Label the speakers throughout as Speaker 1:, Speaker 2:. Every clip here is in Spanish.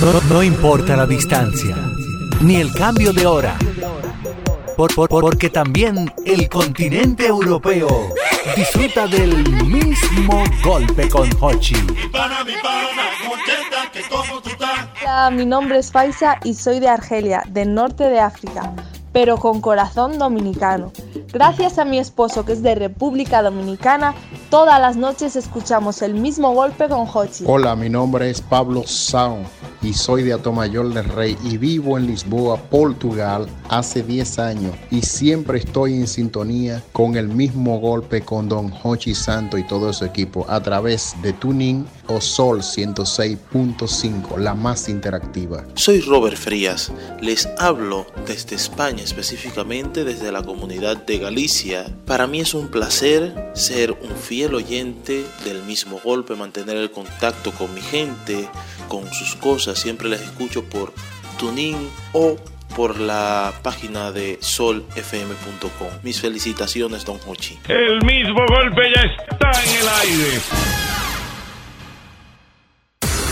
Speaker 1: No, no importa la distancia, ni el cambio de hora. Por- por- porque también el continente europeo disfruta del mismo golpe con Hochi.
Speaker 2: Para mi pana, contenta que como tú estás.
Speaker 3: Hola, mi nombre es Faisa y soy de Argelia, del norte de África, pero con corazón dominicano. Gracias a mi esposo que es de República Dominicana, todas las noches escuchamos el mismo golpe con Hochi.
Speaker 4: Hola, mi nombre es Pablo Sound y soy de Atomayor del Rey y vivo en Lisboa, Portugal, hace 10 años y siempre estoy en sintonía con el mismo golpe con Don Hochi Santo y todo su equipo a través de Tuning o Sol 106.5, la más interactiva.
Speaker 5: Soy Robert Frías, les hablo desde España, específicamente desde la comunidad de Galicia. Para mí es un placer ser un fiel oyente del mismo golpe, mantener el contacto con mi gente, con sus cosas. Siempre les escucho por Tuning o por la página de solfm.com. Mis felicitaciones, don Hochi.
Speaker 6: El mismo golpe ya está en el aire.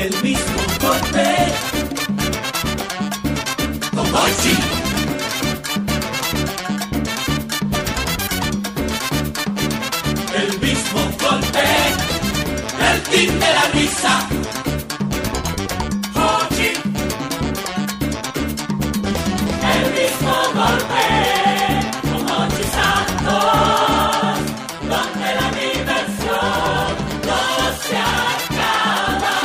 Speaker 2: El mismo golpe. Con Hochi. El mismo golpe. El fin de la risa. Hochi. El mismo golpe. Con Hochi Santos. Donde la diversión no se acaba.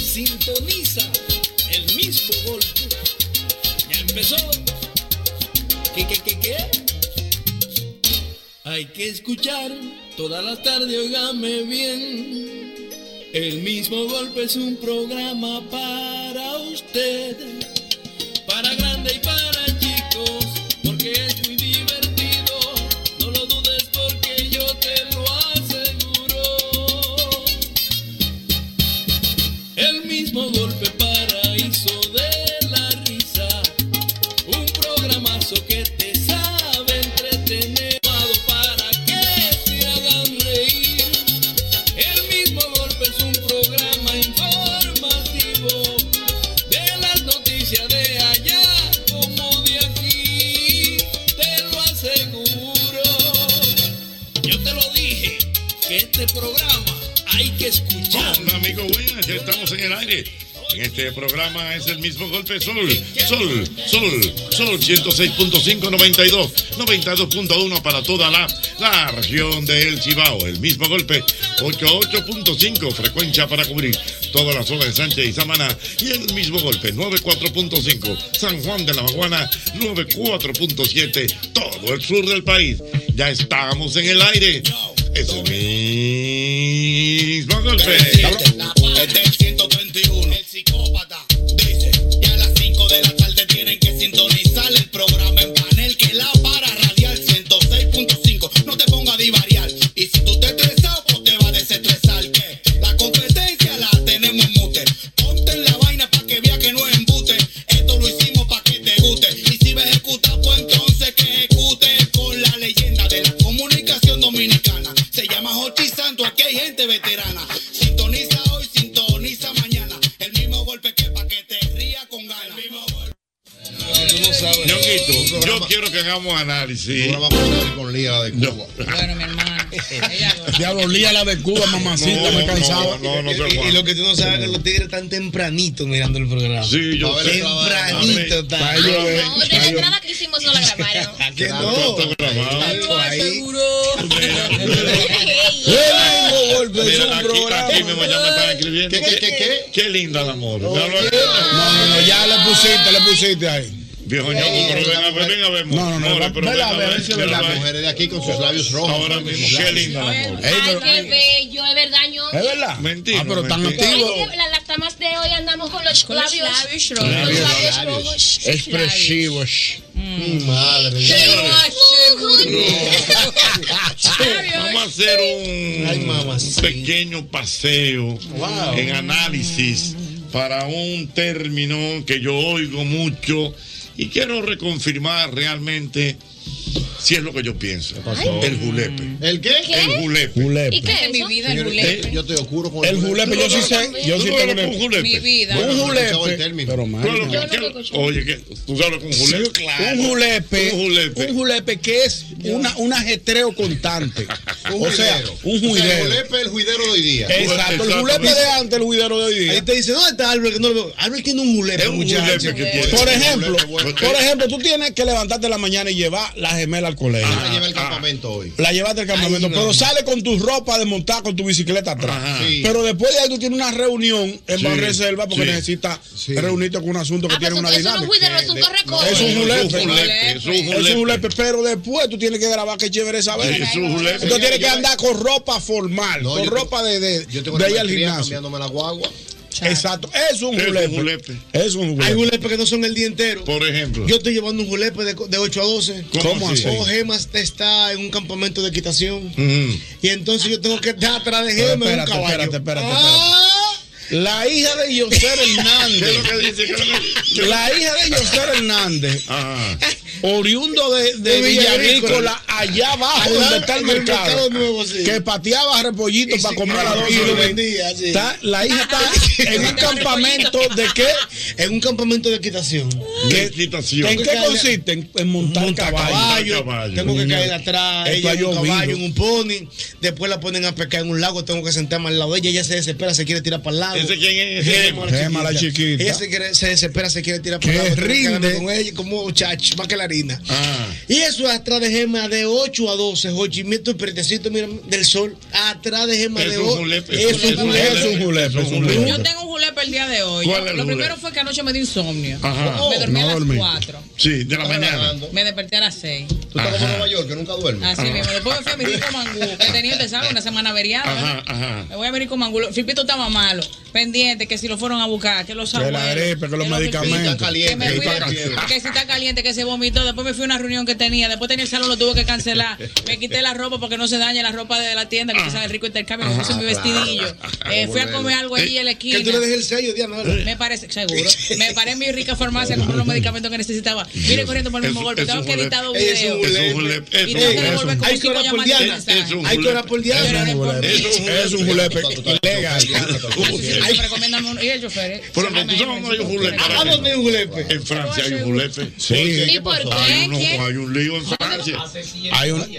Speaker 2: Sintoniza el mismo golpe. Ya empezó. ¿Qué, qué, qué, qué? Hay que escuchar toda la tarde, oígame bien. El mismo golpe es un programa para usted, para grande y para chicos, porque es muy divertido. No lo dudes porque yo te lo aseguro. El mismo golpe paraíso de la risa. Un programazo que te sabe entretener. Para que te hagan reír. El mismo golpe es un programa informativo. De las noticias de allá como de aquí. Te lo aseguro. Yo te lo dije que este programa hay que escuchar.
Speaker 6: Hola amigos, buenas, ya estamos en el aire. En este programa es el mismo golpe Sol, Sol, Sol, Sol 106.5, 92, 92.1 para toda la, la región de El Cibao. El mismo golpe 88.5, frecuencia para cubrir toda la zona de Sánchez y Samaná. Y el mismo golpe 94.5, San Juan de la Maguana 94.7, todo el sur del país. Ya estamos en el aire. Es el mismo golpe.
Speaker 2: Este es 131, el psicópata. Dice que a las 5 de la tarde tienen que sintonizar el programa en panel que la para radial 106.5. No te ponga a divariar. Y si tú te estresas, pues te va a desestresar. Que la competencia la tenemos en mute. Ponte en la vaina para que vea que no es embute. Esto lo hicimos para que te guste. Y si ves ejecutar, pues entonces que ejecute con la leyenda de la comunicación dominicana. Se llama Jochi Santo, aquí hay gente veterana. Sintoniza hoy, sintoniza mañana. El mismo golpe que para que te ría con ganas. El mismo golpe.
Speaker 6: Ñonguito, yo quiero que hagamos análisis. con Lía, la de Cuba.
Speaker 7: Bueno, mi hermano.
Speaker 8: Diablo, lía la de Cuba, mamacita, me cansaba.
Speaker 7: y, y lo que tú no sabes es que los tigres están tempranito mirando el programa.
Speaker 6: Sí, yo sé.
Speaker 7: Tempranito están. Ah,
Speaker 6: Para ellos ver.
Speaker 9: No, de la entrada que hicimos no la grabaron.
Speaker 7: ¿Qué no?
Speaker 6: Mira, aquí, aquí mismo ya me están escribiendo. ¿Qué, qué, qué? Qué linda la amor. No, no,
Speaker 8: no, ya le pusiste, le pusiste ahí.
Speaker 6: Viejo ñoco,
Speaker 10: Eh,
Speaker 6: pero pues, ven a ver, ven a ver.
Speaker 8: No, no, no,
Speaker 6: more,
Speaker 8: va-
Speaker 6: pero
Speaker 8: vela,
Speaker 6: ven
Speaker 8: ve
Speaker 6: a ver,
Speaker 8: a ver si es
Speaker 6: pero va-
Speaker 8: verdad. Las mujeres de aquí con sus labios rojos.
Speaker 6: Ahora mismo, qué linda la amor.
Speaker 8: Ey,
Speaker 9: Ay,
Speaker 8: pero-
Speaker 9: qué bello, es verdad, ño.
Speaker 8: ¿Es verdad?
Speaker 6: Mentira.
Speaker 8: Ah, pero están
Speaker 6: mentira.
Speaker 8: activos.
Speaker 9: Las las damas de hoy andamos con los
Speaker 8: los
Speaker 9: labios
Speaker 8: labios
Speaker 9: con los
Speaker 8: rojos.
Speaker 9: labios rojos.
Speaker 8: Expresivos.
Speaker 6: Mm,
Speaker 8: Madre
Speaker 6: Vamos a hacer un, un pequeño paseo en análisis para un término que yo oigo mucho y quiero reconfirmar realmente si es lo que yo pienso.
Speaker 8: pasó?
Speaker 6: El julepe.
Speaker 8: ¿El qué?
Speaker 6: El julepe.
Speaker 8: Julepe.
Speaker 10: En mi vida el
Speaker 8: Señores,
Speaker 10: julepe.
Speaker 8: Yo te oscuro con
Speaker 10: El julepe, yo sí sé, yo sí tengo
Speaker 8: un
Speaker 10: un julepe. Mi vida.
Speaker 8: Un
Speaker 10: Bueno, no
Speaker 8: julepe.
Speaker 10: escuchaba el término.
Speaker 8: Pero,
Speaker 10: Yo
Speaker 8: madre,
Speaker 10: no lo
Speaker 8: madre.
Speaker 10: escuchaba.
Speaker 6: Oye, que tú sabes con julepe.
Speaker 8: Sí, claro. Un julepe, un julepe, que es una, un ajetreo constante. o sea, un
Speaker 10: O sea,
Speaker 8: juidero.
Speaker 10: el julepe es el juidero de hoy día.
Speaker 8: Exacto, el julepe de antes, el juidero de hoy día.
Speaker 7: Ahí te dice, ¿dónde está Albert? Que no lo veo. Albert tiene un julepe, muchacho.
Speaker 8: Por ejemplo, por
Speaker 10: eh.
Speaker 8: ejemplo, tú tienes que levantarte en la mañana y llevar la gemela al colegio.
Speaker 10: Ah, lleva el campamento hoy.
Speaker 8: La llevaste al campamento,
Speaker 10: Ay, no.
Speaker 8: pero sale con tu ropa desmontada con tu bicicleta atrás.
Speaker 10: Ajá. Sí.
Speaker 8: Pero después de ahí tú tienes una reunión en
Speaker 10: Sí,
Speaker 8: Banreserva porque
Speaker 10: sí.
Speaker 8: necesitas reunirte con un asunto que
Speaker 9: Ah,
Speaker 8: tiene
Speaker 9: pues
Speaker 8: una
Speaker 9: eso no es
Speaker 8: dinámica.
Speaker 9: un juidero, es un corre-corre.
Speaker 8: Es un julepe.
Speaker 6: julepe, es un
Speaker 8: Es
Speaker 6: julepe.
Speaker 8: un julepe, pero después tú tienes que grabar qué chévere esa
Speaker 6: Sí,
Speaker 8: vez.
Speaker 6: es un julepe.
Speaker 8: Entonces tienes que
Speaker 6: Yo-
Speaker 8: andar con ropa formal,
Speaker 10: No,
Speaker 8: con
Speaker 10: yo
Speaker 8: ropa de, de,
Speaker 10: Yo tengo
Speaker 8: de
Speaker 10: una
Speaker 8: ir al
Speaker 10: maestría
Speaker 8: gimnasio.
Speaker 10: cambiándome la guagua.
Speaker 8: Exacto, es un
Speaker 10: Es un
Speaker 8: julepe.
Speaker 10: julepe.
Speaker 8: Es un julepe.
Speaker 7: Hay julepes que no son el día entero.
Speaker 6: Por ejemplo.
Speaker 7: Yo estoy llevando un julepe de, de 8 a 12.
Speaker 8: ¿Cómo ¿Cómo así? así?
Speaker 7: O Gemas está en un campamento de equitación.
Speaker 6: Mm.
Speaker 7: Y entonces yo tengo que estar atrás de
Speaker 8: Pero
Speaker 7: Gemas en un
Speaker 8: espérate,
Speaker 7: caballo.
Speaker 8: espérate, espérate,
Speaker 7: Ah,
Speaker 8: La hija de Yoser
Speaker 6: ¿Qué es
Speaker 8: Hernández.
Speaker 6: lo que dice? ¿Qué es lo que-
Speaker 8: La hija de Yoser Hernández oriundo de, Ah. de
Speaker 10: De
Speaker 8: Villavícola,
Speaker 10: Villavícola,
Speaker 8: allá abajo
Speaker 10: Allá
Speaker 8: donde está el
Speaker 10: en el
Speaker 8: mercado,
Speaker 10: mercado nuevo, sí.
Speaker 8: que pateaba repollito
Speaker 10: Y
Speaker 8: para
Speaker 10: sí,
Speaker 8: comer a las
Speaker 10: y
Speaker 8: doce
Speaker 10: lo
Speaker 8: del día.
Speaker 10: vendía, sí.
Speaker 8: Está- La hija está en un campamento de qué? En un campamento de equitación.
Speaker 6: ¿Qué quitación?
Speaker 8: ¿En qué consiste? En, en montar, caballo.
Speaker 6: caballo,
Speaker 7: Tengo que caer atrás,
Speaker 8: Esto
Speaker 7: ella
Speaker 8: ha
Speaker 7: en un
Speaker 8: llovido.
Speaker 7: caballo, en un pony. Después la ponen a pescar en un lago, tengo que sentarme al lado de ella. Ella se desespera, se quiere tirar para el lago.
Speaker 6: ¿Ese quién es?
Speaker 7: Gema,
Speaker 8: Gema, la chiquita.
Speaker 7: Ella se, quiere- se desespera, se quiere tirar
Speaker 8: Que
Speaker 7: para el lago. tengo que quedarme
Speaker 8: rinde.
Speaker 7: Con ella, como muchacho, más que la harina.
Speaker 6: Ah.
Speaker 7: Y eso es atrás de Gema de 8 a 12, Jochimiento y Pretecito, mira, del sol. Atrás de Gema
Speaker 6: Es
Speaker 7: de
Speaker 6: un
Speaker 7: 8.
Speaker 6: julepe,
Speaker 7: Es un
Speaker 8: Es un
Speaker 7: julepe.
Speaker 8: julepe, es un julepe.
Speaker 11: Yo tengo un julepe el día de hoy.
Speaker 6: ¿Cuál es el
Speaker 11: Lo primero
Speaker 6: julepe?
Speaker 11: fue que anoche me dio insomnio.
Speaker 6: Ajá.
Speaker 11: me dormí
Speaker 6: No
Speaker 11: a
Speaker 6: dormí.
Speaker 11: las 4.
Speaker 6: Sí, de la mañana.
Speaker 11: Me desperté a las 6.
Speaker 10: Tú estás como
Speaker 6: Ajá.
Speaker 10: Nueva York, que nunca duerme.
Speaker 6: Ah.
Speaker 11: Así mismo. Después me fui a Mirico Mangú, que tenía, usted sabe, una semana averiada.
Speaker 10: Ajá,
Speaker 11: ¿verdad?
Speaker 10: ajá.
Speaker 11: Me voy a Mirico Mangú. Filpito estaba malo, pendiente, que si lo fueron a buscar, que los
Speaker 8: Que
Speaker 11: abuelos.
Speaker 8: la gripe, que los medicamentos.
Speaker 11: Que, me
Speaker 8: Que
Speaker 11: fui
Speaker 8: está
Speaker 11: de-
Speaker 8: caliente.
Speaker 11: que si está caliente, que se vomitó. Después me fui a una reunión que tenía. Después tenía el salón, lo tuve que cancelar. Me quité la ropa porque no se daña la ropa de la tienda, que tú sabes, el rico intercambio. Me
Speaker 7: Ajá,
Speaker 11: puse mi
Speaker 7: Ah, claro. Ah,
Speaker 11: vestidillo. Eh, fui a comer algo allí en la esquina.
Speaker 7: Que tú le dejes el sello, Diana. ¿verdad?
Speaker 11: Me parece, seguro. Me paré en mi rica farmacia, compré los medicamentos que necesitaba. Vine corriendo por el mismo
Speaker 6: Es-
Speaker 11: golpe.
Speaker 6: es
Speaker 11: Tengo
Speaker 6: un
Speaker 11: que
Speaker 6: julep.
Speaker 11: editar
Speaker 6: Es un
Speaker 11: video.
Speaker 6: julep, es un julep, es
Speaker 11: Y
Speaker 6: un
Speaker 11: tengo que
Speaker 6: julep.
Speaker 11: devolver como
Speaker 7: Hay que
Speaker 11: cinco
Speaker 7: orar por
Speaker 11: llamadas de
Speaker 7: Diana.
Speaker 11: mensaje.
Speaker 7: Es un Hay que orar por Diana.
Speaker 8: Es un julepe. Es un julepe ilegal.
Speaker 11: Ay, recomiéndame uno. Y el chofer. eh.
Speaker 6: Pero no, tú sabes dónde hay un julepe.
Speaker 7: ¿A dónde hay un julepe?
Speaker 6: En Francia hay un julepe.
Speaker 8: Sí.
Speaker 11: ¿Y por
Speaker 6: Hay,
Speaker 11: qué?
Speaker 6: uno-
Speaker 11: ¿Qué?
Speaker 6: hay un lío en Francia.
Speaker 8: Hay un-
Speaker 6: Hace
Speaker 8: hay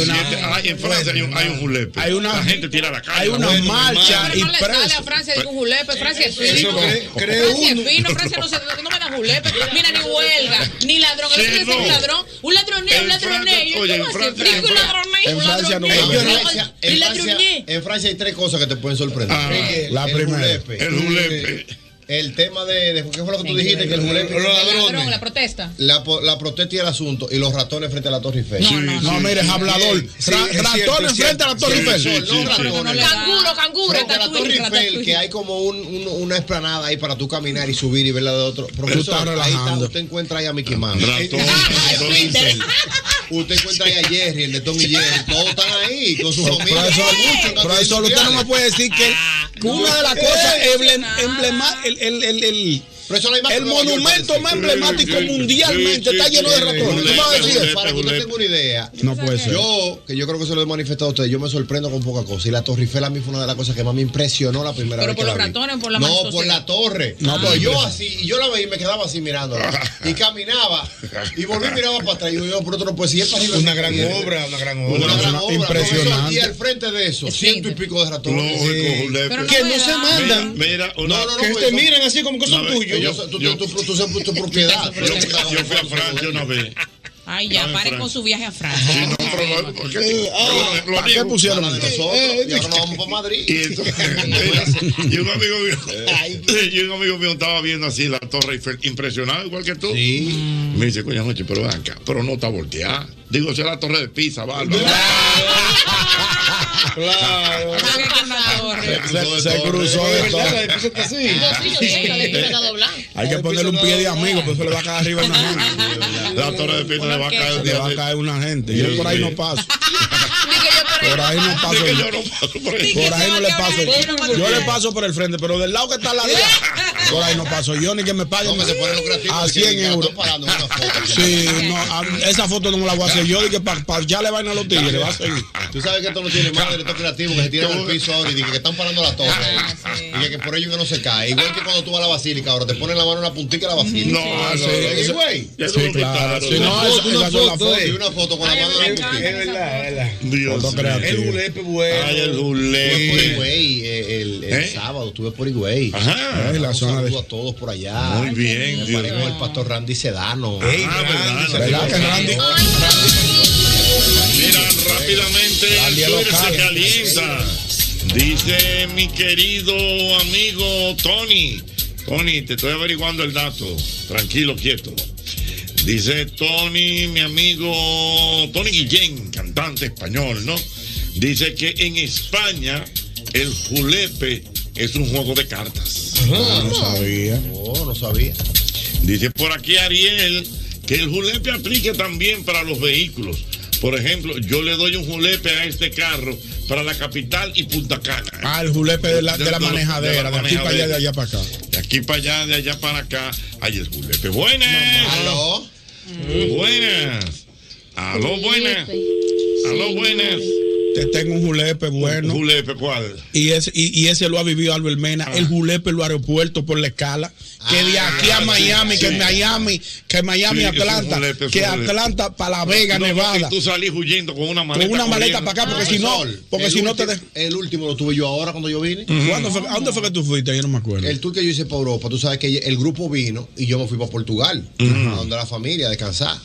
Speaker 8: una-
Speaker 6: siete- ay, en Francia hay un, hay un julepe.
Speaker 8: Hay una-
Speaker 6: la gente tira la calle.
Speaker 8: hay una
Speaker 6: Bueno,
Speaker 8: marcha
Speaker 11: Pero
Speaker 8: y
Speaker 11: no le sale
Speaker 8: preso.
Speaker 11: a Francia de un julepe. Francia es fino.
Speaker 8: Eso cree- cree
Speaker 11: Francia
Speaker 8: uno.
Speaker 11: es fino. Francia no, se, no me da julepe. Mira, ni huelga, ni ladrón.
Speaker 6: Sí,
Speaker 11: El otro día decía
Speaker 6: no.
Speaker 11: un ladrón. Un ladroneo, un
Speaker 6: En Francia-
Speaker 11: ladroneo.
Speaker 6: oye,
Speaker 11: Yo,
Speaker 6: en
Speaker 11: ¿Cómo así?
Speaker 6: Francia-
Speaker 11: Frico,
Speaker 6: en
Speaker 11: un
Speaker 6: Fra-
Speaker 11: ladroneo.
Speaker 10: En
Speaker 11: Un
Speaker 10: Francia no
Speaker 11: ladroneo.
Speaker 10: En
Speaker 11: Ay,
Speaker 10: Francia,
Speaker 11: Y
Speaker 10: en Francia-
Speaker 11: ladroné.
Speaker 10: en Francia hay tres cosas que te pueden sorprender.
Speaker 6: Ah,
Speaker 10: El-
Speaker 8: la
Speaker 10: el
Speaker 8: primera.
Speaker 10: julepe.
Speaker 6: El julepe.
Speaker 10: El tema de, de- ¿Qué fue lo que tú dijiste? Que el julepe.
Speaker 11: El ladrón, la protesta.
Speaker 10: La, po- la protesta y el asunto. Y los ratones frente a la Torre Eiffel.
Speaker 11: No, no,
Speaker 8: No, mire, es hablador.
Speaker 10: Sí, es
Speaker 8: Ra-
Speaker 10: cierto,
Speaker 8: ratón
Speaker 10: es
Speaker 8: enfrente
Speaker 10: cierto.
Speaker 8: a la Torre
Speaker 10: Sí,
Speaker 8: Eiffel.
Speaker 10: sí, sí, sí.
Speaker 11: Canguro, canguro.
Speaker 10: Frente a la Torre
Speaker 11: Ratatouille,
Speaker 10: Eiffel,
Speaker 11: ratatouille.
Speaker 10: que hay como un- un- una esplanada ahí para tú caminar y subir y verla de otro.
Speaker 8: estás
Speaker 10: Profesor, ahí está,
Speaker 8: relajando.
Speaker 10: usted encuentra ahí a Mickey Mouse.
Speaker 6: Ratón, ratón
Speaker 10: Eiffel. Usted encuentra ahí a Jerry, el de Tom y Jerry. Todos están ahí, con sus familias.
Speaker 8: Profesor,
Speaker 10: Muchos en
Speaker 8: profesor, usted no me puede decir que
Speaker 11: Ah,
Speaker 8: que una de las cosas emblemáticas, el, el, el, el-
Speaker 10: Profesor, la imagen
Speaker 8: el
Speaker 10: de Nueva York
Speaker 8: monumento
Speaker 10: parece.
Speaker 8: más emblemático
Speaker 6: Sí, sí,
Speaker 8: mundialmente
Speaker 6: sí,
Speaker 8: está
Speaker 6: sí,
Speaker 8: lleno de
Speaker 6: sí,
Speaker 8: ratones. ¿Tú me vas a
Speaker 6: sí,
Speaker 8: decir?
Speaker 6: sí.
Speaker 10: Para que usted tenga una idea,
Speaker 8: No puede ser.
Speaker 10: yo, que yo creo que se lo he manifestado a ustedes, yo me sorprendo con poca cosa. Y la Torre Eiffel a mí fue una de las cosas que más me impresionó la primera
Speaker 11: Pero
Speaker 10: vez.
Speaker 11: por
Speaker 10: que
Speaker 11: los
Speaker 10: la vi.
Speaker 11: ratones o por la
Speaker 10: No,
Speaker 11: mala
Speaker 10: por
Speaker 11: sociedad.
Speaker 10: la torre.
Speaker 8: No,
Speaker 10: No,
Speaker 8: por-
Speaker 10: yo así, y yo la veía y me quedaba así mirándola. Y caminaba. Y volví y miraba para atrás. Y yo, yo, por otro no puede ser para arriba.
Speaker 7: Una gran obra, una gran obra.
Speaker 10: Una gran
Speaker 8: Una-
Speaker 10: obra.
Speaker 8: impresionante.
Speaker 10: Profesor, Y al frente de eso,
Speaker 11: Esfínter.
Speaker 10: ciento y pico de ratones.
Speaker 6: Lógico,
Speaker 10: Sí.
Speaker 6: julepe.
Speaker 11: Pero
Speaker 7: Que no se
Speaker 11: Mira,
Speaker 7: mandan.
Speaker 6: Mira, una-
Speaker 10: No, no, no.
Speaker 7: Que
Speaker 10: porque
Speaker 7: te
Speaker 10: son-
Speaker 7: miren así como que son
Speaker 6: No,
Speaker 7: tuyos.
Speaker 10: Yo, tú,
Speaker 6: Yo-
Speaker 10: tú, tú, tú, tú- tu propiedad.
Speaker 6: Yo, yo fui a Francia una vez.
Speaker 11: Ay,
Speaker 6: No, en
Speaker 11: ya, paren
Speaker 6: Francia.
Speaker 11: con su viaje a Francia.
Speaker 6: Sí, no, pero lo- porque-
Speaker 10: eh,
Speaker 6: pero lo- lo
Speaker 8: ¿Para ah, qué
Speaker 6: niego.
Speaker 8: pusieron
Speaker 10: Para
Speaker 8: esto?
Speaker 10: nosotros, eh, y ahora nos vamos para Madrid.
Speaker 6: Y, entonces, y un amigo mío, y un amigo mío estaba viendo así la Torre Eiffel, impresionado igual que tú. Me dice, coño, noche, pero ven acá, pero no está volteada. Digo, será la Torre de Pisa, bárbaro.
Speaker 7: Claro.
Speaker 11: Porque hay que una torre.
Speaker 8: Se, se cruzó de todo.
Speaker 9: Yo sí, yo quiero, le puse a doblar.
Speaker 8: Hay que ponerle un pie de amigo, pero eso le va a caer arriba a una gente.
Speaker 6: La Torre de Pisa le va a caer.
Speaker 8: Le va a caer una gente. Yo por ahí no paso. Por ahí no
Speaker 6: Dice
Speaker 8: paso.
Speaker 6: que yo no paso por ahí.
Speaker 8: Por ahí no le
Speaker 11: Bueno,
Speaker 8: paso. Yo le paso por el frente, pero del lado que está la de allá, por ahí no paso. Yo ni que me paguen
Speaker 10: Hombre, se pone lucrativo.
Speaker 8: a
Speaker 10: porque
Speaker 8: 100
Speaker 10: ya
Speaker 8: euros.
Speaker 10: Están pagando una foto.
Speaker 8: Sí, no, a- esa foto no me la voy a hacer yo. Dije, para ya le van a los tigres, va a seguir.
Speaker 10: Tú sabes que esto no tiene más director creativo que se tiran al piso ahora y dicen que están parando la torre.
Speaker 11: Ah, sí.
Speaker 10: Y que, que por ello que no se cae. Igual que cuando tú vas a la basílica, ahora te ponen la mano en la puntica de la basílica.
Speaker 6: No, no, no,
Speaker 10: Y,
Speaker 8: eso-
Speaker 10: güey.
Speaker 6: Ya
Speaker 8: Sí,
Speaker 6: lo
Speaker 8: claro.
Speaker 6: quitaron.
Speaker 8: Sí, no,
Speaker 10: una
Speaker 8: esa,
Speaker 10: foto,
Speaker 8: esas son las
Speaker 7: foto,
Speaker 8: fotos.
Speaker 10: Y una foto con la
Speaker 11: Ay,
Speaker 10: mano
Speaker 11: me
Speaker 10: en la
Speaker 11: encanta.
Speaker 7: Es
Speaker 10: puntica.
Speaker 7: verdad, es verdad.
Speaker 6: Dios
Speaker 8: Foto creativa.
Speaker 6: mío.
Speaker 7: El julepe,
Speaker 6: Ay, el
Speaker 7: bueno.
Speaker 10: Estuve por
Speaker 6: julepe.
Speaker 10: Higüey eh, el, el
Speaker 6: ¿Eh?
Speaker 10: sábado, estuve por Higüey.
Speaker 6: Ajá.
Speaker 8: Ay, la
Speaker 10: Un
Speaker 8: zona
Speaker 10: saludo
Speaker 8: de.
Speaker 10: a todos por allá.
Speaker 6: Muy bien,
Speaker 10: Me
Speaker 6: Dios
Speaker 10: paré con el pastor Randy Sedano.
Speaker 7: Ey,
Speaker 6: Ah,
Speaker 7: Randy,
Speaker 6: verdad,
Speaker 8: ¿Verdad que Randy?
Speaker 6: Mira, rápidamente
Speaker 8: Dale a los
Speaker 6: Twitter se
Speaker 8: cables.
Speaker 6: calienta. Dice mi querido amigo Tony. Tony, te estoy averiguando el dato. Tranquilo, quieto. Dice Tony, mi amigo Tony Guillén, cantante español, ¿no? Dice que en España el julepe es un juego de cartas.
Speaker 8: No sabía.
Speaker 10: Oh, no sabía.
Speaker 6: Dice por aquí Ariel que el julepe aplique también para los vehículos. Por ejemplo, yo le doy un julepe a este carro para la capital y Punta Cana.
Speaker 8: Ah, el julepe de la, de la
Speaker 6: De la
Speaker 8: manejadera, de aquí para allá,
Speaker 6: manejadera.
Speaker 8: de allá para acá.
Speaker 6: De aquí para allá, de allá para acá, hay el julepe. Buenas.
Speaker 10: ¿Aló?
Speaker 6: Buenas. Aló, buenas. Aló, buenas.
Speaker 8: Te tengo un julepe bueno.
Speaker 6: julepe cuál? Ah.
Speaker 8: Y ese, y, y ese lo ha vivido Albert Mena. El julepe en los aeropuertos por la escala. Que de aquí a
Speaker 6: sí,
Speaker 8: Miami, que
Speaker 6: Ah, sí.
Speaker 8: Miami, que Miami,
Speaker 6: Sí, es un
Speaker 8: Atlanta.
Speaker 6: julepe, es un
Speaker 8: que
Speaker 6: julepe.
Speaker 8: Atlanta para La Vega,
Speaker 6: No, no,
Speaker 8: Nevada.
Speaker 6: que tú salís huyendo con una
Speaker 8: Con
Speaker 6: maleta.
Speaker 8: una maleta
Speaker 6: corriendo.
Speaker 8: para acá, porque si no, porque
Speaker 10: El
Speaker 8: si no te.
Speaker 10: ulti- El último lo tuve yo ahora cuando yo vine.
Speaker 8: Ujú. ¿Cuándo fue- ¿A dónde fue que tú fuiste? Yo no me acuerdo.
Speaker 10: El tour que yo hice para Europa, tú sabes que el grupo vino y yo me fui para Portugal,
Speaker 8: Ujú.
Speaker 10: a donde la familia, a descansar.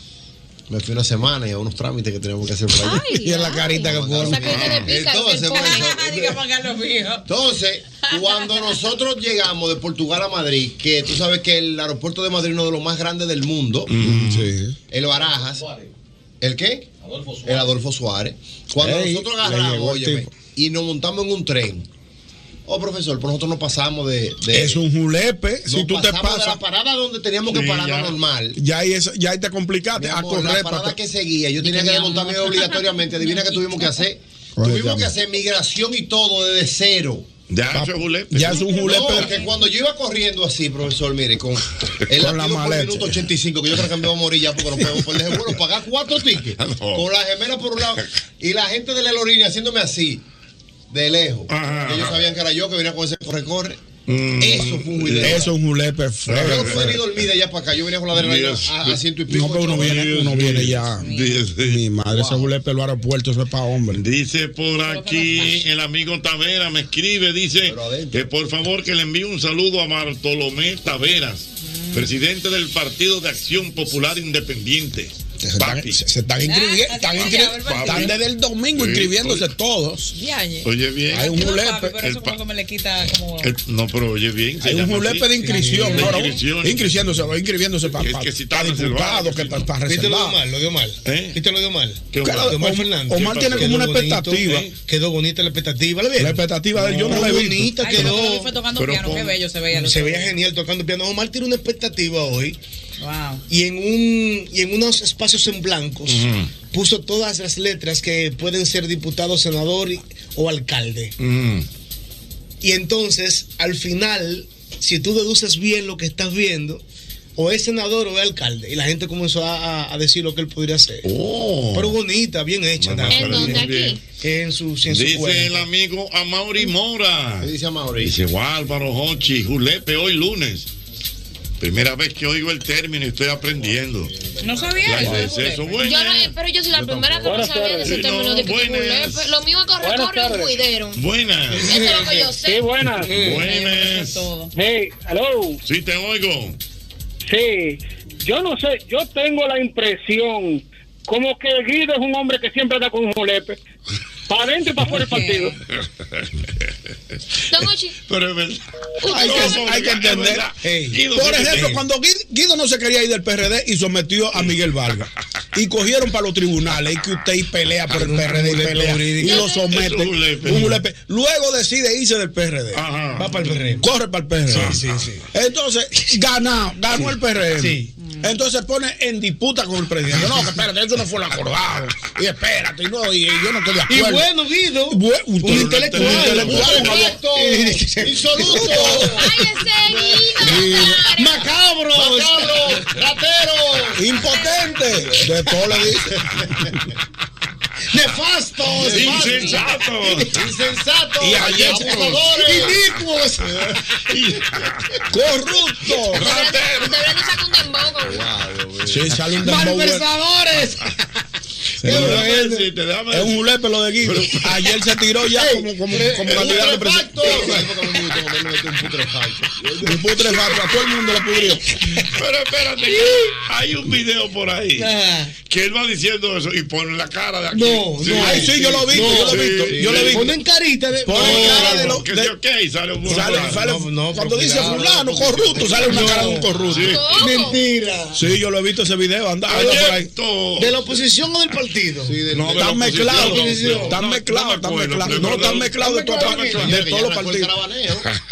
Speaker 10: Me fui una semana y a unos trámites que teníamos que hacer por allá.
Speaker 8: y en la carita que pone.
Speaker 10: Entonces,
Speaker 11: Diga para Carlos Fijo.
Speaker 10: Entonces, cuando nosotros llegamos de Portugal a Madrid, que tú sabes que el aeropuerto de Madrid es uno de los más grandes del mundo, Mm.
Speaker 8: Sí.
Speaker 10: el Barajas, ¿el qué? El Adolfo Suárez. Cuando
Speaker 8: Ey,
Speaker 10: nosotros
Speaker 8: le
Speaker 10: agarramos,
Speaker 8: llegó el
Speaker 10: óyeme,
Speaker 8: tipo.
Speaker 10: y nos montamos en un tren. Oh, profesor, pues nosotros nos pasamos de. de-
Speaker 8: Es un julepe.
Speaker 10: nos
Speaker 8: si tú te
Speaker 10: pasamos de
Speaker 8: pasas.
Speaker 10: la parada donde teníamos que
Speaker 8: Sí,
Speaker 10: parar
Speaker 8: ya.
Speaker 10: normal.
Speaker 8: Ya ahí, es- ya ahí te complicaste.
Speaker 10: Mi
Speaker 8: A
Speaker 10: amor,
Speaker 8: correr
Speaker 10: la parada
Speaker 8: para
Speaker 10: que seguía, yo tenía que desmontarme obligatoriamente. Adivina que tuvimos que hacer.
Speaker 8: Oye,
Speaker 10: Tuvimos
Speaker 8: ya.
Speaker 10: que hacer migración y todo desde cero.
Speaker 6: Ya,
Speaker 8: eso es julepe. Ya es un julepe.
Speaker 10: No, que cuando yo iba corriendo así, profesor, mire, con el
Speaker 8: Con la
Speaker 10: latido por
Speaker 8: maleta.
Speaker 10: minuto 85, que yo creo que me voy a morir ya porque no puedo perder seguro, pagar cuatro tickets
Speaker 8: Ah,
Speaker 10: con la gemela por un lado y la gente de la Lorini haciéndome así, de lejos. Que ellos sabían que era yo que venía con ese corre-corre.
Speaker 6: Mm.
Speaker 10: Eso fue un julepe.
Speaker 8: Eso es un julepe
Speaker 10: Yo
Speaker 8: feo.
Speaker 10: vení dormida ya para acá, yo venía con la adrenalina
Speaker 8: Dios.
Speaker 10: a, a ciento y pico.
Speaker 8: No, pero uno
Speaker 10: ocho horas.
Speaker 8: viene, uno viene ya. Mi madre, ese julepe los aeropuertos, eso es para hombres.
Speaker 6: Dice por aquí el amigo Tavera, me escribe, dice que por favor que le envíe un saludo a Bartolomé Taveras, presidente del Partido de Acción Popular Independiente. Papi.
Speaker 8: Se
Speaker 11: Ah,
Speaker 8: están inscribiendo, están, inscri- están desde el domingo
Speaker 6: Sí,
Speaker 8: inscribiéndose todos.
Speaker 6: Oye bien.
Speaker 8: Hay un
Speaker 11: Papi,
Speaker 8: julepe.
Speaker 11: pero eso como que me le quita como...
Speaker 6: El- no, pero oye bien. se
Speaker 8: Hay un
Speaker 6: llama
Speaker 8: julepe
Speaker 6: así.
Speaker 8: de inscripción.
Speaker 6: De
Speaker 8: ahora,
Speaker 6: inscripción.
Speaker 8: inscribiéndose, va inscribiéndose para
Speaker 6: Es que si está reservado,
Speaker 8: diputados, que para para
Speaker 7: ¿Viste lo dio
Speaker 8: reservar. ¿Eh?
Speaker 7: mal? Lo dio mal. ¿Viste lo dio mal?
Speaker 8: ¿Qué Omar?
Speaker 7: Claro, Omar
Speaker 8: Om-
Speaker 7: Fernández.
Speaker 8: Omar tiene como
Speaker 7: Quedó
Speaker 8: una
Speaker 7: bonito,
Speaker 8: expectativa.
Speaker 7: ¿eh? Quedó bonita la expectativa. ¿La vieron?
Speaker 8: La expectativa de él, yo no la he
Speaker 7: Qué
Speaker 8: visto.
Speaker 7: bonita
Speaker 8: Ay, yo
Speaker 7: quedó.
Speaker 8: lo que vi fue tocando Pero piano, qué pon- bello se veía el
Speaker 7: Se
Speaker 8: otro
Speaker 7: veía
Speaker 8: día.
Speaker 7: genial tocando piano. Omar tiene una expectativa hoy.
Speaker 11: Wow.
Speaker 7: Y en, un, y en unos espacios en blancos
Speaker 6: Ujú.
Speaker 7: puso todas las letras que pueden ser diputado, senador y- o alcalde.
Speaker 6: Mm.
Speaker 7: Y entonces, al final, si tú deduces bien lo que estás viendo, o es senador o es alcalde. Y la gente comenzó a, a- a decir lo que él podría hacer.
Speaker 6: Oh.
Speaker 7: Pero bonita, bien hecha.
Speaker 6: Mamá,
Speaker 7: nada.
Speaker 6: ¿En dónde, aquí? Bien.
Speaker 7: En su, en su
Speaker 6: Dice
Speaker 7: cuenta.
Speaker 6: el amigo Amaury Mora.
Speaker 10: dice Amaury?
Speaker 6: Dice "Wow, Álvaro Hochi, Julepe, hoy lunes. Primera vez que oigo el término y estoy aprendiendo.
Speaker 11: No sabía
Speaker 6: Las de
Speaker 11: eso.
Speaker 6: exceso, bueno.
Speaker 9: Yo no, eh, pero yo soy la primera que no
Speaker 6: Buenas
Speaker 9: sabía de ese
Speaker 6: tardes.
Speaker 9: término de que
Speaker 6: No, buenas.
Speaker 9: culé, Lo mío es corre,
Speaker 12: Buenas
Speaker 9: corre un
Speaker 12: tardes.
Speaker 9: juidero.
Speaker 6: Buenas.
Speaker 9: Eso es lo que yo sé.
Speaker 12: Sí, buenas.
Speaker 6: Buenas.
Speaker 12: Hey, hello.
Speaker 6: Sí, te oigo.
Speaker 12: Sí, yo no sé, yo tengo la impresión como que Guido es un hombre que siempre anda con un julepe. Para adentro y para fuera del partido.
Speaker 9: Don Ochi,
Speaker 6: Pero es verdad.
Speaker 8: Hay que, hay que entender. Ey. Por ejemplo, cuando Guido, Guido no se quería ir del PRD y sometió a Miguel Vargas. Y cogieron para los tribunales. Y que usted y pelea por el PRD y pelea. Y lo somete.
Speaker 6: Es un julepe.
Speaker 8: Un julepe. Luego decide irse del PRD.
Speaker 7: Va para el PRD.
Speaker 8: Corre para el PRD.
Speaker 7: Sí, sí, sí.
Speaker 8: Entonces, gana, ganó el PRM. Entonces pone en disputa con el presidente. No, que espérate, eso no fue lo acordado. Y espérate, y no, y, yo no estoy de acuerdo.
Speaker 7: Y bueno, Guido.
Speaker 8: Bue- un intelectual.
Speaker 7: Un
Speaker 8: intelectual.
Speaker 7: correcto,
Speaker 10: Insoluto.
Speaker 7: Macabros.
Speaker 10: Macabros. Rateros.
Speaker 8: Impotente. De todo le dice.
Speaker 7: Nefastos.
Speaker 6: Insensatos.
Speaker 10: Insensatos.
Speaker 8: Y ayer-
Speaker 7: Inicuos.
Speaker 8: Corrupto.
Speaker 9: deberían de sacar un dembow con
Speaker 8: Sí, sale un dembow.
Speaker 7: Malversadores.
Speaker 8: Sí, es, es un julepe lo de Guido. Ayer se tiró ya como, como, como candidato a presidente. Un putrefacto. A todo el mundo lo pudrió.
Speaker 6: Pero espérate, que hay un video por ahí
Speaker 8: Ajá.
Speaker 6: que él va diciendo eso y pone la cara de aquí.
Speaker 8: Ah. No, no. Ay, sí, yo lo he visto, yo lo he visto, yo lo he visto. Ponen
Speaker 7: carita de-
Speaker 8: Ponen cara de lo-
Speaker 6: que
Speaker 8: de-
Speaker 6: sí, ok, sale un
Speaker 8: Sale- sale- cuando dice fulano, corrupto, sale una cara de un corrupto.
Speaker 7: Mentira.
Speaker 8: Sí, yo lo he visto ese video. Anda, anda por ahí.
Speaker 7: ¿De la oposición o del partido?
Speaker 8: No, están mezclados, están mezclados, están mezclados. No, están mezclados de todas partes, de todos los partidos.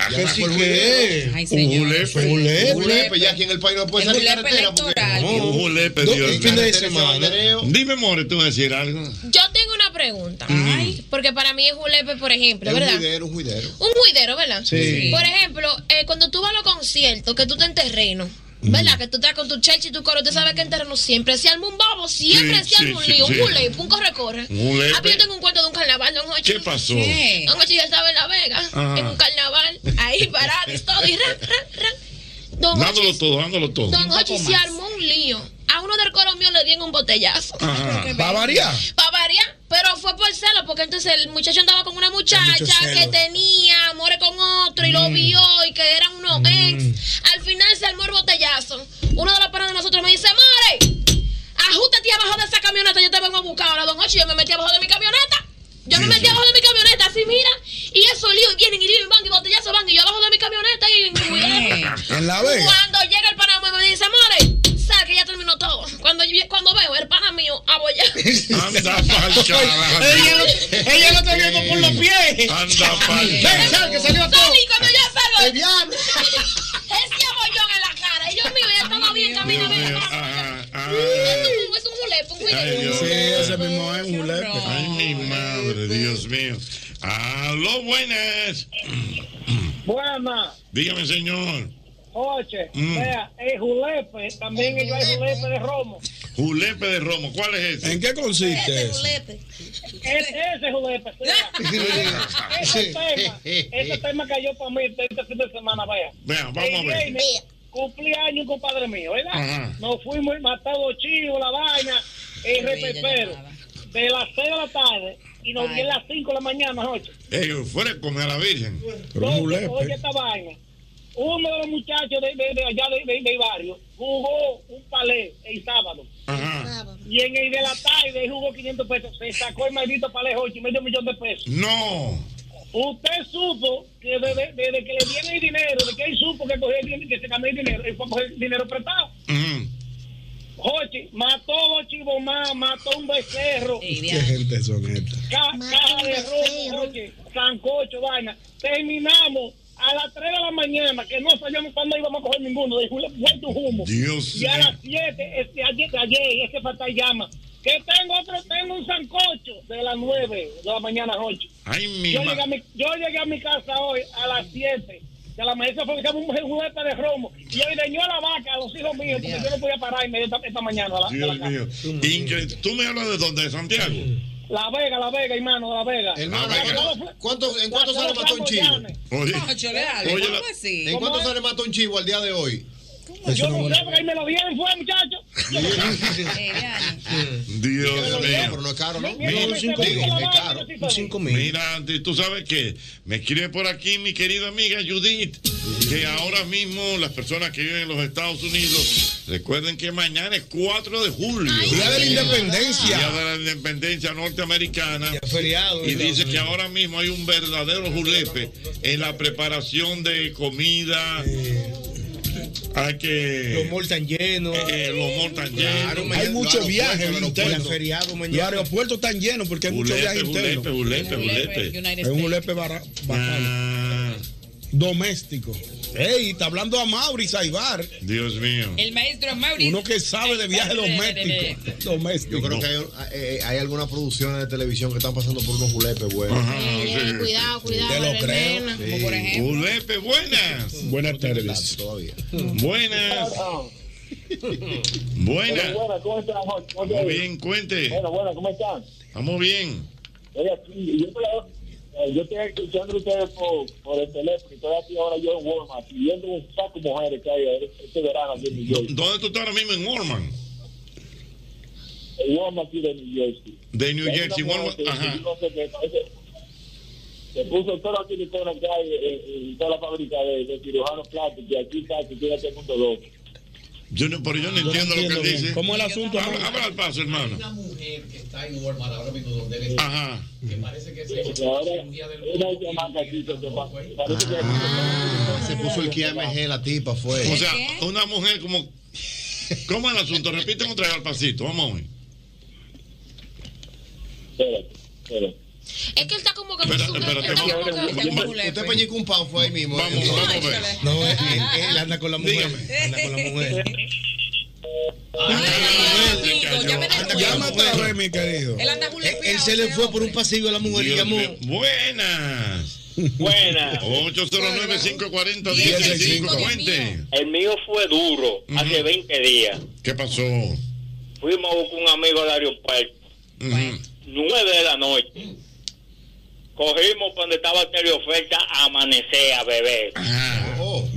Speaker 10: Que sí que
Speaker 11: Ay,
Speaker 6: Un
Speaker 11: señor.
Speaker 6: julepe.
Speaker 10: Un
Speaker 6: julepe.
Speaker 10: julepe, pues ya aquí en el país no puede
Speaker 11: El
Speaker 10: salir
Speaker 11: julepe
Speaker 10: carretera porque
Speaker 6: No, un julepe,
Speaker 7: Do-
Speaker 6: Dios
Speaker 7: el fin de
Speaker 6: mío.
Speaker 7: semana.
Speaker 6: Dime, More, tú vas a decir algo.
Speaker 9: Yo tengo una pregunta.
Speaker 6: Ujú.
Speaker 9: Ay, porque para mí Mm. es julepe, por ejemplo,
Speaker 10: es un
Speaker 9: ¿verdad?
Speaker 10: juidero, un juidero.
Speaker 9: Un juidero, ¿verdad?
Speaker 10: Sí.
Speaker 9: Por ejemplo, eh, cuando tú vas a los conciertos, que tú estás en terreno, ¿Verdad? Que tú estás con tu Chelsea y tu coro, tú sabes que el terreno siempre se arma un bobo, siempre
Speaker 6: Sí,
Speaker 9: se arma
Speaker 6: sí,
Speaker 9: un
Speaker 6: sí,
Speaker 9: lío,
Speaker 6: sí.
Speaker 9: un julepe, un corre-corre.
Speaker 6: Un julepe.
Speaker 9: Ah, pero yo tengo un cuento de un carnaval, don Hochi.
Speaker 6: ¿Qué pasó?
Speaker 9: Sí. Don Hochi yo estaba en La Vega,
Speaker 6: Ajá.
Speaker 9: en un carnaval, ahí parado y todo, y ran, ran, ran. Don Hochi,
Speaker 6: Dándolo todo, ¿ah? dándolo todo.
Speaker 9: don Hochi se armó un lío. A uno del coro mío le dieron un botellazo.
Speaker 6: Ajá. Ah, ¿Va a variar?
Speaker 9: Va a variar, pero fue por celo, porque entonces el muchacho andaba con una muchacha
Speaker 6: celo. Mm.
Speaker 9: que tenía amores con otro y lo vio y que eran unos ex. Al final se armó el botellazo. Uno de los panas de nosotros me dice, More, ajustate abajo de esa camioneta, yo te vengo a buscar ahora, don Ocho, yo me metí abajo de mi camioneta. Yo me metí abajo de mi camioneta, así mira, y esos líos vienen y líos y van y botellazo van y yo abajo de mi camioneta y
Speaker 8: Mm. En La Vega.
Speaker 9: Cuando llega el pana mío me dice, More, sabe que ya terminó todo. Cuando, yo- cuando veo el pana mío abollado.
Speaker 6: Anda pa'l carajo.
Speaker 9: Ella lo- ella lo está viendo por los
Speaker 6: pies. Anda pa'l
Speaker 9: Ven,
Speaker 6: carajo.
Speaker 9: que salió todo. Sali, cuando yo salgo. El diablo. Ese abollón en la cara. Y yo, mío, ya estaba bien, camina, mira. Es un- es un julepo, un
Speaker 6: Ay,
Speaker 9: julepe.
Speaker 6: Dios
Speaker 8: Sí,
Speaker 6: mío.
Speaker 8: ese mismo es un lepe.
Speaker 6: Ay, mi madre, Dios mío. Aló, buenas.
Speaker 13: Buenas.
Speaker 6: Dígame, señor.
Speaker 13: Oye,
Speaker 6: Mm.
Speaker 13: vea, el julepe, también ellos hay julepe de romo.
Speaker 6: Julepe de romo, ¿cuál es ese?
Speaker 8: ¿En qué consiste eso?
Speaker 13: Es- ese julepe, vea. ese tema, ese tema cayó para mí este fin de semana, vea.
Speaker 6: Vea, vamos a
Speaker 13: El
Speaker 6: ver.
Speaker 13: viernes, Cumpleaños un compadre mío, ¿verdad?
Speaker 6: Ajá.
Speaker 13: Nos fuimos y matamos chivos, la vaina, el repepero, de las 6 de la tarde y nos vi a las 5 de la mañana, noche.
Speaker 6: Ellos fueron a la Virgen.
Speaker 13: Oye,
Speaker 6: pues.
Speaker 13: oye esta vaina. Uno de los muchachos de, de- de allá de- de- del barrio jugó un palé el sábado.
Speaker 9: Ah,
Speaker 13: Y en el de la tarde jugó 500 pesos. Se sacó el maldito palé 8 y medio millón de pesos.
Speaker 6: No.
Speaker 13: Usted supo que desde, desde que le dieron el dinero, de que él supo que, cogió el dinero, que se cambió el dinero, él fue a coger dinero prestado. Jochi, mató dos chivos más, mató un becerro.
Speaker 8: ¿Qué gente son estas?
Speaker 13: Ca- caja de ropa, oye, sancocho, vaina. Terminamos a las 3 de la mañana, que no sabíamos cuándo íbamos a coger ninguno, de jule- vuelto humo.
Speaker 6: Dios
Speaker 13: y a
Speaker 6: mío.
Speaker 13: las 7, este, ayer, ayer, este fatal llama. Que tengo otro, tengo un sancocho de las 9 de la mañana, 8.
Speaker 6: Ay, mi
Speaker 13: Yo
Speaker 6: ma-
Speaker 13: llegué, a mi, yo llegué a mi casa hoy a las 7. De la mañana fue que echamos un juguete de romo. Y hoy dañó la vaca a los hijos míos, porque yo no podía pararme esta, esta mañana. a la- a la
Speaker 6: Dios
Speaker 13: casa.
Speaker 6: mío. Incre- ¿Tú me hablas de dónde? ¿De Santiago?
Speaker 13: La Vega, La Vega, hermano, La Vega.
Speaker 6: Hermano, La Vega.
Speaker 10: ¿Cuánto- ¿En cuánto
Speaker 13: La-
Speaker 10: se le
Speaker 13: la-
Speaker 10: mató un chivo?
Speaker 6: Oye,
Speaker 11: Ocho leales,
Speaker 10: Oye,
Speaker 11: algo así.
Speaker 10: ¿En cuánto
Speaker 11: ¿Cómo
Speaker 10: se le mató un chivo al día de hoy?
Speaker 13: Yo no sé, porque ahí me lo dieron, fue, muchacho.
Speaker 11: Eh,
Speaker 6: Dios mío.
Speaker 10: Pero no es caro, ¿no?
Speaker 6: Mira,
Speaker 10: Digo,
Speaker 6: cinco mil.
Speaker 10: es caro.
Speaker 6: Mira, Andy, tú sabes que me escribe por aquí mi querida amiga Judith, que ahora mismo las personas que viven en los Estados Unidos, recuerden que mañana es 4 de julio.
Speaker 8: Día de la independencia.
Speaker 6: Día de la independencia norteamericana.
Speaker 8: feriado,
Speaker 6: y
Speaker 8: ¿verdad?
Speaker 6: dice que ahora mismo hay un verdadero julepe en la preparación de comida. Hay que. Los
Speaker 14: malls están llenos.
Speaker 6: los malls están llenos.
Speaker 8: hay muchos viajes internos. Los
Speaker 6: mañana.
Speaker 8: aeropuertos están llenos porque hay muchos
Speaker 6: Julepe,
Speaker 8: viajes internos.
Speaker 6: julepe, julepe, julepe.
Speaker 8: Es un julepe bara- bacano. Doméstico. Ey, está hablando a Mauri Saibar.
Speaker 6: Dios mío.
Speaker 11: El maestro Mauri.
Speaker 8: Uno que sabe de viajes domésticos. Domésticos.
Speaker 10: Yo creo que hay, eh, hay algunas producciones de televisión que están pasando por unos julepes, güey.
Speaker 9: Eh, Cuidado, cuidado.
Speaker 10: Te lo
Speaker 9: María
Speaker 10: creo.
Speaker 9: Elena.
Speaker 10: Sí. Como por ejemplo.
Speaker 6: Julepe, buenas.
Speaker 8: Buenas tardes.
Speaker 6: Buenas. Buenas.
Speaker 13: Buenas, ¿cómo están?
Speaker 6: Muy bien, cuente.
Speaker 13: Bueno, bueno, ¿cómo están?
Speaker 6: Estamos bien.
Speaker 13: Oye, aquí, yo, estoy, eh, yo estoy escuchando ustedes por, por el teléfono. y Estoy aquí ahora yo en Walmart y viendo un saco de mujeres que hay eh, este verano aquí en New York.
Speaker 6: ¿Dónde tú estás ahora mismo en Orman?
Speaker 13: En Walmart aquí de New Jersey.
Speaker 6: De New
Speaker 13: Hay una
Speaker 6: Jersey,
Speaker 13: mujer
Speaker 6: Walmart,
Speaker 13: que-
Speaker 6: ajá.
Speaker 13: que yo no sé qué, parece- Se puso todo aquí que hay en, en toda la fábrica de, de cirujanos plásticos y aquí está, que tiene todo el mundo loco.
Speaker 6: Yo no, pero yo no entiendo lo que él
Speaker 8: entiendo bien.
Speaker 6: dice.
Speaker 8: ¿Cómo es el asunto,
Speaker 6: Habla,
Speaker 8: hermano?
Speaker 6: habla al paso, hermano.
Speaker 15: Una mujer que está en Walmart ahora mismo donde él está.
Speaker 6: Ajá.
Speaker 15: Que parece que se
Speaker 13: Porque
Speaker 15: hizo una
Speaker 13: ahora
Speaker 15: cirugía del
Speaker 13: una chamaca aquí Eh, que se pa-
Speaker 6: Ah,
Speaker 13: parece que
Speaker 10: Se puso el KMG la tipa, fue.
Speaker 6: O sea, una mujer como. ¿Cómo es el asunto? Repiten otra vez al pasito. Vamos a ver.
Speaker 9: Es que él está como que.
Speaker 6: Espérate,
Speaker 9: él
Speaker 6: espérate,
Speaker 9: está
Speaker 6: vamos-
Speaker 9: como que-
Speaker 6: vamos-
Speaker 9: está como
Speaker 6: vamos-
Speaker 9: que-
Speaker 10: Usted pellizca un pan, fue ahí mismo.
Speaker 6: Vamos,
Speaker 10: eh.
Speaker 6: vamos a ver.
Speaker 10: No, él,
Speaker 7: Eh,
Speaker 10: él anda con la mujer. Anda con la mujer.
Speaker 8: Llama otra vez, mi querido.
Speaker 11: Él anda
Speaker 10: Él se le fue por un pasillo a la mujer y
Speaker 6: Dios
Speaker 10: llamó.
Speaker 6: mío. Buenas.
Speaker 16: Buena.
Speaker 6: 809-540-1065. Cuente.
Speaker 16: El mío fue duro hace 20 días.
Speaker 6: ¿Qué pasó?
Speaker 16: Fuimos a buscar un amigo al aeropuerto. Nueve de la noche. Cogimos cuando estaba teleoferta a amanecer a beber.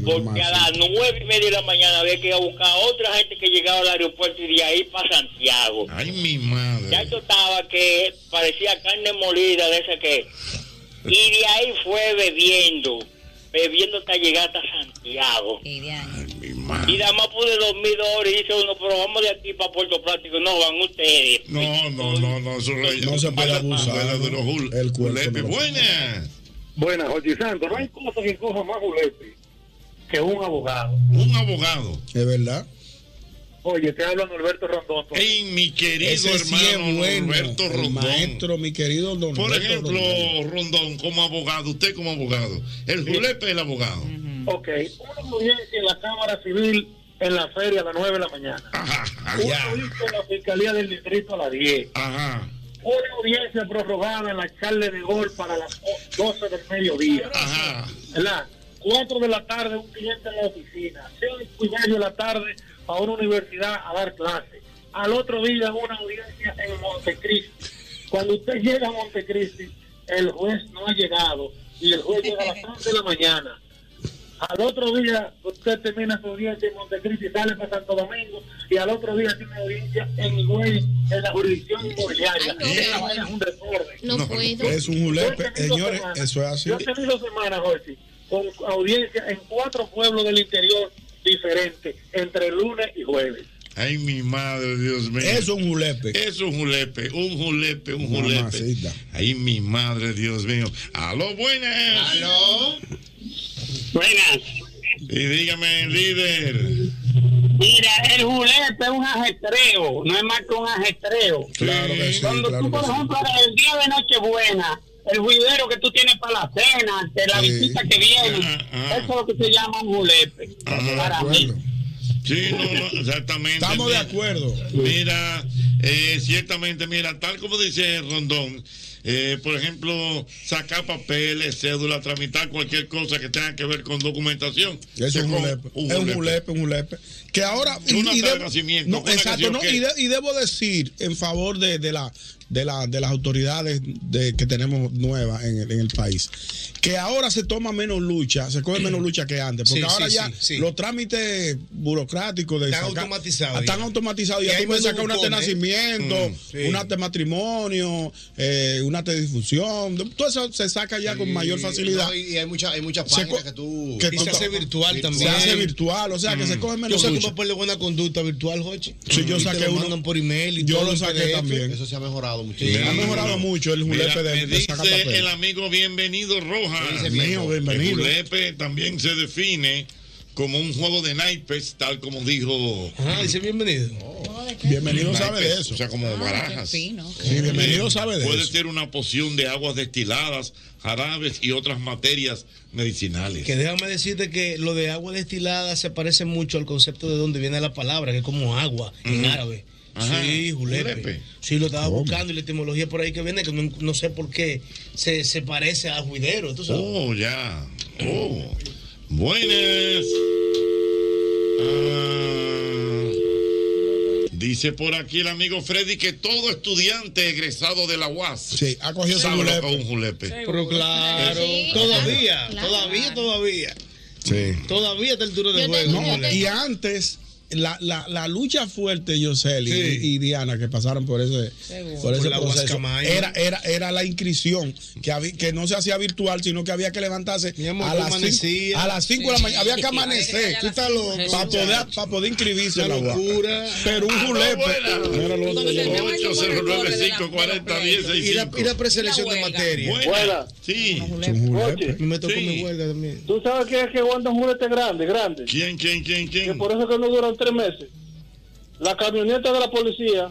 Speaker 16: Porque a las nueve y media de la mañana había que ir a buscar a otra gente que llegaba al aeropuerto y de ahí para Santiago.
Speaker 6: Ay, mi madre.
Speaker 16: Ya yo estaba que parecía carne molida de esa que. Y de ahí fue bebiendo, bebiendo hasta llegar hasta Santiago. Y de nada más pude dormir dos horas y dice uno, pero vamos de
Speaker 17: Este
Speaker 16: aquí para Puerto Plástico. No, van ustedes.
Speaker 6: No, no, no, no, eso
Speaker 8: No se puede abusar.
Speaker 6: de los jul-
Speaker 8: El cuerpo.
Speaker 6: julepe.
Speaker 8: no lo-
Speaker 6: Buena.
Speaker 17: Buena, Jorge Santos. No hay cosa que coja más julepe que un abogado.
Speaker 6: Un abogado.
Speaker 8: Es verdad.
Speaker 17: Oye, te habla Norberto Rondón.
Speaker 6: Ey, mi querido
Speaker 8: Ese sí
Speaker 6: hermano
Speaker 8: es bueno,
Speaker 6: Norberto
Speaker 8: el
Speaker 6: Rondón.
Speaker 8: maestro, mi querido don
Speaker 6: Por
Speaker 8: Norberto
Speaker 6: ejemplo,
Speaker 8: Rondón.
Speaker 6: Rondón. como abogado, usted como abogado, el julepe es el abogado.
Speaker 17: Ok, una audiencia en la Cámara Civil en la feria a las 9 de la mañana. Una audiencia en la Fiscalía del Distrito a las 10.
Speaker 6: Ajá.
Speaker 17: Una audiencia prorrogada en la alcalde de Gol para las o- 12 del mediodía.
Speaker 6: Ajá.
Speaker 17: ¿Verdad? 4 de la tarde un cliente en la oficina. 6 y media de la tarde a una universidad a dar clases. Al otro día una audiencia en Montecristi. Cuando usted llega a Montecristi, el juez no ha llegado y el juez llega a las 11 de la mañana. Al otro día usted termina su audiencia en Montecristi, sale para Santo Domingo y al otro día tiene audiencia en Higüey, en la jurisdicción inmobiliaria. Esa vaina es un desorden.
Speaker 8: No, Es un julepe.
Speaker 17: Yo he tenido
Speaker 8: Señores,
Speaker 17: semanas-
Speaker 8: eso es así.
Speaker 17: Yo he tenido semanas, Jorge, con audiencia en cuatro pueblos del interior diferentes, entre lunes y jueves.
Speaker 6: Ay, mi madre, Dios mío.
Speaker 8: Es un julepe.
Speaker 6: Es un julepe, un julepe, un julepe.
Speaker 8: Mamacita.
Speaker 6: Ay, mi madre, Dios mío. Aló, buenas.
Speaker 17: Aló.
Speaker 6: Buenas. Y dígame, líder.
Speaker 16: Mira, el julepe es un ajetreo, no es más que un ajetreo.
Speaker 6: Claro que sí,
Speaker 16: Cuando
Speaker 6: claro
Speaker 16: tú, por
Speaker 6: que sí.
Speaker 16: ejemplo, el día de Nochebuena, el juidero que tú tienes para la cena, de la visita que viene, eso es lo que se llama un julepe. para mí.
Speaker 6: Sí, no, no, exactamente.
Speaker 8: Estamos de
Speaker 6: Mira,
Speaker 8: acuerdo.
Speaker 6: Mira, eh, ciertamente, mira, tal como dice Rondón, eh, por ejemplo, sacar papeles, cédula, tramitar cualquier cosa que tenga que ver con documentación.
Speaker 8: Es un
Speaker 6: con-
Speaker 8: julepe. Es un julepe, un julepe. Que ahora.
Speaker 6: Una acta de
Speaker 8: debo-
Speaker 6: nacimiento,
Speaker 8: No,
Speaker 6: una
Speaker 8: exacto.
Speaker 6: canción
Speaker 8: no,
Speaker 6: que-
Speaker 8: y, de- y debo decir en favor de, de la, de, la, de las autoridades de- que tenemos nuevas en el, en el país, que ahora se toma menos lucha, se coge menos lucha que antes. Porque
Speaker 7: Sí,
Speaker 8: ahora
Speaker 7: sí,
Speaker 8: ya
Speaker 7: sí, sí.
Speaker 8: los trámites burocráticos de
Speaker 7: Están
Speaker 8: sacar-
Speaker 7: automatizados Eh,
Speaker 8: Están
Speaker 7: ya.
Speaker 8: automatizados.
Speaker 7: Y
Speaker 8: Ya
Speaker 7: hay
Speaker 8: tú puedes
Speaker 7: menos
Speaker 8: sacar un acta de
Speaker 7: bucones.
Speaker 8: nacimiento,
Speaker 7: Mm, sí.
Speaker 8: un acta de matrimonio, eh, un acta de difusión. Todo eso se saca ya con mayor facilidad.
Speaker 10: No, y y hay muchas hay muchas
Speaker 8: Se
Speaker 10: páginas
Speaker 8: co-
Speaker 10: que tú Mm.
Speaker 8: que tú- Se hace virtual, o sea, que se coge menos
Speaker 7: Mm. Yo saco un
Speaker 8: lucha.
Speaker 7: papel de buena conducta virtual, Jochi.
Speaker 8: Sí, yo
Speaker 7: Y te
Speaker 8: saqué
Speaker 7: lo
Speaker 8: uno.
Speaker 7: mandan por email y
Speaker 8: Yo
Speaker 7: todo
Speaker 8: lo
Speaker 7: en
Speaker 8: saqué
Speaker 7: PDF.
Speaker 8: también.
Speaker 10: Eso se ha mejorado mucho.
Speaker 8: Sí, ha mejorado mucho el
Speaker 6: Mira,
Speaker 8: julepe
Speaker 6: me
Speaker 8: de, de
Speaker 6: dice
Speaker 8: Zacatapé.
Speaker 6: el amigo bienvenido Rojas.
Speaker 8: Dice Mío, Pedro. bienvenido.
Speaker 6: El julepe también se define como un juego de naipes, tal como dijo.
Speaker 7: Ah, dice bienvenido.
Speaker 8: Bienvenido sabe de
Speaker 6: Naipes,
Speaker 8: eso.
Speaker 6: O sea,
Speaker 7: Ah,
Speaker 6: como barajas.
Speaker 8: Sí, bienvenido sabe de
Speaker 6: Puede
Speaker 8: eso.
Speaker 6: ser una poción de aguas destiladas, jarabes y otras materias medicinales.
Speaker 7: Que déjame decirte que lo de agua destilada se parece mucho al concepto de donde viene la palabra, que es como agua en
Speaker 6: Ujú.
Speaker 7: árabe.
Speaker 6: Ajá,
Speaker 7: sí, julepe.
Speaker 6: julepe.
Speaker 7: Sí, lo estaba buscando y la etimología por ahí que viene, que no, no sé por qué se, se parece a juidero. ¿tú sabes?
Speaker 6: Oh, ya. Oh. Buenas. Ah, dice por aquí el amigo Freddy que todo estudiante egresado de la UAS
Speaker 8: sí, ha cogido su
Speaker 6: sabe lo que
Speaker 8: julepe.
Speaker 6: es un julepe.
Speaker 7: Pero claro, todavía, todavía, todavía. Todavía está el duro de juego.
Speaker 8: No,
Speaker 7: julepe.
Speaker 8: y antes, la, la, la lucha fuerte, Yoseli y, y Diana, que pasaron por ese,
Speaker 7: Seguro.
Speaker 8: por ese
Speaker 7: Por la
Speaker 8: proceso,
Speaker 7: Guascamaya.
Speaker 8: era, era, era la inscripción, que, había- que no se hacía virtual, sino que había que levantarse
Speaker 7: amor,
Speaker 8: a,
Speaker 7: yo
Speaker 8: las cinco,
Speaker 7: amanecía.
Speaker 8: a las 5 de la
Speaker 7: Sí.
Speaker 8: mañana. Había que amanecer
Speaker 7: Tú estás loco.
Speaker 8: para poder, para poder inscribirse en la UAS.
Speaker 7: locura.
Speaker 8: Pero un julepe. Mira lo otro, yo-
Speaker 6: 809-540-1065.
Speaker 7: Y la, y la preselección de materia.
Speaker 6: Buena.
Speaker 16: Buena.
Speaker 6: Sí.
Speaker 16: Oye,
Speaker 7: Me tocó
Speaker 6: Sí.
Speaker 7: mi huelga también.
Speaker 16: ¿tú sabes quién es que aguanta un juguete grande, grande?
Speaker 6: ¿Quién, quién, quién, quién?
Speaker 16: Que por eso que no duran tres meses. La camioneta de la policía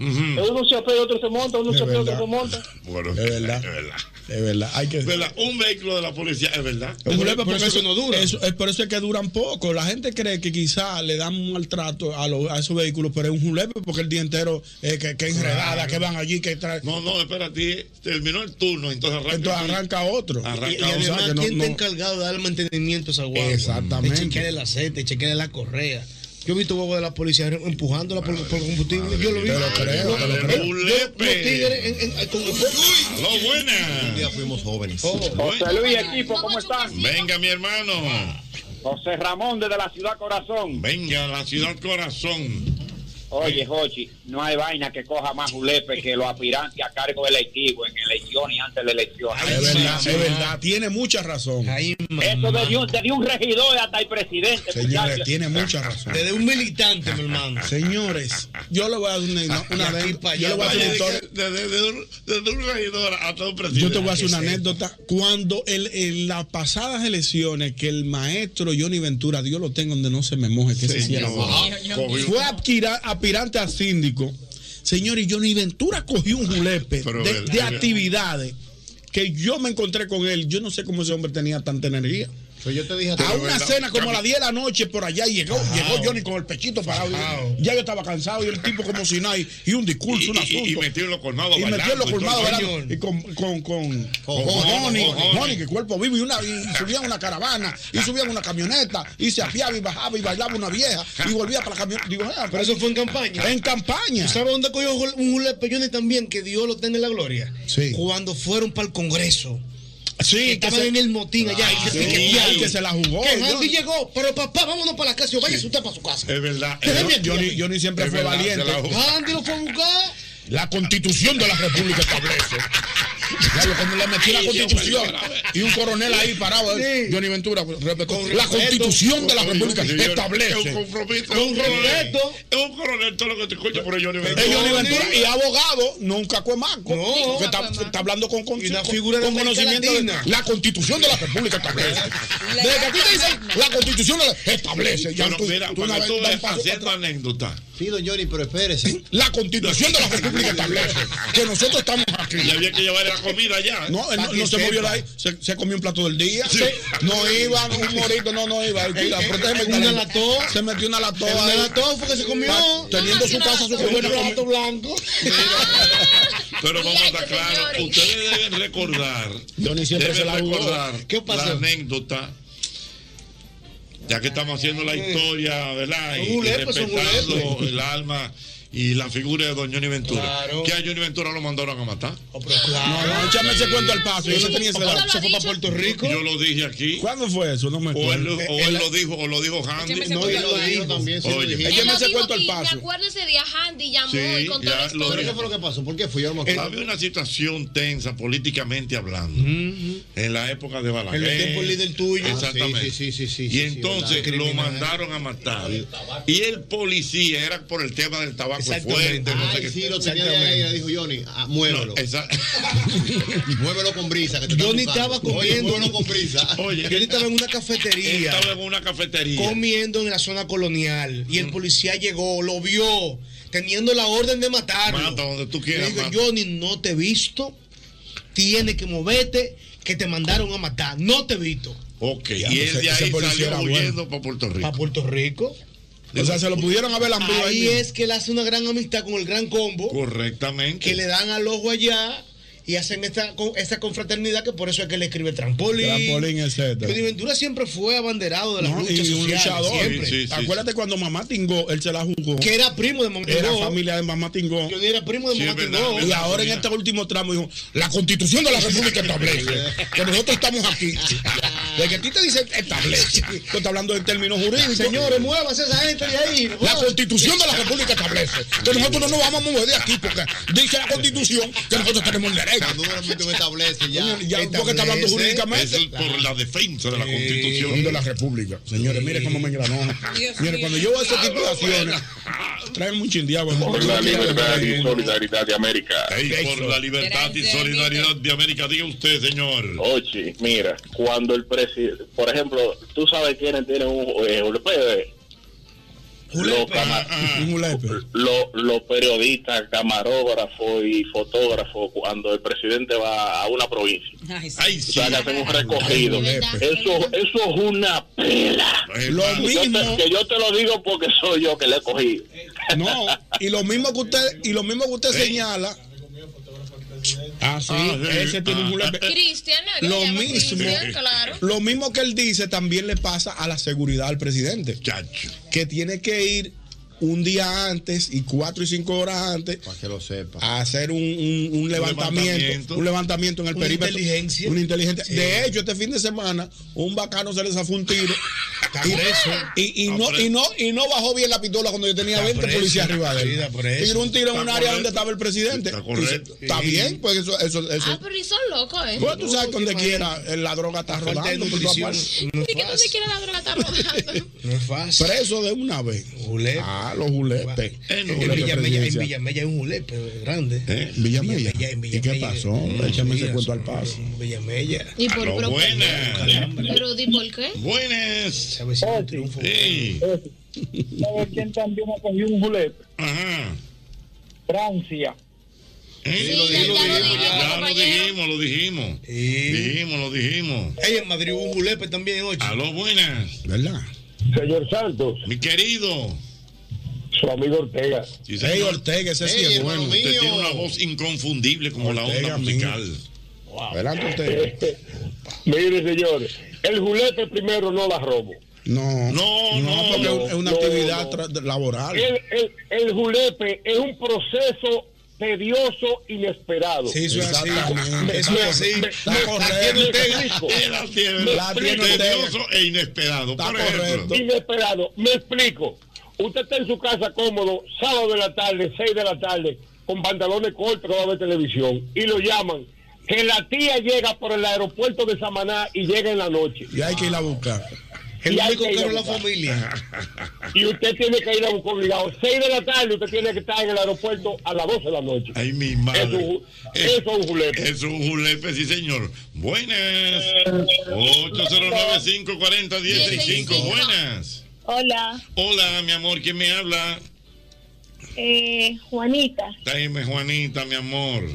Speaker 18: Uno se apea, otro se monta, uno
Speaker 8: Es
Speaker 18: se apea, otro
Speaker 8: verdad.
Speaker 18: se monta.
Speaker 6: Bueno,
Speaker 8: es verdad.
Speaker 6: Es verdad.
Speaker 8: Es verdad. Hay que.
Speaker 6: Es verdad, un vehículo de la policía, es verdad.
Speaker 8: Es un problema porque eso- es por eso es que duran poco. La gente cree que quizás le dan un maltrato a, los- a esos vehículos, pero es un julepe porque el día entero eh, que, que enredada,
Speaker 6: Claro.
Speaker 8: que van allí, que traen.
Speaker 6: No, no, espérate, terminó el turno, entonces arranca.
Speaker 8: Entonces arranca otro.
Speaker 6: Arranca
Speaker 7: Y, y
Speaker 6: otro.
Speaker 7: además,
Speaker 6: O sea, que no-
Speaker 7: ¿quién
Speaker 6: no-
Speaker 7: está encargado de dar el mantenimiento a esa guagua?
Speaker 8: Exactamente.
Speaker 7: De chequear el aceite, de chequear la correa. Yo he visto guagua de la policía empujándola por, por combustible. yo lo vi.
Speaker 8: mía. Te lo creo,
Speaker 7: Yo-
Speaker 8: te lo
Speaker 7: yo-
Speaker 8: creo.
Speaker 7: yo- Los tigres en- en- con el
Speaker 6: Lo buena. Un día fuimos jóvenes.
Speaker 19: José Luis, equipo, ¿cómo están?
Speaker 6: Venga, mi hermano.
Speaker 19: José Ramón, desde la ciudad Corazón.
Speaker 6: Venga, la ciudad Corazón.
Speaker 19: Oye, Jochi, no hay vaina que coja más julepe que los aspirantes a cargo electivo en elecciones y antes de elecciones.
Speaker 8: Es verdad, es verdad. Tiene mucha razón.
Speaker 19: Eso desde un, desde un regidor hasta el presidente.
Speaker 8: Señores,
Speaker 19: muchachos.
Speaker 8: tiene mucha razón.
Speaker 7: Desde un militante, mi hermano.
Speaker 8: Señores, yo le voy a dar una, una
Speaker 7: De aquí
Speaker 8: anécdota.
Speaker 7: para allá,
Speaker 8: yo le voy a
Speaker 7: vaya
Speaker 8: hacer una
Speaker 7: de
Speaker 8: historia.
Speaker 6: Desde desde un desde un regidor hasta un presidente.
Speaker 8: Yo te voy a hacer una
Speaker 6: Que sea.
Speaker 8: anécdota. Cuando el- en las pasadas elecciones que el maestro Johnny Ventura, Dios lo tenga donde no se me moje, que ese sí era
Speaker 6: Señor. Ah,
Speaker 8: bueno.
Speaker 6: Cogió-
Speaker 8: fue adquira- aspirante a síndico. Señor, y Johnny Ventura cogió un julepe
Speaker 6: Pero
Speaker 8: de,
Speaker 6: verdad.
Speaker 8: de actividades que yo me encontré con él. Yo no sé cómo ese hombre tenía tanta energía.
Speaker 10: Pero yo te dije
Speaker 8: A una
Speaker 10: verdad.
Speaker 8: cena como a las 10 de la noche por allá llegó, llegó Johnny con el pechito parado. Ya yo estaba cansado y el tipo como si nada y, y un discurso, un
Speaker 6: Y- y-
Speaker 8: asunto.
Speaker 6: y metió en los colmados
Speaker 8: Y metió en los
Speaker 6: bailando,
Speaker 8: colmados
Speaker 6: entonces,
Speaker 8: bailando. Y con, con, con, con,
Speaker 6: Johnny,
Speaker 8: Johnny,
Speaker 6: con Johnny.
Speaker 8: Johnny, que cuerpo vivo, y, una, y subían una caravana, y subían una camioneta, y se apiaba y bajaba y bailaba una vieja, y volvía para la camioneta. Digo, "Ah,
Speaker 7: Pero eso fue en campaña.
Speaker 8: En campaña.
Speaker 7: ¿Tú sabes dónde cogió un jul- un julepe Johnny también? Que Dios lo tenga en la gloria.
Speaker 8: Sí.
Speaker 7: Cuando fueron para el Congreso.
Speaker 8: Sí,
Speaker 7: que estaban en el motín allá.
Speaker 8: Ah,
Speaker 7: y que, se
Speaker 8: sí,
Speaker 7: piquetearon.
Speaker 8: que se la jugó,
Speaker 7: Que
Speaker 8: Johnny.
Speaker 7: Andy llegó. Pero papá, vámonos para la casa. Yo, Váyase usted para su casa.
Speaker 6: Es verdad.
Speaker 7: Déjeme aquí.
Speaker 8: Johnny, Johnny siempre
Speaker 6: Es
Speaker 8: fue
Speaker 6: verdad,
Speaker 8: valiente. Ah.
Speaker 6: se la jugó.
Speaker 7: Andy lo fue a buscar.
Speaker 8: La constitución de la república establece. Ya lo- cuando le metí la
Speaker 6: Sí,
Speaker 8: constitución
Speaker 6: sí, sí.
Speaker 8: y un coronel ahí parado, eh, Johnny Ventura, respetó.
Speaker 6: Con
Speaker 8: La
Speaker 6: respeto,
Speaker 8: constitución de la
Speaker 6: con-
Speaker 8: república
Speaker 6: señor,
Speaker 8: establece.
Speaker 6: Es un compromiso.
Speaker 8: Con
Speaker 6: es un coronel,
Speaker 8: respeto.
Speaker 6: Es un coronel todo lo que te escucha por Johnny Ventura.
Speaker 8: Es Johnny Ventura y abogado, nunca cuemaco.
Speaker 7: No.
Speaker 8: que está, está hablando con, con,
Speaker 7: Y una
Speaker 8: con-
Speaker 7: figura de
Speaker 8: con
Speaker 7: América
Speaker 8: conocimiento de
Speaker 7: Latina.
Speaker 8: la constitución de la república establece. Desde que aquí te dicen la constitución de la- establece. Ya
Speaker 6: Pero
Speaker 8: tú-
Speaker 6: mira,
Speaker 8: tú
Speaker 6: para
Speaker 8: una
Speaker 6: que
Speaker 8: vez
Speaker 6: tú
Speaker 8: das
Speaker 6: veas
Speaker 8: paso
Speaker 6: haciendo anécdota.
Speaker 10: Sí, don Johnny, pero espérese.
Speaker 8: La constitución de la república establece que nosotros estamos aquí.
Speaker 6: Y había que llevar la comida ya.
Speaker 8: No, él
Speaker 6: Pa'
Speaker 8: no,
Speaker 6: que
Speaker 8: no se
Speaker 6: sepa.
Speaker 8: movió de ahí, se, se comió un plato del día.
Speaker 6: Sí.
Speaker 8: No iba, un morito, no, no iba. Él, cuida,
Speaker 7: Eh, eh,
Speaker 8: protégeme,
Speaker 7: una
Speaker 8: cariño.
Speaker 7: lató.
Speaker 8: Se metió una lató.
Speaker 7: Una
Speaker 8: ahí.
Speaker 7: lató fue que se comió.
Speaker 8: Va- Teniendo su casa, su
Speaker 7: Un
Speaker 8: buena
Speaker 7: plato
Speaker 8: comida.
Speaker 7: blanco.
Speaker 6: Pero vamos a estar
Speaker 7: Fíjate,
Speaker 6: claros.
Speaker 7: señores.
Speaker 6: Ustedes deben recordar.
Speaker 8: Johnny siempre
Speaker 6: deben
Speaker 8: se la jugó.
Speaker 6: recordar
Speaker 8: ¿Qué pasó?
Speaker 6: la anécdota. Ya que estamos haciendo la historia, ¿verdad? Y,
Speaker 7: Son
Speaker 6: y
Speaker 7: julepes, son
Speaker 6: respetando
Speaker 7: julepes.
Speaker 6: el alma y la figura de don Johnny Ventura. Que a Johnny Ventura lo mandaron a matar.
Speaker 8: Oh, No, no, échame ese cuento al paso. Yo no tenía esa edad. Se fue para Puerto Rico.
Speaker 6: Yo lo dije aquí.
Speaker 8: ¿Cuándo fue eso? No me
Speaker 6: O él,
Speaker 8: acuerdo.
Speaker 10: Eh,
Speaker 6: o él lo dijo, o lo dijo Handy.
Speaker 9: Échame ese cuento al paso.
Speaker 6: Oye,
Speaker 9: Él
Speaker 8: Échame
Speaker 9: lo
Speaker 8: ese
Speaker 9: dijo
Speaker 8: cuento al
Speaker 9: aquí,
Speaker 8: paso.
Speaker 9: me acuerdo ese día, Handy llamó
Speaker 6: Sí,
Speaker 9: y contó
Speaker 6: ya
Speaker 9: la
Speaker 6: lo
Speaker 9: historia.
Speaker 10: ¿Pero qué fue lo que pasó? ¿Por qué fue? Yo no me
Speaker 6: Eh,
Speaker 10: acuerdo.
Speaker 6: Había una situación tensa políticamente hablando en la época de Balaguer.
Speaker 7: En los tiempos líder tuyo.
Speaker 6: Exactamente.
Speaker 10: Ah, sí, sí, sí, sí, sí,
Speaker 6: y
Speaker 10: sí,
Speaker 6: entonces
Speaker 10: verdad.
Speaker 6: lo
Speaker 10: Criminal.
Speaker 6: mandaron a matar. Y el policía era por el tema del tabaco fuerte.
Speaker 10: Exactamente.
Speaker 6: no sé
Speaker 10: Ay,
Speaker 6: qué.
Speaker 10: sí, lo tenía de ahí, dijo Johnny. ah, muévelo.
Speaker 6: No, esa-
Speaker 10: Muévelo con brisa. Que te está
Speaker 7: Johnny
Speaker 10: asustando.
Speaker 7: estaba
Speaker 10: Oye,
Speaker 7: comiendo.
Speaker 10: muévelo con brisa.
Speaker 6: Oye,
Speaker 7: Johnny estaba en una cafetería.
Speaker 6: estaba en una cafetería.
Speaker 7: comiendo en la zona colonial y el policía llegó, lo vio, teniendo la orden de matarlo.
Speaker 6: Mata donde tú quieras,
Speaker 7: Le digo,
Speaker 6: mata.
Speaker 7: Johnny, no te he visto, tienes que moverte, que te mandaron a matar, no te he visto.
Speaker 6: Ok,
Speaker 8: Ya,
Speaker 6: y
Speaker 8: pues,
Speaker 6: él de
Speaker 8: ese
Speaker 6: ahí
Speaker 8: policía
Speaker 6: salió
Speaker 8: era bueno.
Speaker 6: huyendo para Puerto Rico. pues,
Speaker 7: Para Puerto Rico.
Speaker 8: O sea, se lo pudieron haber lambido ahí.
Speaker 7: Ahí
Speaker 8: mismo.
Speaker 7: es que él hace una gran amistad con el gran combo,
Speaker 6: Correctamente.
Speaker 7: que le dan al ojo allá y hacen esta, con- esta confraternidad que por eso es que le escribe trampolín.
Speaker 8: Trampolín, etcétera.
Speaker 7: Johnny Ventura siempre fue abanderado de las
Speaker 8: No,
Speaker 7: luchas
Speaker 8: y un
Speaker 7: sociales,
Speaker 8: luchador.
Speaker 7: siempre.
Speaker 6: Sí, sí, sí.
Speaker 8: Acuérdate cuando mamá Tingó, él se la jugó.
Speaker 7: Que era primo de Mamá
Speaker 8: Era
Speaker 7: Tingó.
Speaker 8: familia de mamá Tingó.
Speaker 7: Johnny era primo de
Speaker 6: Sí, es
Speaker 7: Mamá
Speaker 6: verdad,
Speaker 7: Tingó.
Speaker 6: es
Speaker 8: Y
Speaker 6: verdad.
Speaker 8: ahora en este último tramo dijo, la constitución de la república establece que nosotros estamos aquí. De que a ti te dicen establece. Yo estoy hablando en términos jurídicos.
Speaker 7: Señores, muévase esa gente de ahí.
Speaker 8: La constitución de la república establece que nosotros no nos vamos a mover de aquí porque dice la constitución que nosotros tenemos el derecho.
Speaker 10: Cuando uno realmente me establece ya.
Speaker 8: Señor, ya porque está hablando
Speaker 10: Establece.
Speaker 8: jurídicamente.
Speaker 6: Eso es por la defensa de la
Speaker 8: Constitución
Speaker 6: Constitución.
Speaker 8: Eh, de la república. Señores, mire cómo me engranó.
Speaker 11: Dios
Speaker 8: Mire,
Speaker 11: mío.
Speaker 8: cuando yo hago ese tipo de acciones, traen mucho indiabo.
Speaker 20: Por la libertad y solidaridad de América.
Speaker 6: Ey, por la libertad y
Speaker 11: Gracias,
Speaker 6: solidaridad de América, diga usted, señor.
Speaker 20: Oye, mira, cuando el presidente, por ejemplo, tú sabes quiénes tienen un eh, europeo, eh,
Speaker 21: los, cama- lo- los periodistas, camarógrafos y fotógrafos, cuando el presidente va a una provincia, o sea, que hacen un recogido. Eso, eso es una pela. Yo te- que yo te lo digo porque soy yo que le he cogido.
Speaker 8: No, y lo mismo que usted, y lo mismo que usted señala. Ah, sí, ese tiene un julepe.
Speaker 9: Eh, Cristian, ¿no?
Speaker 8: Lo
Speaker 9: Le llamo
Speaker 8: mismo,
Speaker 9: Cristian, claro.
Speaker 8: lo mismo que él dice también le pasa a la seguridad al presidente. Que tiene que ir un día antes y cuatro y cinco horas antes
Speaker 10: Para que lo sepa.
Speaker 8: a hacer un, un- un levantamiento,
Speaker 10: levantamiento.
Speaker 8: un levantamiento en el
Speaker 10: Una
Speaker 8: perímetro.
Speaker 10: inteligencia.
Speaker 8: Una inteligencia.
Speaker 10: Sí.
Speaker 8: De hecho, este fin de semana, un bacano se le zafó un tiro.
Speaker 10: Está preso.
Speaker 8: Y, y no, y, no, y no bajó bien la pistola cuando yo tenía
Speaker 10: Está
Speaker 8: 20
Speaker 10: preso.
Speaker 8: policías arriba de
Speaker 10: Sí,
Speaker 8: él.
Speaker 10: está preso.
Speaker 8: Tiró un tiro en
Speaker 10: Está
Speaker 8: un área
Speaker 10: correcto.
Speaker 8: donde estaba el presidente. Está
Speaker 10: correcto.
Speaker 8: Está
Speaker 10: Sí.
Speaker 8: bien, pues eso, eso, eso.
Speaker 9: Ah, pero y son locos, ¿eh?
Speaker 8: Pues tú sabes que donde quiera eh, la droga está
Speaker 9: Falta de
Speaker 8: rodando. por todas
Speaker 9: nutrición,
Speaker 8: partes.
Speaker 9: ¿Y que dónde quiere la droga está rodando?
Speaker 8: No es fácil. Preso de una vez. Ah, los julepes.
Speaker 7: En Villamella, en Villamella hay un julepe grande.
Speaker 8: Villamella. Eh, ¿Y qué pasó? Mm, Échame ese cuento al paso.
Speaker 7: Villamella.
Speaker 9: Y por
Speaker 8: Aló,
Speaker 9: pero-
Speaker 8: buenas.
Speaker 9: Pero di por qué.
Speaker 6: Buenas.
Speaker 19: ¿Sabes quién también ha cogido un julete?
Speaker 6: Ajá.
Speaker 19: Francia.
Speaker 6: Ya lo dijimos, lo dijimos. Dijimos, lo dijimos.
Speaker 7: Ella en Madrid hubo un julepe también, ocho.
Speaker 6: A lo buenas.
Speaker 8: ¿Verdad?
Speaker 17: Señor Santos.
Speaker 6: Mi querido.
Speaker 17: Su amigo Ortega.
Speaker 8: Ey, Ortega, ese sí es bueno.
Speaker 6: Usted tiene una voz inconfundible como la onda
Speaker 17: Ortega,
Speaker 6: musical.
Speaker 8: Adelante usted.
Speaker 17: Mire, señores, el julete primero no la robo.
Speaker 8: No,
Speaker 17: No, no,
Speaker 8: porque
Speaker 17: no,
Speaker 8: es una
Speaker 17: no,
Speaker 8: actividad
Speaker 17: no.
Speaker 8: tra- laboral.
Speaker 17: El, el, el julepe es un proceso tedioso, inesperado.
Speaker 8: Sí, eso es así.
Speaker 6: Ah,
Speaker 17: Exactamente.
Speaker 8: Eso es así.
Speaker 17: Me-
Speaker 8: Está
Speaker 17: me-
Speaker 8: correcto.
Speaker 17: me explico.
Speaker 6: La tiene,
Speaker 17: Me explico.
Speaker 6: tedioso e inesperado. Por ejemplo.
Speaker 17: Inesperado. Me explico. Usted está en su casa cómodo, sábado de la tarde, 6 de la tarde, con pantalones cortos, no va a ver televisión, y lo llaman. Que la tía llega por el aeropuerto de Samaná y llega en la noche.
Speaker 8: Y hay que ir a buscar.
Speaker 17: El único que la familia. Y usted tiene que ir a buscar obligado. 6 de la tarde, usted tiene que estar en el aeropuerto a las 12 de la noche.
Speaker 6: Ay, mi madre. Eh,
Speaker 17: Eso es un- Eso es un julepe.
Speaker 6: Es un julepe, sí, señor. Buenas. 809-540-165. Buenas.
Speaker 22: Hola,
Speaker 6: Hola, mi amor, ¿quién me habla?
Speaker 22: eh, Juanita.
Speaker 6: Dime, Juanita, mi amor.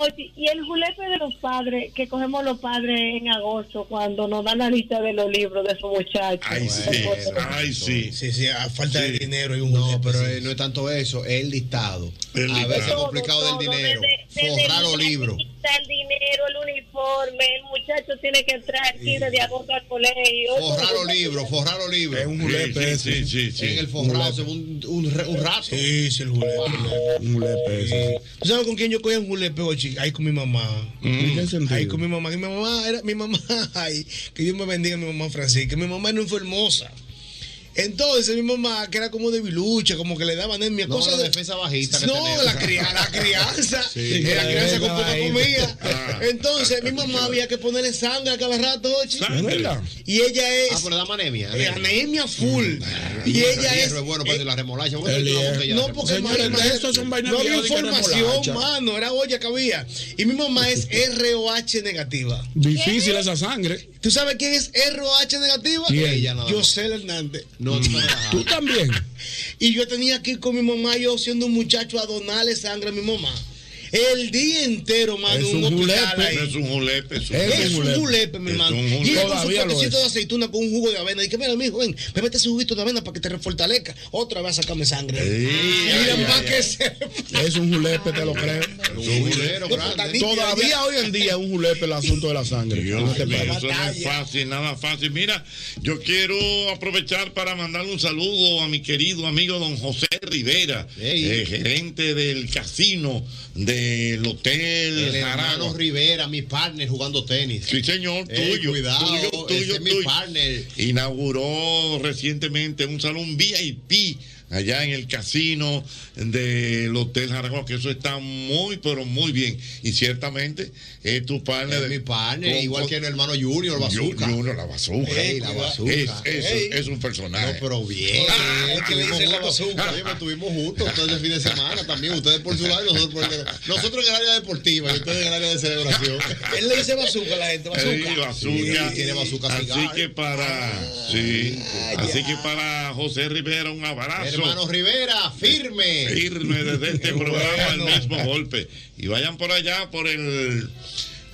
Speaker 22: Oye, y el julepe de los padres, que cogemos los padres en agosto, cuando nos dan la lista de los libros de esos muchachos.
Speaker 7: Ay, sí.
Speaker 22: pues,
Speaker 6: Ay, sí.
Speaker 7: Sí, sí, a falta de dinero y un No, pero eh, no es tanto eso, es el listado. a veces
Speaker 22: Todo,
Speaker 7: complicado
Speaker 22: todo,
Speaker 7: del dinero.
Speaker 22: desde- desde
Speaker 7: Forrar los
Speaker 22: la
Speaker 7: libros.
Speaker 22: lista, El dinero, el uniforme, el muchacho tiene que entrar el 15 de agosto al colegio.
Speaker 10: Forrar los libros, forrar los libros. Es un
Speaker 8: julepe
Speaker 10: Sí, sí, sí, En el forrado se ve un, un, re- un rato.
Speaker 7: Sí, sí, el julepe.
Speaker 8: Un julepe. ese.
Speaker 7: ¿Tú sabes con quién yo cogí un julepe, Ochi? Ahí con mi mamá.
Speaker 10: Mm.
Speaker 8: ¿En qué sentido?
Speaker 7: Ahí con mi mamá. Que mi mamá era mi mamá. Ay, que Dios me bendiga, mi mamá Francisca. Mi mamá no fue hermosa. Entonces mi mamá, que era como debilucha, como que le daban anemia,
Speaker 10: No,
Speaker 7: cosas
Speaker 10: la
Speaker 7: de-
Speaker 10: defensa bajita. que
Speaker 7: No,
Speaker 10: tenemos.
Speaker 7: la, cria- la crianza.
Speaker 10: Sí.
Speaker 7: era crianza con poca
Speaker 10: Bajita.
Speaker 7: comida.
Speaker 10: Ah.
Speaker 7: Entonces, mi mamá había que ponerle sangre a cada rato, Ochi. Y ella es.
Speaker 10: Ah, pero dame anemia. Mm.
Speaker 7: Eh, anemia full. Y
Speaker 10: hierro,
Speaker 7: ella es.
Speaker 10: hierro bueno para la remolacha. Bueno,
Speaker 7: El
Speaker 10: yo una
Speaker 7: hierro.
Speaker 10: botella de
Speaker 7: No, porque
Speaker 10: remolacha.
Speaker 7: madre, madre, no había información, mano. Era olla que había. Y mi mamá es ROH negativa.
Speaker 8: Difícil esa sangre.
Speaker 7: ¿Tú sabes quién es ROH negativa?
Speaker 8: ¿Quién? Ella nada más.
Speaker 7: Yosel Hernández.
Speaker 10: No,
Speaker 8: Tú también.
Speaker 7: Y yo tenía que ir con mi mamá, yo siendo un muchacho, a donarle sangre a mi mamá. El día entero, mano,
Speaker 6: Es
Speaker 7: en
Speaker 6: un
Speaker 7: hospital ahí.
Speaker 6: julepe. Es un julepe.
Speaker 7: Es un julepe, mi
Speaker 6: Es
Speaker 7: hermano.
Speaker 6: un
Speaker 7: Y
Speaker 6: julepe.
Speaker 7: con su potecito de aceituna con un jugo de avena. Y que mira, mi joven, bebete ese juguito de avena para que te refortalezca. Otra vez a sacarme sangre. Mira,
Speaker 8: ay,
Speaker 7: más
Speaker 8: ay,
Speaker 7: que se.
Speaker 8: Es un julepe, te lo creo. Todavía hoy en día es un julepe el asunto de la sangre. No te
Speaker 6: Dios mío,
Speaker 8: pares.
Speaker 6: eso no es fácil, nada fácil. Mira, yo quiero aprovechar para mandarle un saludo a mi querido amigo don José Rivera, eh, gerente del casino del hotel
Speaker 10: El hermano
Speaker 6: Jaragua.
Speaker 10: Rivera, mi partner jugando tenis.
Speaker 6: Sí, señor,
Speaker 10: Ey,
Speaker 6: tuyo.
Speaker 10: cuidado,
Speaker 6: tuyo,
Speaker 10: ese
Speaker 6: tuyo,
Speaker 10: es mi
Speaker 6: tuyo.
Speaker 10: partner.
Speaker 6: Inauguró recientemente un salón VIP allá en el casino del Hotel Jaragua, que eso está muy, pero muy bien. Y ciertamente es tu partner.
Speaker 10: Es
Speaker 6: de-
Speaker 10: mi partner,
Speaker 6: con-
Speaker 10: igual
Speaker 6: con-
Speaker 10: que el hermano Junior, Bazooka.
Speaker 6: Ju- Junior, la bazooka.
Speaker 10: Ey, la bazooka.
Speaker 6: Es, es-
Speaker 10: Ey.
Speaker 6: es un personaje.
Speaker 10: No, pero bien. es que le dicen la bazooka. Oye, pero estuvimos juntos ustedes el fin de semana también. Ustedes por su lado y nosotros por el Nosotros en el área deportiva y ustedes en el área de celebración. Él le dice bazooka a la gente. Bazooka.
Speaker 6: Sí, bazooka.
Speaker 10: Sí, tiene bazooka
Speaker 6: Así
Speaker 10: cigar.
Speaker 6: que para. sí. Así que para José Rivera, un abrazo.
Speaker 10: Hermano Rivera, firme.
Speaker 6: Firme desde este programa al mismo golpe. Y vayan por allá por el.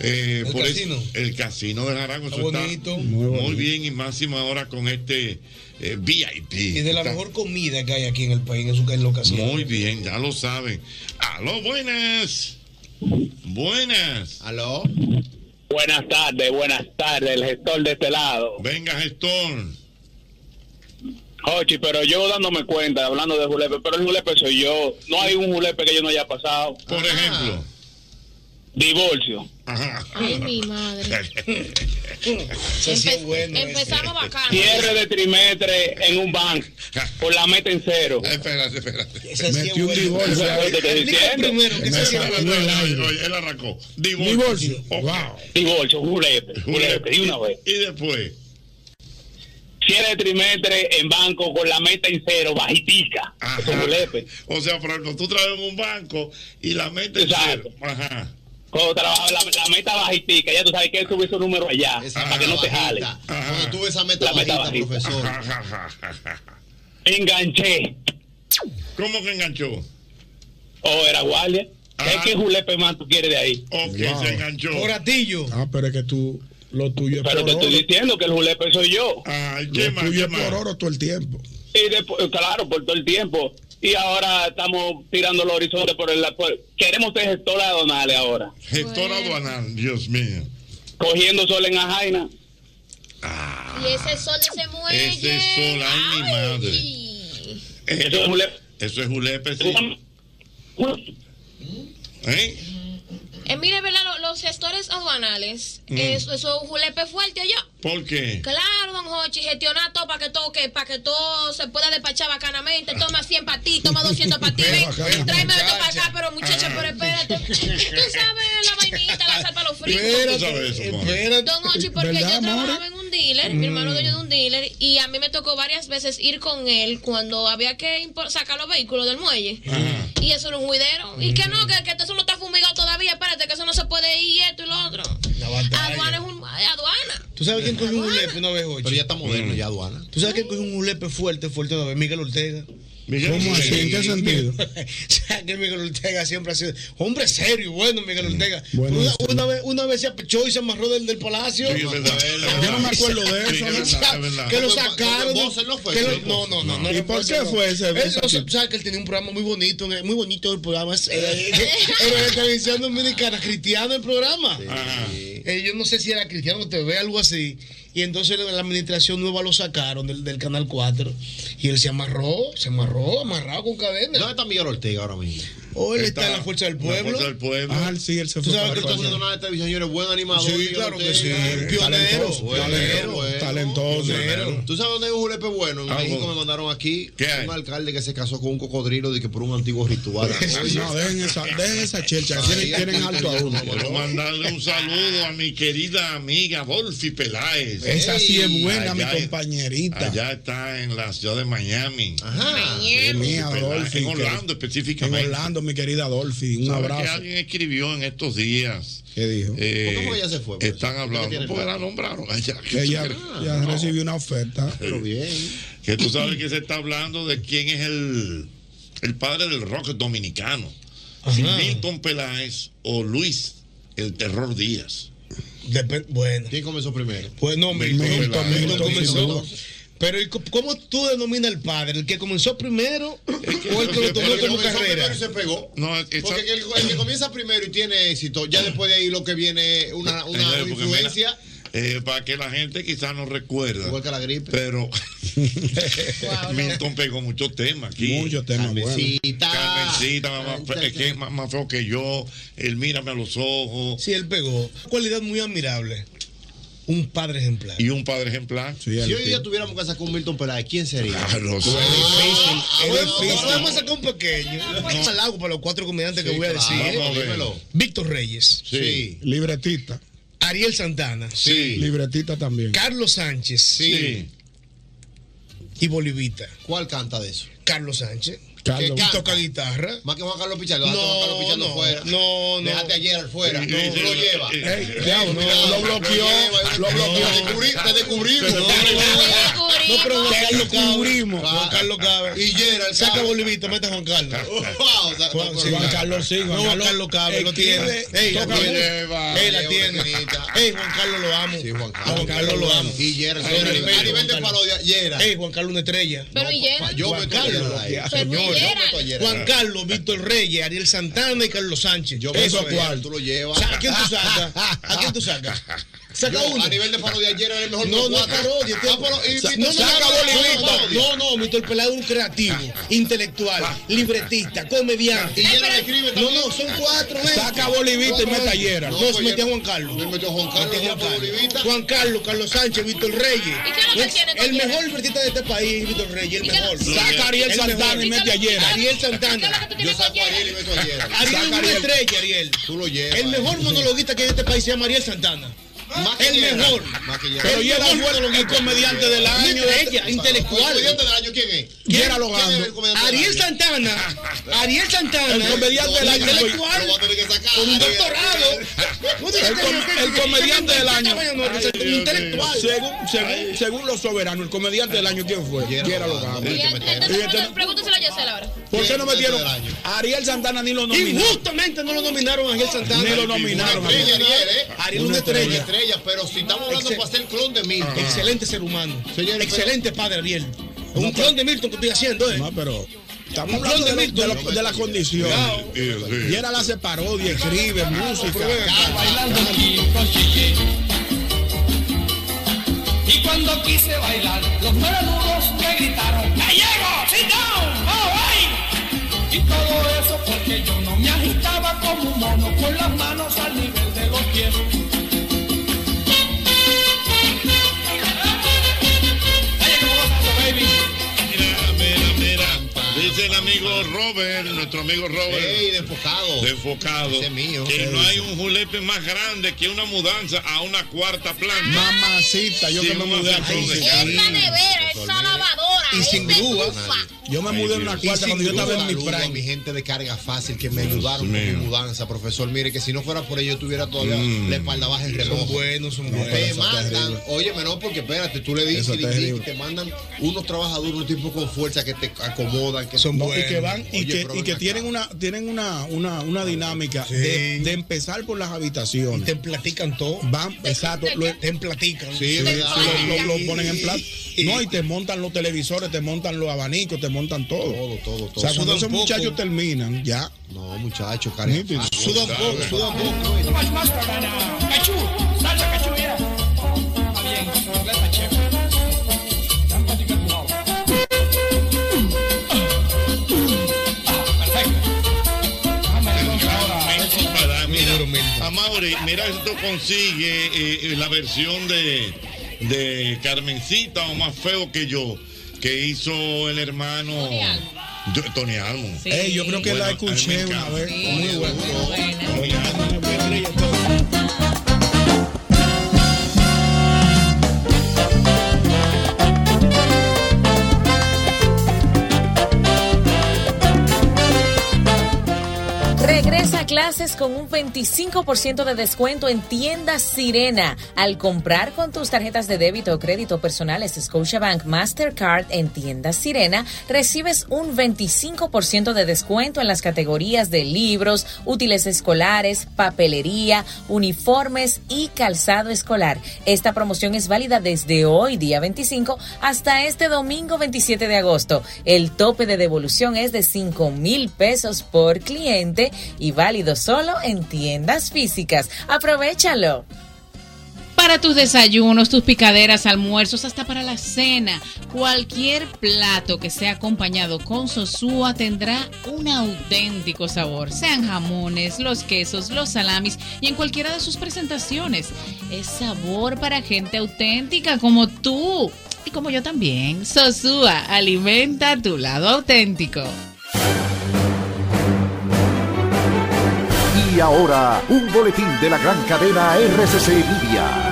Speaker 6: eh,
Speaker 10: El
Speaker 6: por es-
Speaker 10: casino.
Speaker 6: el casino de Naranjo
Speaker 10: Está
Speaker 6: Eso está
Speaker 10: bonito.
Speaker 6: muy, bien y máxima ahora con este eh, VIP.
Speaker 7: Y de la
Speaker 6: Está
Speaker 7: mejor comida que hay aquí en el país, en su en la ocasión.
Speaker 6: Muy bien, ya lo saben. Aló, buenas. Buenas.
Speaker 10: Aló.
Speaker 17: Buenas tardes, buenas tardes, el gestor de este lado.
Speaker 6: Venga, gestor.
Speaker 17: Jochi, pero yo dándome cuenta, hablando de julepe, pero el julepe soy yo. No hay un julepe que yo no haya pasado.
Speaker 6: Por ejemplo.
Speaker 17: Divorcio.
Speaker 9: Ay, mi madre. Empe- Empezamos bacano.
Speaker 17: Cierre de trimestre en un banco por la meta en cero.
Speaker 6: Espérate, espérate.
Speaker 17: Ese sí es
Speaker 6: Metió un
Speaker 17: bueno.
Speaker 6: divorcio. ¿eh?
Speaker 17: Eso es lo que te estoy diciendo.
Speaker 6: Espérate, espérate, oye, Él arrancó. Divorcio. Wow.
Speaker 17: Divorcio, julepe, julepe, de una vez.
Speaker 6: Y después.
Speaker 17: Cierre de trimestre en banco con la meta en cero, bajitica. Julepe.
Speaker 6: O sea, por ejemplo, tú traes en un banco y la meta en
Speaker 17: Exacto.
Speaker 6: cero. Ajá.
Speaker 17: Cuando trabajas la, la meta bajitica, ya tú sabes que él sube su número allá, para que no te jale.
Speaker 10: Cuando tuve esa meta
Speaker 17: La meta
Speaker 10: bajita,
Speaker 17: bajita.
Speaker 10: profesor.
Speaker 17: Enganché.
Speaker 6: ¿Cómo que enganchó? Ah,
Speaker 17: Oh, era guardia. ¿Qué, qué julepe más tú quieres de ahí?
Speaker 6: Ok,
Speaker 8: Wow. se
Speaker 6: enganchó.
Speaker 7: Coratillo.
Speaker 8: Ah, pero es que tú, lo tuyo es
Speaker 17: Pero
Speaker 8: por
Speaker 17: te estoy
Speaker 8: oro.
Speaker 17: diciendo que el julepe soy yo.
Speaker 8: Lo tuyo es por oro todo el tiempo.
Speaker 17: Y después, claro, por todo el tiempo. Y ahora estamos tirando los horizontes por el... por- queremos ser gestora aduanales ahora.
Speaker 6: Gestora aduanal, Dios mío.
Speaker 17: Cogiendo sol en Ajaina.
Speaker 9: Y ese sol de ese muelle.
Speaker 6: Ese sol, ay, mi madre. Eso es
Speaker 17: julepe.
Speaker 6: Eso es julepe, sí. ¿Eh?
Speaker 9: Eh, mire, ¿verdad? Lo- Los, gestores aduanales. eh,
Speaker 6: Mm.
Speaker 9: Eso, eso es un julepe fuerte allá.
Speaker 6: ¿Por qué?
Speaker 9: Claro, don Hochi, gestionar todo para que todo, que, para que todo se pueda despachar bacanamente. Toma 100 para ti, toma 200 para ti. ven, Tráeme esto para acá, pero
Speaker 6: Ah.
Speaker 9: muchacha, pero espérate. Tú sabes la vainita, la sal para los fritos.
Speaker 6: ¿Cómo eh, tú sabes eso, Juan?
Speaker 9: Don Hochi, porque yo trabajaba en un dealer, mi hermano dueño de un dealer, y a mí me tocó varias veces ir con él cuando había que impor- sacar los vehículos del muelle. Y eso era un juidero. Y que no, que, que eso no está fumigado todavía, espérate, que eso no se puede ir, y esto y lo otro. Aduana es un, eh, aduana.
Speaker 7: ¿Tú sabes quién cogió un julepe una vez, Jochi? Pero
Speaker 10: ya está moderno, ya aduana.
Speaker 7: ¿Tú sabes quién cogió un julepe fuerte, fuerte una vez? Miguel Ortega.
Speaker 8: ¿Cómo así? ¿En qué sentido?
Speaker 7: o sea, que Miguel Ortega siempre ha sido hombre serio y bueno, Miguel Ortega.
Speaker 8: Mm, bueno,
Speaker 7: una, una vez, una vez se apechó y se amarró del, del palacio.
Speaker 6: Sí, es verdad.
Speaker 8: Yo no me acuerdo de
Speaker 6: Sí,
Speaker 8: eso.
Speaker 6: es
Speaker 8: ¿no?
Speaker 6: verdad, es verdad.
Speaker 7: Que lo
Speaker 6: Fue-
Speaker 7: sacaron.
Speaker 10: fue Bosser, ¿no fue?
Speaker 7: que lo-
Speaker 10: Sí,
Speaker 7: no, no, no, no.
Speaker 8: ¿Y por qué
Speaker 7: Bosser, no.
Speaker 8: fue ese-
Speaker 7: Él,
Speaker 8: ese
Speaker 7: o sea,
Speaker 8: tipo?
Speaker 7: ¿Sabes que él tenía un programa muy bonito? Muy bonito el programa. es- eh, Era de televisión dominicana, cristiano el programa. Eh, yo no sé si era Cristiano TV, algo así. Y entonces la la administración nueva lo sacaron del, del Canal 4. Y él se amarró, se amarró, amarrado con cadena.
Speaker 10: ¿Dónde está Miguel Ortega ahora mismo?
Speaker 7: Hoy él está en la Fuerza del Pueblo.
Speaker 6: Fuerza del Pueblo.
Speaker 8: Ah, sí, él se
Speaker 10: Tú
Speaker 8: fue.
Speaker 10: sabes
Speaker 8: para
Speaker 10: que está
Speaker 8: allá.
Speaker 10: haciendo nada de televisión, señores, buen animador.
Speaker 8: Sí,
Speaker 10: Miguel
Speaker 8: claro que
Speaker 10: Ortega.
Speaker 8: sí.
Speaker 10: Pionero.
Speaker 8: Talentoso,
Speaker 10: bueno,
Speaker 8: talentoso,
Speaker 10: bueno.
Speaker 8: talentoso.
Speaker 10: Pionero. ¿Tú sabes dónde hay un julepe bueno? En
Speaker 8: Ah,
Speaker 10: México
Speaker 8: bueno.
Speaker 10: me mandaron aquí
Speaker 8: hay?
Speaker 10: un alcalde que se casó con un cocodrilo de que por un antiguo ritual.
Speaker 8: No, dejen esa, dejen esa chelcha. que Tienen, tienen alto a uno.
Speaker 6: Quiero mandarle un saludo a mi querida amiga Wolfi Peláez.
Speaker 8: Esa sí es buena, mi
Speaker 6: Allá-
Speaker 8: compañerita.
Speaker 6: Allá está en la ciudad de Miami.
Speaker 10: Ajá.
Speaker 8: Sí, mía,
Speaker 6: Wolfi Peláez,
Speaker 8: Dolphy,
Speaker 6: En
Speaker 8: que-
Speaker 6: Orlando
Speaker 8: En
Speaker 6: específicamente.
Speaker 8: Orlando, mi querida Dolphy. Un
Speaker 6: ¿Sabe que
Speaker 8: abrazo.
Speaker 6: alguien escribió en estos días.
Speaker 8: ¿Qué dijo?
Speaker 6: Eh,
Speaker 8: ¿Por qué fue que ella se
Speaker 10: fue, profesor?
Speaker 6: Están
Speaker 10: ¿Por qué
Speaker 6: hablando.
Speaker 10: tiene
Speaker 6: Porque
Speaker 10: plata?
Speaker 6: la nombraron. Allá, que
Speaker 8: Ella
Speaker 6: tú crees?
Speaker 8: ya recibió una oferta.
Speaker 10: Pero bien.
Speaker 6: Que tú sabes que se está hablando de quién es el, el padre del rock dominicano. Si Milton Peláez o Luis El Terror Díaz.
Speaker 7: Depen- bueno.
Speaker 10: ¿Quién comenzó primero?
Speaker 7: Pues no, Milton,
Speaker 6: Milton,
Speaker 7: Milton,
Speaker 6: Milton,
Speaker 7: Milton
Speaker 6: Milton.
Speaker 7: comenzó. Pero ¿y co- ¿cómo tú denominas el padre? ¿El que comenzó primero o el que lo tomó
Speaker 10: El que
Speaker 7: como
Speaker 10: comenzó primero
Speaker 7: carrera?
Speaker 10: y se pegó.
Speaker 6: No, es- es-
Speaker 10: Porque el, el que comienza primero y tiene éxito, ya después de ahí lo que viene es una, una
Speaker 6: Señores, porque
Speaker 10: Ah, influencia.
Speaker 6: mira, eh, para que la gente quizás no recuerda.
Speaker 10: Igual que la gripe.
Speaker 6: Pero Milton pegó muchos temas aquí.
Speaker 8: Muchos temas buenos.
Speaker 10: Carmencita.
Speaker 6: Carmencita, mamá, fe- es que es más, más feo que yo. El mírame a los ojos.
Speaker 7: Sí, él pegó. Cualidad muy admirable. un padre ejemplar.
Speaker 6: Y un padre ejemplar.
Speaker 10: Si hoy día tuviéramos que sacar un Milton Peláez, ¿quién sería?
Speaker 6: Claro,
Speaker 7: sí. Es difícil. Es difícil. ah, Vamos a sacar un pequeño. Un halago para los cuatro comediantes que voy a decir. ¿eh? Víctor Reyes.
Speaker 8: Sí. Libretista.
Speaker 7: Ariel Santana.
Speaker 8: Sí. Libretista también.
Speaker 7: Carlos Sánchez.
Speaker 10: Sí.
Speaker 7: Y Bolivita.
Speaker 10: ¿Cuál canta de eso?
Speaker 7: Carlos Sánchez.
Speaker 10: Carlos.
Speaker 7: Que toca guitarra.
Speaker 10: Más que Juan Carlos Pichardo. No, Carlos Pichardo
Speaker 7: no,
Speaker 10: fuera.
Speaker 7: No, no.
Speaker 10: Déjate a Gerard fuera.
Speaker 7: Sí,
Speaker 10: no,
Speaker 7: sí,
Speaker 10: no lo
Speaker 7: sí,
Speaker 10: lleva.
Speaker 7: sí. Ey, diablo,
Speaker 10: no,
Speaker 7: lo bloqueó,
Speaker 10: Lo bloqueó. Te descubrí- Te descubrimos.
Speaker 7: No, pero Juan Carlos cubrimos.
Speaker 10: Ca-
Speaker 7: Juan Carlos cabe.
Speaker 10: Y Gerald
Speaker 7: Saca
Speaker 10: cabe.
Speaker 7: Bolivita, mete a Juan Carlos.
Speaker 10: Wow, o sea,
Speaker 7: Ah, Juan,
Speaker 10: no,
Speaker 7: sí,
Speaker 10: pero-
Speaker 7: Juan Carlos sí, Juan
Speaker 10: No,
Speaker 7: Carlos, cabe, lo tiene. Ey, la
Speaker 10: toca
Speaker 7: tiene.
Speaker 10: lleva,
Speaker 7: Ey, la
Speaker 10: lleva
Speaker 7: tiene.
Speaker 10: tenita.
Speaker 7: Ey, Juan Carlos lo amo. A Juan Carlos lo amo.
Speaker 10: Y Gerald,
Speaker 7: Ahora,
Speaker 10: a nivel- a nivel de
Speaker 7: Juan Carlos.
Speaker 10: parodia, Gerald.
Speaker 7: Ey, Juan Carlos una estrella.
Speaker 9: Pero y Pues Gerald.
Speaker 10: Yo
Speaker 7: Juan
Speaker 10: meto a
Speaker 7: Carlos,
Speaker 10: Gerald ahí.
Speaker 9: Pero
Speaker 7: señor.
Speaker 9: Gerald.
Speaker 10: Yo meto a Gerald.
Speaker 7: Juan Carlos, Víctor Reyes, Ariel Santana y Carlos Sánchez.
Speaker 10: Ah. Yo meto
Speaker 7: Eso
Speaker 10: a Gerald,
Speaker 7: cuál.
Speaker 10: Tú lo llevas.
Speaker 7: ¿A quién tú sacas? ¿A quién tú sacas? Saca
Speaker 10: Yo,
Speaker 7: uno.
Speaker 10: A nivel de parodia, Gerald es el mejor.
Speaker 7: No,
Speaker 10: de
Speaker 7: no es
Speaker 10: cuatro.
Speaker 7: parodia. tío.
Speaker 10: Ah, pero- y-
Speaker 7: Sa-
Speaker 10: y-
Speaker 7: no, no,
Speaker 10: saca
Speaker 7: no,
Speaker 10: Bolivita.
Speaker 7: no, no, no, Víctor Pelado es un creativo, intelectual, libretista, comediante.
Speaker 10: Y Gerald escribe
Speaker 7: No,
Speaker 10: también.
Speaker 7: no, son cuatro. ¿eh?
Speaker 8: Saca a Bolivita y
Speaker 7: Cuatro,
Speaker 8: mete a
Speaker 7: ¿eh?
Speaker 8: Gerald.
Speaker 7: No,
Speaker 8: No,
Speaker 7: se metió a Juan Carlos.
Speaker 10: metió a Juan Carlos,
Speaker 7: Metió a Juan
Speaker 10: metió a Bolivita.
Speaker 7: Carlos. Juan Carlos, Carlos Sánchez, Víctor Reyes. Pues,
Speaker 9: ¿Y qué es lo que tiene con
Speaker 7: El
Speaker 9: Gerald?
Speaker 7: mejor libretista de este país, Víctor Reyes, el
Speaker 9: ¿Y qué lo-
Speaker 7: mejor.
Speaker 8: Saca a Ariel
Speaker 7: El mejor.
Speaker 8: Santana y mete a Gerald.
Speaker 7: Ariel Santana.
Speaker 10: Yo saco a Ariel y meto a Gerald.
Speaker 7: Ariel es
Speaker 10: Saca
Speaker 7: una
Speaker 10: a Ariel.
Speaker 7: estrella, Ariel.
Speaker 10: Tú lo llevas.
Speaker 7: El mejor monologuista que hay en este país se llama Ariel Santana.
Speaker 10: Más que
Speaker 7: El
Speaker 10: Gerald.
Speaker 7: mejor.
Speaker 10: Más que Gerald.
Speaker 8: Pero
Speaker 7: El
Speaker 8: Gerald
Speaker 7: mejor
Speaker 8: fue el
Speaker 7: monologuista.
Speaker 8: comediante del
Speaker 7: Una
Speaker 8: año.
Speaker 7: estrella,
Speaker 10: ¿El
Speaker 7: este, intelectual.
Speaker 10: comediante del año quién es?
Speaker 8: Gerald lo
Speaker 10: ¿Quién es
Speaker 8: gano.
Speaker 10: el comediante del
Speaker 7: Ariel
Speaker 10: año?
Speaker 7: Santana, Ariel Santana,
Speaker 8: El comediante del año.
Speaker 7: intelectual,
Speaker 10: Lo va a tener que sacar.
Speaker 7: con un
Speaker 10: Ariel.
Speaker 7: doctorado,
Speaker 8: El, com- el comediante del año.
Speaker 7: un intelectual.
Speaker 8: Según, según, según los soberanos, el comediante del año, ¿quién fue?
Speaker 10: Gerald
Speaker 8: Gerald
Speaker 10: Lozano.
Speaker 8: Lozano.
Speaker 10: Hay que
Speaker 8: Y
Speaker 10: meter.
Speaker 8: este-
Speaker 9: Entonces, pregúntaselo a Yesel ahora.
Speaker 8: ¿Por qué no metieron?
Speaker 10: del año.
Speaker 8: a Ariel Santana ni lo nominaron.
Speaker 7: Injustamente no lo nominaron a Ariel Santana.
Speaker 8: Ni lo
Speaker 10: Una
Speaker 8: nominaron.
Speaker 10: estrella, Ariel, ¿eh?
Speaker 7: Ariel
Speaker 8: Una
Speaker 7: una
Speaker 10: Una
Speaker 7: estrella.
Speaker 10: estrella, pero si estamos hablando
Speaker 7: Excel-
Speaker 10: para ser clon de mí.
Speaker 7: Excelente ser humano.
Speaker 10: Señores,
Speaker 7: Excelente padre Ariel. Un clon de Milton que estoy haciendo, eh.
Speaker 8: No, pero estamos
Speaker 7: Un
Speaker 8: hablando
Speaker 7: clon
Speaker 8: de,
Speaker 7: de
Speaker 8: lo- de, lo- de la condición.
Speaker 6: Sí, sí.
Speaker 8: Gerald hace parodia, escribe, música.
Speaker 2: bailando aquí con Chiqui. Y cuando quise bailar, los menudos me gritaron, ¡Gallego, sit down, oh, hey". Y todo eso porque yo no me agitaba como un mono con las manos al nivel de los pies. Gallego, gózalo, baby.
Speaker 6: Mira, mira, mira. Dice el amigo Robert, nuestro amigo Robert.
Speaker 10: Ey, de enfocado.
Speaker 6: de enfocado
Speaker 10: Ese mío.
Speaker 6: que no hay un julepe más grande que una mudanza a una cuarta planta
Speaker 8: Ah. Mamacita, yo
Speaker 6: Sí,
Speaker 8: que me
Speaker 6: una
Speaker 8: mudé a
Speaker 6: persona
Speaker 8: Ponce.
Speaker 6: que-
Speaker 9: Esa nevera, esa lavadora,
Speaker 10: Y sin
Speaker 9: esa
Speaker 10: grúa.
Speaker 9: estufa.
Speaker 8: Yo me mudé a una
Speaker 10: Y
Speaker 8: cuarta cuando yo estaba en mi
Speaker 10: saludo a mi
Speaker 8: prime.
Speaker 10: gente de carga fácil que me ayudaron con mi
Speaker 6: mío.
Speaker 10: mudanza, profesor. Mire, que si no fuera por ellos, tuviera todavía
Speaker 6: Mm.
Speaker 10: la espalda baja en reloj.
Speaker 7: Son buenos, son
Speaker 10: Te
Speaker 7: buenos.
Speaker 10: mandan, óyeme, no, porque espérate, tú le dices
Speaker 8: Eso
Speaker 10: y
Speaker 8: está
Speaker 10: dices, y
Speaker 8: terrible.
Speaker 10: te mandan unos trabajadores, unos tipos con fuerza que te acomodan, que
Speaker 7: Son
Speaker 8: No,
Speaker 7: buenos.
Speaker 8: y que van y
Speaker 10: Oye,
Speaker 8: que,
Speaker 10: pero
Speaker 8: y
Speaker 10: ven
Speaker 8: que
Speaker 10: acá.
Speaker 8: tienen una tienen una una, una dinámica
Speaker 7: Sí.
Speaker 8: de, de empezar por las habitaciones
Speaker 7: Te platican todo.
Speaker 8: van exacto lo,
Speaker 7: Te platican.
Speaker 10: Sí, es verdad.
Speaker 8: lo- lo- lo ponen en plan no y te montan los televisores te montan los abanicos te montan todo
Speaker 10: Todo, todo, todo.
Speaker 8: o sea cuando
Speaker 10: Sudan
Speaker 8: esos
Speaker 10: poco.
Speaker 8: muchachos terminan ya
Speaker 10: No, muchachos, carga
Speaker 8: Nítido.
Speaker 10: fácil. Sudan
Speaker 8: Ah,
Speaker 10: poco, sudan poco.
Speaker 2: Más, más programa. Cachú, salsa cachú, mira. Está bien, completa, chévere. Tan práctica tu voz. Ah, Perfecto. Déjame entonces ahora.
Speaker 6: Ven, compadre, Mira, Amaury, mira si tú consigues eh, eh, la versión de, de Carmencita o más feo que yo, que hizo el hermano
Speaker 9: Tony Almo.
Speaker 6: Yo- Tony Almo.
Speaker 23: Sí.
Speaker 8: Eh, yo creo que
Speaker 6: Bueno,
Speaker 8: la
Speaker 6: a
Speaker 8: escuché
Speaker 6: mí me
Speaker 8: una
Speaker 6: encanta.
Speaker 8: vez
Speaker 23: Sí,
Speaker 8: muy buena
Speaker 23: buena.
Speaker 6: Tony Almo.
Speaker 24: Regresa a clases con un 25% de descuento en tiendas Sirena. Al comprar con tus tarjetas de débito o crédito personales Scotiabank Mastercard en tiendas Sirena, recibes un 25% de descuento en las categorías de libros, útiles escolares, papelería, uniformes y calzado escolar. Esta promoción es válida desde hoy, día 25, hasta este domingo 27 de agosto. El tope de devolución es de 5 mil pesos por cliente y válido solo en tiendas físicas. Aprovechalo.
Speaker 11: para tus desayunos, tus picaderas, almuerzos, hasta para la cena. Cualquier plato que sea acompañado con sosúa tendrá un auténtico sabor. Sean jamones, los quesos, los salamis y en cualquiera de sus presentaciones. Es sabor para gente auténtica como tú y como yo también. Sosúa, alimenta tu lado auténtico.
Speaker 25: Y ahora, un boletín de la gran cadena RCC Media.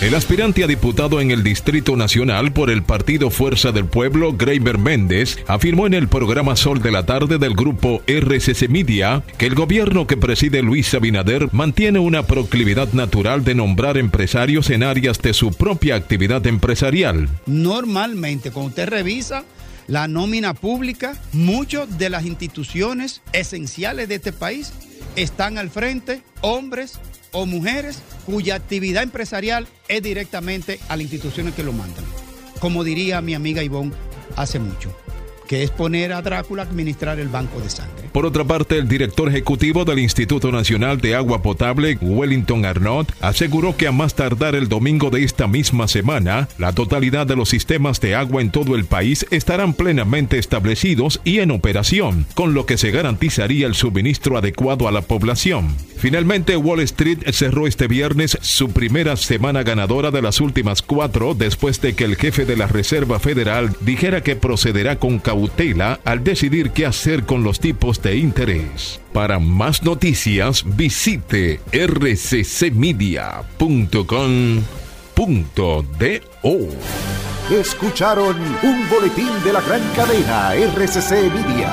Speaker 12: El aspirante a diputado en el Distrito Nacional por el Partido Fuerza del Pueblo, Graver Méndez, afirmó en el programa Sol de la Tarde del grupo RCC Media que el gobierno que preside Luis Abinader mantiene una proclividad natural de nombrar empresarios en áreas de su propia actividad empresarial.
Speaker 26: Normalmente, cuando usted revisa la nómina pública, muchas de las instituciones esenciales de este país están al frente hombres o mujeres cuya actividad empresarial es directamente a las instituciones que lo mandan. Como diría mi amiga Ivonne hace mucho que es poner a Drácula a administrar el banco de sangre.
Speaker 12: Por otra parte, el director ejecutivo del Instituto Nacional de Agua Potable, Wellington Arnott, aseguró que a más tardar el domingo de esta misma semana, la totalidad de los sistemas de agua en todo el país estarán plenamente establecidos y en operación, con lo que se garantizaría el suministro adecuado a la población. Finalmente, Wall Street cerró este viernes su primera semana ganadora de las últimas cuatro después de que el jefe de la Reserva Federal dijera que procederá con cautela al decidir qué hacer con los tipos de interés. Para más noticias, visite rccmedia.com.do.
Speaker 25: Escucharon un boletín de la gran cadena RCC Media.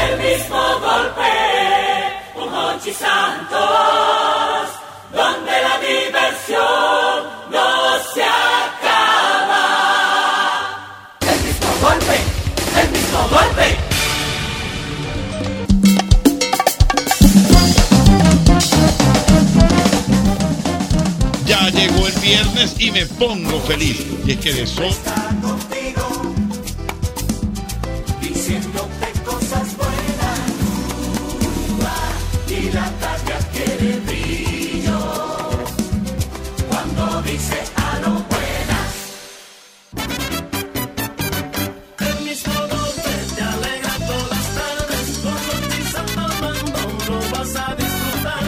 Speaker 2: mismo golpe. Un Hochi Santos. Donde la diversión no se acaba. El mismo golpe. El mismo golpe.
Speaker 6: Ya llegó el viernes y me pongo feliz. Y es que de eso
Speaker 2: Contigo. Diciéndote cosas buenas. Y la talla tiene brillo. Cuando dice "Ah, a lo buenas. El mismo golpe te alegra todas tardes. Con ti Santo lo vas a disfrutar.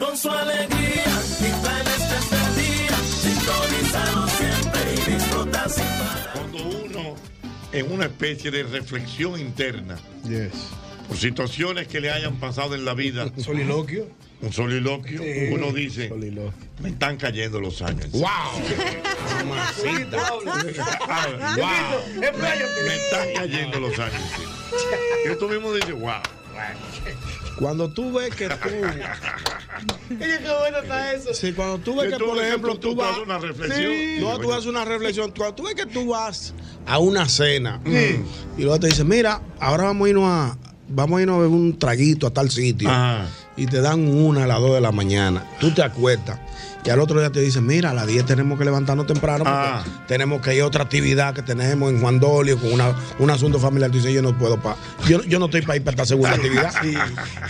Speaker 2: Con su alegría y planes te perdía. Sintonizalo siempre y disfruta sin parar.
Speaker 6: Cuando uno en una especie de reflexión interna por situaciones que le hayan pasado en la vida.
Speaker 7: Soliloquio.
Speaker 6: Un soliloquio.
Speaker 7: Sí.
Speaker 6: Uno dice, me están cayendo los años. ¡Wow! ¡Wow! Me están cayendo los años. sí. Y tú mismo dices, wow.
Speaker 8: Cuando tú ves que tú.
Speaker 2: Oye, qué bueno está eso.
Speaker 8: Sí, cuando tú ves que, por ejemplo, tú, vas. Sí, no, tú haces una reflexión. Cuando tú ves que tú vas Mm. a una cena y luego te dicen, mira, ahora vamos a irnos a. Vamos a irnos a beber un traguito a tal sitio. Y te dan una a las dos de la mañana. Tú te acuestas. Y al otro día te dicen, mira, a las 10 tenemos que levantarnos temprano porque
Speaker 6: Ah.
Speaker 8: tenemos que ir a otra actividad que tenemos en Juan Dolio con una- un asunto familiar. Tú dices, yo no puedo pa- yo, yo no estoy para ir para esta segunda actividad.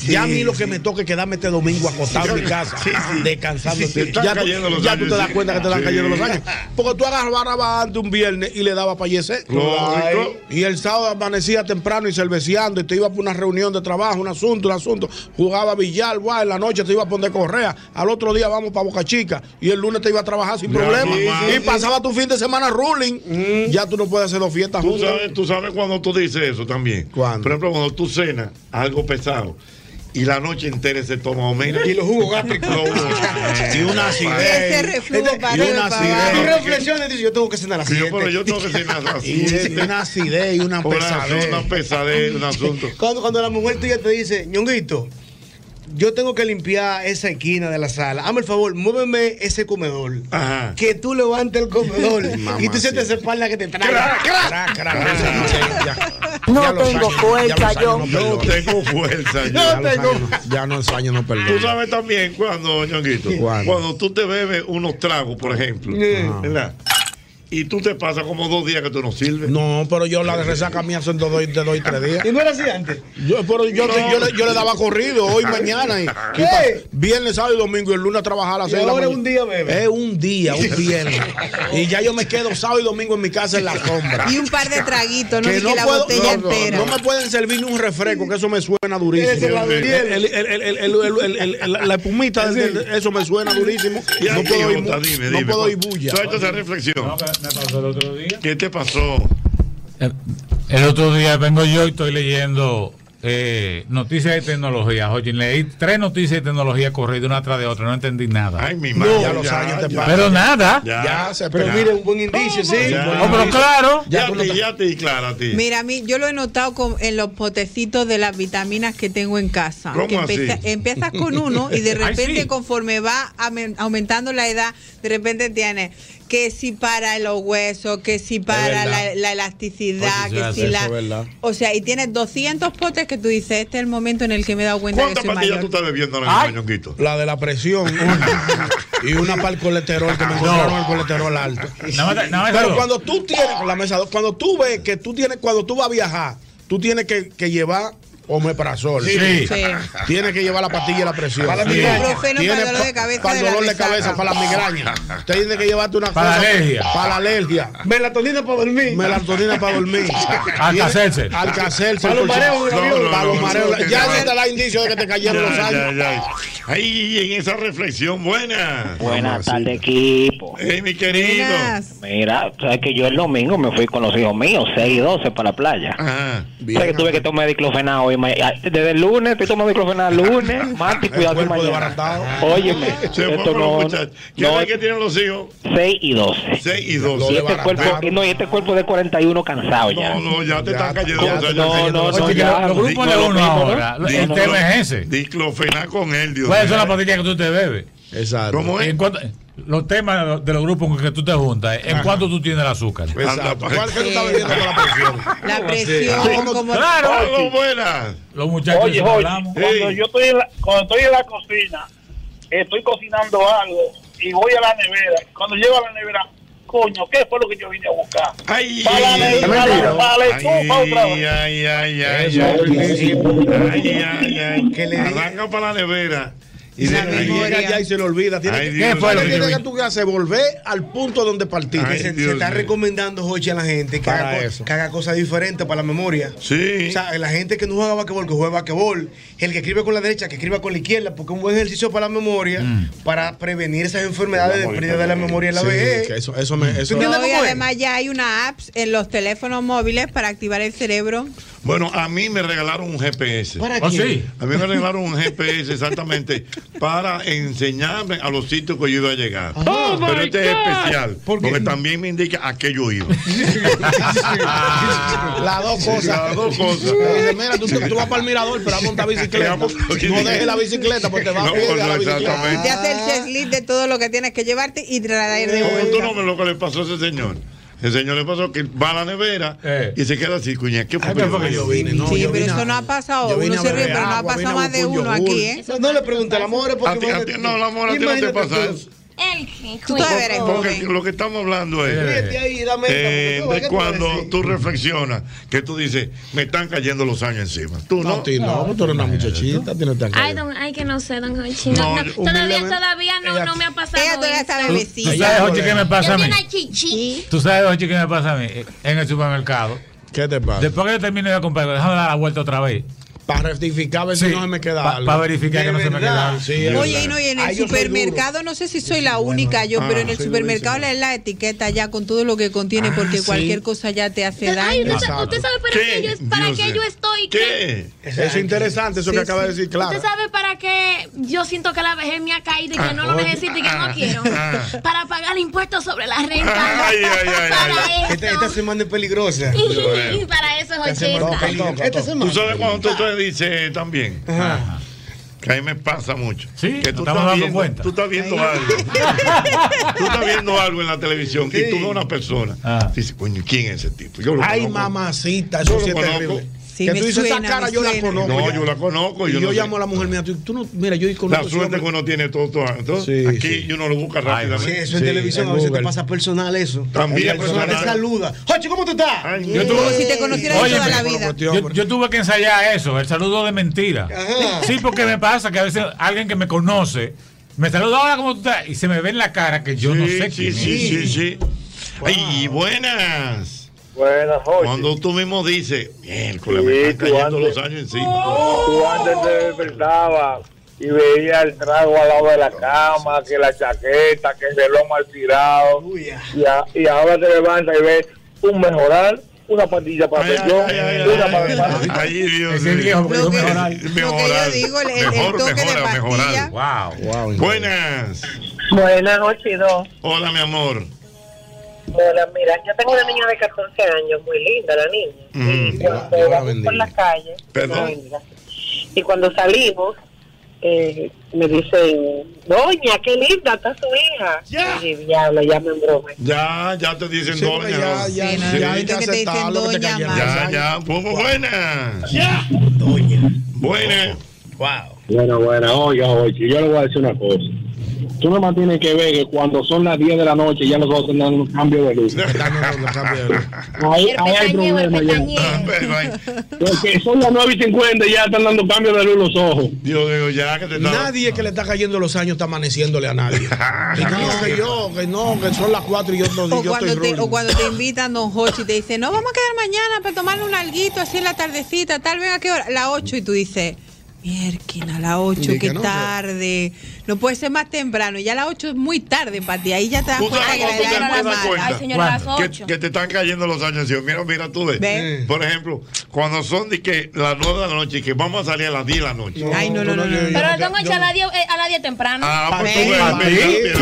Speaker 8: ya a mí lo que me toca es quedarme este domingo acostado en mi casa, descansando.
Speaker 6: Te están
Speaker 8: ya tú,
Speaker 6: cayendo los
Speaker 8: ya tú
Speaker 6: años,
Speaker 8: te das
Speaker 6: sí.
Speaker 8: cuenta que te están
Speaker 6: Sí.
Speaker 8: cayendo los años. Porque tú agarrabas antes un viernes y le dabas para yecer.
Speaker 6: Lógico.
Speaker 8: Y el sábado amanecía temprano y cerveceando y te iba para una reunión de trabajo, un asunto, un asunto. Jugaba billar, guay, en la noche te iba a poner correa. Al otro día vamos para Boca Chica y el lunes te iba a trabajar sin
Speaker 6: Ya,
Speaker 8: problema.
Speaker 6: mamá. Mm.
Speaker 8: y pasaba tu fin de semana ruling. Ya tú no puedes hacer dos fiestas
Speaker 6: Tú
Speaker 8: juntas.
Speaker 6: sabes, tú sabes cuando tú dices eso también. Por ejemplo, cuando tú cenas algo pesado y la noche entera se toma o menos.
Speaker 7: Y los jugos gástricos.
Speaker 6: Los jugos.
Speaker 8: Y una acidez. Ese reflujo
Speaker 7: Este-
Speaker 8: para
Speaker 7: y una
Speaker 8: abajo.
Speaker 7: acidez.
Speaker 8: Tú
Speaker 7: reflexiones dices, yo tengo que cenar así.
Speaker 6: Sí, pero yo tengo que cenar así.
Speaker 8: Y una acidez y una
Speaker 6: Una-
Speaker 8: pesadez.
Speaker 6: Una pesadez, un asunto.
Speaker 7: Cuando, cuando la mujer tuya te dice, ñonguito, yo tengo que limpiar esa esquina de la sala. Hazme el favor, muéveme ese comedor. Que tú levantes el comedor y tú sientes esa espalda que te trae.
Speaker 8: Ya los años-
Speaker 6: No
Speaker 8: ya los años perdonan.
Speaker 6: tengo fuerza. yo.
Speaker 8: Ya los años no- Ya no los años no
Speaker 6: Tú
Speaker 8: perdonan.
Speaker 6: sabes también cuando, ñonguito,
Speaker 8: ¿Cuándo?
Speaker 6: cuando tú te bebes unos tragos, por ejemplo,
Speaker 8: Ajá.
Speaker 6: ¿verdad? Y tú te pasas como dos días que tú no sirves.
Speaker 8: No, pero yo la resaca mía son de dos, de dos y tres días.
Speaker 7: ¿Y no era así antes?
Speaker 8: Yo, pero yo,
Speaker 7: No.
Speaker 8: yo le, yo le daba corrido hoy, mañana. Y, y
Speaker 7: ¿Qué?
Speaker 8: pa- viernes, sábado y domingo. Y el lunes a trabajar a las
Speaker 7: Y
Speaker 8: seis de la
Speaker 7: ahora
Speaker 8: mañana.
Speaker 7: un día, bebé.
Speaker 8: Es un día, un viernes. y ya yo me quedo sábado y domingo en mi casa en la sombra.
Speaker 27: Y un par de traguitos, no
Speaker 8: Que
Speaker 27: ni que la botella entera.
Speaker 8: no me pueden servir ni un refresco, que eso me suena durísimo.
Speaker 27: Ese es la
Speaker 8: El-
Speaker 27: Duriel.
Speaker 8: el- el- el- el- el- el- el- la- la espumita, del- del- eso me suena durísimo.
Speaker 6: Y
Speaker 8: No
Speaker 6: ahí,
Speaker 8: puedo ir,
Speaker 6: Jota,
Speaker 8: mu-
Speaker 6: dime,
Speaker 8: no
Speaker 6: dime,
Speaker 8: puedo ir
Speaker 6: ¿cuál-
Speaker 8: bulla.
Speaker 6: ¿Tú has hecho esa reflexión? ¿Qué te pasó?
Speaker 28: El otro día vengo yo y estoy leyendo eh, noticias de tecnología. Oye, leí tres noticias de tecnología corridas una tras de otra, no entendí nada. Ay, mi
Speaker 8: madre, No, ya los ya, años te ya, pasan.
Speaker 28: Pero nada.
Speaker 8: Ya, ya se
Speaker 28: Pero
Speaker 8: ya.
Speaker 28: mire,
Speaker 7: un buen indicio, sí.
Speaker 28: Oh, pero claro.
Speaker 8: Ya,
Speaker 6: te, ya te declara a ti.
Speaker 27: Mira, a mí yo lo he notado con- en los potecitos de las vitaminas que tengo en casa.
Speaker 6: ¿Cómo
Speaker 27: Que
Speaker 6: así?
Speaker 27: empiezas con uno y de
Speaker 6: Ay,
Speaker 27: repente
Speaker 6: sí.
Speaker 27: conforme va amen- aumentando la edad, de repente tienes que si para los huesos, que si para la,
Speaker 8: verdad.
Speaker 27: la elasticidad,
Speaker 8: Oye,
Speaker 27: que
Speaker 8: sí,
Speaker 27: si
Speaker 8: eso
Speaker 27: la...
Speaker 8: es verdad.
Speaker 27: O sea, y tienes 200 potes que tú dices, este es el momento en el que me he dado cuenta que
Speaker 6: ¿Cuántas
Speaker 27: soy
Speaker 6: pastillas
Speaker 27: mayor.
Speaker 6: tú estás bebiendo ahora
Speaker 27: Ay.
Speaker 6: mismo, Ñonguito?
Speaker 8: La de la presión y una para el colesterol que me encontraron el colesterol alto.
Speaker 28: Nada más- nada más
Speaker 8: Pero
Speaker 28: algo.
Speaker 8: cuando tú tienes con la mesa, dos, cuando tú ves que tú tienes, cuando tú vas a viajar, tú tienes que, que llevar omeprazol.
Speaker 28: Sí. Sí.
Speaker 8: Tienes que llevar la pastilla de la presión.
Speaker 28: Para la
Speaker 8: Sí.
Speaker 28: migraña.
Speaker 27: Ibuprofeno
Speaker 8: Tienes
Speaker 27: para el dolor
Speaker 8: pa-
Speaker 27: de cabeza
Speaker 8: Para el
Speaker 27: de la
Speaker 8: dolor de
Speaker 27: resaca.
Speaker 8: cabeza, para la migraña. Usted tiene que llevarte una
Speaker 28: Para la
Speaker 8: cosa-
Speaker 28: alergia.
Speaker 8: Para la alergia.
Speaker 7: Melatonina para dormir.
Speaker 8: Melatonina para dormir.
Speaker 28: Alka-Seltzer.
Speaker 8: Alcacelser.
Speaker 28: Para los mareos en el avión.
Speaker 8: Para los mareos. Ya no te da indicio de que te cayeron los
Speaker 6: Ya,
Speaker 8: años.
Speaker 6: ya, ya. Ahí en esa reflexión, buena.
Speaker 16: Buenas tardes, equipo.
Speaker 6: Hey, mi querido.
Speaker 16: Mira, sabes que yo el domingo me fui con los hijos míos, 6 y 12 para la playa.
Speaker 6: Ah,
Speaker 16: sabes que tuve que tomar diclofenac hoy. ma- ay, Desde el lunes estoy tomando diclofenac lunes, martes, cuidado y mañana. Ah. Óyeme,
Speaker 6: Se fue
Speaker 16: esto
Speaker 6: por los
Speaker 16: no,
Speaker 6: muchachos. ¿Qué
Speaker 16: no
Speaker 6: edad
Speaker 16: es-
Speaker 6: que tienen los hijos?
Speaker 16: 6 y 12.
Speaker 6: 6 y 12.
Speaker 16: Y este, cuerpo, y no, y este cuerpo de 41 cansado ya.
Speaker 6: No, no, ya te están cayendo.
Speaker 16: ya,
Speaker 6: o sea, ya
Speaker 16: no,
Speaker 6: te-
Speaker 16: no, no,
Speaker 28: Oye, que
Speaker 16: ya,
Speaker 28: los- los
Speaker 16: no,
Speaker 28: grupos
Speaker 16: no,
Speaker 28: de
Speaker 16: lo
Speaker 28: uno
Speaker 16: mismo, ¿no?
Speaker 28: ahora,
Speaker 16: Sí,
Speaker 28: el
Speaker 16: no,
Speaker 28: tema
Speaker 16: no.
Speaker 28: es ese.
Speaker 6: Diclofenac con él, Dios
Speaker 28: ¿Cuáles
Speaker 6: mío.
Speaker 28: son las pastillas que tú te bebes?
Speaker 8: Exacto.
Speaker 28: ¿Cómo es? En cuanto- los temas de los- de los grupos con que tú te juntas, ¿en
Speaker 8: Ajá.
Speaker 28: cuánto tú tienes el azúcar?
Speaker 8: Exacto. ¿Cuál que tú estás bebiendo con la presión?
Speaker 27: La
Speaker 28: ¿Cómo
Speaker 27: presión,
Speaker 28: no?
Speaker 27: como...
Speaker 28: Claro.
Speaker 6: Algo buena.
Speaker 28: Los Oh, muchachos
Speaker 17: Oye,
Speaker 28: que
Speaker 17: oye,
Speaker 28: hablamos.
Speaker 17: cuando
Speaker 28: Sí.
Speaker 17: yo estoy en la, cuando estoy en la cocina, estoy cocinando algo y voy a la nevera. Cuando llego a la nevera, coño, ¿qué fue lo que yo vine a buscar?
Speaker 6: Ay,
Speaker 17: para la nevera, para, la estufa otra vez.
Speaker 6: Ay, ay, ay, ay,
Speaker 17: Eso
Speaker 6: ay,
Speaker 17: es.
Speaker 6: ay, ay, ay. Arranca para la nevera. Y de ahí-
Speaker 8: Llega ya y se le olvida. Tiene
Speaker 6: Ay,
Speaker 8: que,
Speaker 6: Dios
Speaker 8: ¿Qué fue lo que
Speaker 6: mío.
Speaker 8: tiene que tú que hacer? Volver al punto donde partiste.
Speaker 7: Que se, se está recomendando, Jochi, a la gente que
Speaker 8: Para
Speaker 7: haga, co-
Speaker 8: eso.
Speaker 7: que haga cosas diferentes para la memoria.
Speaker 6: Sí.
Speaker 7: O sea, la gente que no juega basquetbol, que juega basquetbol. El que escribe con la derecha, que escriba con la izquierda, porque es un buen ejercicio para la memoria,
Speaker 6: Mm.
Speaker 7: para prevenir esas enfermedades de pérdida de la memoria en la
Speaker 8: Sí,
Speaker 7: vejez.
Speaker 8: que eso, eso me, eso-
Speaker 27: No, y además ya hay una app en los teléfonos móviles para activar el cerebro.
Speaker 6: Bueno, a mí me regalaron un GPS.
Speaker 27: ¿Para ¿Ah, qué? sí?
Speaker 6: A mí me regalaron un GPS exactamente para enseñarme a los sitios que yo iba a llegar.
Speaker 29: Oh,
Speaker 6: Pero
Speaker 29: my
Speaker 6: este es
Speaker 29: God.
Speaker 6: especial, porque también me indica a qué yo iba.
Speaker 8: Ah, Las dos
Speaker 6: Sí,
Speaker 8: cosas.
Speaker 6: las dos cosas.
Speaker 8: Me dice, mira, tú, tú vas para el mirador, pero a montar bicicleta. No dejes la bicicleta porque te va a
Speaker 6: No, no,
Speaker 8: pegar la
Speaker 27: Y te
Speaker 8: bicicleta.
Speaker 27: hace el checklist de todo lo que tienes que llevarte y traer de
Speaker 6: Tú no
Speaker 27: vuelta.
Speaker 6: ves lo que le pasó a ese señor. El señor le pasó que va a la nevera y se queda así, cuña. ¿Qué Eh. Ah, fue que yo vine? No,
Speaker 27: Sí, pero eso no ha pasado.
Speaker 6: yo vine
Speaker 27: Uno
Speaker 6: a
Speaker 27: se ríe,
Speaker 6: beber
Speaker 27: pero no ha
Speaker 6: agua, vine
Speaker 27: pasado
Speaker 6: a
Speaker 27: más de
Speaker 6: buscar un
Speaker 27: uno
Speaker 6: yogur.
Speaker 27: aquí, ¿eh?
Speaker 7: No le pregunté al amor
Speaker 6: A ti- a ti- no, el amor a ti no te pasa eso.
Speaker 27: El Tú
Speaker 6: Porque-
Speaker 27: eres
Speaker 6: porque
Speaker 27: joven.
Speaker 6: lo que estamos hablando es
Speaker 7: Ríete ahí, dame esta,
Speaker 6: eh,
Speaker 7: porque tú, ¿qué
Speaker 6: de
Speaker 7: tú vas a
Speaker 6: cuando
Speaker 7: decir?
Speaker 6: tú reflexionas, que tú dices, me están cayendo los años encima. Tú no.
Speaker 8: ti no, tú eres una muchachita, tienes tan
Speaker 9: Ay, don, ay, que no sé, don Hochi.
Speaker 6: No,
Speaker 9: No, no,
Speaker 6: yo-
Speaker 9: todavía,
Speaker 6: humildemente,
Speaker 9: todavía no,
Speaker 6: ella-
Speaker 9: no me ha pasado. Ella todavía está
Speaker 28: ¿Tú, tú sabes, Jochi, qué me pasa a mí?
Speaker 9: chichi.
Speaker 28: ¿Tú sabes, Jochi, qué me pasa a mí? eh, En el supermercado.
Speaker 8: ¿Qué te pasa?
Speaker 28: Después que yo termine de comprar, déjame dar la vuelta otra vez.
Speaker 8: Para rectificar, a ver si no se me queda algo.
Speaker 28: Para verificar
Speaker 8: De
Speaker 28: que no se me
Speaker 8: verdad.
Speaker 28: queda algo.
Speaker 8: Sí, es
Speaker 27: Oye, y no, y en el
Speaker 8: Ay, yo soy
Speaker 27: supermercado, no sé si soy la única yo,
Speaker 28: Ah,
Speaker 27: pero en el
Speaker 28: soy
Speaker 27: supermercado lees la etiqueta ya con todo lo que contiene, porque
Speaker 8: sí.
Speaker 27: cualquier cosa ya te hace daño.
Speaker 9: Ay, usted,
Speaker 8: Exacto.
Speaker 9: usted sabe para
Speaker 8: ¿Qué?
Speaker 9: qué, yo, para
Speaker 8: Dios
Speaker 9: qué
Speaker 8: mío.
Speaker 9: yo estoy.
Speaker 8: ¿Qué? Eso es interesante, eso
Speaker 9: Sí,
Speaker 8: que acaba
Speaker 9: sí.
Speaker 8: de decir, claro.
Speaker 9: Usted sabe para qué yo siento que la vejez me ha caído y que
Speaker 8: Ah,
Speaker 9: no lo
Speaker 8: oye.
Speaker 9: necesito y que
Speaker 8: Ah,
Speaker 9: no quiero.
Speaker 8: ah.
Speaker 9: Para pagar impuestos sobre la renta.
Speaker 7: Ay, ay, ay,
Speaker 9: para
Speaker 7: ay.
Speaker 9: eso.
Speaker 7: Esta, esta semana es peligrosa.
Speaker 8: Ah.
Speaker 9: Y para eso
Speaker 7: Esta
Speaker 9: es
Speaker 7: semana
Speaker 9: 80.
Speaker 7: es peligrosa. Esta
Speaker 6: Tú
Speaker 7: semana.
Speaker 6: sabes cuando tú te dices también. Ajá. Que a mí me pasa mucho. que tú
Speaker 28: nos estamos dando
Speaker 6: viendo,
Speaker 28: cuenta.
Speaker 6: Tú estás viendo algo. tú estás viendo algo en la televisión y
Speaker 28: Ah.
Speaker 6: tú ves una persona. Dices, coño, ¿quién es ese tipo? Yo lo
Speaker 8: Ay,
Speaker 6: conozco. Yo
Speaker 8: mamacita, eso
Speaker 6: lo
Speaker 8: sí es
Speaker 6: conozco.
Speaker 8: terrible.
Speaker 27: sí,
Speaker 8: que
Speaker 27: me
Speaker 8: tú dices,
Speaker 27: suena,
Speaker 8: esa cara
Speaker 27: me
Speaker 8: yo la
Speaker 27: suena".
Speaker 8: conozco.
Speaker 6: No,
Speaker 8: ya".
Speaker 6: yo la conozco,
Speaker 8: Y
Speaker 6: yo
Speaker 8: yo,
Speaker 6: no sé.
Speaker 8: llamo a la mujer mía, tú, tú no, mira, yo conozco.
Speaker 6: La
Speaker 8: a ese
Speaker 6: suerte que
Speaker 8: hombre.
Speaker 6: uno tiene todo, todo entonces,
Speaker 8: Sí,
Speaker 6: aquí
Speaker 8: sí.
Speaker 6: uno lo busca
Speaker 8: Ay,
Speaker 6: rápidamente.
Speaker 8: sí,
Speaker 7: Sí, eso en televisión a veces te pasa personal eso.
Speaker 6: También
Speaker 7: La persona te
Speaker 6: personal.
Speaker 7: saluda. Jochi, ¿cómo tú estás?
Speaker 28: Yo tuve-
Speaker 7: Como si te
Speaker 27: conociera
Speaker 28: Oye,
Speaker 27: toda la
Speaker 28: me-
Speaker 27: vida.
Speaker 28: Yo, yo tuve que ensayar eso, el saludo de mentira.
Speaker 27: Ajá.
Speaker 28: Sí, porque me pasa que a veces alguien que me conoce me saluda ahora como tú estás y se me ve en la cara que yo no
Speaker 6: Sí,
Speaker 28: sé
Speaker 6: sí,
Speaker 28: quién
Speaker 6: sí, sí,
Speaker 28: es.
Speaker 6: sí. Ay, buenas.
Speaker 17: Buenas, Jorge.
Speaker 6: Cuando tú mismo dices, miércoles, me están
Speaker 17: tú Oh.
Speaker 6: cayendo
Speaker 17: antes-
Speaker 6: los años encima.
Speaker 17: Tú antes te despertabas y veía el trago al lado de la cama, que la chaqueta, que el reloj mal tirado. Y, a- y ahora te levantas y ves un mejorar, una pandilla para perdón, una para
Speaker 6: Ay, Dios mío.
Speaker 27: Lo que-
Speaker 6: Mejorar.
Speaker 27: Yo digo, el, el
Speaker 6: Mejor,
Speaker 27: toque de
Speaker 6: mejora,
Speaker 27: pastilla.
Speaker 6: mejorar. Wow. Buenas.
Speaker 2: Buenas noches, dos.
Speaker 6: Hola, mi amor.
Speaker 2: Bueno, mira, yo tengo una niña de 14 años, muy linda la niña.
Speaker 6: Mm.
Speaker 2: Cuando vamos por la calle,
Speaker 6: Perdón.
Speaker 2: ay, mira. y cuando salimos, eh, me dicen, doña, qué linda está su hija. Ya. Y dije, diablo, ya me embromé.
Speaker 6: Ya, ya te dicen
Speaker 2: Sí,
Speaker 6: doña.
Speaker 2: ya,
Speaker 6: ¿no?
Speaker 2: ya,
Speaker 6: Sí.
Speaker 2: ya, ya hay que aceptarlo, que te cayó el
Speaker 6: Ya,
Speaker 2: año.
Speaker 6: ya. Pues, buenas. Ya. Doña. Buenas. Wow.
Speaker 30: Bueno, bueno, oiga, oye, yo le voy a decir una cosa. Tú nomás tienes que ver que cuando son las 10 de la noche ya nosotros tenemos un cambio de luz. Ahí, ahí hay problema ya. Porque son las 9 y 50 y ya están dando cambio de luz los ojos.
Speaker 6: Yo digo, ya que te está-
Speaker 8: Nadie que le está cayendo los años está amaneciéndole a nadie. Que no, que yo, que no, que son las cuatro y yo, no-
Speaker 27: O
Speaker 8: yo estoy
Speaker 27: cuando, te,
Speaker 8: ruin.
Speaker 27: o cuando te invitan, don Hochi, te dice, no, vamos a quedar mañana para tomarle un alguito así en la tardecita, tal vez a qué hora, la 8, y tú dices, mierkin, a las 8,
Speaker 30: Dije,
Speaker 27: qué
Speaker 30: no, pero-
Speaker 27: tarde, no puede ser más temprano, ya a las 8 es muy tarde para ti, ahí ya te das
Speaker 6: ¿Tú
Speaker 27: cuenta
Speaker 6: sabes
Speaker 27: que Pues,
Speaker 6: cuando tú te
Speaker 27: la edad no
Speaker 6: das
Speaker 27: es mala.
Speaker 6: cuenta?
Speaker 27: ¿Qué-
Speaker 6: Que- Que, te están cayendo los años. Yo, mira, mira tú ves.
Speaker 27: Ve.
Speaker 6: Sí. Por ejemplo, cuando son de que las 9 de la noche y que vamos a salir a las 10 de la noche.
Speaker 27: Ay, no, no, no. no,
Speaker 9: Pero el don Ocho a las 10 eh, a las 10 temprano.
Speaker 6: Ah, pues tú
Speaker 9: Ven.
Speaker 6: ves,
Speaker 9: A
Speaker 6: ves,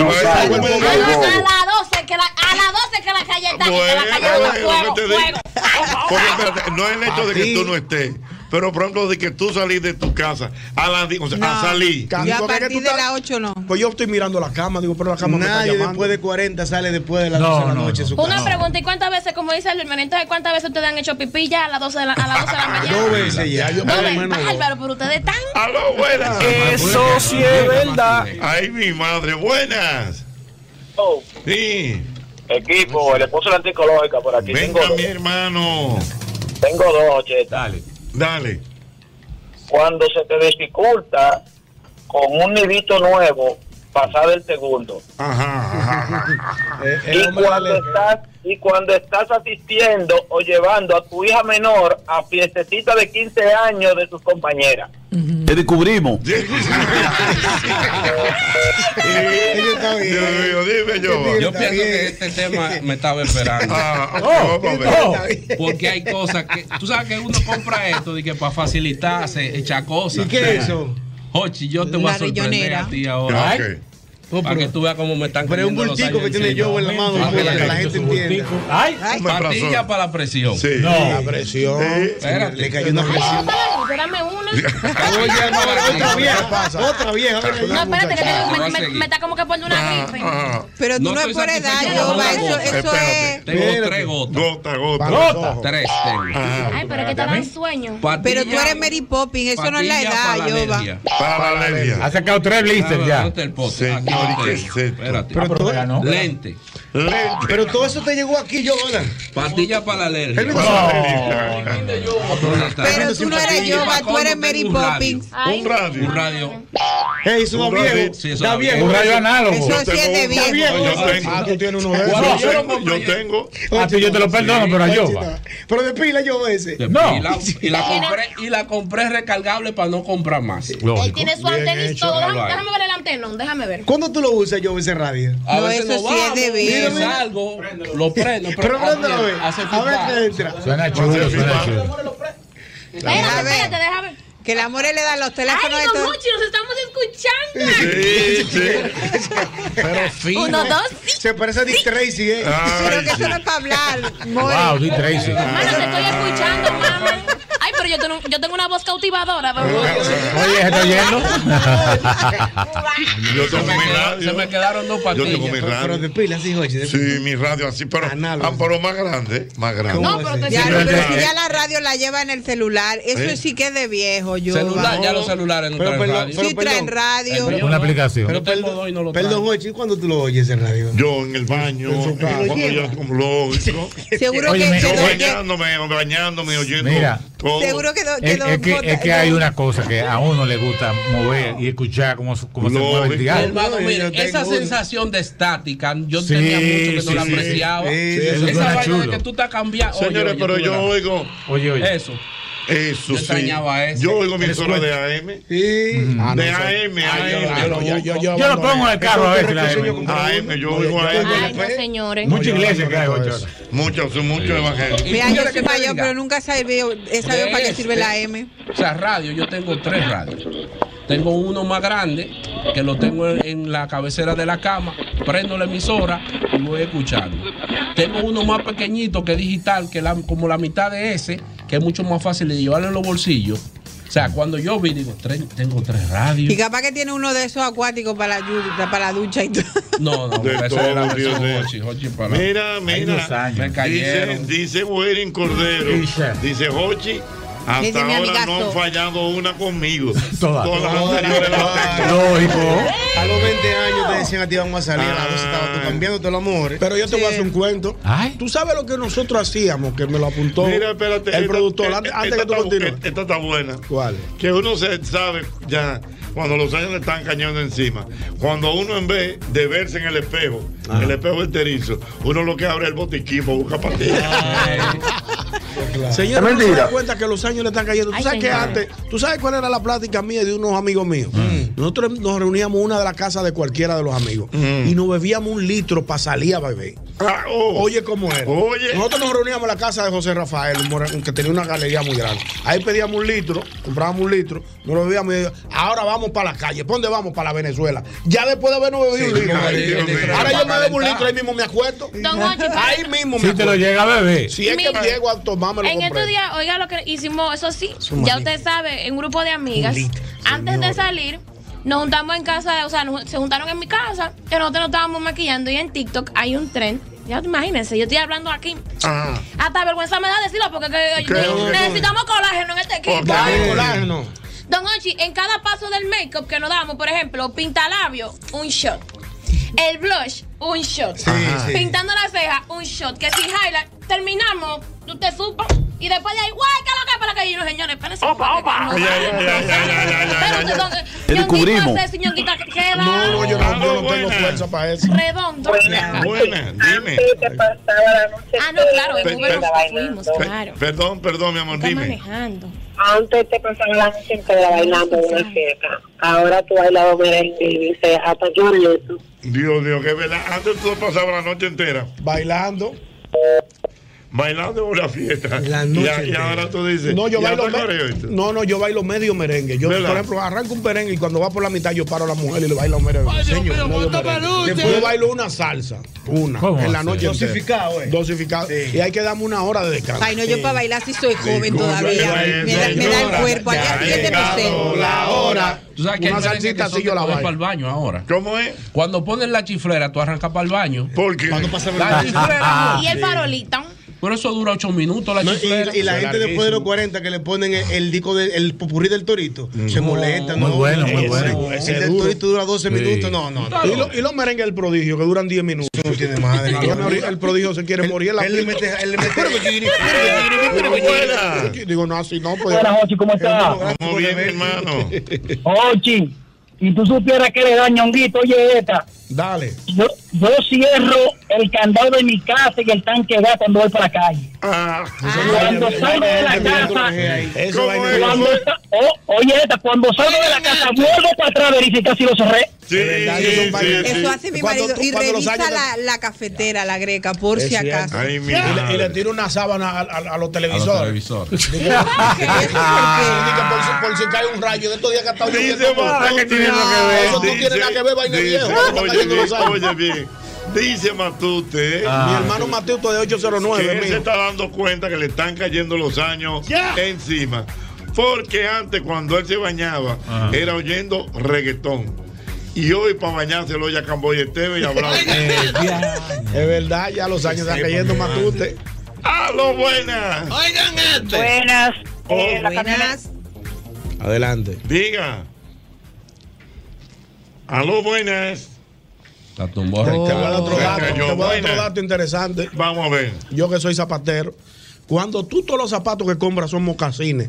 Speaker 6: ves, ves.
Speaker 9: las 12 que la, a las 12 que la calle está, que la calle
Speaker 6: Bueno,
Speaker 9: está fuego,
Speaker 6: bueno, te digo.
Speaker 9: fuego.
Speaker 6: Porque, espérate, no es el hecho de que tú no estés. Pero, por ejemplo, de que tú salís de tu casa a las 10, o sea, a salir.
Speaker 27: Yo a
Speaker 8: Porque
Speaker 27: partir
Speaker 8: tú
Speaker 27: de las 8 no.
Speaker 8: Pues yo estoy mirando la cama, digo, pero la cama me está
Speaker 7: Nadie
Speaker 8: llamando.
Speaker 7: después de 40 sale después de las
Speaker 8: No,
Speaker 7: 12 de la
Speaker 8: no,
Speaker 7: noche. a su
Speaker 9: Una
Speaker 7: casa.
Speaker 9: pregunta, ¿y cuántas veces, como dice el hermanito, cuántas veces ustedes han hecho pipí ya a las 12 de la, a las 12 de la mañana?
Speaker 7: Dos veces ya. Yo por lo menos dos.
Speaker 9: Álvaro, pero ustedes están.
Speaker 6: ¡Aló, buenas!
Speaker 9: Eso
Speaker 6: sí es verdad. Ay, mi madre, buenas. Sí.
Speaker 17: Oh. Equipo, el esposo de la anticológica por aquí.
Speaker 6: Venga,
Speaker 17: tengo,
Speaker 6: mi hermano.
Speaker 17: tengo dos, Cheta. Dale.
Speaker 6: Dale.
Speaker 17: Cuando se te dificulta con un nidito nuevo pasar del segundo.
Speaker 8: Ah, el
Speaker 17: y,
Speaker 8: hombre
Speaker 17: cuando
Speaker 8: alegre.
Speaker 17: estás, y cuando estás asistiendo o llevando a tu hija menor a fiestecita de 15 años de sus compañeras.
Speaker 31: Te descubrimos.
Speaker 6: Dios mío, dime yo.
Speaker 32: Yo pienso que este tema me estaba esperando.
Speaker 6: Ah,
Speaker 32: Oh,
Speaker 6: vamos a ver.
Speaker 32: oh, porque hay cosas que. Tú sabes que uno compra esto de que para facilitarse, echar cosas.
Speaker 8: ¿Y qué es eso?
Speaker 32: Jochi, yo te voy
Speaker 8: La
Speaker 32: a sorprender
Speaker 8: rellonera.
Speaker 32: a ti ahora.
Speaker 6: Ah,
Speaker 8: Ay. No,
Speaker 32: Para
Speaker 8: pero-
Speaker 32: que tú veas cómo me están
Speaker 8: pero es un
Speaker 32: cayendo los
Speaker 8: bultico
Speaker 32: años
Speaker 8: que tiene
Speaker 32: encima.
Speaker 8: yo en la mano,
Speaker 32: Para que
Speaker 8: para que la gente
Speaker 32: su
Speaker 8: entienda.
Speaker 32: bultico.
Speaker 8: Ay.
Speaker 32: Ay, Patilla para la presión.
Speaker 8: No. La presión.
Speaker 32: Espérate.
Speaker 8: Le cayó una presión.
Speaker 9: Dame una.
Speaker 8: Otra vieja. Otra vieja.
Speaker 9: No, espérate, que tengo- me, me-
Speaker 8: seguir.
Speaker 9: me está como que poniendo una gripe.
Speaker 27: Pero tú no,
Speaker 32: No
Speaker 27: es
Speaker 32: estoy
Speaker 27: por edad,
Speaker 32: satisfecho con
Speaker 27: Yoba,
Speaker 32: la
Speaker 27: eso,
Speaker 32: gota.
Speaker 27: eso es...
Speaker 32: Tengo tres gotas.
Speaker 6: Gota, gota. Ah.
Speaker 32: Gota. Tres tengo.
Speaker 9: Ay, pero que te dan sueño.
Speaker 27: Pero tú eres Mary Poppins, eso no es la
Speaker 32: Patilla para
Speaker 27: edad,
Speaker 32: la
Speaker 27: Yoba.
Speaker 32: alergia.
Speaker 6: Para la alergia.
Speaker 28: Ha sacado tres blisters ya.
Speaker 32: Ponte el pote.
Speaker 6: Señor, ¿y qué es esto?
Speaker 32: Espérate.
Speaker 6: Pero todo-
Speaker 32: Lente.
Speaker 7: Pero todo eso te llegó aquí, yo, ¿verdad?
Speaker 32: Patilla para la alergia.
Speaker 7: Elvin, No.
Speaker 27: Pero tú no eres Yoba, tú eres Mary
Speaker 32: Un radio.
Speaker 27: Poppins.
Speaker 32: Un radio. Un radio.
Speaker 8: Ey, eso
Speaker 32: Un
Speaker 8: da viejo.
Speaker 32: radio. Sí, eso
Speaker 8: Da
Speaker 32: da
Speaker 8: viejo.
Speaker 32: viejo. Un radio análogo.
Speaker 8: Eso
Speaker 32: Yo
Speaker 8: sí es
Speaker 32: tengo
Speaker 8: de
Speaker 32: un-
Speaker 8: viejo.
Speaker 32: yo tengo.
Speaker 8: Ah, tú tienes uno de
Speaker 32: Bueno,
Speaker 8: esos.
Speaker 32: yo tengo-
Speaker 6: Yo tengo.
Speaker 32: Ah,
Speaker 28: A ti yo te lo perdono, pero a Yoba.
Speaker 8: Pero de pila yo ese.
Speaker 28: No.
Speaker 32: Y la, y la compré, y la compré recargable para no comprar más.
Speaker 9: Él tiene su antena y todo. Déjame, déjame ver el antenón, déjame ver.
Speaker 8: ¿Cuándo tú lo usas yo ese radio?
Speaker 7: Ah.
Speaker 32: A No, veces eso nos sí es vamos, de mira, viejo.
Speaker 8: algo,
Speaker 32: lo prendo, pero
Speaker 8: Pero préndelo a ver.
Speaker 32: hace
Speaker 8: A ver
Speaker 32: feedback.
Speaker 8: qué entra.
Speaker 28: Suena chulo, suena chulo.
Speaker 27: A ver,
Speaker 9: Espérate, déjame.
Speaker 27: que la More le da los
Speaker 9: Ay,
Speaker 27: teléfonos de
Speaker 9: don
Speaker 27: todo.
Speaker 9: Hochi, nos estamos escuchando.
Speaker 6: Sí, sí.
Speaker 8: Pero fino.
Speaker 9: Uno, dos,
Speaker 8: Se parece a Dick Tracy, ¿eh?
Speaker 27: Pero que eso no es para hablar, More.
Speaker 28: Wow, Dick Tracy.
Speaker 9: Mano, te estoy escuchando, mamá. Ay, pero yo te tengo, un- yo tengo una voz cautivadora.
Speaker 33: Oye, ¿se está oyendo?
Speaker 6: Yo tengo mi radio.
Speaker 32: Se me quedaron dos
Speaker 6: Yo
Speaker 32: patillas.
Speaker 6: tengo mi radio.
Speaker 32: Pero-
Speaker 6: de pila, sí, Jochi. Sí, mi radio así, pero, ah, pero más grande. Más grande.
Speaker 27: No, pero te-
Speaker 6: Sí,
Speaker 27: ya,
Speaker 6: más
Speaker 27: pero si
Speaker 6: grande.
Speaker 27: ya la radio la lleva en el celular. Eso
Speaker 6: ¿Eh?
Speaker 27: sí que es de viejo, yo.
Speaker 32: Celular,
Speaker 27: va.
Speaker 32: ya los celulares no
Speaker 27: Pero
Speaker 32: traen
Speaker 27: perdón,
Speaker 32: radio.
Speaker 27: pero Sí traen perdón. radio. Pero- Una
Speaker 33: aplicación.
Speaker 32: Pero perdón,
Speaker 17: Perdón, Ochi, ¿cuándo tú lo oyes en radio?
Speaker 6: Yo en el baño,
Speaker 17: En su casa.
Speaker 6: cuando yo como lógico.
Speaker 27: Seguro
Speaker 33: Oye, que- mira,
Speaker 6: Yo
Speaker 33: oye.
Speaker 6: bañándome, bañándome, oyendo.
Speaker 33: Mira.
Speaker 6: todo.
Speaker 27: Seguro que, do- que
Speaker 33: Es,
Speaker 27: don
Speaker 33: es que,
Speaker 27: Jota-
Speaker 33: es que hay una cosa que a uno le gusta mover y escuchar cómo, su- cómo se
Speaker 6: Lógico.
Speaker 33: mueve el
Speaker 32: Hermano,
Speaker 33: diablo.
Speaker 32: mire,
Speaker 33: tengo
Speaker 32: esa
Speaker 33: una.
Speaker 32: sensación de estática, yo
Speaker 33: Sí,
Speaker 32: tenía mucho que
Speaker 33: sí,
Speaker 32: no la
Speaker 33: sí.
Speaker 32: apreciaba.
Speaker 33: Sí, sí, eso
Speaker 32: esa
Speaker 33: suena
Speaker 32: vaina
Speaker 33: chulo.
Speaker 32: de que tú estás cambiando. Oye,
Speaker 6: Señores,
Speaker 32: oye,
Speaker 6: pero
Speaker 32: tú
Speaker 6: yo
Speaker 32: verás.
Speaker 6: oigo.
Speaker 33: Oye, oye.
Speaker 32: Eso.
Speaker 6: Eso
Speaker 32: Yo
Speaker 6: sí.
Speaker 32: extrañoaba eso.
Speaker 6: Yo oigo mi
Speaker 32: Eres
Speaker 6: emisora de
Speaker 32: fuerte.
Speaker 6: AM.
Speaker 32: Ah, no,
Speaker 6: de
Speaker 32: eso-
Speaker 6: AM,
Speaker 32: Ah, yo-
Speaker 6: AM.
Speaker 32: yo lo- yo- yo- yo
Speaker 33: Yo lo pongo en el carro a veces, la
Speaker 6: AM.
Speaker 33: AM.
Speaker 6: yo oigo AM.
Speaker 9: Ay, no, señores.
Speaker 33: Mucha iglesia que hay, Jochi.
Speaker 6: Muchos, muchos evangélicos.
Speaker 27: Mira, yo soy mayor,
Speaker 32: venga.
Speaker 27: pero nunca sabía, he sabido para qué
Speaker 32: Este.
Speaker 27: sirve la M.
Speaker 32: O sea, radio, yo tengo tres radios. Tengo uno más grande, que lo tengo en, en la cabecera de la cama, prendo la emisora y voy escuchando. Tengo uno más pequeñito que es digital, que la, como la mitad de ese, que es mucho más fácil de llevarlo en los bolsillos. O sea, cuando yo vi, digo, tres- tengo tres radios.
Speaker 27: Y capaz que tiene uno de esos acuáticos para la, lluvia, para la ducha y todo.
Speaker 32: No, no,
Speaker 6: De
Speaker 32: esa
Speaker 6: todo,
Speaker 32: era la
Speaker 6: Dios
Speaker 32: versión
Speaker 6: mío.
Speaker 32: Hochi, Hochi para-
Speaker 6: Mira,
Speaker 32: Hay unos
Speaker 6: mira.
Speaker 32: años. Me
Speaker 6: Dice,
Speaker 32: cayeron.
Speaker 6: dice Werin Cordero. Dice Hochi.
Speaker 27: Dice
Speaker 6: Hasta
Speaker 27: mi
Speaker 6: ahora no han
Speaker 27: amigazo.
Speaker 6: fallado una conmigo.
Speaker 33: Todas.
Speaker 6: las anteriores las tengo.
Speaker 17: A los 20 años te decían a ti vamos a salir, a los 12 estabas tú cambiándote el
Speaker 7: ¿eh?
Speaker 17: amor.
Speaker 8: Pero yo te voy a hacer un cuento. Tú sabes lo que nosotros hacíamos, que me lo apuntó
Speaker 6: Mira, espérate.
Speaker 8: el
Speaker 6: esta-
Speaker 8: productor.
Speaker 6: eh,
Speaker 8: antes
Speaker 6: esta
Speaker 8: antes que tú
Speaker 6: está-
Speaker 8: continúes.
Speaker 6: eh, Esta está buena.
Speaker 8: ¿Cuál?
Speaker 6: Que uno se sabe ya cuando los años le están cañando encima. Cuando uno en vez de verse en el espejo, el espejo enterizo, uno lo que abre es el botiquín para buscar pastillas.
Speaker 8: Señor,
Speaker 6: Es
Speaker 8: no se
Speaker 6: mentira.
Speaker 8: da cuenta que los años le están cayendo. Tú
Speaker 6: Ay,
Speaker 8: sabes que
Speaker 6: señor.
Speaker 8: antes, tú sabes cuál era la plática mía y de unos amigos
Speaker 33: Mm.
Speaker 8: míos.
Speaker 17: Mm.
Speaker 8: Nosotros nos reuníamos en una de las casas de cualquiera de los amigos y nos bebíamos un litro para salir a beber.
Speaker 7: Oh.
Speaker 8: Oye, cómo era.
Speaker 6: Oye.
Speaker 8: Nosotros nos reuníamos en la casa de José Rafael, un moreno que tenía una galería muy grande. Ahí pedíamos un litro, comprábamos un litro, nos lo bebíamos y decíamos, ahora vamos para la calle. ¿Para dónde vamos? Para la Venezuela. Ya después de habernos bebido
Speaker 6: Sí,
Speaker 8: un litro.
Speaker 6: ay, Dios mío.
Speaker 8: ahora yo me bebo un
Speaker 32: Calentar.
Speaker 8: litro, ahí mismo me acuesto.
Speaker 9: Don Ochi, pero-
Speaker 8: ahí mismo
Speaker 33: Si
Speaker 8: me
Speaker 33: te lo
Speaker 8: acuesto.
Speaker 33: llega a beber.
Speaker 8: Si es
Speaker 9: Mira,
Speaker 8: que llego a tomarme lo
Speaker 9: En
Speaker 8: compré.
Speaker 9: estos días, oiga lo que hicimos, eso sí,
Speaker 8: Su
Speaker 9: ya
Speaker 8: manita.
Speaker 9: usted sabe, en un grupo de amigas,
Speaker 8: Julita,
Speaker 9: antes de salir, nos juntamos en casa, o sea, nos- se juntaron en mi casa, que nosotros nos estábamos maquillando y en TikTok hay un tren. Ya imagínense, yo estoy hablando aquí.
Speaker 6: Ah.
Speaker 9: Hasta vergüenza me da decirlo porque que-
Speaker 6: ¿Qué?
Speaker 9: ne- necesitamos colágeno en este equipo.
Speaker 8: Dale, colágeno.
Speaker 9: Don Ochi, en cada paso del make-up que nos damos, por ejemplo, pintalabio, un shot. El blush, un shot.
Speaker 17: Ajá. sí.
Speaker 9: Pintando la ceja, un shot. Que si highlight, terminamos, tú te supas. Y después de ahí, guay, que lo que para que yo, señores, espérense. Opa, opa.
Speaker 6: Ay, ay, ay, ay, ay, ay, ay, ay, ay.
Speaker 9: Te
Speaker 6: descubrimos.
Speaker 9: queda
Speaker 8: No, yo no, yo no tengo
Speaker 6: buena.
Speaker 8: fuerza para eso.
Speaker 9: redondo.
Speaker 6: Buena, dime.
Speaker 9: Ah, no, claro, en Uber
Speaker 6: Pe-
Speaker 9: nos
Speaker 6: pe-
Speaker 9: fuimos,
Speaker 6: pe-
Speaker 9: claro.
Speaker 6: Perdón, perdón, mi amor,
Speaker 9: Está
Speaker 6: dime.
Speaker 9: manejando.
Speaker 34: Antes te pasaba la noche entera bailando en una fiesta. Ahora tú bailabas merengue y dices, hasta aquí eso.
Speaker 6: Dios mío, qué verdad. Antes tú pasabas la noche entera
Speaker 8: Bailando.
Speaker 6: bailando en una fiesta.
Speaker 8: La
Speaker 6: y,
Speaker 8: noche
Speaker 6: a- y
Speaker 8: entera.
Speaker 6: ahora tú dices.
Speaker 8: No, yo
Speaker 6: ¿y
Speaker 8: bailo
Speaker 6: hasta qué
Speaker 8: me-
Speaker 6: hora es esto?
Speaker 8: No, no, yo bailo medio merengue. Yo,
Speaker 6: ¿Verdad?
Speaker 8: por ejemplo, arranco un merengue y cuando va por la mitad yo paro a la mujer y le bailo merengue.
Speaker 17: Ay, Dios
Speaker 8: Señor,
Speaker 17: mío,
Speaker 8: medio
Speaker 17: cuánta
Speaker 8: merengue.
Speaker 17: peluche.
Speaker 8: Después yo bailo una salsa. Una.
Speaker 17: ¿Cómo
Speaker 8: En la
Speaker 17: hace?
Speaker 8: noche. entera.
Speaker 17: Dosificado, eh.
Speaker 8: Dosificado. Y hay que darme una hora de descanso.
Speaker 27: Ay, no, yo para bailar sí soy joven todavía.
Speaker 8: Ay,
Speaker 27: Me da, me da el
Speaker 8: señora,
Speaker 27: cuerpo. Al
Speaker 8: ya
Speaker 27: día siguiente no
Speaker 8: llegado
Speaker 27: sé.
Speaker 8: la hora.
Speaker 32: Tú sabes que
Speaker 8: Una
Speaker 32: hay merengues
Speaker 8: salsita
Speaker 32: que son
Speaker 8: así yo
Speaker 32: que
Speaker 8: la
Speaker 32: tú vas
Speaker 8: bailo.
Speaker 32: para el baño ahora.
Speaker 6: ¿Cómo es?
Speaker 32: Cuando ponen la chiflera, tú arrancas para el baño.
Speaker 6: ¿Por qué?
Speaker 32: Cuando
Speaker 17: pasa por el
Speaker 32: la
Speaker 17: baño.
Speaker 32: chiflera.
Speaker 9: Y el
Speaker 32: no.
Speaker 9: farolito.
Speaker 32: Pero eso dura ocho minutos la
Speaker 17: No,
Speaker 32: chiflera.
Speaker 17: y, y la gente después de los 40 que le ponen el, el disco del el popurrí del torito se molesta.
Speaker 33: Mm. Muy
Speaker 17: no,
Speaker 33: bueno, muy
Speaker 17: Ese-
Speaker 33: bueno.
Speaker 17: Ese del torito dura 12
Speaker 33: Sí. Ah.
Speaker 17: minutos. No, no, no.
Speaker 8: Y, lo- y los merengues del prodigio que duran 10 minutos.
Speaker 17: No tiene madre.
Speaker 8: Ya me abrí- el prodigio se quiere morir en la
Speaker 17: Él le
Speaker 8: pista.
Speaker 17: mete. Él le mete
Speaker 6: Buena.
Speaker 8: Digo, no, así no. Pues,
Speaker 35: Buenas, Ochi, ¿cómo estás?
Speaker 6: ¿Cómo viene, hermano?
Speaker 35: Ochi, y tú supieras que le da ñonguito, oye, esta.
Speaker 8: Dale.
Speaker 35: Yo, yo cierro el candado de mi casa y el tanque de gas cuando voy para la calle. Ah,
Speaker 6: Ah,
Speaker 2: Ah,
Speaker 35: cuando salgo de la casa,
Speaker 8: Eso va en
Speaker 35: cuando sa- oh, oye, esta, cuando salgo de la casa, vuelvo para atrás a verificar si lo cerré.
Speaker 27: Eso hace mi
Speaker 8: Cuando
Speaker 27: marido.
Speaker 8: tú-
Speaker 27: Y
Speaker 8: cuando los
Speaker 27: revisa
Speaker 8: años-
Speaker 27: la, la cafetera, la greca, por
Speaker 8: Es
Speaker 27: si
Speaker 8: cierto.
Speaker 27: acaso.
Speaker 6: Ay, mi
Speaker 8: Y le,
Speaker 6: madre.
Speaker 8: y le tiro una sábana a, a- a los televisores. Digo,
Speaker 27: ¿Qué? ¿Por
Speaker 8: digo, por, si, por si cae un rayo de estos días que ha estado
Speaker 6: Dice,
Speaker 8: lloviendo,
Speaker 6: Mateo,
Speaker 8: no,
Speaker 6: que tiene lo que ver.
Speaker 8: Eso no tiene
Speaker 6: Dice-
Speaker 8: nada que ver, vaina
Speaker 6: dice,
Speaker 8: viejo. Está
Speaker 6: Oye,
Speaker 8: cayendo los
Speaker 6: bien,
Speaker 8: años.
Speaker 6: oye, bien. Dice Matute.
Speaker 8: Mi hermano Mateuto de
Speaker 6: Que
Speaker 8: 809.
Speaker 6: él se
Speaker 8: mío.
Speaker 6: está dando cuenta que le están cayendo los años encima. Porque antes, cuando él se bañaba, era oyendo reggaetón. Y hoy, para bañarse, lo oye a Camboy Esteves y a Bravo.
Speaker 8: Es verdad, ya los años están cayendo más usted.
Speaker 6: ¡Aló, buenas!
Speaker 2: Oigan
Speaker 6: este.
Speaker 2: Buenas.
Speaker 6: Eh, la
Speaker 2: buenas.
Speaker 8: Adelante.
Speaker 6: Diga. Aló, buenas.
Speaker 32: La tumbó
Speaker 8: Te voy a dar otro
Speaker 32: Se
Speaker 8: dato,
Speaker 32: cayó.
Speaker 8: te voy a dar otro
Speaker 32: Buena.
Speaker 8: dato interesante.
Speaker 6: Vamos a ver.
Speaker 8: Yo que soy zapatero. Cuando tú todos los zapatos que compras son mocasines,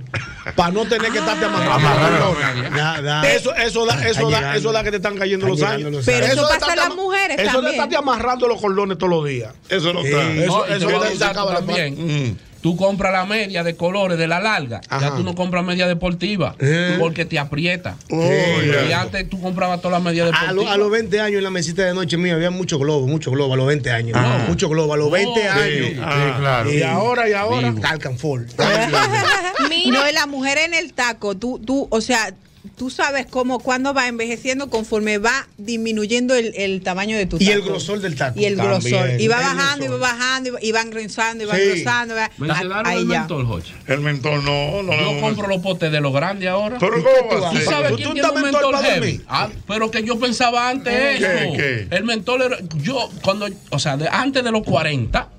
Speaker 8: para no tener que
Speaker 6: Ah.
Speaker 8: estarte amarrando.
Speaker 7: Ya, ya.
Speaker 8: Eso, eso, da,
Speaker 7: Está
Speaker 8: eso, da, eso
Speaker 7: llegando.
Speaker 8: da que te están cayendo
Speaker 7: Está
Speaker 8: los
Speaker 7: llegando
Speaker 8: años.
Speaker 7: los Pero años. eso
Speaker 8: de
Speaker 7: pasa a
Speaker 8: estarte
Speaker 7: las
Speaker 8: ama-
Speaker 7: mujeres
Speaker 8: Eso de
Speaker 7: también.
Speaker 8: estarte amarrando los cordones todos los días.
Speaker 6: Eso no está.
Speaker 8: Eso-
Speaker 32: No, y te
Speaker 8: eso
Speaker 32: voy a
Speaker 8: te
Speaker 32: dar un dato
Speaker 8: sacaba la
Speaker 32: también. Mm. Tú compras la media de colores de la larga. Ya tú no compras media deportiva porque te aprieta.
Speaker 7: ya.
Speaker 32: Y antes tú comprabas todas las medias
Speaker 7: A, lo-
Speaker 32: deportivas.
Speaker 7: a los 20 años en la mesita de noche mía había mucho globo, mucho globo a los 20 años.
Speaker 32: Ah.
Speaker 7: Mucho globo a los 20
Speaker 32: Oh, sí,
Speaker 7: años.
Speaker 32: sí, claro.
Speaker 7: Y
Speaker 32: Sí.
Speaker 7: ahora, y ahora.
Speaker 32: Vivo.
Speaker 7: Talcan Ford.
Speaker 27: No, y la mujer en el taco, tú, tú, o sea, tú sabes cómo, cuándo va envejeciendo conforme va disminuyendo el, el tamaño de tu taco.
Speaker 7: Y el grosor del taco.
Speaker 27: Y el
Speaker 7: También.
Speaker 27: grosor. Y va
Speaker 7: El
Speaker 27: bajando, y va
Speaker 7: grosor.
Speaker 27: bajando, y va- y va engrosando, y va
Speaker 32: Sí.
Speaker 27: engrosando. y va-
Speaker 32: ¿Me te daron el
Speaker 27: Ahí ya.
Speaker 32: mentor, Jochi?
Speaker 6: El mentor no, no.
Speaker 32: Yo compro los potes de los grandes ahora.
Speaker 6: ¿Pero
Speaker 32: ¿Y
Speaker 6: cómo
Speaker 32: qué
Speaker 6: va a
Speaker 32: ¿Tú
Speaker 6: ser?
Speaker 32: sabes
Speaker 6: ¿Tú-
Speaker 32: quién
Speaker 6: tú
Speaker 32: tiene
Speaker 6: estás
Speaker 32: un mentor
Speaker 6: mentor para
Speaker 32: heavy?
Speaker 6: dormir?
Speaker 32: Ah, pero que yo pensaba antes
Speaker 6: ¿Qué,
Speaker 32: eso.
Speaker 6: qué?
Speaker 32: El mentor era, yo cuando, o sea, de- antes de los 40,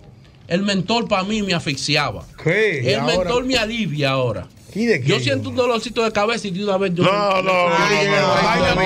Speaker 32: el mentor para mí me asfixiaba.
Speaker 7: ¿Y
Speaker 32: El
Speaker 7: ahora?
Speaker 32: mentor me alivia ahora. Yo siento un dolorcito de cabeza y de una vez yo.
Speaker 6: No, no, no, no, no, no,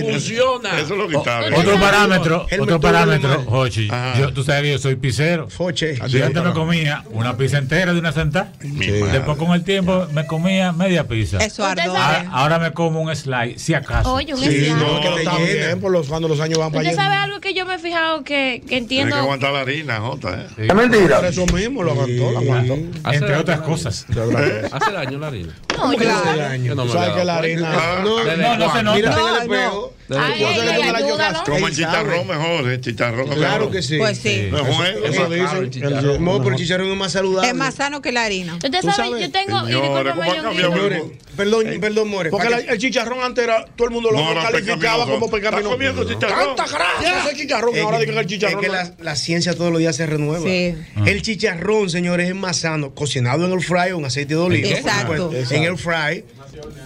Speaker 32: Funciona.
Speaker 6: Eso es lo que está bien.
Speaker 28: Otro parámetro,
Speaker 6: El
Speaker 28: otro
Speaker 6: mentor
Speaker 28: parámetro,
Speaker 6: alemán.
Speaker 28: Jochi. Yo, tú sabes que yo soy pizzero.
Speaker 7: Sí,
Speaker 28: Yo antes
Speaker 7: para-
Speaker 28: me comía una pizza entera de una sentada. Después con el tiempo me comía media pizza.
Speaker 27: Eso
Speaker 28: ahora,
Speaker 27: Usted ardor. sabe.
Speaker 28: ahora me como un slide, si acaso.
Speaker 9: Oye, un Sí, slide. no,
Speaker 28: porque
Speaker 6: te
Speaker 28: está
Speaker 6: llena.
Speaker 28: bien, por los- cuando los años van
Speaker 9: Usted sabe algo que yo me he fijado que, que
Speaker 6: Tiene
Speaker 9: entiendo.
Speaker 6: que aguantar la harina, Jota. ¿eh?
Speaker 32: Es mentira.
Speaker 8: Por eso mismo lo aguantó, lo aguantó.
Speaker 32: Entre otras
Speaker 28: cosas.
Speaker 7: Eh,
Speaker 6: Eh.
Speaker 32: Hace daño la harina.
Speaker 8: ¿Cómo que
Speaker 32: claro.
Speaker 8: hace daño?
Speaker 32: Yo no me
Speaker 8: ¿Sabes
Speaker 32: había
Speaker 8: que la
Speaker 32: dado
Speaker 8: harina-
Speaker 32: cuenta. Ah,
Speaker 8: No,
Speaker 32: Desde
Speaker 8: no, no se
Speaker 32: cuando.
Speaker 8: nota.
Speaker 32: Mírate en el
Speaker 8: No,
Speaker 32: espejo.
Speaker 6: Desde
Speaker 32: Ay,
Speaker 6: cuando.
Speaker 32: ay,
Speaker 6: Yo sé que
Speaker 32: ay,
Speaker 6: tú me la
Speaker 32: ayúdalo.
Speaker 6: llevas. Como el chicharrón mejor, el chicharrón
Speaker 7: Claro
Speaker 6: mejor.
Speaker 7: que sí.
Speaker 27: Pues sí.
Speaker 6: Mejor,
Speaker 7: Eso-
Speaker 6: eso
Speaker 7: eso
Speaker 6: dicen.
Speaker 7: dicen. El- No, pero el chicharrón es más saludable.
Speaker 27: Es más sano que la harina.
Speaker 9: Usted
Speaker 7: Tú
Speaker 9: sabe,
Speaker 7: sabes.
Speaker 9: yo tengo.
Speaker 7: Señores, ¿cómo ha
Speaker 9: y discúlpame,
Speaker 7: cambiado el
Speaker 9: Johnny.
Speaker 7: mundo? Perdón, perdón, More.
Speaker 8: Porque
Speaker 7: Pa'
Speaker 8: la-
Speaker 7: que-
Speaker 8: el chicharrón antes era, todo el mundo lo
Speaker 7: No, era
Speaker 8: calificaba
Speaker 7: pecaminoso.
Speaker 8: como pecaminoso.
Speaker 7: Está comiendo chicharrón.
Speaker 8: Tanta grasa ese chicharrón,
Speaker 7: Es
Speaker 8: ahora
Speaker 7: que-
Speaker 8: dicen que el chicharrón.
Speaker 7: Es que
Speaker 8: no-
Speaker 7: la, la ciencia todos los días se renueva. Ah.
Speaker 27: Sí.
Speaker 7: El chicharrón, señores, es más sano. Cocinado en el fry o en aceite de oliva. por
Speaker 27: Exacto.
Speaker 7: supuesto,
Speaker 27: Exacto.
Speaker 7: En el fry.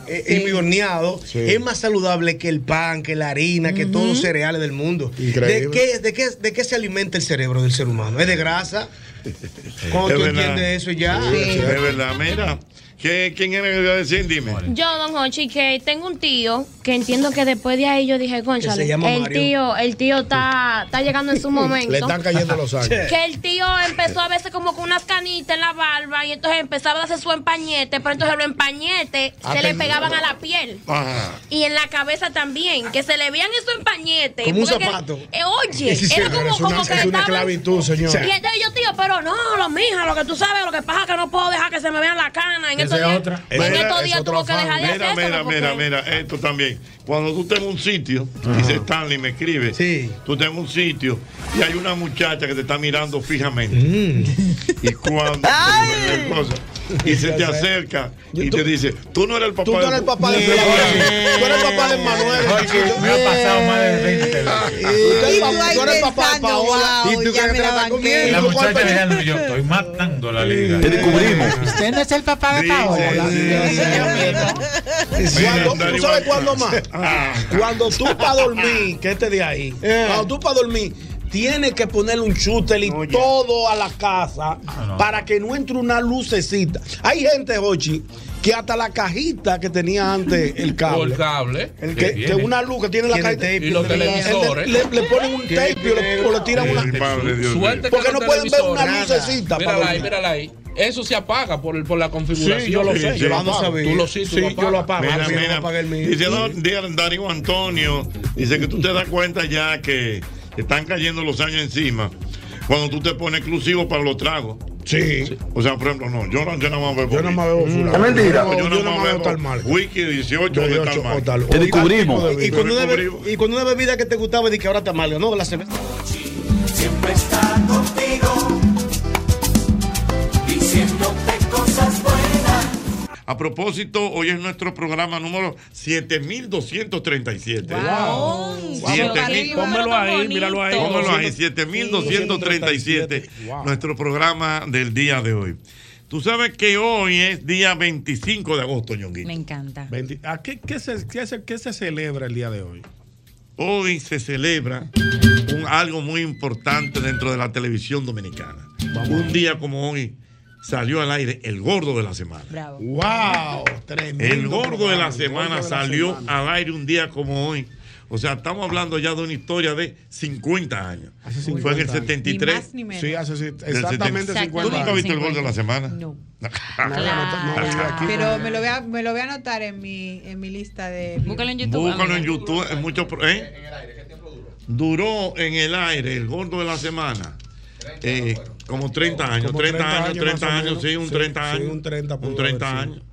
Speaker 7: eh,
Speaker 27: Sí.
Speaker 7: Y horneado es más saludable que el pan, que la harina, que todos los cereales del mundo.
Speaker 8: Increíble.
Speaker 7: ¿De qué, de, qué, ¿De qué se alimenta el cerebro del ser humano? ¿Es de grasa? Cuando
Speaker 6: Es
Speaker 7: tú
Speaker 6: verdad.
Speaker 7: entiendes eso ya.
Speaker 6: Sí. Es verdad, mira. ¿qué- ¿Quién era que iba a decir? Dime.
Speaker 9: Yo, don Hochi, que tengo un tío que entiendo que después de ahí yo dije, conchale,
Speaker 6: Que se llama
Speaker 9: el
Speaker 6: Mario.
Speaker 9: tío, el tío está, está llegando en su momento.
Speaker 8: Le están cayendo los años.
Speaker 9: Que el tío empezó a veces como con unas canitas en la barba y entonces empezaba a hacer su empañete, pero entonces los empañetes
Speaker 2: Ah,
Speaker 9: se le
Speaker 2: que-
Speaker 9: pegaban a la piel.
Speaker 6: Ajá.
Speaker 9: Y en la cabeza también, que se le veían esos empañetes.
Speaker 8: Como un
Speaker 9: Porque-
Speaker 8: zapato.
Speaker 9: eh, oye,
Speaker 8: Sí, señor,
Speaker 9: era como,
Speaker 8: es una,
Speaker 9: como que
Speaker 8: es una
Speaker 9: estaban-
Speaker 8: esclavitud, señor.
Speaker 9: Y entonces yo, tío, pero no, lo mija, lo que tú sabes, lo que pasa es que no puedo dejar que se me vean la cana. En
Speaker 28: Esa
Speaker 9: estos
Speaker 28: es
Speaker 9: días,
Speaker 28: otra.
Speaker 9: En
Speaker 6: Mira,
Speaker 9: estos
Speaker 6: es
Speaker 9: días
Speaker 6: otro
Speaker 9: tuvo que
Speaker 6: afán.
Speaker 9: dejar de hacer
Speaker 6: Mira, mira,
Speaker 9: eso. ¿no?
Speaker 6: mira,
Speaker 9: Porque-
Speaker 6: mira, esto también. Cuando tú estás en un sitio, dice Stanley, me escribe, tú estás en un sitio y hay una muchacha que te está mirando fijamente.
Speaker 8: Mm.
Speaker 6: Y cuando cosa, y se te acerca y te dice, tú no eres el papá
Speaker 8: Tú no eres el papá de Manuel. Tú eres el papá de Manuel.
Speaker 28: Me ha pasado más de 20
Speaker 8: Tú eres el papá- tú eres el papá de Paola.
Speaker 28: Y
Speaker 8: Y tú quieres tratar conmigo.
Speaker 28: La
Speaker 8: Tú puedes
Speaker 28: muchacha
Speaker 8: pedir-
Speaker 28: dejando yo, estoy matando la liga. Te descubrimos.
Speaker 36: Usted no es el papá de Paola.
Speaker 8: Cuando- ¿Tú sabes cuándo más? Cuando tú para dormir, que este de ahí, cuando tú para dormir, tienes que ponerle un shooter y todo a la casa
Speaker 28: no.
Speaker 8: para que no entre una lucecita. Hay gente, Ochi, que hasta la cajita que tenía antes el
Speaker 32: O el
Speaker 8: cable.
Speaker 32: cable.
Speaker 8: el que, que una luz que tiene la
Speaker 32: Tiene
Speaker 8: cajita.
Speaker 32: tape, Y los
Speaker 8: le-
Speaker 32: televisores.
Speaker 8: Le, le ponen un tape y le- o le tiran una.
Speaker 32: Suerte que
Speaker 8: Porque no
Speaker 32: los
Speaker 8: pueden ver una
Speaker 32: televisores-
Speaker 8: lucecita. para
Speaker 32: Mírala ahí,
Speaker 8: dormir.
Speaker 32: mírala ahí. Eso se apaga por, el- por la configuración.
Speaker 8: Sí, yo lo sé, yo lo
Speaker 32: Vamos
Speaker 8: apago.
Speaker 32: a ver. Tú lo sí, tú lo apagas.
Speaker 6: Mira, mira, Dice Dar- Dar- Darío Antonio, dice que tú te das cuenta ya que están cayendo los años encima cuando tú te pones exclusivo para los tragos.
Speaker 8: Sí.
Speaker 6: O sea, por ejemplo, no, yo, no- yo nada más bebo. Yo nada
Speaker 8: más bebo
Speaker 6: Yo
Speaker 8: fulano. Es mentira.
Speaker 6: no- Mm. Yo,
Speaker 8: Yo
Speaker 6: nada
Speaker 8: nada
Speaker 6: más bebo
Speaker 8: tal
Speaker 6: Wiki 18 o de tal marca.
Speaker 7: Te descubrimos. Y,
Speaker 6: Te
Speaker 7: cuando una, be-
Speaker 6: descubrimos.
Speaker 7: y cuando una bebida que te gustaba, di que ahora está amarga, ¿no? La cerveza.
Speaker 2: Siempre está contigo, diciéndote cosas buenas.
Speaker 6: A propósito, hoy es nuestro programa número 7237.
Speaker 2: Wow. Wow.
Speaker 6: 7000.
Speaker 2: Pónmelo ahí, míralo ahí.
Speaker 6: Pónmelo ahí, 7237.
Speaker 2: Sí. Wow.
Speaker 6: Nuestro programa del día de hoy. Tú sabes que hoy es día 25 de agosto, Ñonguito.
Speaker 37: Me encanta.
Speaker 8: Veinti- ¿A ah, qué, qué se, qué se- qué se celebra el día de hoy?
Speaker 6: Hoy se celebra un- algo muy importante dentro de la televisión dominicana. Un día como hoy salió al aire el gordo de la semana.
Speaker 37: Bravo.
Speaker 8: ¡Wow! Tremendo.
Speaker 6: El gordo de
Speaker 8: programa,
Speaker 6: la
Speaker 8: el
Speaker 6: semana
Speaker 8: gordo de la
Speaker 6: salió
Speaker 8: semana.
Speaker 6: al aire un día como hoy. O sea, estamos hablando ya de una historia de 50 años. Fue en el 73.
Speaker 8: Sí, hace sí,
Speaker 6: del
Speaker 8: exactamente
Speaker 6: 70.
Speaker 8: 50
Speaker 6: ¿Tú nunca viste el gol de la semana?
Speaker 27: No.
Speaker 8: Ah, no, no, no, aquí
Speaker 27: Pero me lo, voy a, me lo voy a anotar en mi, en mi lista de. Búscalo en
Speaker 6: Búscalo en YouTube. En muchos pro- ¿eh? duró? en el aire el gordo de la semana. eh, como 30 años,
Speaker 8: Como
Speaker 6: 30, años,
Speaker 8: más
Speaker 6: 30
Speaker 8: o
Speaker 6: años,
Speaker 8: menos.
Speaker 6: sí, un 30
Speaker 8: sí,
Speaker 6: años.
Speaker 8: un 30, pudo
Speaker 6: un 30
Speaker 8: haber sido.
Speaker 6: años.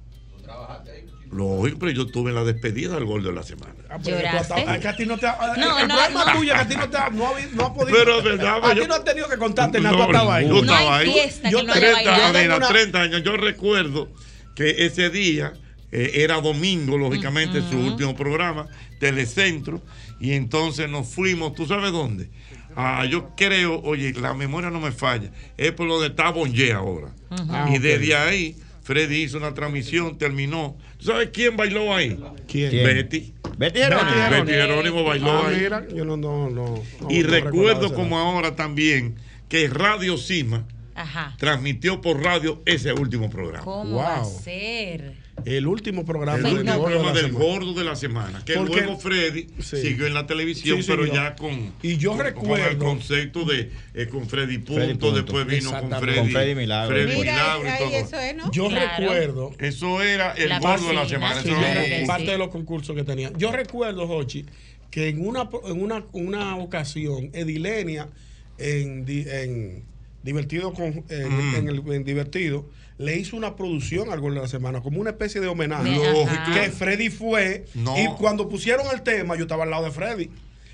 Speaker 6: Lógico, pero yo tuve la despedida del gordo de la semana.
Speaker 8: Ah, pero que tú
Speaker 37: ¿Lloraste?
Speaker 8: hasta- es que a ti no te ha-
Speaker 37: No,
Speaker 8: el
Speaker 37: no,
Speaker 8: problema
Speaker 37: no.
Speaker 8: tuyo es que a ti no te ha, no ha, vi- no ha podido.
Speaker 6: Pero es verdad,
Speaker 8: A
Speaker 6: yo-
Speaker 8: ti no has tenido que contarte nada.
Speaker 6: No,
Speaker 8: tú estabas ahí.
Speaker 6: yo estaba ahí.
Speaker 8: Yo
Speaker 6: Yo 30, Adela, 30 años. Yo recuerdo que ese día eh, era domingo, lógicamente, su último programa, Telecentro, y entonces nos fuimos, ¿tú sabes dónde? Ah, yo creo, oye, la memoria no me falla, es por lo de Tabonye ahora.
Speaker 8: Ajá.
Speaker 6: y
Speaker 8: Ah,
Speaker 6: desde
Speaker 8: ok.
Speaker 6: ahí, Freddy hizo una transmisión, terminó. ¿Tú sabes quién bailó ahí?
Speaker 8: ¿Quién?
Speaker 6: Betty. Betty Betty Jerónimo bailó
Speaker 8: Ah,
Speaker 6: ahí.
Speaker 8: mira, yo no, no, no. no,
Speaker 6: Y
Speaker 8: no
Speaker 6: recuerdo
Speaker 8: recordaba
Speaker 6: como ahora también que Radio Cima
Speaker 37: Ajá.
Speaker 6: transmitió por radio ese último programa.
Speaker 37: ¿Cómo va a ser?
Speaker 8: El último programa
Speaker 6: El
Speaker 8: del
Speaker 6: último
Speaker 8: gordo de
Speaker 6: programa
Speaker 8: la
Speaker 6: del
Speaker 8: semana.
Speaker 6: gordo de la semana. Que
Speaker 8: Porque-
Speaker 6: luego Freddy
Speaker 8: Sí.
Speaker 6: siguió en la televisión,
Speaker 8: Sí,
Speaker 6: pero
Speaker 8: señor.
Speaker 6: ya con,
Speaker 8: Y yo
Speaker 6: con- con
Speaker 8: recuerdo-
Speaker 6: el concepto de eh, con Freddy Punto,
Speaker 17: Freddy Punto.
Speaker 6: después vino con
Speaker 17: Exactamente.
Speaker 6: Freddy,
Speaker 17: Con Freddy Milagro.
Speaker 6: Freddy
Speaker 17: Mira,
Speaker 6: Milagro y
Speaker 27: ahí
Speaker 6: todo.
Speaker 27: eso es, ¿no?
Speaker 8: Yo recuerdo.
Speaker 6: Eso era el
Speaker 8: La
Speaker 6: gordo de la
Speaker 8: bocina,
Speaker 6: semana.
Speaker 8: sí,
Speaker 6: eso era
Speaker 8: claro
Speaker 6: lo-
Speaker 8: que parte de los concursos que tenía. Yo recuerdo, Jochi, que en una, pro- en una, una ocasión, Edilenia, en, di- en Divertido con, eh, en,
Speaker 6: Mm.
Speaker 8: en el, en Divertido, le hizo una producción al Gol de la Semana, como una especie de homenaje.
Speaker 6: Lógico.
Speaker 8: Que Freddy fue.
Speaker 6: No.
Speaker 8: Y cuando pusieron el tema, yo estaba al lado de Freddy.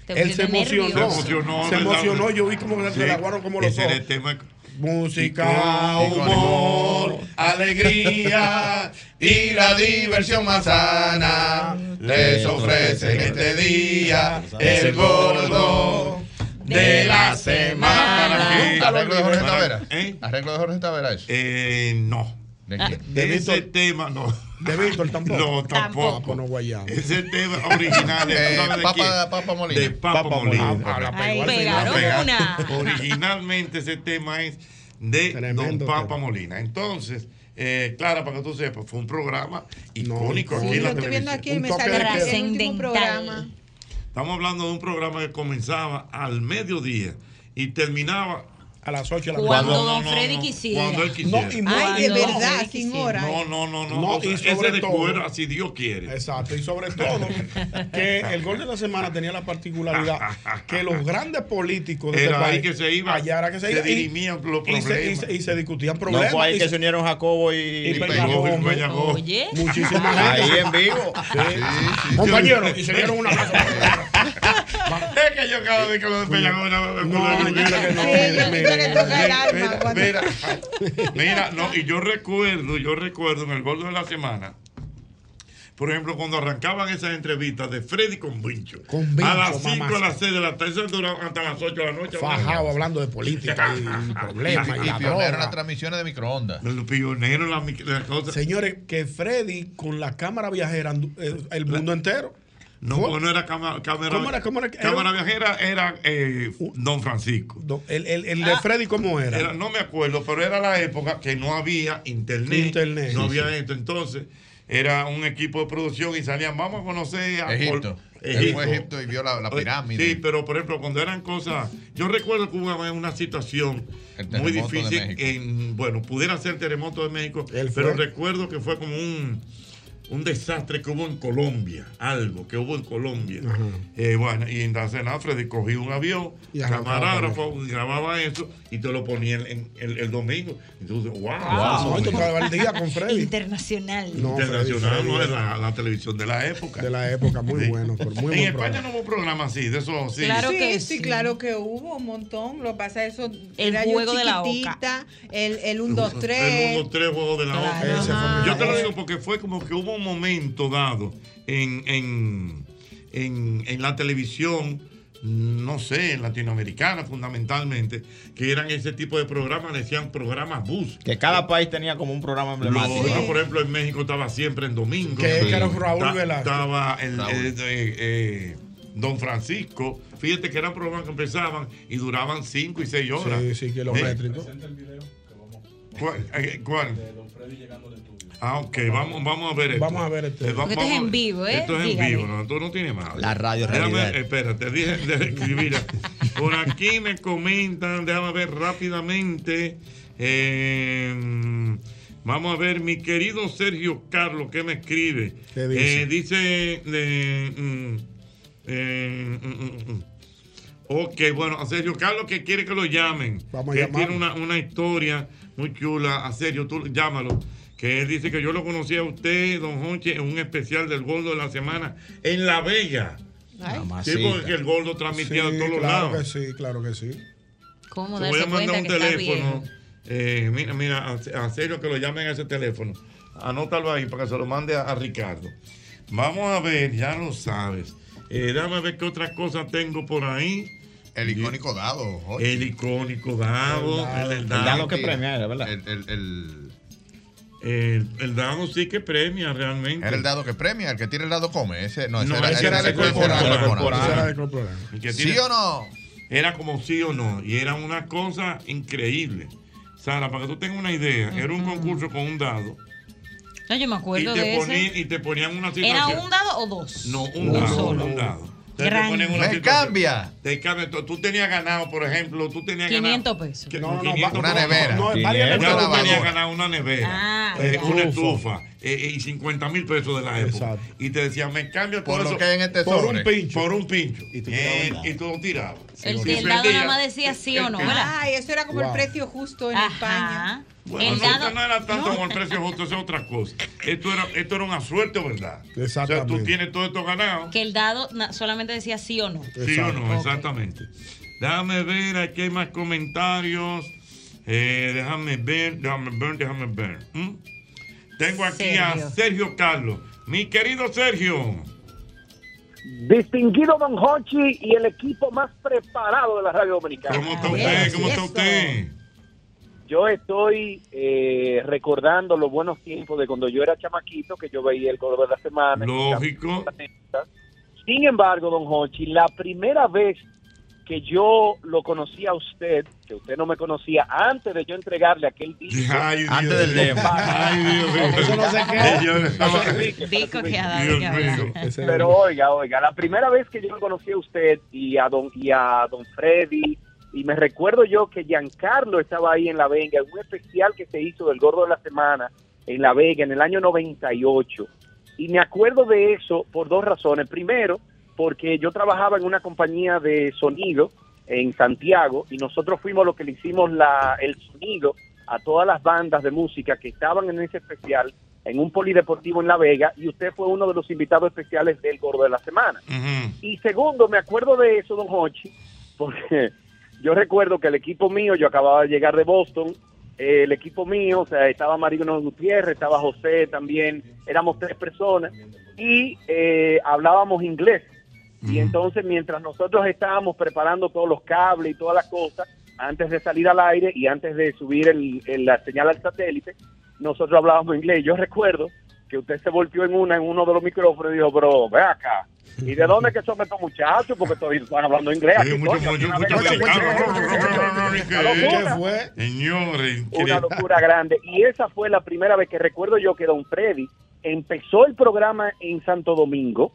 Speaker 6: Te
Speaker 8: Él se
Speaker 6: pusiste
Speaker 8: emocionó.
Speaker 6: nervioso. Se emocionó,
Speaker 8: Se
Speaker 6: ¿verdad?
Speaker 8: emocionó. Yo vi como
Speaker 6: Sí.
Speaker 8: se le aguaron como los
Speaker 6: Ese era el
Speaker 8: ojos.
Speaker 6: tema
Speaker 8: Música, humor,
Speaker 6: alegría
Speaker 8: y
Speaker 38: la diversión más sana les ofrece en este día el gordo de la semana.
Speaker 39: Sí, Arreglo de Jorge Tavera. Arreglo de Jorge Tavera eso.
Speaker 6: Eh, no.
Speaker 39: ¿De quién?
Speaker 6: De ese tema, no.
Speaker 8: De Víctor tampoco.
Speaker 6: No, tampoco.
Speaker 8: No, guayabo.
Speaker 6: Ese tema original es, ¿tú
Speaker 39: Eh,
Speaker 6: sabes de
Speaker 39: Papa-
Speaker 6: quién?
Speaker 39: Papa Molina.
Speaker 6: De Papa,
Speaker 39: Papa
Speaker 6: Molina.
Speaker 39: Molina. Ah, la pegó Ay, al
Speaker 6: La
Speaker 39: final.
Speaker 6: pegó.
Speaker 39: pegaron una.
Speaker 6: Originalmente ese tema es de Don Papa Molina. Entonces, eh, Clara, para que tú sepas, fue un programa icónico aquí
Speaker 27: Sí,
Speaker 6: en
Speaker 27: lo
Speaker 6: la
Speaker 27: estoy viendo
Speaker 6: televisión.
Speaker 27: aquí y me sale el último programa.
Speaker 6: Estamos hablando de un programa que comenzaba al mediodía y terminaba
Speaker 8: a las 8
Speaker 37: de la Cuando mañana. don Freddy quisiera.
Speaker 6: Cuando él quisiera.
Speaker 8: No, y más- Ay, de
Speaker 6: Cuando
Speaker 8: verdad,
Speaker 6: Freddy
Speaker 8: sin
Speaker 6: quisiera.
Speaker 8: hora,
Speaker 6: No,
Speaker 8: eh.
Speaker 6: no, no, no.
Speaker 8: No,
Speaker 6: o sea,
Speaker 8: y
Speaker 6: ese
Speaker 8: sobre
Speaker 6: de
Speaker 8: todo-
Speaker 6: cuero, si Dios quiere.
Speaker 8: Exacto, y sobre todo que el gol de la semana tenía la particularidad que los grandes políticos de
Speaker 6: Era
Speaker 8: este
Speaker 6: ahí
Speaker 8: país
Speaker 6: que se iba,
Speaker 8: allá era que se,
Speaker 6: se
Speaker 8: iba, y-
Speaker 6: dirimían los
Speaker 8: y se, y
Speaker 6: problemas.
Speaker 8: se- y se discutían
Speaker 17: No
Speaker 8: problemas.
Speaker 17: fue ahí
Speaker 8: y
Speaker 17: que
Speaker 8: se-
Speaker 17: se unieron Jacobo y,
Speaker 8: y Peña Gómez.
Speaker 17: Oye.
Speaker 8: Muchísima
Speaker 17: Ahí
Speaker 8: gente.
Speaker 17: en vivo.
Speaker 8: Compañeros, y se dieron una
Speaker 6: Es que yo cada vez que lo despellamos una vez
Speaker 8: No, mira que no, mira, mira.
Speaker 6: Mira, mira, no, y yo recuerdo, yo recuerdo en el gordo de la semana. Por ejemplo, cuando arrancaban esas entrevistas de Freddy con Vincho,
Speaker 8: Vincho,
Speaker 6: a las 5, a
Speaker 8: mamacita.
Speaker 6: las 6 de la tarde, eso duraba hasta las 8 de la noche.
Speaker 8: Fajado hablando de política y problemas y,
Speaker 39: Y
Speaker 8: la
Speaker 39: pionero en
Speaker 8: droga.
Speaker 39: las transmisiones de microondas.
Speaker 6: Los pioneros, las cosas.
Speaker 8: Señores, que Freddy con la cámara viajera andu- eh, el mundo entero.
Speaker 6: No,
Speaker 8: Fue-
Speaker 6: porque no era cámara, cámara,
Speaker 8: ¿Cómo era, cómo era?
Speaker 6: cámara viajera, era eh, Don eh, Francisco.
Speaker 8: el, de Freddy, ¿cómo era?
Speaker 6: No me acuerdo, pero era la época que no había internet.
Speaker 8: Internet.
Speaker 6: No
Speaker 8: Sí,
Speaker 6: había
Speaker 8: sí.
Speaker 6: esto. Entonces, era un equipo de producción y salían, vamos a conocer a
Speaker 39: Egipto.
Speaker 6: por-
Speaker 39: Él fue a Egipto y vio la, la
Speaker 6: Oye,
Speaker 39: pirámide.
Speaker 6: Sí, pero por ejemplo, cuando eran cosas. Yo recuerdo que hubo una- una situación
Speaker 39: El
Speaker 6: muy
Speaker 39: terremoto de
Speaker 6: difícil.
Speaker 39: México.
Speaker 6: En, bueno, pudiera ser el terremoto de México,
Speaker 39: fue.
Speaker 6: pero recuerdo que fue como un, un desastre que hubo en Colombia. Algo que hubo en Colombia.
Speaker 8: Ajá.
Speaker 6: Eh, bueno, y entonces nada, Freddy cogía un avión,
Speaker 8: Y arrancaba
Speaker 6: camarógrafo, grababa eso y te lo ponía en- en- el, el domingo. Entonces, wow.
Speaker 8: No, esto estaba al día con Freddy.
Speaker 37: Internacional.
Speaker 6: Internacional,
Speaker 8: Freddy, eh.
Speaker 6: no,
Speaker 8: Freddy.
Speaker 6: es la, la televisión de la época.
Speaker 8: De la época, muy bueno. por- Muy
Speaker 6: en
Speaker 8: buen
Speaker 6: España
Speaker 8: programa.
Speaker 6: no hubo programa así, de eso sí.
Speaker 27: sí, sí, claro que hubo un montón. Lo que pasa es eso.
Speaker 37: El
Speaker 27: era yo
Speaker 37: juego de la oca.
Speaker 27: chiquitita, El, el 1, 2,
Speaker 6: El
Speaker 27: 3.
Speaker 6: mundo tres juegos de la
Speaker 27: Claro.
Speaker 6: otra.
Speaker 27: Ese fue
Speaker 6: Yo te lo digo porque fue como que hubo un momento dado en, en, en, en la televisión no sé, latinoamericanas fundamentalmente, que eran ese tipo de programas, le decían programas bus.
Speaker 40: Que cada país tenía como un programa emblemático.
Speaker 6: Los- Por ejemplo, en México estaba siempre en domingo.
Speaker 8: Que
Speaker 6: Sí.
Speaker 8: era Raúl
Speaker 6: Ta-
Speaker 8: Velasco.
Speaker 6: Estaba el, eh, eh, eh, Don Francisco. Fíjate que eran programas que empezaban y duraban 5 y ¿eh? 6 horas.
Speaker 8: Sí, sí, kilométrico.
Speaker 6: ¿Cuál? Eh, ¿Cuál? Ah, ok, vamos, vamos a ver esto. Eh, Vamos a ver
Speaker 8: este.
Speaker 6: esto.
Speaker 41: Porque esto es en vivo, ¿eh?
Speaker 6: Esto es
Speaker 41: Dígame.
Speaker 6: en vivo, no, tú no tienes más.
Speaker 42: La radio
Speaker 6: Déjame-
Speaker 42: realidad.
Speaker 6: Espérate, dije de escribir. Por aquí me comentan, déjame ver rápidamente. eh, vamos a ver, mi querido Sergio Carlos, que me escribe.
Speaker 8: ¿Qué dice?
Speaker 6: Eh, dice. eh, mm, eh, mm, mm, mm. Ok, bueno, a Sergio Carlos que quiere que lo llamen.
Speaker 8: Vamos a
Speaker 6: que
Speaker 8: llamarlo.
Speaker 6: tiene una, una historia muy chula. A Sergio, tú llámalo. Que él dice que yo lo conocí a usted, don Jonche, en un especial del Gordo de la Semana en La Vega. Sí, porque el Gordo transmitía a
Speaker 8: Sí,
Speaker 6: todos los
Speaker 8: claro
Speaker 6: lados.
Speaker 8: que sí, claro que sí.
Speaker 41: ¿Cómo
Speaker 6: Te
Speaker 41: darse
Speaker 6: voy a mandar
Speaker 41: cuenta
Speaker 6: un
Speaker 41: que está
Speaker 6: teléfono.
Speaker 41: viejo?
Speaker 6: Eh, mira, mira, a a Sergio que lo llamen a ese teléfono. Anótalo ahí para que se lo mande a, a Ricardo. Vamos a ver, ya lo sabes. Eh, déjame ver qué otras cosas tengo por ahí. El icónico dado. El icónico dado. El, el dado,
Speaker 38: que premia
Speaker 6: era,
Speaker 38: ¿verdad? El, el, el,
Speaker 6: el, dado sí que premia realmente.
Speaker 38: Era el dado que premia, el que tira el dado come. Ese, no, ese
Speaker 6: No,
Speaker 38: era,
Speaker 6: ese era de
Speaker 38: ese era
Speaker 6: corporal.
Speaker 38: corporal.
Speaker 6: Ese era de
Speaker 8: corporal.
Speaker 6: Y que
Speaker 38: ¿Sí
Speaker 6: tiene-
Speaker 38: o no?
Speaker 6: Era como sí o no. Y era una cosa increíble. Sara, para que tú tengas una idea, era un concurso con un dado.
Speaker 41: No, yo me
Speaker 6: Y
Speaker 41: acuerdo
Speaker 6: te,
Speaker 41: de eso.
Speaker 6: poní- y te ponían una
Speaker 41: ¿Era
Speaker 6: situación.
Speaker 41: un dado o dos?
Speaker 6: No, un dado.
Speaker 41: solo.
Speaker 6: Un dado. Entonces
Speaker 41: Grande.
Speaker 6: te ponían una
Speaker 41: Me
Speaker 6: situación.
Speaker 38: cambia.
Speaker 6: Te cambia. Tú, tú tenías ganado, por ejemplo, tú tenías
Speaker 41: 500
Speaker 6: ganado.
Speaker 41: pesos.
Speaker 6: que-
Speaker 41: No, no,
Speaker 6: 500
Speaker 38: una
Speaker 6: no,
Speaker 38: nevera.
Speaker 6: No, no,
Speaker 38: 500
Speaker 6: varias neveras.
Speaker 38: lavadora.
Speaker 6: Tú tenías ganado una nevera,
Speaker 41: Ah,
Speaker 6: eh,
Speaker 41: ya.
Speaker 6: una estufa eh, y 50 mil pesos de la época. Y te decían, me cambio todo
Speaker 38: Por lo
Speaker 6: eso
Speaker 38: que hay en este
Speaker 6: por
Speaker 38: sobre.
Speaker 6: un pincho. Por un pincho. Y tú, y tú lo tirabas.
Speaker 41: El,
Speaker 6: Y
Speaker 41: el dado nada
Speaker 6: perdías.
Speaker 41: más decía sí o no, ¿verdad?
Speaker 27: Ay, eso era como el
Speaker 6: Wow.
Speaker 27: precio justo en España.
Speaker 6: Bueno,
Speaker 27: El
Speaker 6: no, esto
Speaker 27: dado-
Speaker 6: no era tanto como el precio justo, eso es otra cosa. Esto era, esto era una suerte, ¿verdad? O sea, tú
Speaker 8: Exactamente.
Speaker 6: tienes todo esto ganado.
Speaker 41: Que el dado na- solamente decía sí o no.
Speaker 6: Sí o no, exactamente. Déjame ver, aquí hay más comentarios. Eh, déjame ver, déjame ver, déjame ver. ¿Mm? Tengo aquí a
Speaker 17: Sergio.
Speaker 6: Sergio Carlos. Mi querido Sergio.
Speaker 17: Distinguido Don Hochi y el equipo más preparado de la radio dominicana.
Speaker 6: ¿Cómo está usted? ¿Cómo está usted?
Speaker 17: Yo estoy eh, recordando los buenos tiempos de cuando yo era chamaquito, que yo veía el color de la semana.
Speaker 6: Lógico.
Speaker 17: Sin embargo, Don Hochi, la primera vez que yo lo conocí a usted, que usted no me conocía, antes de yo entregarle aquel disco.
Speaker 6: Antes del demo. Ay, Dios mío. Eso no se queda.
Speaker 17: Disco
Speaker 41: que ha
Speaker 17: dado.
Speaker 6: Ese-
Speaker 17: Pero oiga, oiga, la primera vez que yo lo conocí a usted y a don y a don Freddy y me recuerdo yo que Giancarlo estaba ahí en La Vega, en un especial que se hizo del Gordo de la Semana en La Vega en el año 98. Y me acuerdo de eso por dos razones. Primero, porque yo trabajaba en una compañía de sonido en Santiago y nosotros fuimos los que le hicimos la, el sonido a todas las bandas de música que estaban en ese especial en un polideportivo en La Vega y usted fue uno de los invitados especiales del Gordo de la Semana. Y segundo, me acuerdo de eso, don Hochi, porque yo recuerdo que el equipo mío, yo acababa de llegar de Boston, eh, el equipo mío, o sea, estaba Marino Gutiérrez, estaba José también, éramos tres personas y eh, hablábamos inglés. Y entonces mientras nosotros estábamos preparando todos los cables y todas las cosas, antes de salir al aire y antes de subir el- el- la señal al satélite, nosotros hablábamos inglés. Yo recuerdo que usted se volteó en una en uno de los micrófonos y dijo, bro, ve acá. ¿Y de dónde que son estos muchachos? Porque todavía están hablando inglés. Aquí, coño, aquí una vez-
Speaker 6: ¿Qué fue? Señores,
Speaker 17: una locura grande. Y esa fue la primera vez que recuerdo yo que Don Freddy empezó el programa en Santo Domingo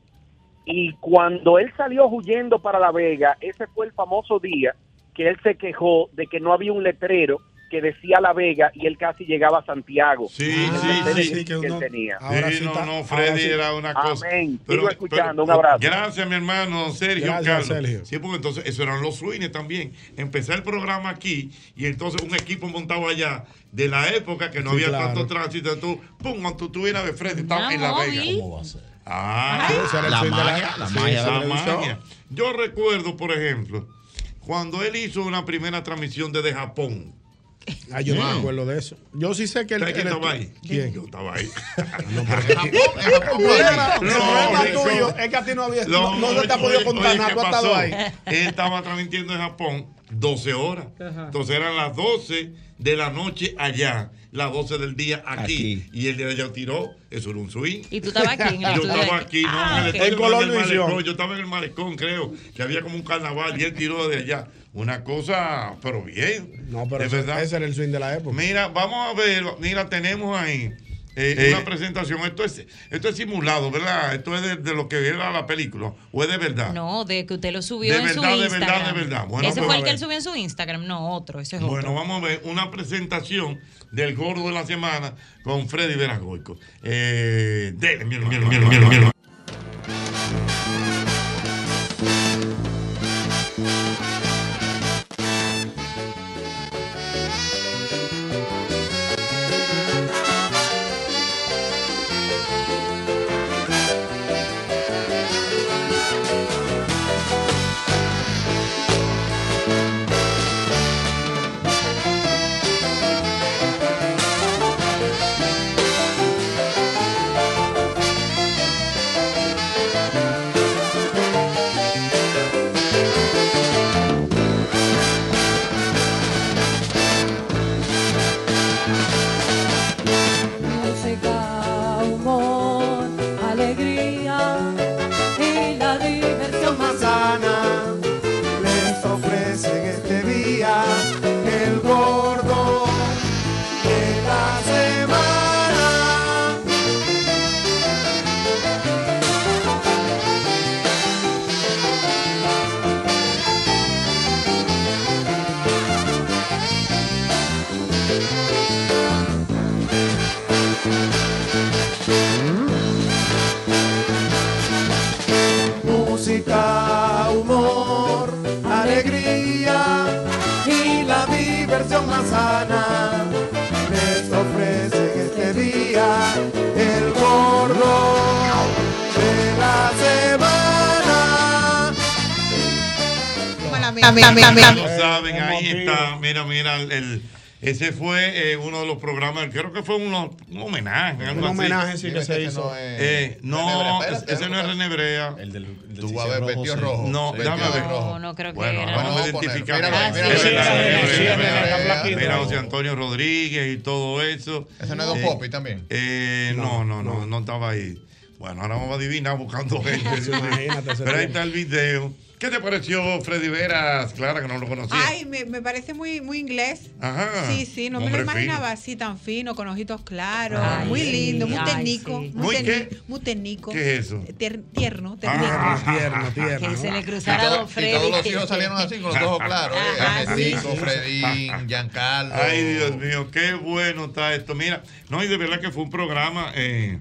Speaker 17: y cuando él salió huyendo para La Vega, ese fue el famoso día que él se quejó de que no había un letrero que decía La Vega y él casi llegaba a Santiago.
Speaker 6: Sí, sí, sí, sí, que
Speaker 17: él tenía.
Speaker 6: Sí, no, no, Freddy era una cosa.
Speaker 17: Amén.
Speaker 6: Pero-
Speaker 17: Sigo escuchando. un
Speaker 6: pero-
Speaker 17: abrazo.
Speaker 6: Gracias, mi hermano Sergio.
Speaker 17: Gracias,
Speaker 6: Carlos.
Speaker 17: Sergio.
Speaker 6: Sí, porque entonces eso eran los swings también. Empezar el programa aquí y entonces un equipo montado allá de la época que no
Speaker 8: Sí,
Speaker 6: había
Speaker 8: claro.
Speaker 6: tanto tránsito. Tú, pum, cuando tú eras de frente, estabas en La Vega.
Speaker 8: va a ser?
Speaker 6: Ah,
Speaker 8: Sí, ese era el
Speaker 6: la
Speaker 8: swing de la-
Speaker 6: magia, la
Speaker 8: sí,
Speaker 6: magia,
Speaker 8: esa
Speaker 6: la
Speaker 8: era el
Speaker 6: magia. Yo recuerdo, por ejemplo, cuando él hizo una primera transmisión desde Japón.
Speaker 8: Ah, yo no
Speaker 6: Wow.
Speaker 8: me acuerdo de eso. Yo sí sé que el.
Speaker 6: ¿Sabes quién
Speaker 8: el-
Speaker 6: estaba ahí?
Speaker 8: ¿Quién?
Speaker 6: Yo estaba ahí.
Speaker 8: El problema, el
Speaker 6: No,
Speaker 8: problema
Speaker 6: no,
Speaker 8: tuyo
Speaker 6: no.
Speaker 8: es que a ti no había.
Speaker 6: No,
Speaker 8: No, no se te ha
Speaker 6: oye,
Speaker 8: podido
Speaker 6: oye,
Speaker 8: contar
Speaker 6: ¿qué
Speaker 8: nada. Tú has
Speaker 6: pasó?
Speaker 8: estado ahí.
Speaker 6: Él estaba transmitiendo en Japón 12 horas. Entonces eran las 12 de la noche allá, las 12 del día aquí. Y el de allá tiró, eso era un swing.
Speaker 41: Y tú estabas aquí en
Speaker 6: Yo
Speaker 41: el estudio
Speaker 6: estaba
Speaker 41: de-
Speaker 6: aquí, no,
Speaker 41: Ah,
Speaker 6: en el
Speaker 41: ok.
Speaker 6: estudio
Speaker 41: En Colón
Speaker 6: del
Speaker 41: lo hicieron.
Speaker 6: malecón. Yo estaba en el malecón, creo, que había como un carnaval y él tiró de allá. Una cosa, pero bien.
Speaker 8: No, pero
Speaker 6: de
Speaker 8: ese,
Speaker 6: verdad.
Speaker 8: ese era el swing de la época.
Speaker 6: Mira, vamos a ver, mira, tenemos ahí eh,
Speaker 8: Eh.
Speaker 6: una presentación. Esto es, esto es simulado, ¿verdad? Esto es de, de lo que era la película, o es de verdad.
Speaker 41: No, de que usted lo subió
Speaker 6: De
Speaker 41: en
Speaker 6: verdad,
Speaker 41: su
Speaker 6: de
Speaker 41: Instagram.
Speaker 6: verdad, de verdad. Bueno,
Speaker 41: Ese
Speaker 6: pues,
Speaker 41: fue
Speaker 6: a
Speaker 41: el que
Speaker 6: ver.
Speaker 41: él subió en su Instagram, no otro, ese es otro.
Speaker 6: Bueno, vamos a ver una presentación del gordo de la semana con Freddy Veragoico. Eh, dele, mi hermano, mi hermano, mi hermano, mi hermano.
Speaker 2: Música, humor, alegría y la diversión más sana. Les ofrecen este día el gordo de la semana. Música, humor, alegría y la diversión más sana. Les ofrecen este día el gordo de la semana.
Speaker 6: Ya lo saben, ahí está. Mira, mira, el- ese fue eh, uno de los programas, creo que fue uno- un homenaje. algo
Speaker 8: Un
Speaker 6: así.
Speaker 8: homenaje sí que se hizo.
Speaker 6: Eh, no, es- ese no es René Brea. El
Speaker 38: del Tú vas a ver vestido rojo.
Speaker 6: No,
Speaker 38: Vestido
Speaker 6: dame a ver.
Speaker 38: rojo.
Speaker 41: No, creo que
Speaker 6: Bueno,
Speaker 41: era.
Speaker 6: vamos a
Speaker 38: Vamos a poner.
Speaker 6: identificar.
Speaker 38: Míralo ahí,
Speaker 6: Es
Speaker 38: míralo ahí. Sí, sí,
Speaker 6: verdad, es verdad,
Speaker 38: sí,
Speaker 6: es
Speaker 38: sí,
Speaker 6: verdad.
Speaker 38: sí,
Speaker 6: Mira,
Speaker 38: sí.
Speaker 6: José Antonio Rodríguez y todo eso.
Speaker 38: Ese no es Don
Speaker 6: Eh,
Speaker 38: Popi también.
Speaker 6: eh, no, no, no, no estaba ahí. Bueno, ahora vamos a adivinar buscando gente.
Speaker 8: Sí, imagínate, ese
Speaker 6: Pero ahí está
Speaker 8: tema.
Speaker 6: el video. ¿Qué te pareció Freddy Veras? Clara, que no lo conocía.
Speaker 27: Ay, me, me parece muy, muy inglés.
Speaker 6: Ajá.
Speaker 27: Sí, sí, no me
Speaker 6: Ah, Hombre
Speaker 27: lo imaginaba así tan fino, con ojitos claros,
Speaker 6: Ay,
Speaker 27: muy lindo,
Speaker 6: sí.
Speaker 27: muy
Speaker 6: Ay,
Speaker 27: técnico,
Speaker 6: sí.
Speaker 27: muy,
Speaker 6: ¿Muy qué?
Speaker 27: técnico, muy técnico.
Speaker 6: ¿Qué es eso?
Speaker 27: Tier- tierno, tierno.
Speaker 6: Ah,
Speaker 8: tierno, tierno.
Speaker 27: Que se le
Speaker 38: cruzara Y todo- Don y Freddy. todos los hijos salieron así, con los ojos claros, ¿eh? Ajá, sí, Ernesto, sí. Fredín,
Speaker 6: Giancarlo. Ay, Dios mío, qué bueno está esto. Mira, no, y de verdad que fue un programa. eh,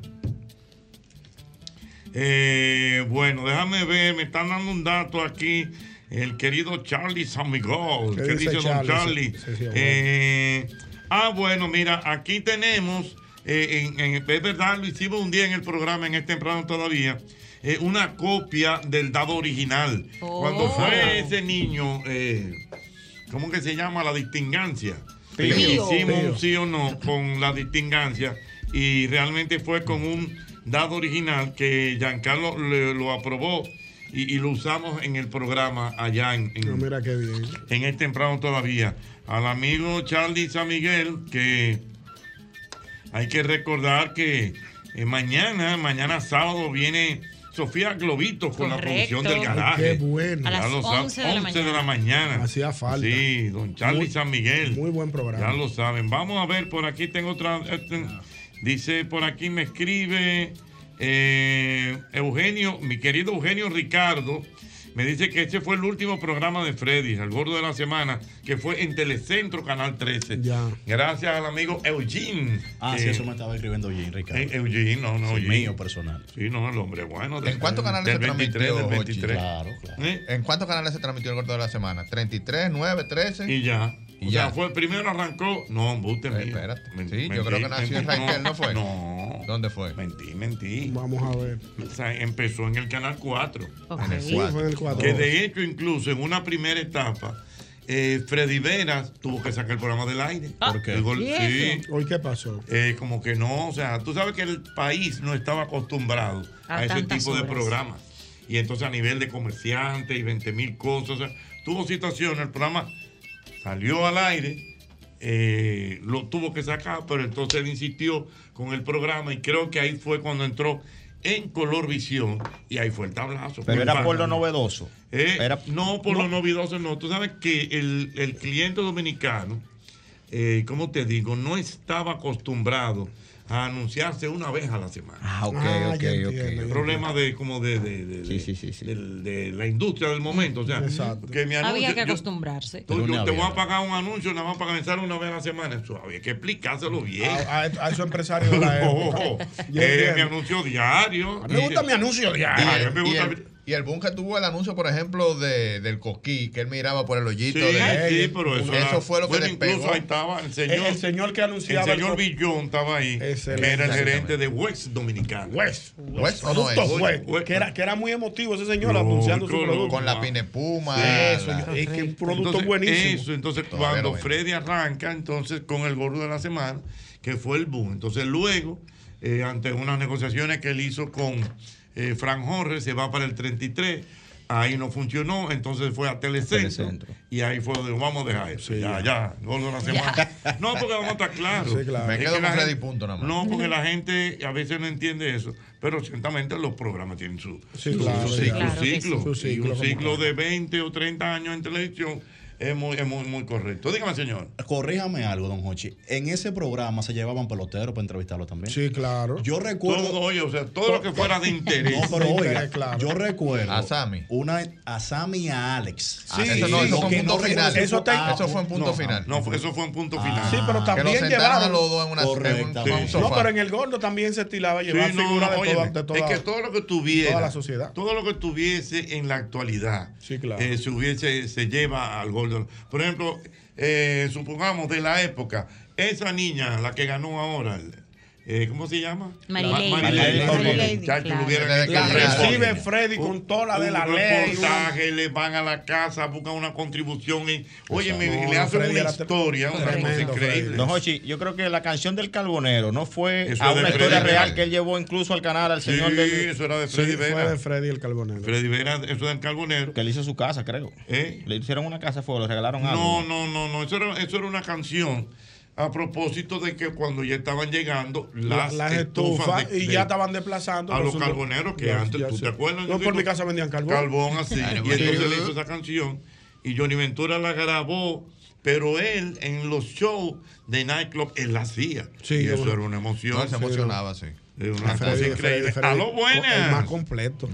Speaker 6: eh, bueno, déjame ver, me están dando un dato aquí. El querido Charlie San Miguel.
Speaker 8: ¿Qué
Speaker 6: ¿Qué,
Speaker 8: dice
Speaker 6: dice, don
Speaker 8: Charlie?
Speaker 6: Charlie?
Speaker 8: Sí, sí, sí, hombre.
Speaker 6: Eh, ah, bueno, mira, aquí tenemos, eh, en- en- es verdad, lo hicimos un día en el programa, en este temprano todavía, eh, una copia del dado original.
Speaker 8: Oh.
Speaker 6: Cuando fue ese niño, eh, ¿cómo que se llama? La distingancia.
Speaker 8: Tío.
Speaker 6: Y Hicimos
Speaker 8: Tío.
Speaker 6: un sí o no con la distingancia y realmente fue con un dado original que Giancarlo le- lo aprobó y, y lo usamos en el programa allá en, en-
Speaker 8: Pero Ah, mira qué bien.
Speaker 6: en el temprano todavía. Al amigo Charlie San Miguel, que hay que recordar que eh, mañana, mañana sábado, viene Sofía Globito con la
Speaker 8: Correcto.
Speaker 6: producción del
Speaker 8: Ay,
Speaker 6: garaje.
Speaker 8: qué bueno. A
Speaker 6: Ya
Speaker 8: las
Speaker 6: lo saben,
Speaker 8: 11 de la
Speaker 6: 11 de la mañana.
Speaker 8: Hacía falta.
Speaker 6: Sí, don Charlie
Speaker 8: Muy-
Speaker 6: San Miguel.
Speaker 8: Muy buen
Speaker 6: Ya
Speaker 8: programa. Ah.
Speaker 6: lo saben. Vamos a ver, por aquí tengo otra. este, dice, por aquí me escribe eh, Eugenio, mi querido Eugenio Ricardo. Me dice que este fue el último programa de Freddy, el gordo de la semana, que fue en Telecentro Canal 13.
Speaker 8: Ya.
Speaker 6: Gracias al amigo Eugene.
Speaker 43: Ah,
Speaker 6: que-
Speaker 43: sí, eso me estaba escribiendo Eugene, Ricardo.
Speaker 6: Eh, Eugene, no, no,
Speaker 43: Sí,
Speaker 6: Eugene.
Speaker 43: mío personal.
Speaker 6: Sí, no, el hombre bueno. del-
Speaker 38: ¿En cuántos canales se
Speaker 6: del 23,
Speaker 38: transmitió?
Speaker 6: del
Speaker 38: Jochi?
Speaker 6: 23.
Speaker 38: ¿En cuántos canales se transmitió el gordo de la semana? 33, 9, 13.
Speaker 6: Y ya.
Speaker 38: Y
Speaker 6: o
Speaker 38: ya.
Speaker 6: sea, fue primero arrancó. No, embuste mío.
Speaker 38: espérate.
Speaker 6: Men-
Speaker 38: Sí, yo
Speaker 6: mentí,
Speaker 38: creo que nació en
Speaker 6: mentí.
Speaker 38: Raquel, ¿no fue?
Speaker 6: No.
Speaker 38: ¿Dónde fue?
Speaker 6: Mentí, mentí.
Speaker 8: Vamos a ver.
Speaker 6: O sea, empezó Ah, en el canal 4.
Speaker 8: Ok. Sí, fue en el cuatro.
Speaker 6: Que de hecho, incluso en una primera etapa, eh, Freddy Veras tuvo que sacar el programa del aire.
Speaker 8: Ah, ¿Por qué?
Speaker 6: El gol-
Speaker 8: ¿Y
Speaker 6: sí.
Speaker 8: eso? ¿Hoy qué pasó?
Speaker 6: Eh, como que no, o sea, tú sabes que el país no estaba acostumbrado
Speaker 8: A
Speaker 6: a, ese
Speaker 8: tantas
Speaker 6: tipo de
Speaker 8: horas.
Speaker 6: programas. Y entonces a nivel de comerciantes y 20 mil cosas, o sea, tuvo situaciones, el programa salió al aire, eh, lo tuvo que sacar, pero entonces él insistió con el programa y creo que ahí fue cuando entró en Color Visión y ahí fue el tablazo.
Speaker 7: Pero era por lo
Speaker 6: Fue-
Speaker 7: novedoso.
Speaker 6: eh,
Speaker 7: Era-
Speaker 6: no, por lo novedoso no. Tú sabes que el, el cliente dominicano, eh, ¿cómo te digo? No estaba acostumbrado a anunciarse una vez a la semana. Ah,
Speaker 8: ok, Ah, ok, ya entiendo, ok. ya
Speaker 6: El problema de como de, de, de- del- de la industria del momento. O sea, que me
Speaker 41: Había
Speaker 6: anuncie-
Speaker 41: que
Speaker 6: yo-
Speaker 41: acostumbrarse.
Speaker 6: tú- yo te voy a pagar un anuncio nada más para comenzar una vez a la semana. Eso había que
Speaker 8: Ah,
Speaker 6: explicárselo bien.
Speaker 8: A, a- a esos empresarios de la
Speaker 6: Ojo,
Speaker 8: época.
Speaker 38: Oh.
Speaker 6: ojo.
Speaker 8: Yo
Speaker 6: Eh,
Speaker 8: entiendo.
Speaker 6: mi anuncio diario.
Speaker 8: me gusta mi anuncio diario.
Speaker 6: me gusta
Speaker 38: y el, y el boom que tuvo el anuncio, por ejemplo, de, del cosquí, que él miraba por el hoyito.
Speaker 6: Sí,
Speaker 38: de-
Speaker 6: sí, pero eso, era-
Speaker 38: fue lo que
Speaker 6: bueno,
Speaker 38: despegó.
Speaker 6: Incluso ahí estaba el señor,
Speaker 8: El señor que anunciaba
Speaker 6: El señor
Speaker 8: el-
Speaker 6: Billón estaba ahí,
Speaker 8: Excelente.
Speaker 6: que era el Pues,
Speaker 8: Exactamente.
Speaker 6: gerente de West Dominicano.
Speaker 8: West.
Speaker 6: West,
Speaker 8: Justo fue,
Speaker 6: eh,
Speaker 8: que, era, que era muy emotivo ese señor anunciando su producto.
Speaker 38: Con la pine puma.
Speaker 8: Sí, eso,
Speaker 38: la-
Speaker 8: yo- es que un producto
Speaker 6: Entonces,
Speaker 8: buenísimo.
Speaker 6: eso, entonces
Speaker 8: Todavía
Speaker 6: cuando
Speaker 8: lo vende.
Speaker 6: Freddy arranca, entonces con el gordo de la semana, que fue el boom. Entonces luego, eh, ante unas negociaciones que él hizo con eh, Frank Horre, se va para el 33. Ahí no funcionó, entonces fue a Telecentro, y ahí fue donde vamos a dejar eso. ya, ya, gordo de la semana. No, porque vamos a estar claros.
Speaker 38: Sí, claro. Me
Speaker 6: Es
Speaker 38: quedo
Speaker 6: que la
Speaker 38: con Freddy
Speaker 6: gente-
Speaker 38: Punto nada más.
Speaker 6: No, porque la gente a veces no entiende eso, pero ciertamente los programas tienen su,
Speaker 8: Sí,
Speaker 6: su-
Speaker 8: claro,
Speaker 6: su ciclo.
Speaker 8: claro
Speaker 6: su
Speaker 8: que
Speaker 6: ciclo.
Speaker 8: sí. Su
Speaker 6: Y
Speaker 8: ciclo,
Speaker 6: un
Speaker 8: como
Speaker 6: ciclo de 20 o 30 años en televisión es muy, es muy, muy correcto. Dígame, señor.
Speaker 43: Corríjame algo, don Hochi. En ese programa se llevaban peloteros para entrevistarlo también.
Speaker 8: Sí, claro.
Speaker 43: Yo recuerdo.
Speaker 6: Todo, oye, o sea, todo lo que fuera de interés.
Speaker 43: No, pero
Speaker 6: De
Speaker 43: oiga,
Speaker 6: interés, claro.
Speaker 43: yo recuerdo.
Speaker 6: A
Speaker 43: Sami. Una, a Sami y a Alex.
Speaker 6: Ah, eso no, eso fue un punto final. Eso te-
Speaker 43: Ah,
Speaker 6: eso fue un punto
Speaker 43: no,
Speaker 6: final.
Speaker 43: No, fue-
Speaker 6: eso fue un punto
Speaker 43: final.
Speaker 8: Sí, pero también llevaron.
Speaker 43: Correctamente.
Speaker 8: No, pero en el gordo también se estilaba llevar
Speaker 6: Sí, no,
Speaker 8: figuras
Speaker 6: no,
Speaker 8: de,
Speaker 6: óyeme,
Speaker 8: toda, de toda-
Speaker 6: es que todo lo que tuviera,
Speaker 8: toda la sociedad.
Speaker 6: todo lo que tuviese en la actualidad, eh, se hubiese, se lleva al Golden. Por ejemplo, eh, supongamos de la época, esa niña, la que ganó ahora, eh, ¿cómo se llama?
Speaker 8: Marilady.
Speaker 6: Ma-
Speaker 8: Marilady,
Speaker 6: Marilady,
Speaker 8: Marilady,
Speaker 6: muchacho,
Speaker 8: claro.
Speaker 6: lo hubieran
Speaker 8: La
Speaker 6: hecho un reporte.
Speaker 8: recibe Freddy con toda la de la
Speaker 6: un
Speaker 8: ley,
Speaker 6: reportaje, le van a la casa, buscan una contribución y, oye, me-
Speaker 7: No,
Speaker 6: le hacen
Speaker 7: Freddy
Speaker 6: una
Speaker 7: era
Speaker 6: historia, una cosa increíble.
Speaker 7: Don Hochi, yo creo que la canción del carbonero no fue
Speaker 6: Eso
Speaker 7: a
Speaker 6: es de
Speaker 7: una
Speaker 6: Freddy
Speaker 7: historia
Speaker 6: Vera.
Speaker 7: real que él llevó incluso al canal al señor
Speaker 6: Sí,
Speaker 7: del.
Speaker 6: eso era de
Speaker 7: Sí,
Speaker 6: Freddy Vera.
Speaker 8: de Freddy el carbonero.
Speaker 6: Freddy Vera, eso del carbonero. ¿Eh?
Speaker 7: Que le hizo su casa, creo. Le hicieron una casa, fue, le regalaron
Speaker 6: No,
Speaker 7: algo.
Speaker 6: no, no, no. Eso era, eso era una canción a propósito de que cuando ya estaban llegando las, estufas, de-
Speaker 8: y
Speaker 6: de-
Speaker 8: ya estaban desplazando
Speaker 6: a
Speaker 8: por
Speaker 6: los
Speaker 8: su-
Speaker 6: carboneros que
Speaker 8: Ya,
Speaker 6: antes,
Speaker 8: ya
Speaker 6: ¿tú
Speaker 8: sé.
Speaker 6: te acuerdas?
Speaker 8: Yo por mi casa vendían carbón.
Speaker 6: Carbón así. y
Speaker 8: Claro,
Speaker 6: entonces
Speaker 8: sí.
Speaker 6: le hizo esa canción y Johnny Ventura la grabó. Pero él en los shows de nightclub, él la hacía.
Speaker 8: Sí,
Speaker 6: y
Speaker 8: yo-
Speaker 6: eso era una emoción.
Speaker 8: No, se emocionaba,
Speaker 38: sí.
Speaker 6: Era una cosa
Speaker 8: Freddy, Freddy,
Speaker 6: increíble.
Speaker 8: Freddy,
Speaker 6: A lo
Speaker 8: El más
Speaker 6: buenas.
Speaker 8: completo.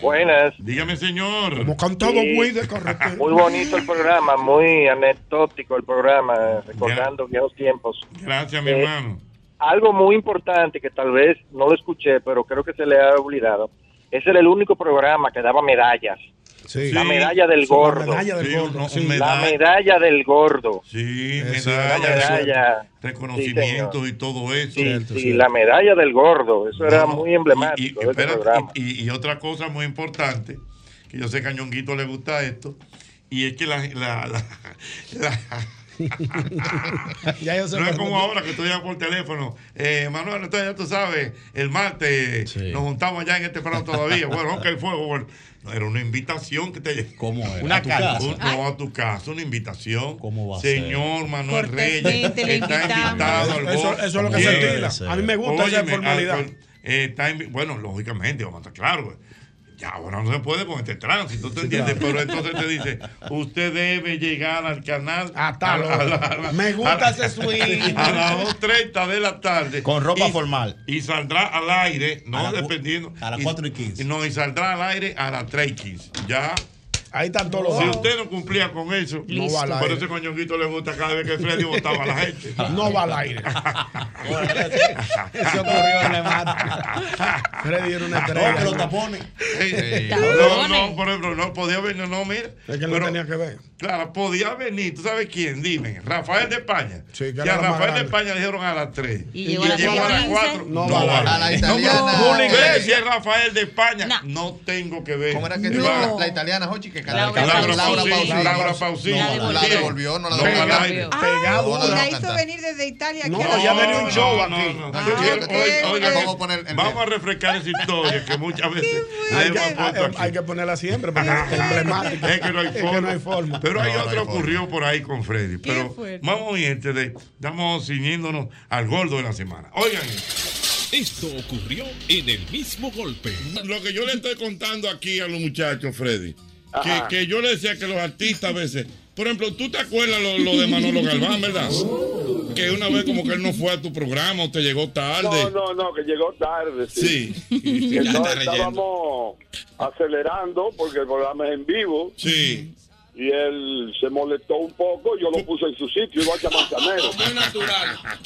Speaker 17: Buenas.
Speaker 6: Dígame, señor.
Speaker 8: Como cantaba
Speaker 17: Sí.
Speaker 8: muy de correcto.
Speaker 17: Muy bonito el programa, muy anecdótico el programa, recordando viejos tiempos.
Speaker 6: Gracias, mi
Speaker 17: Eh,
Speaker 6: hermano.
Speaker 17: Algo muy importante que tal vez no lo escuché, pero creo que se le ha olvidado. Ese era el único programa que daba medallas. La medalla del
Speaker 6: Sí, la
Speaker 17: gordo.
Speaker 6: medalla del Sí, gordo, un- sí. un
Speaker 17: La
Speaker 6: medalla.
Speaker 17: medalla del gordo.
Speaker 6: Sí,
Speaker 17: Eso,
Speaker 6: medalla,
Speaker 17: la medalla.
Speaker 6: re- reconocimiento y todo eso.
Speaker 17: Sí, la medalla del gordo. Eso era
Speaker 6: No,
Speaker 17: muy emblemático.
Speaker 6: Y,
Speaker 17: de ese
Speaker 6: espérate,
Speaker 17: programa.
Speaker 6: y- y otra cosa muy importante, que yo sé que a Ñonguito le gusta esto, y es que la... la- la- la-
Speaker 8: Ya yo sé
Speaker 6: no
Speaker 8: por
Speaker 6: es como
Speaker 8: dónde.
Speaker 6: ahora que estoy ya por teléfono. Eh, Manuel, entonces ya tú sabes, el martes nos juntamos ya en este programa todavía. Bueno, ok, fuego. Bueno. No, era una invitación que te llegó.
Speaker 43: ¿Cómo era?
Speaker 6: Una
Speaker 43: ¿A tu
Speaker 6: carta.
Speaker 43: casa?
Speaker 6: Un- no, a tu casa, una invitación. ¿Cómo
Speaker 43: va a ser?
Speaker 6: Señor Manuel Reyes,
Speaker 8: Cortésmente le
Speaker 6: está
Speaker 8: invitamos.
Speaker 6: invitado al
Speaker 8: Eso-
Speaker 6: golf.
Speaker 8: eso es lo que se
Speaker 6: Bien.
Speaker 8: estila. A mí me gusta esa formalidad.
Speaker 6: alcohol, eh, está invi- bueno, lógicamente, vamos a estar claros. güey. Ya ahora no se puede con este tránsito, ¿te entiendes? Pero entonces te dice, usted debe llegar al canal a
Speaker 8: tal
Speaker 6: a la-
Speaker 8: hora.
Speaker 6: a la-
Speaker 8: Me gusta
Speaker 6: a-
Speaker 8: ese swing.
Speaker 6: A las 2.30 de la tarde.
Speaker 7: Con ropa
Speaker 6: Y-
Speaker 7: formal.
Speaker 6: Y saldrá al aire, no
Speaker 7: A la cu-
Speaker 6: dependiendo.
Speaker 7: a las
Speaker 6: y-
Speaker 7: 4 y 15.
Speaker 6: No, y saldrá al aire a las 3 y 15. Ya.
Speaker 8: Ahí están todos los
Speaker 6: Si
Speaker 8: dados.
Speaker 6: usted no cumplía con eso,
Speaker 8: No va al
Speaker 6: por
Speaker 8: aire.
Speaker 6: eso coñonguito le gusta cada vez que Freddy votaba a la gente.
Speaker 8: No va al aire. Eso ocurrió en el Freddy era una estrella.
Speaker 6: No, que lo
Speaker 43: tapones.
Speaker 6: No, no, por ejemplo, no podía venir, no, mira.
Speaker 8: Es que no
Speaker 6: Pero-
Speaker 8: tenía que ver.
Speaker 6: Claro, podía venir. ¿Tú sabes quién? Dime. Rafael de España.
Speaker 8: Sí, que
Speaker 6: que
Speaker 8: era
Speaker 6: a
Speaker 8: la más
Speaker 6: Rafael de
Speaker 8: grande.
Speaker 6: España le dieron a las 3.
Speaker 8: Y llegó a las siete. No
Speaker 6: No,
Speaker 8: vale.
Speaker 6: vale.
Speaker 8: A la
Speaker 6: No,
Speaker 8: italiana.
Speaker 6: no, no,
Speaker 8: Julio
Speaker 6: ve,
Speaker 8: Iglesias.
Speaker 6: Si es Rafael de España, no tengo que ver.
Speaker 38: ¿Cómo era que
Speaker 6: No.
Speaker 38: la, la italiana, Hochi, que
Speaker 11: que
Speaker 6: Laura
Speaker 11: cada-
Speaker 6: Pausini. Laura
Speaker 11: Laura
Speaker 6: Pausini.
Speaker 11: Pausini.
Speaker 6: La
Speaker 11: No, la
Speaker 6: devolvieron.
Speaker 11: devolvió, no la
Speaker 6: No,
Speaker 11: devolvió.
Speaker 6: al aire.
Speaker 11: No,
Speaker 27: Pegado.
Speaker 11: no la
Speaker 27: Ah, la
Speaker 11: dejó
Speaker 27: hizo
Speaker 11: cantar.
Speaker 27: venir desde Italia. aquí
Speaker 6: No,
Speaker 27: a la-
Speaker 6: ya venía un show
Speaker 11: no,
Speaker 6: aquí.
Speaker 11: no, no.
Speaker 6: Aquí,
Speaker 11: Ah,
Speaker 6: oiga,
Speaker 11: ok,
Speaker 6: oiga,
Speaker 11: ok.
Speaker 6: vamos
Speaker 11: Vamos a poner el-
Speaker 6: vamos a refrescar esa historia que muchas veces la
Speaker 38: Hay que,
Speaker 6: hemos puesto
Speaker 38: hay-
Speaker 6: aquí.
Speaker 38: hay que ponerla siempre porque es emblemática.
Speaker 6: Es que no hay forma.
Speaker 38: forma.
Speaker 6: Pero hay
Speaker 38: No, no
Speaker 6: otro
Speaker 38: hay forma.
Speaker 6: ocurrió por ahí con Freddy.
Speaker 38: Qué
Speaker 6: Pero
Speaker 38: fuerte.
Speaker 6: vamos a irte de. Estamos ciñéndonos al gordo de la semana. Oigan.
Speaker 12: Esto ocurrió en el mismo golpe.
Speaker 6: Lo que yo le estoy contando aquí a los muchachos, Freddy, que,
Speaker 12: Ajá.
Speaker 6: que yo le decía que los artistas a veces. Por ejemplo, tú te acuerdas lo, lo de Manolo Galván, ¿verdad? Que una vez como que él no fue a tu programa o te llegó
Speaker 19: No,
Speaker 6: tarde.
Speaker 19: no, no, que llegó tarde.
Speaker 6: Sí.
Speaker 19: Y
Speaker 6: Ya está
Speaker 19: entonces
Speaker 6: leyendo.
Speaker 19: estábamos acelerando porque el programa es en vivo.
Speaker 6: Sí.
Speaker 19: Y él se molestó un poco, yo lo puse en su sitio, igual que a Manzanero.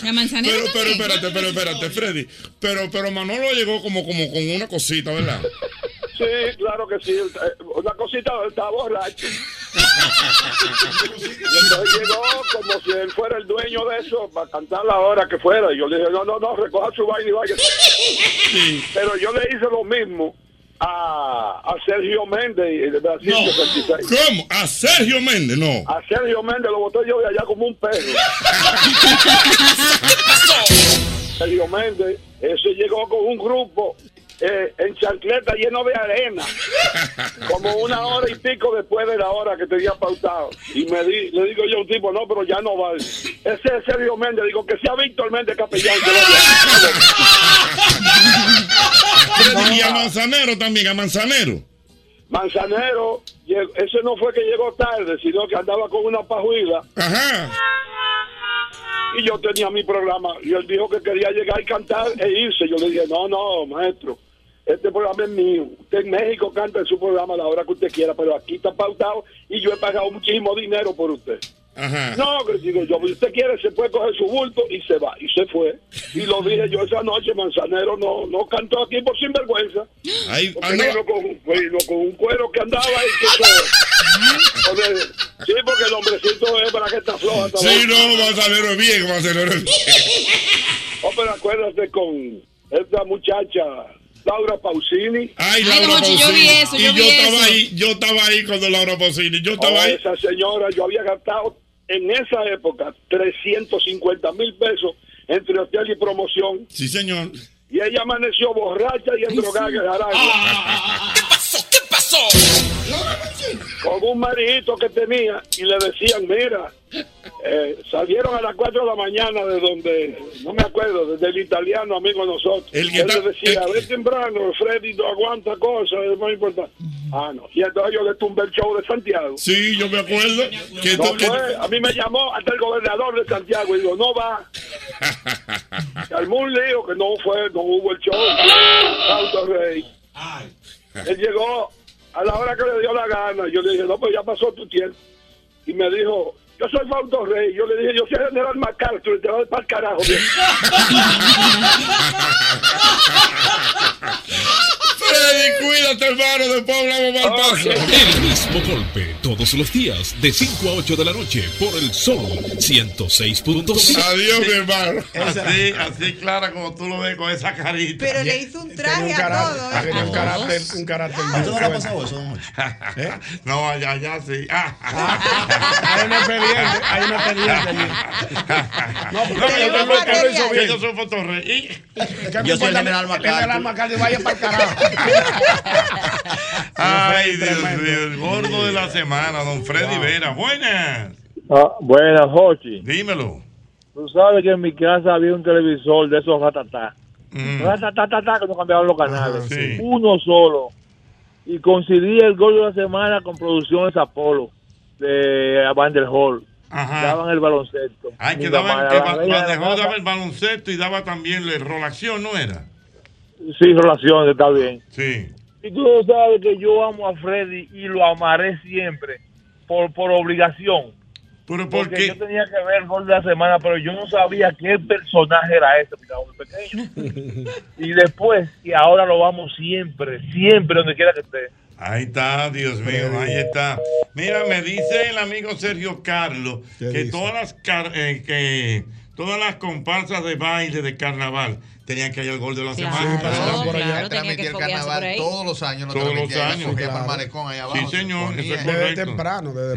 Speaker 6: La manzanera pero, pero espérate, pero espérate, Freddy. Pero, pero Manolo llegó como, como con una cosita, ¿verdad?
Speaker 19: Sí, claro que sí. él- eh, Una cosita, él estaba borracho. Y entonces llegó como si él fuera el dueño de eso para cantar la hora que fuera. Y yo le dije, no, no, no, recoja su baile y vaya. Pero yo le hice lo mismo a, a Sergio Méndez y de Brasil 66.
Speaker 6: ¿Cómo? A Sergio Méndez, no.
Speaker 19: A Sergio Méndez lo boté yo de allá como un perro. Sergio Méndez, ese llegó con un grupo eh, en chancleta lleno de arena, como una hora y pico después de la hora que tenía pautado. Y me di- le digo yo a un tipo, no, pero ya no vale. Ese es Sergio Méndez, digo que sea Víctor Méndez capellán. que lo-
Speaker 6: Freddy, y a Manzanero también, a Manzanero.
Speaker 19: Manzanero, llegó- ese no fue que llegó tarde, sino que andaba con una pajuila.
Speaker 6: Pues.
Speaker 19: Y yo tenía mi programa. Y él dijo que quería llegar y cantar e irse. Yo le dije, no, no, maestro. Este programa es mío. Usted en México canta en su programa a la hora que usted quiera, pero aquí está pautado y yo he pagado muchísimo dinero por usted.
Speaker 6: Ajá.
Speaker 19: No, que digo yo, si usted quiere, se puede coger su bulto y se va. Y se fue. Y lo dije yo esa noche, Manzanero no no cantó aquí por sinvergüenza.
Speaker 6: Ahí ah,
Speaker 19: Porque
Speaker 6: andaba-
Speaker 19: vino con, vino con un cuero que andaba ahí. que eso- Porque- sí, porque el hombrecito es para que está floja. también.
Speaker 6: Sí, no, Manzanero es bien, Manzanero es bien.
Speaker 19: Oh, pero acuérdate con esta muchacha, Laura Pausini.
Speaker 6: Ay, Laura Pausini. y yo estaba ahí, yo estaba ahí cuando Laura Pausini, yo estaba ahí.
Speaker 19: Esa señora, yo había gastado en esa época 350 mil pesos entre hotel y promoción.
Speaker 6: Sí, señor.
Speaker 19: Y ella amaneció borracha y en drogada en el Jaragua.
Speaker 6: Ah,
Speaker 2: ¿Qué pasó?
Speaker 19: con un marijito que tenía y le decían, mira, eh, salieron a las 4 de la mañana de donde, no me acuerdo, desde el italiano amigo de nosotros.
Speaker 6: El que
Speaker 19: Él
Speaker 6: está-
Speaker 19: le decía, ve temprano, Freddy no aguanta cosas, es muy importante. Ah, no. Y entonces yo le tumbé el show de Santiago.
Speaker 6: Sí, yo me acuerdo. Que
Speaker 19: No
Speaker 6: tú- que-
Speaker 19: fue. a mí me llamó hasta el gobernador de Santiago y digo, no va. Se armó un lío que no fue, no hubo el show. Santo Rey. Él llegó a la hora que le dio la gana. Yo le dije, no, pues ya pasó tu tiempo. Y me dijo, yo soy Fausto Rey. Yo le dije, yo soy General MacArthur, te vas para el carajo.
Speaker 6: Freddy, cuídate, hermano, después hablamos mal paso.
Speaker 12: El mismo golpe. Todos los días, de 5 a 8 de la noche, por el Sol 106.5.
Speaker 6: Adiós, mi hermano. Así, así clara como tú lo ves con esa carita.
Speaker 27: Pero le hizo un traje
Speaker 6: Tenía un
Speaker 27: a
Speaker 6: carácter,
Speaker 27: todo.
Speaker 6: tenía
Speaker 27: ¿eh?
Speaker 6: un carácter, un carácter. ¿Eh?
Speaker 43: ¿A usted no le ha pasado eso, don Jorge?
Speaker 6: No, allá, allá sí. Ah.
Speaker 38: Hay una pendiente, hay una pendiente allí.
Speaker 6: No,
Speaker 38: pero
Speaker 6: no,
Speaker 38: te
Speaker 6: yo
Speaker 38: iba a
Speaker 6: tengo que lo hizo
Speaker 38: material.
Speaker 6: bien. Yo soy Fotorrey.
Speaker 38: Yo soy el general
Speaker 6: Macardo.
Speaker 38: General Macardo, vaya para el carajo.
Speaker 6: Ay, Dios mío, el gordo de la semana, don Freddy Vera. Buenas.
Speaker 18: buenas, Jochi.
Speaker 6: Dímelo.
Speaker 18: Tú sabes que en mi casa había un televisor de esos ratatá.
Speaker 6: Mm.
Speaker 18: Ratatatá, que no cambiaban los canales. Uno solo. Y coincidí el gol de la semana con Producciones Apolo de Van der Hall. Daban el baloncesto.
Speaker 6: Ay, que
Speaker 18: Mi
Speaker 6: daba,
Speaker 18: mamá,
Speaker 6: que
Speaker 18: la
Speaker 6: ba-
Speaker 18: reina de la
Speaker 6: dejó
Speaker 18: casa.
Speaker 6: daba el baloncesto y daba también la relación, ¿no era?
Speaker 18: Sí, relaciones, está bien.
Speaker 6: Sí.
Speaker 18: Y tú sabes que yo amo a Freddy y lo amaré siempre por, por obligación.
Speaker 6: Pero
Speaker 18: porque yo tenía que ver el gol de la semana, pero yo no sabía qué personaje era ese, porque era muy pequeño. y después, y ahora lo vamos siempre, siempre, donde quiera que esté.
Speaker 6: Ahí está, Dios mío, ahí está. Mira, me dice el amigo Sergio Carlos que todas las car- eh, que Todas las comparsas de baile de carnaval tenían que ir al gol de la
Speaker 38: Claro,
Speaker 6: semana.
Speaker 38: claro, Sí, claro, claro, tenía que transmitir el foguearse carnaval por ahí. todos los años, lo
Speaker 6: todos los
Speaker 38: transmitían,
Speaker 6: años.
Speaker 38: cogía para el malecón allá abajo,
Speaker 6: Sí,
Speaker 38: se
Speaker 6: señor.
Speaker 38: ponía.
Speaker 6: Eso es
Speaker 38: Desde
Speaker 6: correcto.
Speaker 8: temprano, desde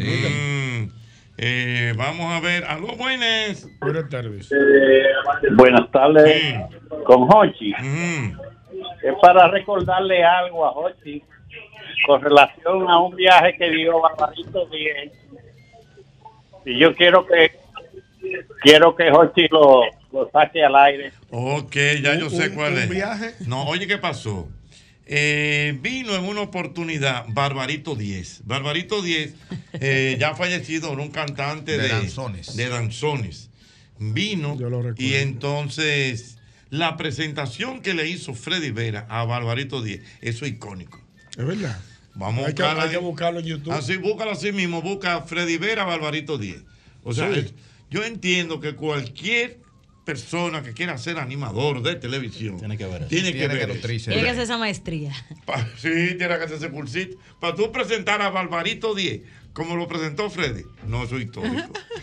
Speaker 6: Mm.
Speaker 8: muy
Speaker 6: Eh, vamos a ver. A los buenas. Buenas tardes.
Speaker 17: Eh, Buenas tardes con Hochi.
Speaker 44: Es para recordarle algo a Hochi con relación a un viaje que dio Barbarito 10. Y yo quiero que quiero que Hochi lo, lo saque al aire.
Speaker 6: Ok, ya yo sé cuál
Speaker 44: un
Speaker 6: es.
Speaker 44: viaje.
Speaker 6: No, oye, ¿qué pasó? Eh, vino en una oportunidad Barbarito 10. Barbarito 10, eh, ya fallecido, era un cantante de,
Speaker 38: De danzones.
Speaker 6: de danzones. Vino y entonces la presentación que le hizo Freddy Vera a Barbarito 10, eso es icónico.
Speaker 8: Es verdad.
Speaker 6: Vamos a
Speaker 8: Hay que,
Speaker 6: buscarla
Speaker 8: hay que
Speaker 6: ahí.
Speaker 8: buscarlo en YouTube.
Speaker 6: Así, búscalo así mismo, busca Freddy Vera, Barbarito 10. O sea,
Speaker 8: Sí.
Speaker 6: es- yo entiendo que cualquier persona que quiera ser animador de televisión tiene que ver tiene
Speaker 38: Tiene
Speaker 6: que
Speaker 38: que
Speaker 6: ver eso.
Speaker 41: Tiene que hacer esa maestría.
Speaker 6: Pa- sí tiene que hacerse pulsito para tú presentar a Barbarito 10 como lo presentó Freddy no eso es histórico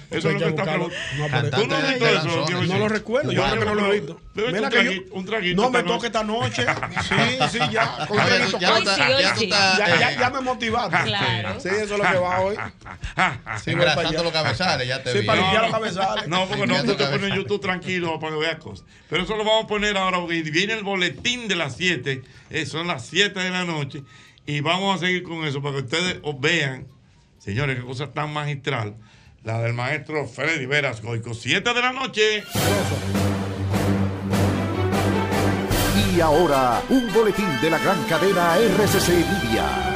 Speaker 6: eso es lo que está
Speaker 8: buscarlo. No, pero-
Speaker 6: preguntando tú no has visto eso
Speaker 8: No
Speaker 6: quiero
Speaker 8: lo
Speaker 6: decir?
Speaker 8: recuerdo, yo creo que no lo he visto.
Speaker 6: Bébete
Speaker 8: Mira
Speaker 6: un,
Speaker 8: que yo-
Speaker 6: traguito, un traguito
Speaker 8: no me
Speaker 6: esta
Speaker 8: toque esta noche. Sí, sí, ya. con
Speaker 6: Ya
Speaker 8: que
Speaker 6: tú-
Speaker 8: me
Speaker 6: ya tú estás-
Speaker 8: tocaste.
Speaker 6: ya tú estás-
Speaker 8: Ya- ya- ya me motivaste.
Speaker 6: Claro.
Speaker 8: Sí, eso es lo que va hoy. Sí, voy para allá.
Speaker 38: Engrasando los cabezales, ya te
Speaker 8: Sí,
Speaker 38: vi.
Speaker 8: para limpiar los cabezales.
Speaker 6: No, porque no tú te pones en YouTube tranquilo para que veas cosas. Pero eso lo vamos a poner ahora porque viene el boletín de las 7. eh, son las 7 de la noche. Y vamos a seguir con eso para que ustedes os vean, señores, qué cosa tan magistral. La del maestro Freddy Veras Goico. 7 de la noche.
Speaker 25: Y ahora, un boletín de la gran cadena RCC Media.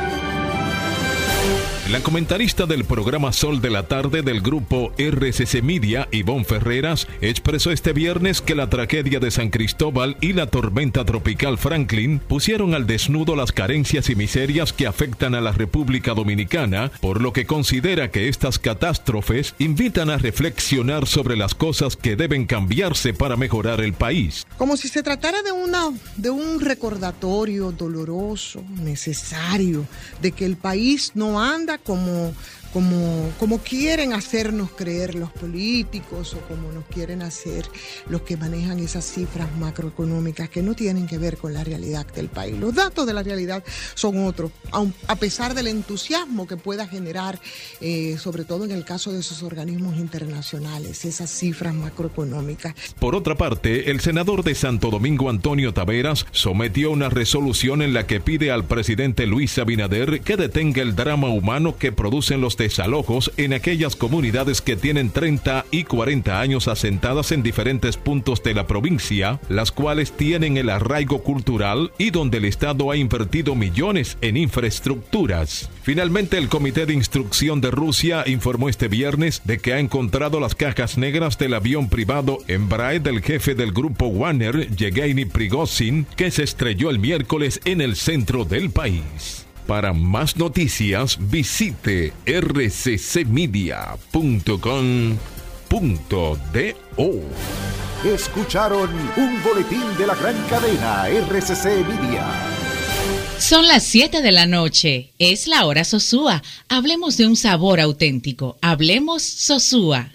Speaker 12: La comentarista del programa Sol de la Tarde del grupo RCC Media, Ivonne Ferreras, expresó este viernes que la tragedia de San Cristóbal y la tormenta tropical Franklin pusieron al desnudo las carencias y miserias que afectan a la República Dominicana, por lo que considera que estas catástrofes invitan a reflexionar sobre las cosas que deben cambiarse para mejorar el país.
Speaker 45: Como si se tratara de, una, de un recordatorio doloroso, necesario, de que el país no anda como, como, como quieren hacernos creer los políticos o como nos quieren hacer los que manejan esas cifras macroeconómicas que no tienen que ver con la realidad del país. Los datos de la realidad son otros, aun- a pesar del entusiasmo que pueda generar, eh, sobre todo en el caso de esos organismos internacionales, esas cifras macroeconómicas.
Speaker 12: Por otra parte, el senador de Santo Domingo Antonio Taveras sometió una resolución en la que pide al presidente Luis Abinader que detenga el drama humano que producen los desalojos en aquellas comunidades que tienen 30 y 40 años asentadas en diferentes puntos de la provincia, las cuales tienen el arraigo cultural y donde el Estado ha invertido millones en infraestructuras. Finalmente, el Comité de Instrucción de Rusia informó este viernes de que ha encontrado las cajas negras del avión privado Embraer del jefe del grupo Warner, Yevgeny Prigozhin, que se estrelló el miércoles en el centro del país. Para más noticias, visite
Speaker 2: Oh.
Speaker 12: rccmedia.com.do.
Speaker 25: Escucharon un boletín de la gran cadena RCC Media.
Speaker 11: Son las 7 de la noche. Es la hora Sosúa. Hablemos de un sabor auténtico. Hablemos Sosúa.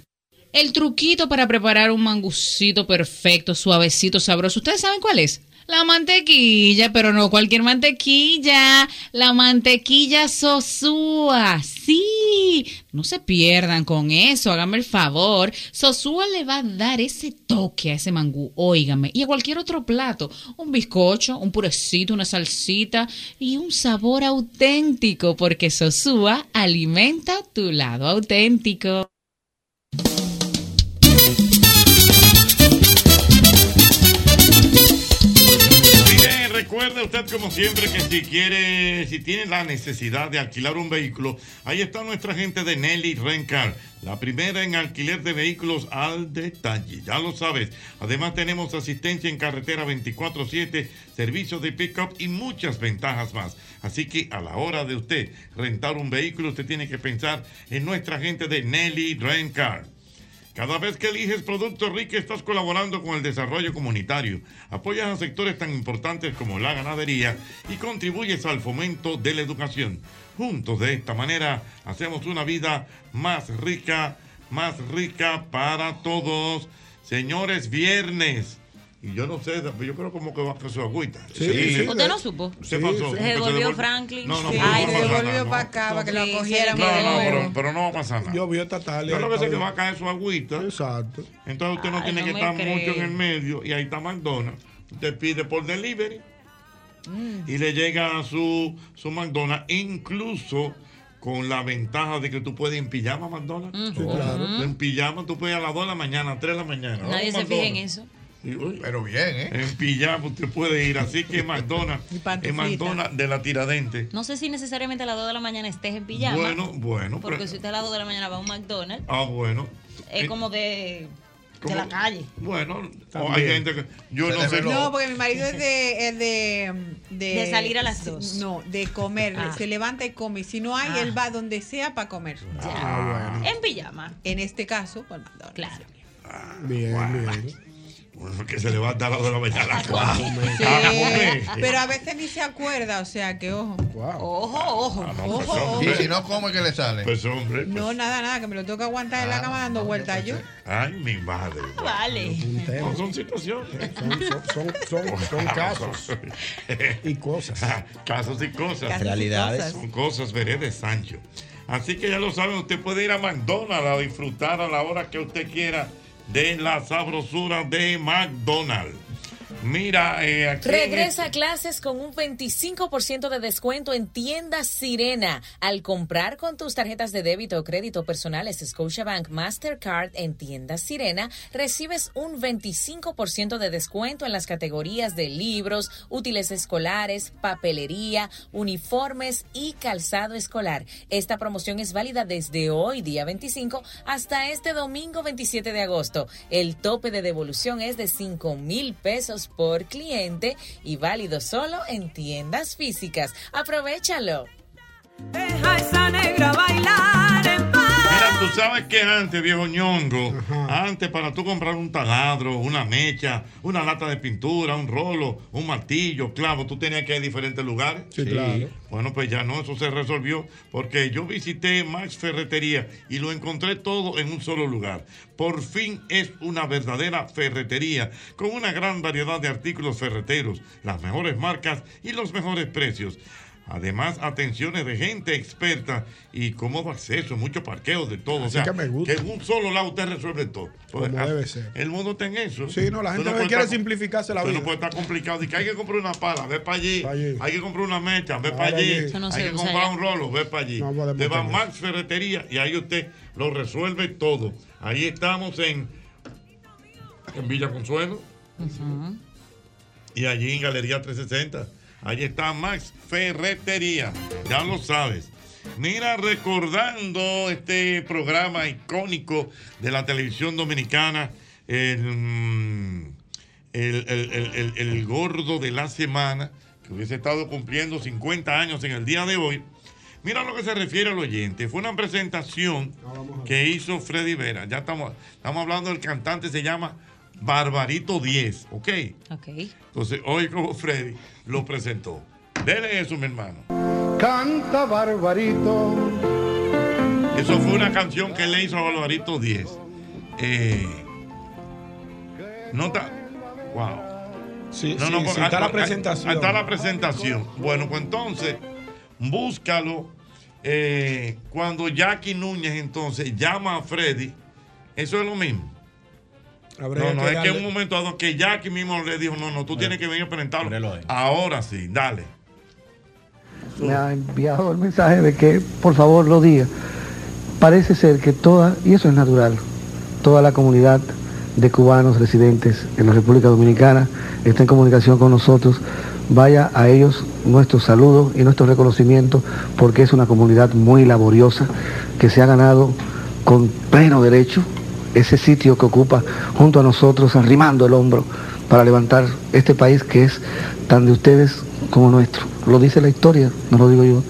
Speaker 11: El truquito para preparar un mangucito perfecto, suavecito, sabroso. ¿Ustedes saben cuál es? La mantequilla, pero no cualquier mantequilla. La mantequilla Sosúa. Sí. No se pierdan con eso. Háganme el favor. Sosúa le va a dar ese toque a ese mangú. Óigame. Y a cualquier otro plato. Un bizcocho, un purecito, una salsita y un sabor auténtico. Porque Sosúa alimenta tu lado auténtico.
Speaker 6: Bien, recuerde usted como siempre que si quiere, si tiene la necesidad de alquilar un vehículo, ahí está nuestra gente de Nelly Rencar, la primera en alquiler de vehículos al detalle, ya lo sabes. Además tenemos asistencia en carretera 24/7, servicios de pick-up y muchas ventajas más. Así que a la hora de usted rentar un vehículo, usted tiene que pensar en nuestra gente de Nelly Rencar. Cada vez que eliges Productos Rica estás colaborando con el desarrollo comunitario, apoyas a sectores tan importantes como la ganadería y contribuyes al fomento de la educación. Juntos de esta manera hacemos una vida más rica, más rica para todos. Señores, viernes. Y yo no sé, pero yo creo como que va con su agüita.
Speaker 41: ¿Usted no supo?
Speaker 6: ¿Qué pasó?
Speaker 41: Se
Speaker 6: Que se
Speaker 41: devolvió
Speaker 6: devolvió-
Speaker 41: Franklin.
Speaker 6: No, no,
Speaker 41: Sí.
Speaker 6: pero no
Speaker 41: Ay,
Speaker 6: va a
Speaker 41: se
Speaker 6: pasar
Speaker 41: devolvió
Speaker 6: nada,
Speaker 41: para acá para que lo
Speaker 6: Sí,
Speaker 41: cogieran.
Speaker 6: No, no, pero, pero no va a pasar nada.
Speaker 8: Yo vi esta tarde.
Speaker 6: Yo lo que sé
Speaker 8: esta
Speaker 6: es que va
Speaker 8: vez.
Speaker 6: a caer su agüita.
Speaker 8: Exacto.
Speaker 6: Entonces usted no
Speaker 8: Ay,
Speaker 6: tiene
Speaker 8: no
Speaker 6: que
Speaker 8: me
Speaker 6: estar
Speaker 8: cree.
Speaker 6: mucho en el medio. Y ahí está McDonald's. Usted pide por delivery y le llega a su, su McDonald's, incluso con la ventaja de que tú puedes ir en pijama a McDonald's.
Speaker 41: Sí, claro. Ujú.
Speaker 6: En pijama tú puedes ir a las 2 de la mañana, 3 de la mañana.
Speaker 41: Nadie
Speaker 6: Oh,
Speaker 41: se fija en
Speaker 6: McDonald's.
Speaker 41: eso.
Speaker 6: Y, uy, Pero bien, ¿eh? En pijama usted puede ir. Así que McDonald's, en McDonald's de la Tiradente.
Speaker 41: No sé si necesariamente a las 2 de la mañana estés en pijama.
Speaker 6: Bueno, bueno.
Speaker 41: Porque
Speaker 6: pero-
Speaker 41: si usted a las 2 de la mañana va a un McDonald's,
Speaker 6: Ah, bueno.
Speaker 41: es
Speaker 6: Eh,
Speaker 41: como de, de
Speaker 6: ¿cómo?
Speaker 41: la calle.
Speaker 6: Bueno,
Speaker 41: También.
Speaker 6: hay gente que. Yo no sé.
Speaker 27: No, porque mi marido es de. es de,
Speaker 41: De salir a las dos.
Speaker 27: No, de comer.
Speaker 41: Ah.
Speaker 27: Se levanta y come. Y Si no hay,
Speaker 41: Ah.
Speaker 27: él va donde sea para comer.
Speaker 6: Ah, bueno.
Speaker 41: En pijama.
Speaker 27: En este caso, por McDonald's. Claro.
Speaker 8: Bien, bien.
Speaker 6: Bueno, que se levanta a las 2 de la mañana. a comer.
Speaker 27: Sí,
Speaker 6: A comer.
Speaker 27: pero a veces ni se acuerda, o sea que ojo. Ojo, ojo.
Speaker 6: pues,
Speaker 27: ojo, ojo.
Speaker 6: hombre.
Speaker 46: Y si no, ¿cómo es que le sale?
Speaker 6: Pues hombre. pues- Ah,
Speaker 27: No, nada, nada, que me lo tengo que aguantar en la cama dando vueltas yo.
Speaker 6: Ay, mi madre.
Speaker 27: Ah, Vale.
Speaker 6: eh. No, son situaciones.
Speaker 8: Son, son, son casos y cosas.
Speaker 6: Casos y cosas.
Speaker 8: Casos y Realidades. cosas.
Speaker 6: Son cosas, veré de Sancho. Así que ya lo saben, usted puede ir a McDonald's a disfrutar a la hora que usted quiera de la sabrosura de McDonald's. Mira, eh, aquí.
Speaker 24: Regresa a clases con un 25% de descuento en tiendas Sirena al comprar con tus tarjetas de débito o crédito personales Scotiabank Mastercard en tiendas Sirena, recibes un 25% de descuento en las categorías de libros, útiles escolares, papelería, uniformes y calzado escolar. Esta promoción es válida desde hoy, día 25, hasta este domingo 27 de agosto. El tope de devolución es de 5 mil pesos por cliente y válido solo en tiendas físicas. Aprovechalo.
Speaker 47: Deja esa negra bailar en
Speaker 6: Mira, tú sabes que antes, viejo ñongo, antes para tú comprar un taladro, una mecha, una lata de pintura, un rolo, un martillo, clavo, tú tenías que ir a diferentes lugares.
Speaker 8: Sí, claro.
Speaker 6: Bueno, pues ya no, eso se resolvió porque yo visité Max Ferretería y lo encontré todo en un solo lugar. Por fin es una verdadera ferretería con una gran variedad de artículos ferreteros, las mejores marcas y los mejores precios. Además, atenciones de gente experta y cómodo acceso, mucho parqueo de todo. o
Speaker 8: Así
Speaker 6: sea,
Speaker 8: que me gusta.
Speaker 6: que en un solo lado usted resuelve todo.
Speaker 8: Como
Speaker 6: Pues, ah,
Speaker 8: debe ser.
Speaker 6: El mundo está en eso.
Speaker 8: Sí, no, la
Speaker 6: Tú no
Speaker 8: gente lo que
Speaker 6: puedes
Speaker 8: quiere es
Speaker 6: estar-
Speaker 8: simplificarse la
Speaker 6: Usted
Speaker 8: vida.
Speaker 6: no puede estar complicado. Dice que hay que comprar una pala, ve para allí. Hay que comprar una mecha, ve para
Speaker 8: Para
Speaker 6: allí.
Speaker 8: allí. Eso no
Speaker 6: hay
Speaker 8: se
Speaker 6: que
Speaker 8: usa
Speaker 6: comprar
Speaker 8: ya.
Speaker 6: un rolo, ve para allí.
Speaker 8: No podemos
Speaker 6: Te va
Speaker 8: tener
Speaker 6: Max Ferretería y ahí usted lo resuelve todo. Ahí estamos en, en Villa Consuelo y allí en Galería 360. Allí está Max Ferretería. Ya lo sabes. Mira, recordando este programa icónico de la televisión dominicana, el, mm, el- el- el- el- el gordo de la semana, que hubiese estado cumpliendo 50 años en el día de hoy. Mira lo que se refiere al oyente. Fue una presentación que hizo Freddy Vera. Ya estamos, estamos hablando del cantante, se llama Barbarito 10, ¿ok?
Speaker 41: Ok.
Speaker 6: Entonces, hoy como Freddy lo presentó. Dele eso, mi hermano.
Speaker 48: Canta barbarito.
Speaker 6: Eso fue una canción que le hizo a Barbarito 10. Eh, nota. Wow.
Speaker 8: Sí, sí, sí, está la presentación.
Speaker 6: ahí Está la presentación. Bueno, pues entonces, búscalo. eh, cuando Jackie Núñez entonces llama a Freddy, eso es lo mismo. no, no, es que en un momento dado que Jackie mismo le dijo, no, no, tú tienes que venir a presentarlo. Ahora sí, dale.
Speaker 33: me ha enviado el mensaje de que por favor lo diga. Parece ser que toda, y eso es natural, toda la comunidad de cubanos residentes en la República Dominicana está en comunicación con nosotros. Vaya a ellos nuestro saludo y nuestro reconocimiento porque es una comunidad muy laboriosa que se ha ganado con pleno derecho ese sitio que ocupa junto a nosotros, arrimando el hombro para levantar este país que es tan de ustedes como nuestro. Lo dice la historia, no lo digo yo.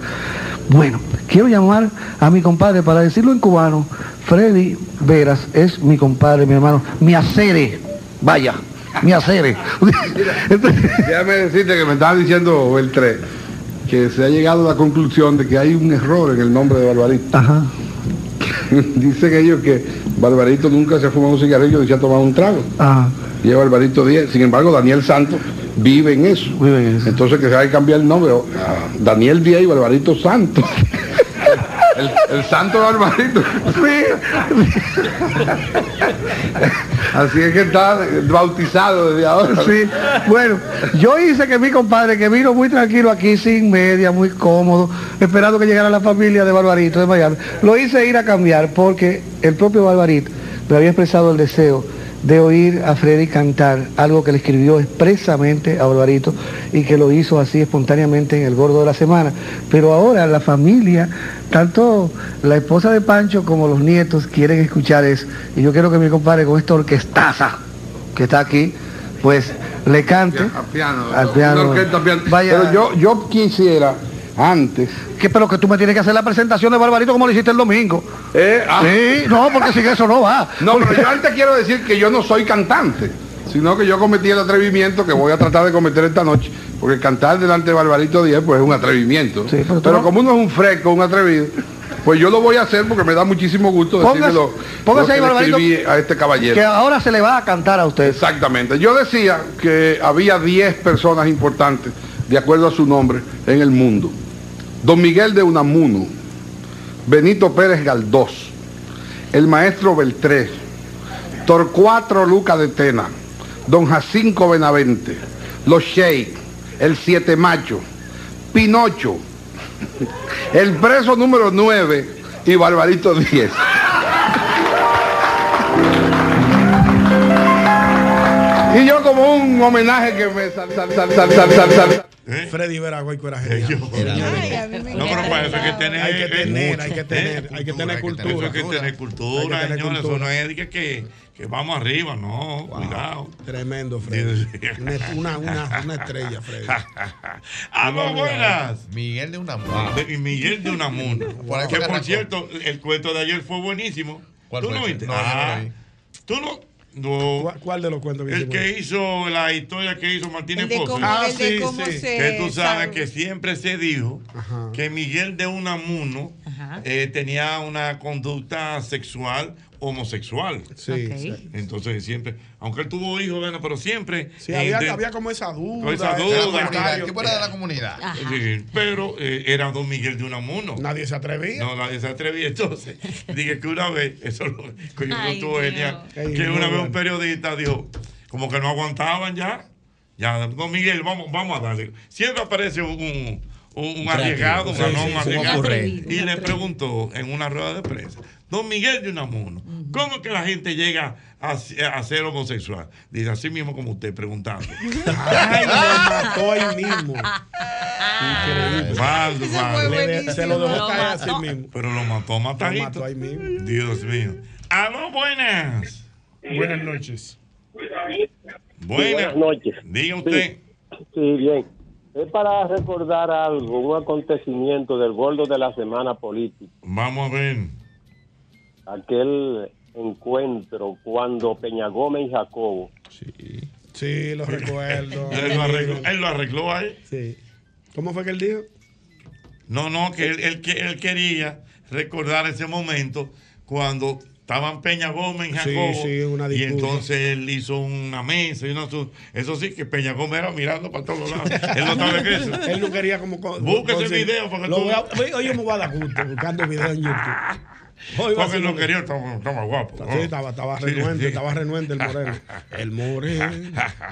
Speaker 33: Bueno, quiero llamar a mi compadre para decirlo en cubano. Freddy Veras es mi compadre, mi hermano, mi acere. Vaya, mi acere.
Speaker 20: Déjame decirte que me estaba diciendo Beltré que se ha llegado a la conclusión de que hay un error en el nombre de Barbarito.
Speaker 33: Ajá.
Speaker 20: Dicen ellos que Barbarito nunca se ha fumado un cigarrillo ni se ha tomado un trago.
Speaker 33: Ah,
Speaker 20: Lleva Barbarito 10. Sin embargo, Daniel Santos vive en eso. Entonces que se hay que cambiar el nombre. a Daniel Díaz y Barbarito Santos. El, el santo Barbarito. Sí. Así es que está bautizado desde ahora.
Speaker 33: Sí, bueno, yo hice que mi compadre, que vino muy tranquilo aquí, sin media, muy cómodo, esperando que llegara la familia de Barbarito de Miami, lo hice ir a cambiar porque el propio Barbarito me había expresado el deseo de oír a Freddy cantar algo que le escribió expresamente a Barbarito y que lo hizo así espontáneamente en el gordo de la semana. Pero ahora la familia, tanto la esposa de Pancho como los nietos quieren escuchar eso. Y yo quiero que mi compadre con esta orquestaza que está aquí, pues le cante
Speaker 20: Al piano.
Speaker 33: Al piano.
Speaker 20: Una orquesta piano.
Speaker 33: Vaya.
Speaker 20: Pero yo, yo quisiera antes.
Speaker 33: que pero que tú me tienes que hacer la presentación de Barbarito como lo hiciste el domingo.
Speaker 20: ah.
Speaker 33: Sí, no, porque sin eso no va.
Speaker 20: No, pero yo antes quiero decir que yo no soy cantante, sino que yo cometí el atrevimiento que voy a tratar de cometer esta noche, porque cantar delante de Barbarito Díaz pues es un atrevimiento. pero como uno es un fresco, un atrevido, pues yo lo voy a hacer porque me da muchísimo gusto
Speaker 33: Póngase-
Speaker 20: decirle lo,
Speaker 33: póngase
Speaker 20: lo
Speaker 33: ahí,
Speaker 20: que le
Speaker 33: Barbarito,
Speaker 20: escribí a este caballero.
Speaker 33: Que ahora se le va a cantar a usted.
Speaker 20: Exactamente. Yo decía que había 10 personas importantes, de acuerdo a su nombre, en el mundo. Don Miguel de Unamuno, Benito Pérez Galdós, el maestro Beltré, Torcuatro Luca de Tena, Don Jacinco Benavente, Los Sheik, el Siete Macho, Pinocho, el preso número 9 y Barbarito 10. Y yo como un homenaje que me sal, sal, sal, sal, sal, sal, sal.
Speaker 6: ¿Eh?
Speaker 8: Freddy Veraguayco era genial.
Speaker 6: No, pero para eso hay que tener.
Speaker 8: Hay que tener, hay que
Speaker 6: eh,
Speaker 8: tener, hay que tener
Speaker 6: Eso
Speaker 8: cultura.
Speaker 6: hay que tener cultura,
Speaker 8: Hay que tener
Speaker 6: señores. Eso
Speaker 8: cultura.
Speaker 6: no es de que, que, que vamos arriba, no. Cuidado.
Speaker 8: Tremendo, Freddy. Una- Una, una, una estrella, Freddy. Ah,
Speaker 6: Aló, Ah, buenas.
Speaker 49: Miguel de una
Speaker 6: De- Miguel de Unamuno.
Speaker 49: ahí
Speaker 6: que
Speaker 49: fue que
Speaker 6: por
Speaker 49: arrancó.
Speaker 6: cierto, el cuento de ayer fue buenísimo.
Speaker 49: ¿Cuál
Speaker 6: ¿Tú
Speaker 49: fue
Speaker 6: lo
Speaker 49: ese?
Speaker 6: viste?
Speaker 49: No, yo no
Speaker 6: Ah,
Speaker 49: lo vi.
Speaker 6: ¿Tú no? No.
Speaker 8: ¿Cuál- ¿Cuál de los cuentos
Speaker 6: El que hizo la historia que hizo Martínez
Speaker 8: El de
Speaker 6: Pozo.
Speaker 8: cómo- Ah, el de sí, cómo sí. se
Speaker 6: Que tú sabes
Speaker 8: salva.
Speaker 6: que siempre se dijo que Miguel de Unamuno eh, tenía una conducta sexual homosexual.
Speaker 8: Ok. sí.
Speaker 6: Entonces siempre, aunque él tuvo hijos, bueno, pero siempre.
Speaker 8: Sí,
Speaker 6: eh,
Speaker 8: había,
Speaker 6: de-
Speaker 8: había como esa duda.
Speaker 6: con esa
Speaker 8: ese
Speaker 6: duda.
Speaker 8: comentario.
Speaker 49: que fuera de la comunidad.
Speaker 6: Sí, pero eh, era don Miguel de Unamuno. Nadie se atrevía. No, nadie se atrevía. Entonces, dije que una vez, eso lo que yo
Speaker 8: Ay,
Speaker 6: tuve genial,
Speaker 8: Dios. Ey,
Speaker 6: que
Speaker 8: muy
Speaker 6: una vez
Speaker 8: bueno.
Speaker 6: un periodista dijo, como que no aguantaban ya. Ya, don Miguel, vamos, vamos a darle. Siempre aparece un, un, un
Speaker 50: Un creativo,
Speaker 6: arriesgado, un
Speaker 50: sí,
Speaker 6: anón,
Speaker 50: sí,
Speaker 6: un
Speaker 50: sí, un
Speaker 6: arriesgado.
Speaker 50: ocurrente.
Speaker 6: Y le preguntó en una rueda de prensa, don Miguel de Unamuno, ¿cómo es que la gente llega a, a ser homosexual? Dice, así mismo como usted, preguntando.
Speaker 8: Ay, lo mató ahí mismo.
Speaker 6: Increíble. Mal, mal.
Speaker 8: Se lo dejó caer así mismo.
Speaker 6: Pero lo mató
Speaker 8: Lo
Speaker 6: matadito.
Speaker 8: mató ahí mismo.
Speaker 6: Dios mío. Aló, buenas.
Speaker 8: Buenas noches.
Speaker 6: Buenas.
Speaker 17: noches.
Speaker 6: Diga usted.
Speaker 17: Sí, bien. Es para recordar algo, un acontecimiento del gordo de la semana política.
Speaker 6: Vamos a ver.
Speaker 17: Aquel encuentro cuando Peña Gómez y Jacobo.
Speaker 8: Sí, lo recuerdo.
Speaker 6: Él lo arregló, él lo arregló ahí.
Speaker 8: Sí. ¿Cómo fue que él dijo?
Speaker 6: No, no, que él, él que- él quería recordar ese momento cuando estaban Peña Gómez y
Speaker 8: Sí,
Speaker 6: Jacobo.
Speaker 8: sí, una
Speaker 6: y
Speaker 8: disputa.
Speaker 6: entonces él hizo una mesa y una. su- Eso sí, que Peña Gómez era mirando para todos lados. él no sabe que eso.
Speaker 8: Él no quería como. co-
Speaker 6: Busca ese
Speaker 8: conseguir-
Speaker 6: video porque
Speaker 8: Lo
Speaker 6: tú-
Speaker 8: voy a- Hoy, hoy yo me voy a dar gusto buscando video en YouTube. Hoy va a
Speaker 6: Porque
Speaker 8: ser
Speaker 6: lo
Speaker 8: un-
Speaker 6: quería, estaba, estaba guapo.
Speaker 8: Sí, estaba, estaba
Speaker 6: Sí,
Speaker 8: renuente,
Speaker 6: sí.
Speaker 8: estaba renuente el moreno. El moreno.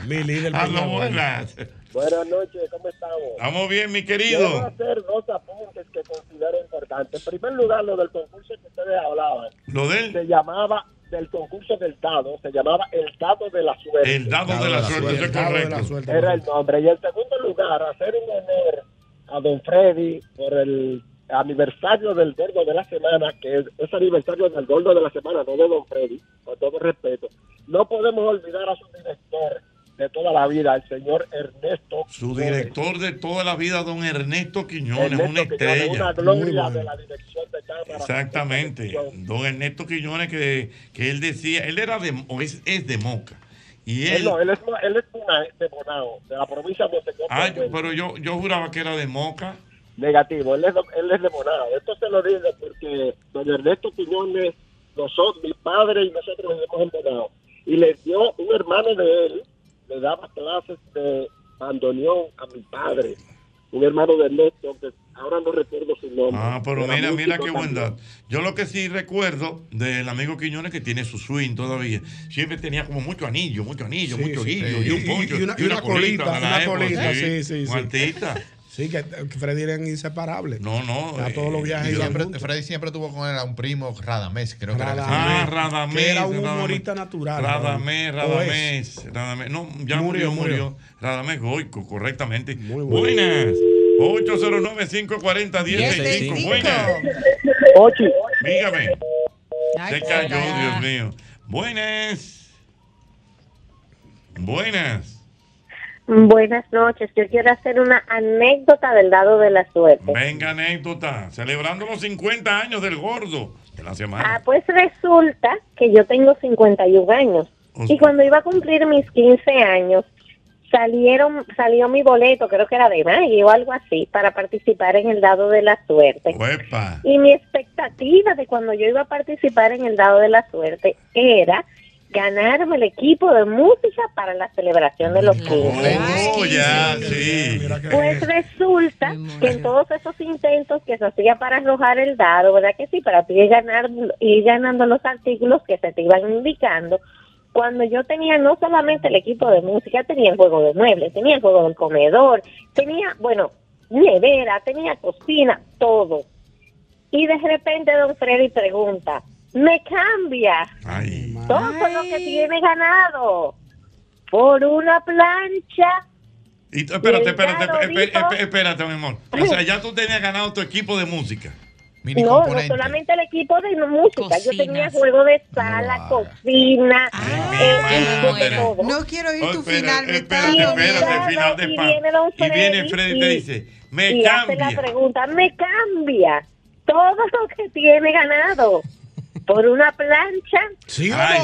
Speaker 8: Mi líder.
Speaker 6: Ah,
Speaker 8: Peña
Speaker 6: no,
Speaker 8: Gómez.
Speaker 6: buenas.
Speaker 17: Buenas noches, ¿cómo estamos?
Speaker 6: Estamos bien, mi
Speaker 17: Quiero
Speaker 6: querido.
Speaker 17: hacer dos apuntes que considero importantes. En primer lugar, lo del concurso que ustedes hablaban.
Speaker 6: Lo del-
Speaker 17: Se llamaba, del concurso del dado, se llamaba el dado de la suerte.
Speaker 6: El dado de la suerte, eso es correcto.
Speaker 17: Era el nombre. Y en segundo lugar, hacer un honor a don Freddy por el aniversario del gordo de la semana, que es, es aniversario del gordo de la semana, no de don Freddy, con todo respeto. No podemos olvidar a su director de toda la vida, el señor Ernesto.
Speaker 6: Su director de toda la vida, don Ernesto Quiñones,
Speaker 17: Ernesto
Speaker 6: una
Speaker 17: Quiñones,
Speaker 6: estrella.
Speaker 17: Una gloria de la dirección de cámara.
Speaker 6: Exactamente. Don Ernesto Quiñones, que, que él decía, él era de, o es, es de Moca. Y
Speaker 17: Él,
Speaker 6: él,
Speaker 17: no, él es, él es una- de Bonao, de la provincia de Monseñor
Speaker 6: ah, yo-
Speaker 17: Manuel.
Speaker 6: pero yo, yo juraba que era de Moca.
Speaker 17: Negativo, él es, él es limonado. Esto se lo digo porque don Ernesto Quiñones, nosotros, mi padre y nosotros nos hemos enterado. Y le dio un hermano de él, le daba clases de bandoneón a mi padre, un hermano de Ernesto, que ahora no recuerdo su nombre.
Speaker 6: Ah, pero
Speaker 17: Era
Speaker 6: mira, mira
Speaker 17: músico
Speaker 6: qué
Speaker 17: también.
Speaker 6: bondad. Yo lo que sí recuerdo del amigo Quiñones que tiene su swing todavía, siempre tenía como mucho anillo, mucho anillo,
Speaker 8: Sí,
Speaker 6: mucho
Speaker 8: sí,
Speaker 6: guillo
Speaker 8: sí.
Speaker 6: y un poncho
Speaker 8: y una, y una colita,
Speaker 6: de la
Speaker 8: una
Speaker 6: época,
Speaker 8: colita, sí, sí, sí.
Speaker 6: un artista.
Speaker 8: Sí, que, que Freddy eran inseparables.
Speaker 6: No, no.
Speaker 8: A todos
Speaker 38: eh,
Speaker 8: los viajes iban
Speaker 38: siempre,
Speaker 8: juntos.
Speaker 38: Freddy siempre tuvo con él a un primo, Radamés, creo que
Speaker 8: Radamés.
Speaker 38: era.
Speaker 6: Ah, Radamés.
Speaker 8: Que era un
Speaker 6: Radamés.
Speaker 8: humorista natural.
Speaker 6: Radamés,
Speaker 8: ¿no? O es.
Speaker 6: Radamés, Radamés. No, ya
Speaker 8: Ah. Murió,
Speaker 6: murió, murió.
Speaker 8: murió.
Speaker 6: Radamés Goico, correctamente.
Speaker 8: bueno.
Speaker 6: Buenas. 809-540-165. Buenas.
Speaker 17: Ochi.
Speaker 6: Dígame. Se cayó, Dios mío. Buenas. Buenas.
Speaker 22: Buenas noches. Yo quiero hacer una anécdota del lado de la suerte.
Speaker 6: Venga, anécdota. Celebrando los 50 años del gordo de la semana.
Speaker 22: Ah, pues resulta que yo tengo 51 años. Y cuando iba a cumplir mis 15 años, salieron, salió mi boleto, creo que era de mayo o algo así, para participar en el dado de la suerte.
Speaker 6: Huepa.
Speaker 22: Y mi expectativa de cuando yo iba a participar en el dado de la suerte era ganarme el equipo de música para la celebración de los 15.
Speaker 6: Oh, ya, sí.
Speaker 22: Pues resulta que en todos esos intentos que se hacía para arrojar el dado, ¿verdad que sí? Para tú ir, ganar, ir ganando los artículos que se te iban indicando. Cuando yo tenía no solamente el equipo de música, tenía el juego de muebles, tenía el juego del comedor, tenía, bueno, nevera, tenía cocina, todo. Y de repente don Freddy pregunta, ¿me cambia? Todo lo que tiene ganado por una plancha.
Speaker 6: Y tú- espérate, espérate,
Speaker 22: Delgado,
Speaker 6: espérate, espérate, espérate, mi amor. O sea, ya tú tenías ganado tu equipo de música.
Speaker 22: No, no solamente el equipo de música. Yo tenía juego de sala, cocina. eh,
Speaker 6: Madre.
Speaker 41: No quiero ir
Speaker 6: Oh,
Speaker 41: tu
Speaker 6: espera,
Speaker 41: final, me
Speaker 6: espérate,
Speaker 41: está-
Speaker 6: espérate,
Speaker 22: Claro,
Speaker 6: final de
Speaker 22: y
Speaker 6: pan.
Speaker 22: viene don
Speaker 6: Y viene Freddy
Speaker 22: Freddy
Speaker 6: y te
Speaker 22: y-
Speaker 6: dice, me
Speaker 22: y hace la
Speaker 6: cambia.
Speaker 22: pregunta, me cambia todo lo que tiene ganado por una plancha.
Speaker 6: Sí, Ay.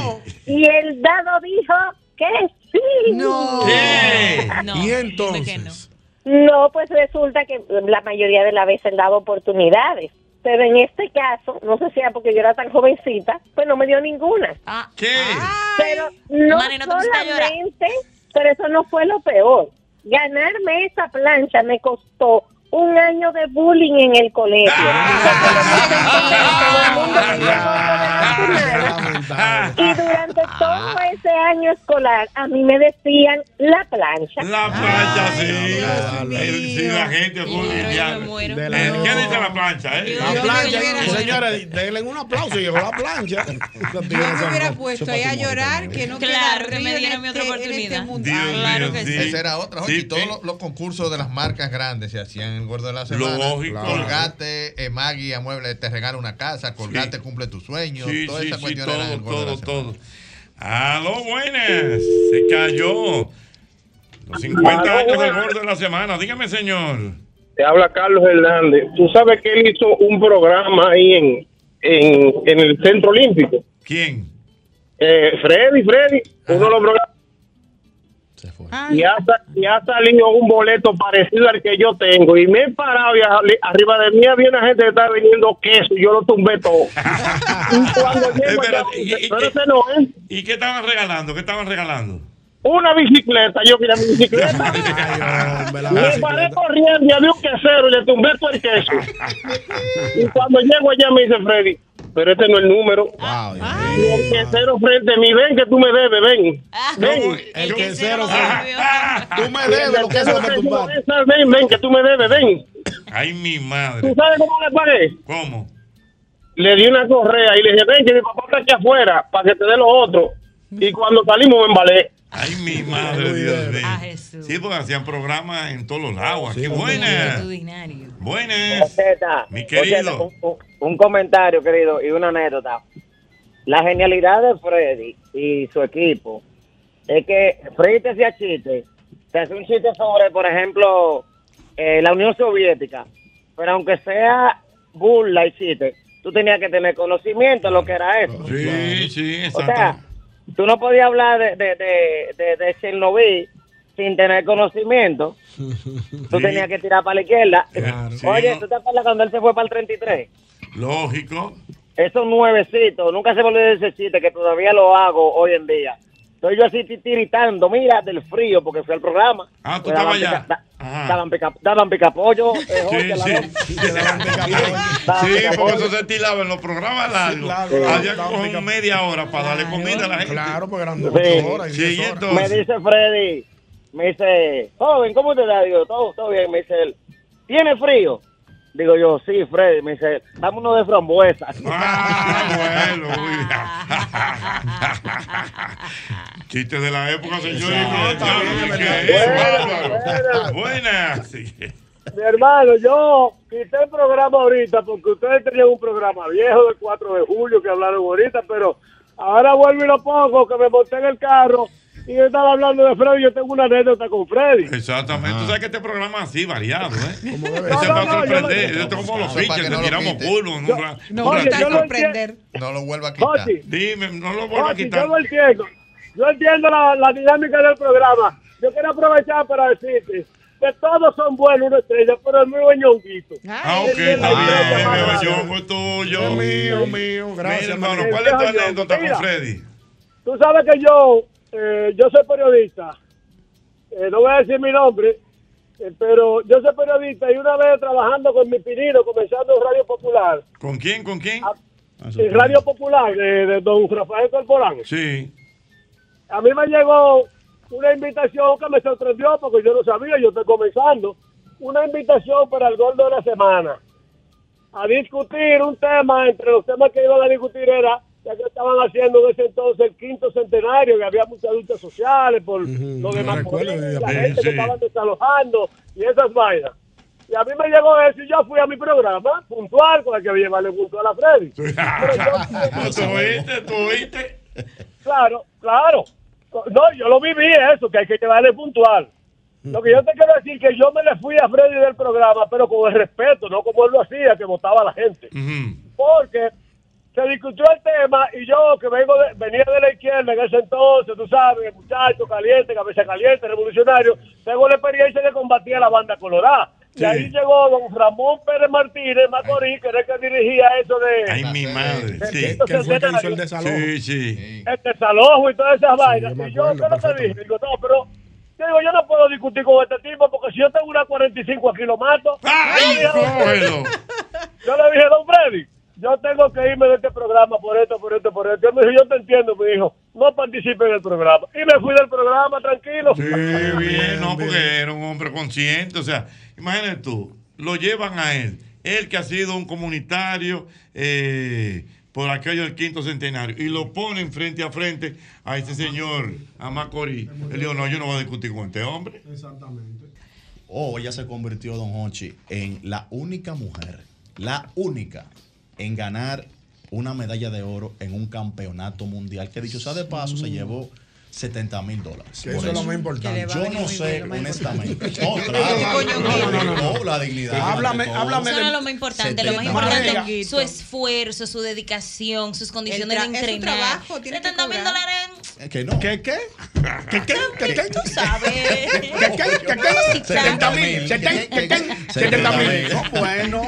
Speaker 22: Y el dado dijo que sí. No.
Speaker 8: ¿Qué? y entonces.
Speaker 22: No, pues resulta que la mayoría de las veces él daba oportunidades. Pero en este caso, no sé si era porque yo era tan jovencita, pues no me dio ninguna.
Speaker 6: ¿Qué?
Speaker 22: Pero no,
Speaker 27: Ah, Mari, no te gusta llorar.
Speaker 22: solamente, pero eso no fue lo peor. Ganarme esa plancha me costó un año de bullying en el colegio.
Speaker 6: Ah.
Speaker 22: Y durante todo ese año escolar, a mí me decían la plancha.
Speaker 6: La plancha, sí. Sí, la gente fue lidiando. Eh, ¿Qué dice la plancha? eh?
Speaker 8: La plancha, señores, denle un aplauso. Llegó la plancha. Yo
Speaker 27: Ah,
Speaker 8: me
Speaker 41: hubiera puesto ahí a llorar que no
Speaker 27: Claro,
Speaker 41: queda
Speaker 27: que me
Speaker 41: río en
Speaker 27: dieron mi otra
Speaker 41: este- en este
Speaker 27: oportunidad.
Speaker 41: mundo.
Speaker 27: Ah, claro que sí.
Speaker 38: Esa era otra, Jochi. Todos los, los concursos de las marcas grandes se hacían en el gordo de la semana.
Speaker 6: Lógico.
Speaker 38: Colgate, eh, Maggie, Amueble, te regala una casa. Colgate, cumple tus sueños.
Speaker 6: Sí,
Speaker 38: toda
Speaker 6: sí,
Speaker 38: esa
Speaker 6: sí,
Speaker 38: cuestión era en
Speaker 6: todo,
Speaker 38: el gordo de la
Speaker 6: todo,
Speaker 38: semana.
Speaker 6: todo. Aló, buenas. Se cayó. Los 50
Speaker 44: Aló,
Speaker 6: años del
Speaker 44: buenas.
Speaker 6: gordo de la semana. Dígame, señor.
Speaker 44: Te habla Carlos Hernández. Tú sabes que él hizo un programa ahí en, en, en el Centro Olímpico.
Speaker 6: ¿Quién?
Speaker 44: Eh, Freddy, Freddy. Uno de los programas. Y ha, sa- y ha salido un boleto parecido al que yo tengo. Y me he parado y a- arriba de mí había una gente que estaba vendiendo queso y yo lo tumbé todo. y cuando llego allá, pero ese no ¿eh? es.
Speaker 6: ¿Y qué estaban regalando? ¿Qué estaban regalando?
Speaker 44: Una bicicleta, yo quería mi bicicleta. me paré corriendo y había un quesero y le tumbé todo el queso. y cuando llego allá me dice Freddy, pero este no es el número.
Speaker 8: Ah,
Speaker 44: Y el quesero frente a mí, ven que tú me debes, ven. Ven.
Speaker 8: El quesero
Speaker 44: Tú
Speaker 8: me debes lo que eso me tumbaste.
Speaker 44: Ven, ven, que tú me debes, ven.
Speaker 6: Ay, mi madre.
Speaker 44: ¿Tú sabes cómo le pagué?
Speaker 6: ¿Cómo?
Speaker 44: Le di una correa y le dije, ven, que mi papá está aquí afuera para que te dé los otros. Y cuando salimos me embalé.
Speaker 6: Ay, mi madre, Dios mío. Sí, porque hacían programas en todos los lados. Qué buenas. Buenas. Mi querido.
Speaker 16: Ocheta, un, un- un comentario, querido, y una anécdota. La genialidad de Freddy y su equipo es que Freddy te hacía chistes. Te hace un chiste sobre, por ejemplo, eh, la Unión Soviética. Pero aunque sea burla y chiste, tú tenías que tener conocimiento de lo que era eso.
Speaker 6: Sí, sí,
Speaker 16: O
Speaker 6: exacto.
Speaker 16: sea, tú no podías hablar de, de, de, de- de Chernobyl sin tener conocimiento, tú
Speaker 6: Sí.
Speaker 16: tenías que tirar para la izquierda.
Speaker 6: Claro. Sí,
Speaker 16: Oye,
Speaker 6: no.
Speaker 16: ¿tú te acuerdas cuando él se fue para el 33?
Speaker 6: Lógico.
Speaker 16: Esos nuevecitos, nunca se me olvida ese chiste que todavía lo hago hoy en día. Estoy yo así tiritando, mira, del frío, porque fui al programa.
Speaker 6: Ah, tú
Speaker 16: Pues
Speaker 6: estabas
Speaker 16: daban
Speaker 6: allá.
Speaker 16: pica- da-
Speaker 6: Ajá.
Speaker 16: Daban, pica, daban picapollo. eh,
Speaker 6: Sí,
Speaker 16: joya, la
Speaker 6: sí.
Speaker 16: verdad.
Speaker 6: Sí, porque eso se estilaba en los programas largos.
Speaker 8: claro.
Speaker 6: Había como media hora para darle comida a la gente.
Speaker 8: Claro, porque eran
Speaker 6: Sí.
Speaker 8: ocho horas.
Speaker 6: Sí, y
Speaker 16: Me
Speaker 6: entonces.
Speaker 16: dice Freddy, me dice, joven, ¿cómo te da? Digo, todo, todo bien. Me dice él, ¿tiene frío? Digo yo, sí, Freddy. Me dice, él, dame uno de frambuesa.
Speaker 6: Ah. Chistes de la época, señor. Buenas.
Speaker 15: Mi hermano, yo quité el programa ahorita porque ustedes tenían un programa viejo del 4 de julio que hablaron ahorita, pero ahora vuelvo y lo pongo, que me monté en el carro y yo estaba hablando de Freddy. Yo tengo una anécdota con Freddy.
Speaker 6: Exactamente. Tú sabes que este programa es así, variado, ¿eh? Como
Speaker 15: debe
Speaker 6: Ese
Speaker 15: ser.
Speaker 6: va a
Speaker 15: No, no, yo lo-
Speaker 6: sorprender. Este es como los
Speaker 15: Eso es
Speaker 6: fiches,
Speaker 15: para que
Speaker 6: te
Speaker 15: no lo
Speaker 6: tiramos
Speaker 15: quite.
Speaker 6: culo.
Speaker 15: Yo- no, Oye, yo lo
Speaker 6: No lo vuelva a
Speaker 15: quitar. Jorge.
Speaker 6: Dime, no lo vuelva a
Speaker 15: Jorge, yo
Speaker 6: quitar.
Speaker 15: lo entiendo. Yo entiendo la, la dinámica del programa. Yo quiero aprovechar para decirte que todos son buenos, una estrella, pero el mío es ñonguito.
Speaker 6: Ah, ok, está bien. Beba, yo fue tuyo. mío, mío. Gracias, hermano. ¿Cuál es tu
Speaker 15: Mira,
Speaker 6: anécdota
Speaker 15: mira.
Speaker 6: con Freddy?
Speaker 15: Tú sabes que yo, eh, yo soy periodista. Eh, no voy a decir mi nombre, eh, pero yo soy periodista y una vez trabajando con mi pirino, comenzando en Radio Popular,
Speaker 6: ¿Con quién? ¿Con quién? Ah,
Speaker 15: en Radio Popular de, de don Rafael Corporán,
Speaker 6: Sí.
Speaker 15: a mí me llegó una invitación que me sorprendió porque yo no sabía, yo estoy comenzando, una invitación para el gordo de la semana a discutir un tema, entre los temas que iban a discutir era, ya que estaban haciendo en ese entonces el quinto centenario, que había muchas luchas sociales por lo de
Speaker 8: yo recuerdo,
Speaker 15: Macorís,
Speaker 8: yo
Speaker 15: la
Speaker 8: también,
Speaker 15: gente
Speaker 8: sí.
Speaker 15: que estaban desalojando y esas vainas. Y a mí me llegó eso y yo fui a mi programa, puntual, con el que llevarle puntual a Freddy. Pero yo-
Speaker 6: ¿Tú oíste? ¿Tú oíste?
Speaker 15: Claro, claro. No, yo lo viví eso, que hay que llevarle puntual. Lo que yo te quiero decir que yo me le fui a Freddy del programa, pero con el respeto, no como él lo hacía, que votaba a la gente. Porque se discutió el tema y yo, que vengo de- venía de la izquierda en ese entonces, tú sabes, el muchacho caliente, cabeza caliente, revolucionario, tengo la experiencia de combatir a la banda colorada. Y
Speaker 6: Sí.
Speaker 15: ahí llegó don Ramón Pérez Martínez, Macorís, que era el que dirigía eso de...
Speaker 6: Ay, mi madre. Sí.
Speaker 15: Que fue el que hizo el desalojo.
Speaker 6: Sí, sí.
Speaker 15: el desalojo y todas esas vainas. y yo, ¿qué no te dije? Digo, no, pero yo digo, yo no puedo discutir con este tipo porque si yo tengo una 45 aquí lo mato. yo, le dije,
Speaker 6: cógelo!
Speaker 15: yo le dije, don Freddy, yo tengo que irme de este programa por esto, por esto, por esto. Él me dijo, yo te entiendo, me dijo, no participe en el programa. Y me fui del programa, tranquilo.
Speaker 6: Sí, bien, no, porque era un hombre consciente. O sea, imagínate tú, lo llevan a él. Él que ha sido un comunitario eh, por aquello del quinto centenario. Y lo ponen frente a frente a este señor, a Macorís. Él dijo, no, yo no voy a discutir con este hombre.
Speaker 8: Exactamente.
Speaker 43: O ella se convirtió, Don Hochi, en la única mujer, la única en ganar una medalla de oro en un campeonato mundial que, dicho sea de paso, se llevó 70 mil dólares.
Speaker 8: Que
Speaker 43: por
Speaker 8: eso es lo más importante. Que le va a
Speaker 43: Yo
Speaker 8: venir
Speaker 43: no
Speaker 8: muy
Speaker 43: sé,
Speaker 8: bien, lo más
Speaker 43: honestamente.
Speaker 8: importante.
Speaker 43: No, claro.
Speaker 8: Coño, no, no, no, no.
Speaker 43: No, la dignidad.
Speaker 8: Háblame-
Speaker 43: ante todo.
Speaker 8: háblame
Speaker 41: Eso no es lo más importante. Lo más
Speaker 43: 70.
Speaker 41: importante es su esfuerzo, su dedicación, sus condiciones de
Speaker 9: El tra- es su
Speaker 41: entrenar.
Speaker 9: trabajo, tiene que
Speaker 41: 70 mil
Speaker 9: cobrar.
Speaker 41: dólares.
Speaker 43: Que no.
Speaker 8: ¿Qué, qué? ¿Qué, qué? ¿Qué, qué?
Speaker 41: Tú sabes.
Speaker 8: ¿Qué, qué? ¿Qué, qué? 70 mil. 70 mil. 70 mil. No, bueno.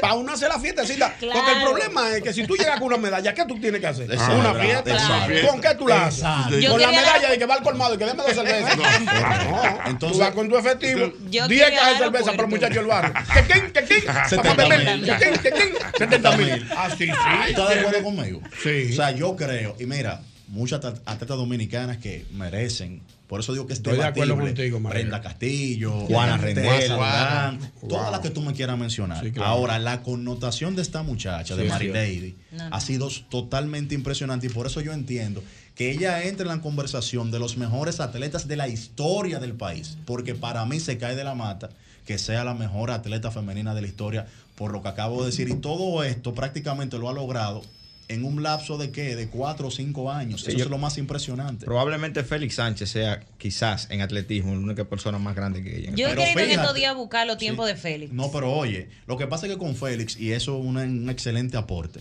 Speaker 8: Para uno hacer la fiestecita. Porque el problema es que si tú llegas con una medalla, ¿qué tú tienes que hacer?
Speaker 43: Exacto.
Speaker 8: una fiesta.
Speaker 43: Exacto.
Speaker 8: ¿Con qué tú la haces?
Speaker 43: Exacto. Yo
Speaker 8: Con la
Speaker 43: quería
Speaker 8: medalla de que va al colmado y que déme dos cervezas. Ah, No. Entonces, tú vas con tu efectivo, 10 cajas de cerveza para los muchachos del barrio. ¿Qué, qué, qué, qué?
Speaker 43: 70
Speaker 8: mil. ¿Qué, qué, qué, qué? 70 mil.
Speaker 43: Ah,
Speaker 8: Así sí.
Speaker 43: ¿Estás de acuerdo conmigo? Sí. O sea, yo creo, y mira, muchas at- atletas dominicanas que merecen. Por eso digo que es
Speaker 8: Estoy de acuerdo
Speaker 43: debatible.
Speaker 8: contigo, María.
Speaker 43: Brenda Castillo,
Speaker 8: Juana
Speaker 43: Juana
Speaker 8: Rendón,
Speaker 43: Rendón,
Speaker 8: Juana.
Speaker 43: todas las que tú me quieras mencionar.
Speaker 8: claro.
Speaker 43: Ahora, la connotación de esta muchacha,
Speaker 8: Sí,
Speaker 43: de
Speaker 8: es
Speaker 43: Mary
Speaker 8: cierto.
Speaker 43: Lady,
Speaker 8: No, no.
Speaker 43: ha sido totalmente impresionante. Y por eso yo entiendo que ella entra en la conversación de los mejores atletas de la historia del país. Porque para mí se cae de la mata que sea la mejor atleta femenina de la historia, por lo que acabo de decir. Y todo esto prácticamente lo ha logrado en un lapso de qué? De cuatro o cinco años.
Speaker 10: Sí,
Speaker 43: Eso
Speaker 10: yo-
Speaker 43: es lo más impresionante.
Speaker 10: Probablemente Félix Sánchez sea quizás en atletismo la única persona más grande que ella.
Speaker 41: Yo he
Speaker 43: Pero
Speaker 41: querido en estos
Speaker 43: fíjate.
Speaker 41: días buscar los tiempos de Félix.
Speaker 43: No, pero oye, lo que pasa es que con Félix, y eso es una- un excelente aporte,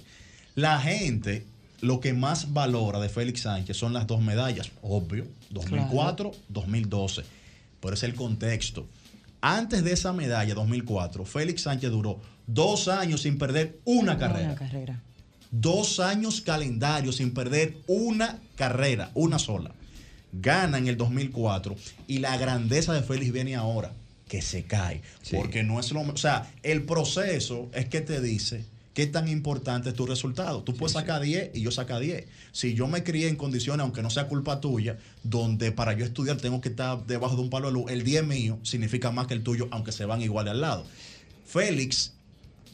Speaker 43: la gente lo que más valora de Félix Sánchez son las dos medallas, obvio, 2004, 2012. pero es el contexto. Antes de esa medalla, 2004, Félix Sánchez duró dos años sin perder una carrera.
Speaker 19: carrera.
Speaker 43: Dos años calendario sin perder una carrera, una sola. Gana en el 2004 y la grandeza de Félix viene ahora, que se cae. Porque no es lo mismo. O sea, el proceso es que te dice qué tan importante es tu resultado. Tú puedes sacar 10 y yo saca 10. Si yo me crié en condiciones, aunque no sea culpa tuya, donde para yo estudiar tengo que estar debajo de un palo de luz, el 10 mío significa más que el tuyo, aunque se van igual al lado. Félix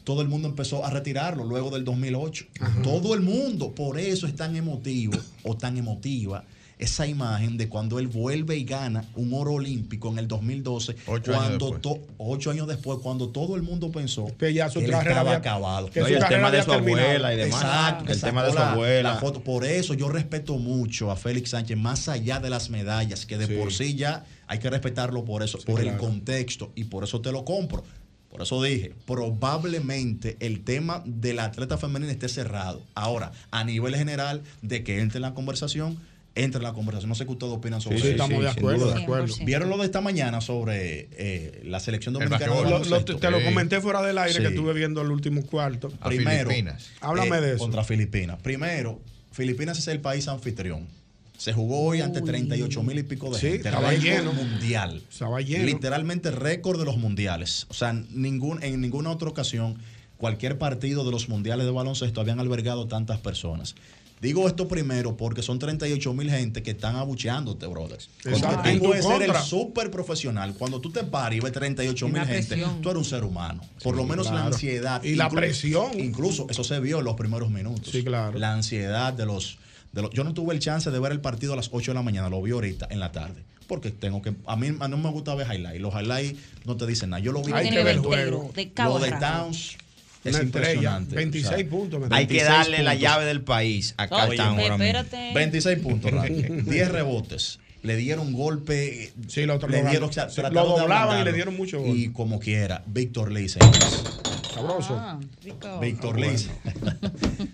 Speaker 43: todo el mundo empezó a retirarlo luego del 2008. Todo el mundo. Por eso es tan emotivo o tan emotiva esa imagen de cuando él vuelve y gana un oro olímpico en el 2012.
Speaker 6: Ocho años
Speaker 43: cuando
Speaker 6: después.
Speaker 43: to- ocho años después, cuando todo el mundo pensó
Speaker 38: que ya su
Speaker 43: él
Speaker 38: carrera
Speaker 43: estaba
Speaker 38: había-
Speaker 43: acabado.
Speaker 38: que No, y su el carrera tema de había su terminado. abuela y demás.
Speaker 43: Exacto. que
Speaker 10: El tema
Speaker 43: sacó
Speaker 10: de su
Speaker 43: la-
Speaker 10: abuela.
Speaker 43: la foto. Por eso yo respeto mucho a Félix Sánchez, más allá de las medallas, que de por sí ya hay que respetarlo por eso, por el
Speaker 10: claro.
Speaker 43: contexto, y por eso te lo compro. Por eso dije, probablemente el tema de la atleta femenina esté cerrado. Ahora, a nivel general, de que entre en la conversación, entre en la conversación. No sé qué ustedes opinan sobre
Speaker 38: Sí,
Speaker 43: eso.
Speaker 38: sí, estamos de
Speaker 43: sin
Speaker 38: acuerdo,
Speaker 43: duda.
Speaker 38: de acuerdo. 100%.
Speaker 43: ¿Vieron lo de esta mañana sobre eh, la selección
Speaker 38: Lo-
Speaker 43: dominicana? de
Speaker 38: lo-
Speaker 43: baloncesto?
Speaker 38: te, te lo comenté fuera del aire que
Speaker 43: Sí.
Speaker 38: estuve viendo el último cuarto.
Speaker 43: Primero,
Speaker 38: Háblame
Speaker 43: eh,
Speaker 38: de eso.
Speaker 43: Contra Filipinas. Primero, Filipinas es el país anfitrión. Se jugó hoy ante 38 mil y pico de
Speaker 38: Sí,
Speaker 43: gente.
Speaker 38: estaba
Speaker 43: Récord
Speaker 38: lleno.
Speaker 43: mundial.
Speaker 38: Estaba lleno.
Speaker 43: Literalmente récord de los mundiales. O sea, ningún, en ninguna otra ocasión, cualquier partido de los mundiales de baloncesto habían albergado tantas personas. Digo esto primero porque son 38 mil gente que están abucheándote, brothers.
Speaker 38: Exacto.
Speaker 43: Cuando
Speaker 38: En
Speaker 43: tú
Speaker 38: tu
Speaker 43: puedes ser el
Speaker 38: contra.
Speaker 43: súper profesional, cuando tú te paras y ves 38
Speaker 38: Y
Speaker 43: mil
Speaker 38: la
Speaker 43: gente,
Speaker 38: presión.
Speaker 43: tú eres un ser humano. Por
Speaker 38: Sí,
Speaker 43: lo menos la
Speaker 38: claro.
Speaker 43: ansiedad.
Speaker 38: Y la
Speaker 43: inclu-
Speaker 38: presión.
Speaker 43: Incluso eso se vio en los primeros minutos. Sí, claro. La ansiedad de los, de los- Yo no tuve el chance de ver el partido a las 8 de la mañana, lo vi ahorita en la tarde. Porque tengo que. A mí a no me gusta ver highlights. Los highlights no te dicen nada. Yo lo vi.
Speaker 38: Hay que ver el juego.
Speaker 41: de
Speaker 43: Lo
Speaker 41: cabo
Speaker 43: de
Speaker 41: a rabo.
Speaker 43: Towns es
Speaker 38: Una estrella,
Speaker 43: impresionante.
Speaker 38: 26 puntos, me
Speaker 10: Hay que
Speaker 43: 26
Speaker 10: darle la
Speaker 43: puntos.
Speaker 10: llave del país a
Speaker 43: Oye,
Speaker 10: Castán ahora mismo.
Speaker 43: 26 puntos, Rafa. 10 rebotes. Le dieron golpe. Sí, lo
Speaker 38: otro
Speaker 43: le
Speaker 38: lo-
Speaker 43: dieron, o sea,
Speaker 38: sí,
Speaker 43: trataron
Speaker 38: lo
Speaker 43: de
Speaker 38: doblaban y
Speaker 43: ablandarlo.
Speaker 38: le dieron mucho gol.
Speaker 43: Y como quiera, Víctor Lee, Sabroso. Víctor
Speaker 38: Ah,
Speaker 43: Liz.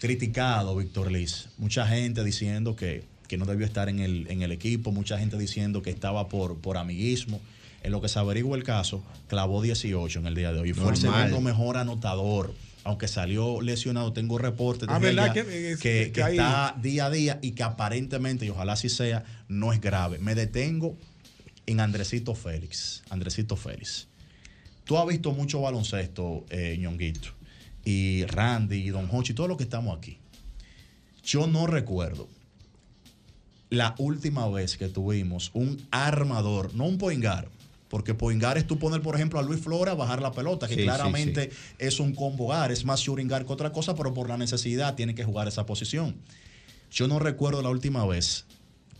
Speaker 43: Criticado Víctor Liz. Mucha gente diciendo que, que no debió estar en el, en el equipo, mucha gente diciendo que estaba por, por amiguismo. En lo que se averigua el caso, clavó 18 en el día de hoy. Y fue el
Speaker 10: Normal.
Speaker 43: segundo mejor anotador. Aunque salió lesionado, tengo reportes
Speaker 38: Ah,
Speaker 43: desde
Speaker 38: ¿verdad?
Speaker 43: allá que,
Speaker 38: Que- que
Speaker 43: que
Speaker 38: hay-
Speaker 43: está día a día y que aparentemente, y ojalá así sea, no es grave. Me detengo en Andresito Félix. Andresito Félix. Tú has visto mucho baloncesto, eh, Ñonguito, y Randy, y Don Hochi, todos los que estamos aquí. Yo no recuerdo la última vez que tuvimos un armador, no un poingar, porque poingar es tú poner, por ejemplo, a Luis Flora a bajar la pelota, que
Speaker 10: Sí, sí,
Speaker 43: claramente es un combo guard, es más shooting guard que otra cosa, pero por la necesidad tiene que jugar esa posición. Yo no recuerdo la última vez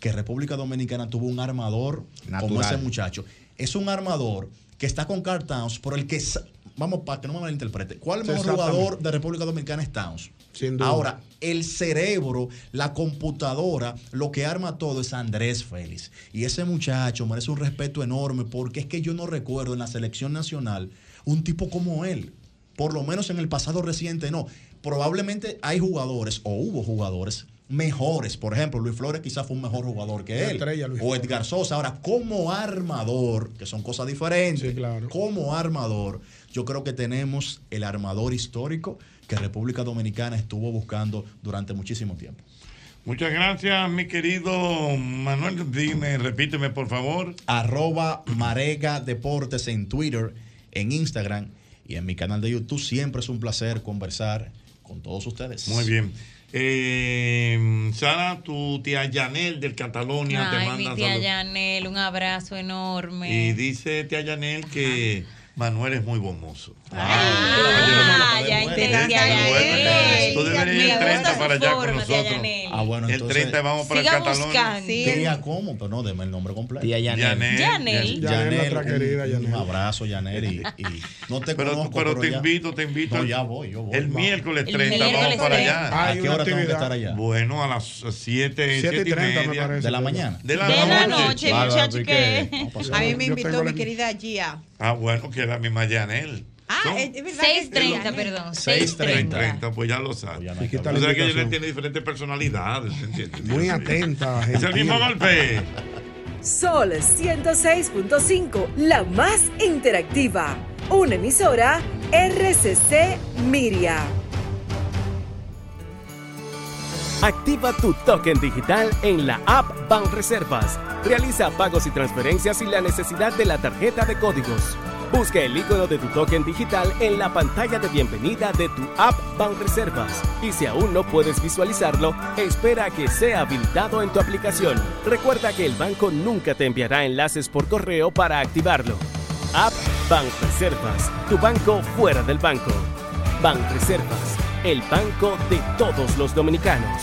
Speaker 43: que República Dominicana tuvo un armador como
Speaker 10: Natural.
Speaker 43: ese muchacho. Es un armador que está con Carl Towns, pero el que. sa- Vamos, para que no me malinterprete. ¿Cuál
Speaker 38: Sí,
Speaker 43: mejor
Speaker 38: exactamente.
Speaker 43: jugador de República Dominicana es Towns?
Speaker 38: duda.
Speaker 43: Ahora, el cerebro, la computadora, lo que arma todo es Andrés Félix. Y ese muchacho merece un respeto enorme porque es que yo no recuerdo en la selección nacional un tipo como él. Por lo menos en el pasado reciente, no. Probablemente hay jugadores o hubo jugadores mejores. Por ejemplo, Luis Flores quizás fue un mejor jugador que
Speaker 38: Una
Speaker 43: él.
Speaker 38: estrella, Luis
Speaker 43: o Edgar Sosa. Ahora, como armador, que son cosas diferentes, como armador, yo creo que tenemos el armador histórico que República Dominicana estuvo buscando durante muchísimo tiempo.
Speaker 6: Muchas gracias, mi querido Manuel. Dime, repíteme, por favor.
Speaker 43: Arroba Marega Deportes en Twitter, en Instagram y en mi canal de YouTube. Siempre es un placer conversar con todos ustedes.
Speaker 6: Muy bien. Eh, Sara, tu tía Yanel del Catalonia te
Speaker 41: Ay,
Speaker 6: manda
Speaker 41: mi tía
Speaker 6: saludos.
Speaker 41: Yanel, un abrazo enorme.
Speaker 6: Y dice tía Yanel que Manuel es muy bomboso.
Speaker 41: Ah, ya entendí.
Speaker 6: Tía
Speaker 41: Yanel.
Speaker 6: Tú deberías ir el
Speaker 41: Me
Speaker 6: 30
Speaker 41: gusta
Speaker 6: para
Speaker 41: su
Speaker 6: allá con
Speaker 41: forma, tía
Speaker 6: nosotros.
Speaker 41: Yanel.
Speaker 43: Ah, bueno,
Speaker 6: El
Speaker 43: entonces-
Speaker 6: 30 vamos para el Siga Catalón. buscando. Sí.
Speaker 43: Tía, ¿cómo? Pero no, deme el nombre completo.
Speaker 10: Tía Yanel. Yanel.
Speaker 43: Yanel,
Speaker 10: Yanel. Yanel, nuestra
Speaker 43: un-
Speaker 10: querida
Speaker 43: un,
Speaker 10: Yanel.
Speaker 43: abrazo, Yanel. Y, y no te
Speaker 6: Pero,
Speaker 43: conozco,
Speaker 6: pero te
Speaker 43: ya-
Speaker 6: invito, te invito.
Speaker 43: No,
Speaker 6: al-
Speaker 43: ya voy, yo voy.
Speaker 6: El
Speaker 43: vamos.
Speaker 6: miércoles 30 vamos para allá.
Speaker 43: ¿A qué hora tengo que estar allá?
Speaker 6: Bueno, a las 7, 7,
Speaker 43: Siete y
Speaker 6: y
Speaker 43: treinta, me
Speaker 6: media.
Speaker 43: parece. ¿De la mañana?
Speaker 6: De la,
Speaker 27: De la
Speaker 6: noche.
Speaker 27: noche, muchacho, que
Speaker 43: pues,
Speaker 27: a mí me invitó mi querida Gia.
Speaker 6: Ah, bueno, que es la misma Yanel.
Speaker 27: Ah, es, es verdad. que es
Speaker 41: 6:30,
Speaker 27: Gianel.
Speaker 41: perdón.
Speaker 6: 6.30, pues ya lo sabes.
Speaker 38: qué
Speaker 6: O
Speaker 38: tal
Speaker 6: sea
Speaker 38: la
Speaker 6: que
Speaker 38: invitación?
Speaker 6: Yanel tiene diferentes personalidades, ¿entiendes?
Speaker 38: Muy atenta.
Speaker 6: Es el mismo
Speaker 38: gentil.
Speaker 6: golpe.
Speaker 51: Sol 106.5, la más interactiva. Una emisora RCC Miria.
Speaker 34: Activa tu token digital en la app Banreservas. Realiza pagos y transferencias sin la necesidad de la tarjeta de códigos. Busca el icono de tu token digital en la pantalla de bienvenida de tu app Banreservas. Y si aún no puedes visualizarlo, espera a que sea habilitado en tu aplicación. Recuerda que el banco nunca te enviará enlaces por correo para activarlo. App Banreservas, tu banco fuera del banco. Banreservas, el banco de todos los dominicanos.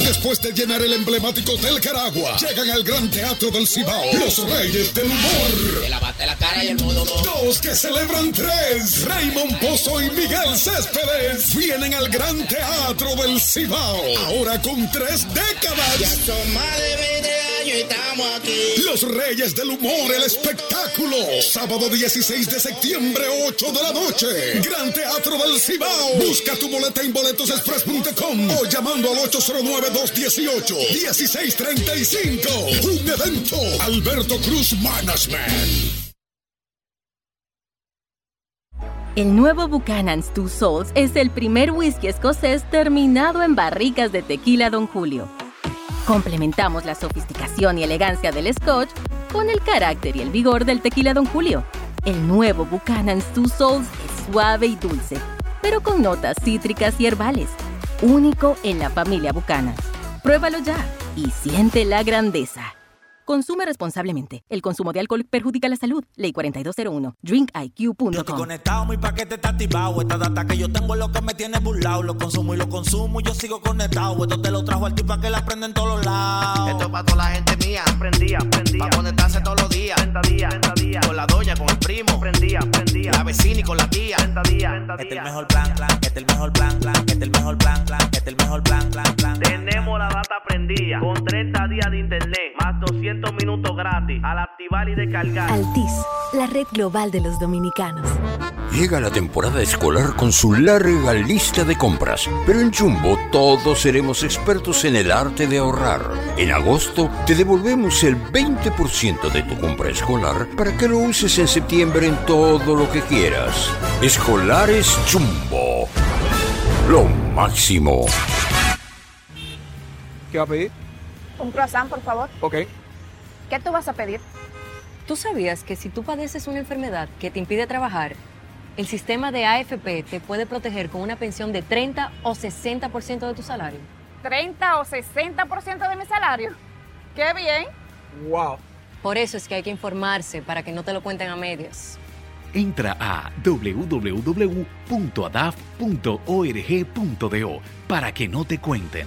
Speaker 52: Después de llenar el emblemático Hotel Caragua, llegan al Gran Teatro del Cibao los Reyes del Humor. Dos que celebran tres, Raymond Pozo y Miguel Céspedes, vienen al Gran Teatro del Cibao, ahora con tres décadas. Los Reyes del Humor, el espectáculo. Sábado 16 de septiembre, 8 de la noche. Gran Teatro del Cibao. Busca tu boleta en boletosexpress.com o llamando al 809-218-1635. Un evento. Alberto Cruz Management.
Speaker 53: El nuevo Buchanan's Two Souls es el primer whisky escocés terminado en barricas de tequila Don Julio. Complementamos la sofisticación y elegancia del Scotch con el carácter y el vigor del tequila Don Julio. El nuevo Buchanan's Two Souls es suave y dulce, pero con notas cítricas y herbales. Único en la familia Buchanan. Pruébalo ya y siente la grandeza. Consume responsablemente. El consumo de alcohol perjudica la salud. Ley 4201.
Speaker 2: Yo estoy
Speaker 53: DrinkIQ.com.
Speaker 2: conectado, mi paquete está activado. Esta data que yo tengo es lo que me tiene burlado. Lo consumo y lo consumo y yo sigo conectado. Esto te lo trajo al tipo que la prende en todos lados. Esto es para toda la gente mía. Prendía, prendía. Para conectarse todos los días. 30 días, Con la doña, con el primo. Prendía, prendía. La vecina y con la tía. Este es el mejor plan, plan. Este es el mejor plan, plan. Este es el mejor plan, plan. Este es el mejor plan, plan, plan. Tenemos la data prendida. Con 30 días de internet. Más 200 minutos gratis. Al activar y descargar.
Speaker 54: Altis, la red global de los dominicanos.
Speaker 55: Llega la temporada escolar con su larga lista de compras, pero en Jumbo todos seremos expertos en el arte de ahorrar. En agosto te devolvemos el 20% de tu compra escolar para que lo uses en septiembre en todo lo que quieras. Escolares Jumbo. Lo máximo.
Speaker 7: ¿Qué va a pedir?
Speaker 30: Un croissant, por favor.
Speaker 7: Ok.
Speaker 30: ¿Qué tú vas a pedir?
Speaker 37: ¿Tú sabías que si tú padeces una enfermedad que te impide trabajar, el sistema de AFP te puede proteger con una pensión de 30 o 60% de tu salario?
Speaker 30: ¿30 o 60% de mi salario? ¡Qué bien!
Speaker 7: ¡Wow!
Speaker 37: Por eso es que hay que informarse para que no te lo cuenten a medias.
Speaker 30: Entra a www.adaf.org.do para que no te cuenten.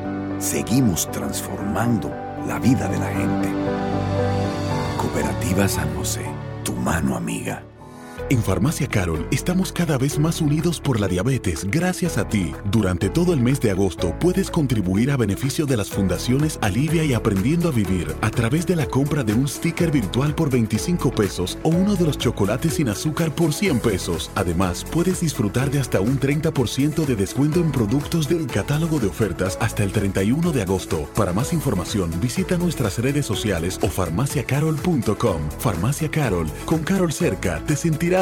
Speaker 56: seguimos transformando la vida de la gente. Cooperativa San José, tu mano amiga.
Speaker 31: En Farmacia Carol estamos cada vez más unidos por la diabetes gracias a ti. Durante todo el mes de agosto puedes contribuir a beneficio de las fundaciones Alivia y Aprendiendo a Vivir a través de la compra de un sticker virtual por 25 pesos o uno de los chocolates sin azúcar por 100 pesos. Además, puedes disfrutar de hasta un 30% de descuento en productos del catálogo de ofertas hasta el 31 de agosto. Para más información, visita nuestras redes sociales o farmaciacarol.com. Farmacia Carol, con Carol cerca, te sentirás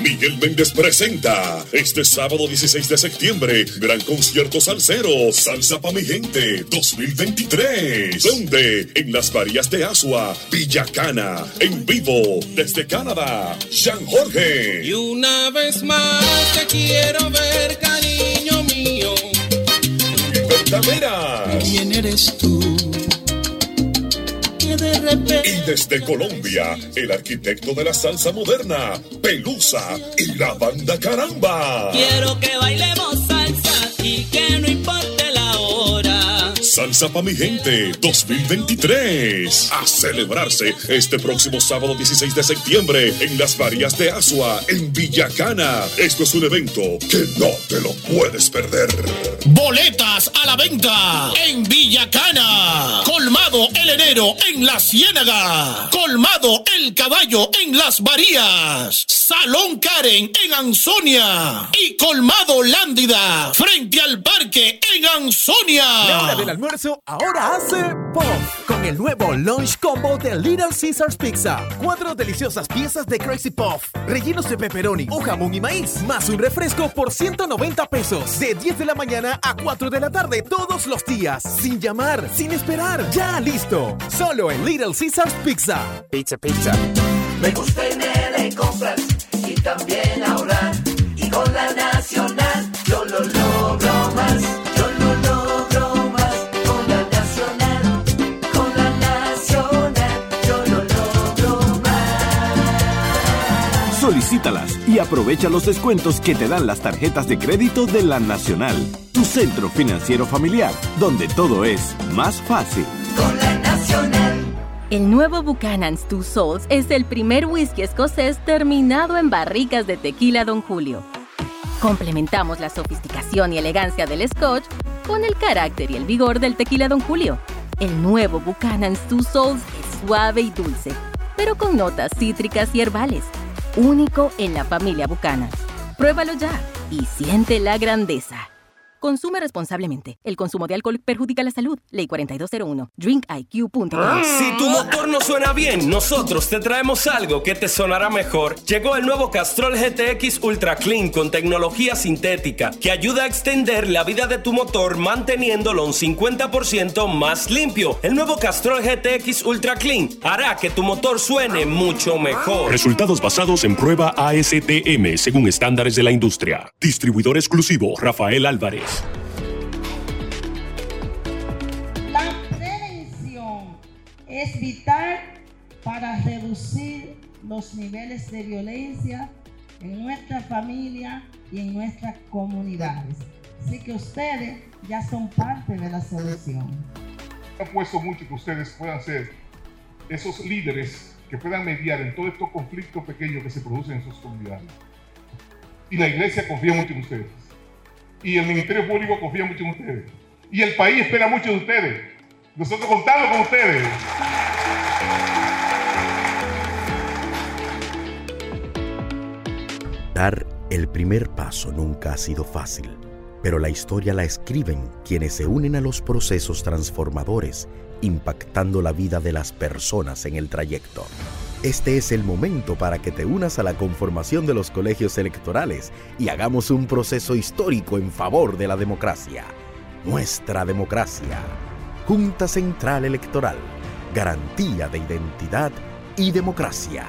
Speaker 35: Miguel Méndez presenta este sábado 16 de septiembre gran concierto salsero Salsa pa mi gente 2023 donde en las varillas de Asua Villacana en vivo desde Canadá Jean Jorge
Speaker 57: Y una vez más te quiero ver cariño mío
Speaker 35: Vertamera
Speaker 57: ¿Quién eres tú? Que de repente
Speaker 35: y desde Colombia el arquitecto de la salsa moderna Pelusa y la banda Caramba
Speaker 57: Quiero que bailemos salsa y que no importe la hora.
Speaker 35: Salsa pa' mi gente 2023. A celebrarse este próximo sábado 16 de septiembre en las Varías de Asua, en Villacana. Esto es un evento que no te lo puedes perder.
Speaker 8: Boletas a la venta en Villacana. Colmado el enero en La Ciénaga. Colmado el caballo en Las Varías. Salón Karen en Ansonia. Y Colmado Lándida frente al parque en
Speaker 58: La hora
Speaker 8: Ansonia.
Speaker 58: del almuerzo ahora hace POF con el nuevo Lunch Combo de Little Caesars Pizza. Cuatro deliciosas piezas de Crazy Puff, rellenos de pepperoni o jamón y maíz, más un refresco por 190 pesos. De 10 de la mañana a 4 de la tarde todos los días, sin llamar, sin esperar. Ya listo, solo en Little Caesars Pizza. Pizza, pizza.
Speaker 2: Me gusta y me le compras y también ahorrar. Y con la nacional yo lo logro más. Yo lo logro más. Con la nacional, con la nacional yo lo logro más.
Speaker 56: Solicítalas y aprovecha los descuentos que te dan las tarjetas de crédito de la Nacional, tu centro financiero familiar, donde todo es más fácil.
Speaker 53: El nuevo Buchanan's Two Souls es el primer whisky escocés terminado en barricas de tequila Don Julio. Complementamos la sofisticación y elegancia del Scotch con el carácter y el vigor del tequila Don Julio. El nuevo Buchanan's Two Souls es suave y dulce, pero con notas cítricas y herbales. Único en la familia Buchanan. Pruébalo ya y siente la grandeza. Consume responsablemente. El consumo de alcohol perjudica la salud. Ley 4201. DrinkIQ.com.
Speaker 34: Si tu motor no suena bien, nosotros te traemos algo que te sonará mejor. Llegó el nuevo Castrol GTX Ultra Clean con tecnología sintética que ayuda a extender la vida de tu motor manteniéndolo un 50% más limpio. El nuevo Castrol GTX Ultra Clean hará que tu motor suene mucho mejor.
Speaker 51: Resultados basados en prueba ASTM según estándares de la industria. Distribuidor exclusivo Rafael Álvarez. La prevención es vital para reducir los niveles de violencia en nuestra familia y en nuestras comunidades. Así que ustedes ya son parte de la solución.
Speaker 20: apuesto mucho que ustedes puedan ser esos líderes que puedan mediar en todos estos conflictos pequeños que se producen en sus comunidades. Y la iglesia confía mucho en ustedes. Y el Ministerio Público confía mucho en ustedes. Y el país espera mucho de ustedes. Nosotros contamos con ustedes.
Speaker 59: Dar el primer paso nunca ha sido fácil, pero la historia la escriben quienes se unen a los procesos transformadores, impactando la vida de las personas en el trayecto. Este es el momento para que te unas a la conformación de los colegios electorales y hagamos un proceso histórico en favor de la democracia. Nuestra democracia. Junta Central Electoral. Garantía de identidad y democracia.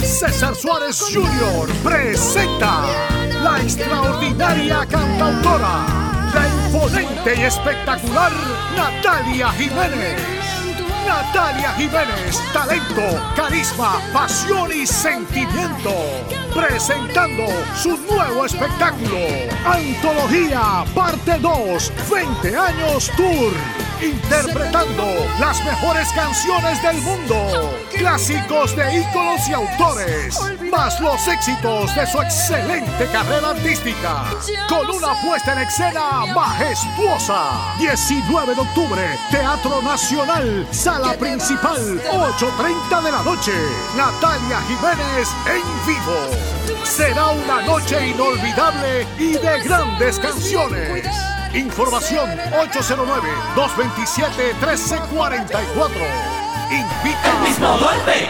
Speaker 25: César Suárez Jr. presenta la extraordinaria cantautora, la imponente y espectacular Natalia Jiménez. Natalia Jiménez, talento, carisma, pasión y sentimiento. Presentando su nuevo espectáculo, Antología, parte 2, 20 años tour interpretando las mejores canciones del mundo, clásicos de íconos y autores, más los éxitos de su excelente carrera artística, con una puesta en escena majestuosa. 19 de octubre, Teatro Nacional, sala principal, 8.30 de la noche, Natalia Jiménez en vivo. Será una noche inolvidable y de grandes canciones. Información 809-227-1344. Invita.
Speaker 8: El mismo golpe.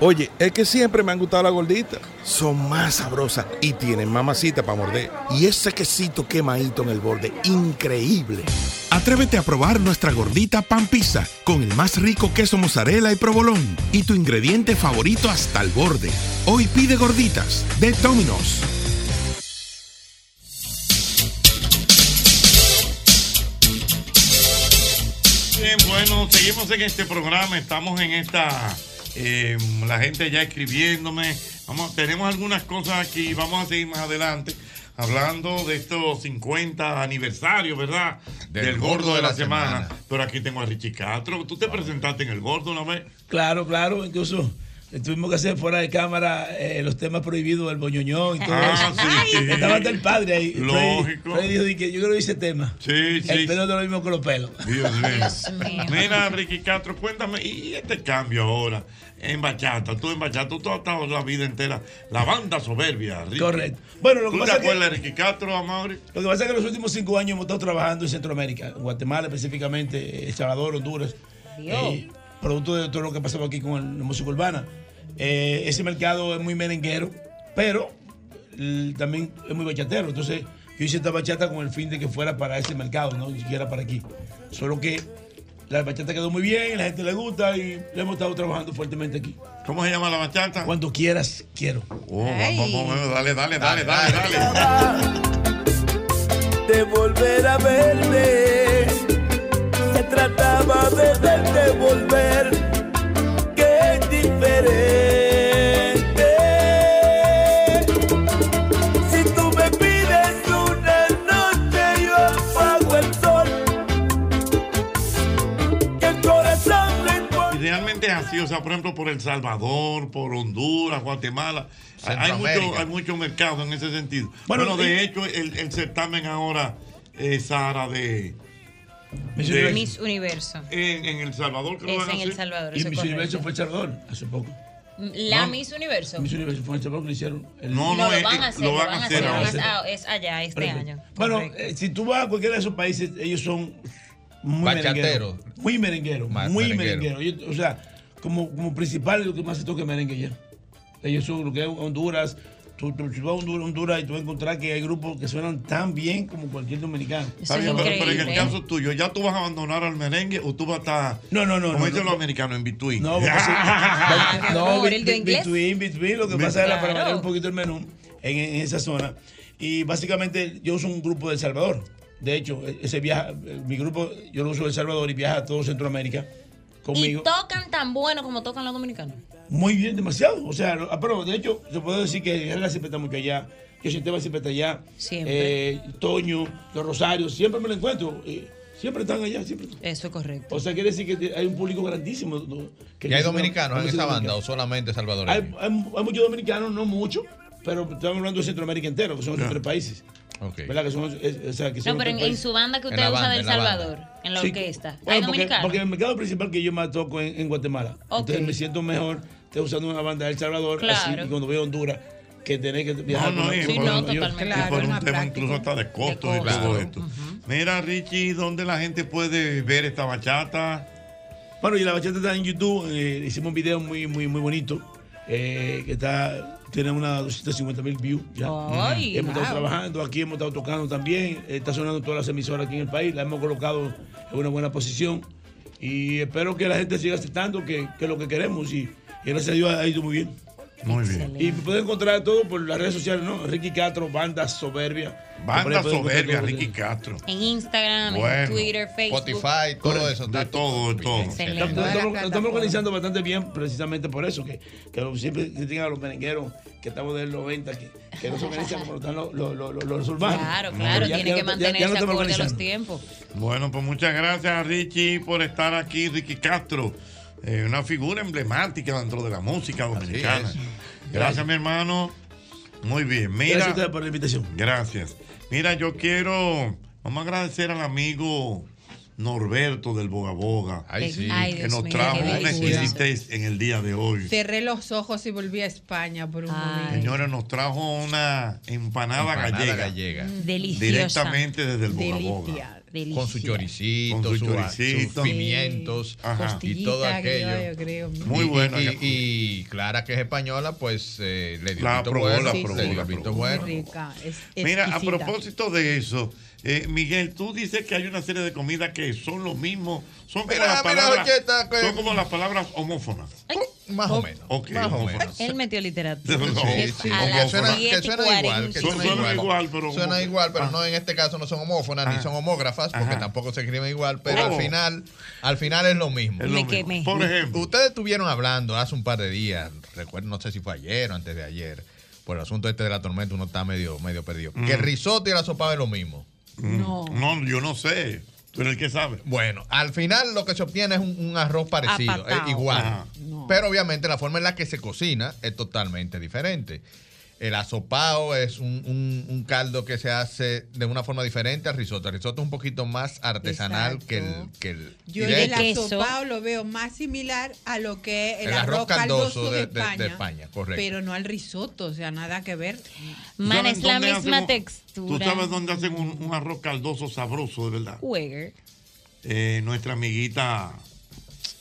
Speaker 8: Oye, es que siempre me han gustado las gorditas. Son más sabrosas y tienen mamacita para morder. Y ese quesito quemadito en el borde, increíble.
Speaker 31: Atrévete a probar nuestra gordita pan pizza con el más rico queso mozzarella y provolón y tu ingrediente favorito hasta el borde. Hoy pide gorditas de Domino's.
Speaker 6: Bien, Eh, bueno, seguimos en este programa, estamos en esta, eh, la gente ya escribiéndome, vamos, tenemos algunas cosas aquí, vamos a seguir más adelante hablando de estos 50 aniversarios, ¿verdad? Del, gordo, de la, semana. Pero aquí tengo a Richie Castro, tú te presentaste en el gordo una vez.
Speaker 29: Claro, claro, incluso tuvimos que hacer fuera de cámara eh, los temas prohibidos, el boñoñón y todo
Speaker 6: Ah,
Speaker 29: eso.
Speaker 6: sí, sí.
Speaker 29: Estaba hasta el padre ahí.
Speaker 6: Lógico.
Speaker 29: Freddy, Freddy dijo que yo creo que hice tema.
Speaker 6: Sí, sí.
Speaker 29: El pelo no es lo mismo que los pelos.
Speaker 6: Dios mío. Mira, Ricky Castro, cuéntame, y este cambio ahora en bachata, tú en bachata, tú has estado la vida entera, la banda soberbia, Ricky.
Speaker 29: Correcto. Bueno, lo que
Speaker 6: ¿Tú
Speaker 29: pasa
Speaker 6: te
Speaker 29: es que-
Speaker 6: acuerdas de Ricky Castro, Amaury?
Speaker 29: Lo que pasa es que los últimos cinco años hemos estado trabajando en Centroamérica, en Guatemala específicamente, El Salvador, Honduras, eh, producto de todo lo que ha pasado aquí con el- la música urbana. Eh, ese mercado es muy merenguero, pero l- también es muy bachatero. Entonces, yo hice esta bachata con el fin de que fuera para ese mercado, no ni siquiera para aquí. Solo que la bachata quedó muy bien, la gente le gusta y le hemos estado trabajando fuertemente aquí.
Speaker 6: ¿Cómo se llama la bachata?
Speaker 29: Cuando quieras, quiero.
Speaker 6: Vamos, vamos, eh, dale, dale, dale, dale, dale.
Speaker 2: de volver a verte. Se trataba de verte volver, que es diferente. Si tú me pides una noche, yo apago el sol. Que el corazón le
Speaker 6: Y realmente es así, o sea, por ejemplo, por El Salvador, por Honduras, Guatemala. Hay- Hay
Speaker 38: Centroamérica.
Speaker 6: mucho, hay mucho mercado en ese sentido. Bueno,
Speaker 38: Bueno,
Speaker 6: de
Speaker 38: y-
Speaker 6: hecho, el, el certamen ahora, eh, Sara, de. de-
Speaker 41: Miss Universo.
Speaker 6: en, en El Salvador, creo que
Speaker 41: Es en
Speaker 6: así.
Speaker 41: El Salvador.
Speaker 29: Y
Speaker 41: eso es
Speaker 29: Miss Universo
Speaker 41: correcto.
Speaker 29: fue el Salvador hace poco.
Speaker 41: La
Speaker 29: No.
Speaker 41: Miss Universo.
Speaker 29: Miss Universo fue en Salvador que le hicieron. el-
Speaker 41: No, no,
Speaker 6: eh,
Speaker 41: lo van a hacer, lo van a hacer. lo van a hacer. Ah, es allá, este
Speaker 29: Perfecto.
Speaker 41: año.
Speaker 29: Bueno, eh, si tú vas a cualquiera de esos países, ellos son muy
Speaker 38: Bachateros.
Speaker 29: merengueros. Muy merengueros.
Speaker 38: Más
Speaker 29: muy
Speaker 38: merengueros.
Speaker 29: merengueros. Ellos, o sea, como, como principal lo que más se toca es merengue ya. Ellos son lo que es Honduras. Tú, tú, tú vas a Honduras, Honduras y tú vas a encontrar que hay grupos que suenan tan bien como cualquier dominicano.
Speaker 6: Está bien, pero, pero en el
Speaker 41: ¿eh?
Speaker 6: caso tuyo, ¿ya tú vas a abandonar al merengue o tú vas a estar.
Speaker 29: No, no, no.
Speaker 6: Como
Speaker 29: no,
Speaker 6: dicen
Speaker 29: no.
Speaker 6: los americanos, en between.
Speaker 29: No, porque
Speaker 41: Ah,
Speaker 29: sí. no,
Speaker 41: favor,
Speaker 29: be-
Speaker 41: él dio
Speaker 29: be-
Speaker 41: inglés.
Speaker 29: between, between, lo que
Speaker 6: Be-
Speaker 29: pasa es la para
Speaker 41: Claro.
Speaker 29: variar un poquito el menú en, en esa zona. Y básicamente yo uso un grupo de El Salvador. De hecho, e-, ese viaja, mi grupo, yo lo uso de El Salvador y viaja a todo Centroamérica
Speaker 41: Y
Speaker 29: conmigo.
Speaker 41: tocan tan bueno como tocan los dominicanos.
Speaker 29: Muy bien, demasiado. O sea, lo- ah, pero de hecho, se puede decir que Herrera siempre está mucho allá. Yo siempre siempre está allá.
Speaker 41: Siempre.
Speaker 29: Eh, Toño, los Rosarios, siempre me lo encuentro. Eh, siempre están allá, siempre.
Speaker 41: Eso es correcto.
Speaker 29: O sea, quiere decir que te- hay un público grandísimo. ¿no? Que
Speaker 41: ¿Y hay
Speaker 29: no-
Speaker 41: dominicanos
Speaker 29: no
Speaker 41: en
Speaker 29: se
Speaker 41: esa
Speaker 29: comunica.
Speaker 41: banda o solamente
Speaker 29: Hay,
Speaker 41: salvadoreños?
Speaker 29: hay- hay muchos dominicanos, no muchos, pero estamos hablando de Centroamérica entero, que son otros tres países. ¿Verdad? Que son, es- o sea, que son
Speaker 41: No,
Speaker 29: otros
Speaker 41: pero en, en
Speaker 29: países.
Speaker 41: su banda que usted usa del Salvador, en la
Speaker 29: Sí.
Speaker 41: orquesta,
Speaker 29: Bueno,
Speaker 41: hay
Speaker 29: porque,
Speaker 41: dominicanos.
Speaker 29: porque el mercado principal que yo más toco es en, Guatemala.
Speaker 41: Ok.
Speaker 29: Entonces me siento mejor estoy usando una banda del Salvador así,
Speaker 41: Claro.
Speaker 29: y cuando voy a Honduras que tener que viajar
Speaker 6: no,
Speaker 29: con-
Speaker 6: y
Speaker 29: con-
Speaker 6: por,
Speaker 29: con-
Speaker 6: un-
Speaker 29: con-
Speaker 6: y por
Speaker 29: Claro, es
Speaker 6: un
Speaker 29: más
Speaker 6: tema
Speaker 29: práctico.
Speaker 6: incluso hasta de costos y
Speaker 29: costos.
Speaker 6: todo esto. Mira, Richie, ¿dónde la gente puede ver esta bachata?
Speaker 29: Bueno, y la bachata está en YouTube. eh, hicimos un video muy, muy, muy bonito. eh, que está, tiene unas 250 mil views ya.
Speaker 38: Ay,
Speaker 29: hemos estado
Speaker 38: wow.
Speaker 29: trabajando aquí, hemos estado tocando también. eh, Está sonando todas las emisoras aquí en el país. La hemos colocado en una buena posición. Y espero que la gente siga aceptando que, que es lo que queremos. Y, y gracias a Dios ha ido muy bien.
Speaker 6: Muy bien.
Speaker 29: Y puedes encontrar todo por las redes sociales, ¿no? Ricky Castro, Banda Soberbia.
Speaker 6: Banda
Speaker 29: Puedes encontrar
Speaker 6: soberbia,
Speaker 29: todo.
Speaker 6: Ricky Castro.
Speaker 41: En Instagram, en
Speaker 29: Bueno.
Speaker 41: Twitter, Facebook.
Speaker 6: todo eso. De todo, de todo.
Speaker 41: Excelente.
Speaker 29: Estamos,
Speaker 41: Todas las
Speaker 29: estamos-
Speaker 41: plataformas.
Speaker 29: estamos organizando bastante bien precisamente por eso, que, que lo- siempre critican a los merengueros que estamos del 90, que, que no se organizan como lo están los, los, los, los urbanos.
Speaker 41: Claro,
Speaker 29: Pero
Speaker 41: claro,
Speaker 29: ya-
Speaker 41: tiene
Speaker 29: ya no- ya- ya
Speaker 41: que
Speaker 29: no
Speaker 41: mantenerse
Speaker 29: estamos
Speaker 41: acorde a los
Speaker 29: organizando.
Speaker 41: tiempos.
Speaker 6: Bueno, pues muchas gracias a Richie por estar aquí, Ricky Castro, eh, una figura emblemática dentro de la música dominicana.
Speaker 29: es.
Speaker 6: Gracias, mi hermano. Muy bien, mira.
Speaker 29: Gracias a ustedes por la invitación.
Speaker 6: Gracias. Mira, yo quiero, vamos a agradecer al amigo Norberto del Boga Boga,
Speaker 27: Ay, sí. Ay,
Speaker 6: que
Speaker 27: Dios
Speaker 6: nos
Speaker 27: mío,
Speaker 6: trajo
Speaker 27: qué
Speaker 6: una
Speaker 27: delicia.
Speaker 6: exquisitez en el día de hoy.
Speaker 27: Cerré los ojos y volví a España por un momento.
Speaker 6: Señores, nos trajo una empanada,
Speaker 27: Empanada
Speaker 6: gallega.
Speaker 27: gallega. Mm, deliciosa.
Speaker 6: Directamente desde el Boga Boga.
Speaker 27: Delicia, delicia.
Speaker 6: Con su choricito,
Speaker 27: Con
Speaker 6: su-
Speaker 27: su choricito.
Speaker 6: sus
Speaker 27: pimientos
Speaker 6: Ajá.
Speaker 27: y
Speaker 6: todo
Speaker 27: aquello.
Speaker 6: aquello.
Speaker 27: Yo creo.
Speaker 6: Muy
Speaker 27: Y-
Speaker 6: bueno.
Speaker 27: y- y-
Speaker 6: acá.
Speaker 27: y
Speaker 38: Clara, que es española, pues eh, le dio
Speaker 6: La
Speaker 38: visto
Speaker 6: aprobó,
Speaker 38: bueno,
Speaker 6: la
Speaker 38: le
Speaker 6: aprobó,
Speaker 38: dio
Speaker 6: la
Speaker 38: visto
Speaker 6: aprobó.
Speaker 38: bueno.
Speaker 27: muy rica, es
Speaker 6: Mira, a
Speaker 27: exquisita.
Speaker 6: propósito de eso, eh, Miguel, tú dices que hay una serie de comidas que son lo mismo, son como,
Speaker 38: Mira,
Speaker 6: las,
Speaker 38: mira,
Speaker 6: palabras,
Speaker 38: Ocheta, que-
Speaker 6: son como las palabras homófonas.
Speaker 38: Más o menos.
Speaker 6: Ok,
Speaker 38: más o
Speaker 6: homófonas.
Speaker 38: menos.
Speaker 41: Él metió literatura.
Speaker 6: No,
Speaker 38: Sí, sí.
Speaker 6: homófonas.
Speaker 38: Que suena, que suena igual. Que
Speaker 6: Son-
Speaker 38: suena,
Speaker 6: suenan igual, pero
Speaker 38: Suena igual, pero no en este caso no son homófonas ni son homógrafas, porque tampoco se escriben igual, pero
Speaker 6: Oh.
Speaker 38: al final, al final es lo mismo.
Speaker 6: Es lo Me mismo. quemé. Por ejemplo.
Speaker 38: Ustedes estuvieron hablando hace un par de días, recuerdo, no sé si fue ayer o antes de ayer, por el asunto este de la tormenta, uno está medio, medio perdido.
Speaker 6: Mm.
Speaker 38: Que el risotto y la sopa es lo mismo.
Speaker 6: No. No, yo no sé. Tú eres el que sabe.
Speaker 38: Bueno, al final lo que se obtiene es un, un arroz parecido,
Speaker 6: Apatao.
Speaker 38: eh, igual.
Speaker 6: Ajá.
Speaker 38: Pero obviamente la forma en la que se cocina es totalmente diferente. El asopao es un, un- un caldo que se hace de una forma diferente al risotto. El risotto es un poquito más artesanal
Speaker 27: Exacto.
Speaker 38: que el... Que el
Speaker 27: Yo
Speaker 38: directo.
Speaker 27: el asopao lo veo más similar a lo que es el,
Speaker 38: El arroz caldoso de- de- de
Speaker 27: España,
Speaker 38: España, correcto.
Speaker 27: Pero no al risotto, o sea, nada que ver.
Speaker 41: Man, es la
Speaker 6: dónde
Speaker 41: misma
Speaker 6: hacen un- ¿Tú
Speaker 41: textura.
Speaker 6: sabes dónde hacen un, un arroz caldoso sabroso, de verdad?
Speaker 41: Where?
Speaker 6: Eh, nuestra amiguita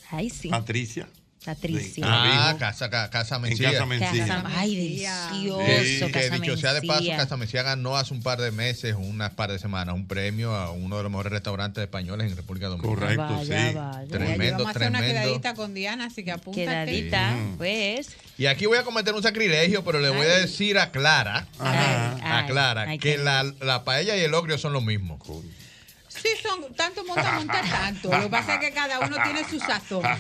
Speaker 41: Ay, sí.
Speaker 6: Patricia.
Speaker 41: Patricia.
Speaker 38: Ah, casa, ca- casa Mencía.
Speaker 6: Casa Mencía. Casa-
Speaker 41: ay, delicioso,
Speaker 38: que
Speaker 41: Casa
Speaker 38: dicho sea de
Speaker 41: Mencía.
Speaker 38: paso, Casa Mencía ganó hace un par de meses, unas par de semanas, un premio a uno de los mejores restaurantes españoles en República Dominicana.
Speaker 27: Correcto,
Speaker 41: Ah,
Speaker 27: Vaya, sí. vaya. Mira, yo
Speaker 38: Tremendo,
Speaker 27: vamos a hacer una
Speaker 38: tremendo.
Speaker 27: quedadita con Diana, así que apunta.
Speaker 38: Quedadita, Mm.
Speaker 27: pues.
Speaker 38: Y aquí voy a cometer un sacrilegio, pero le voy a decir a Clara, a Clara, que la, la paella y el ogrio son lo mismo.
Speaker 27: Sí, son tanto monta, monta tanto. Lo que pasa es que cada uno tiene su sazón.
Speaker 38: Ah,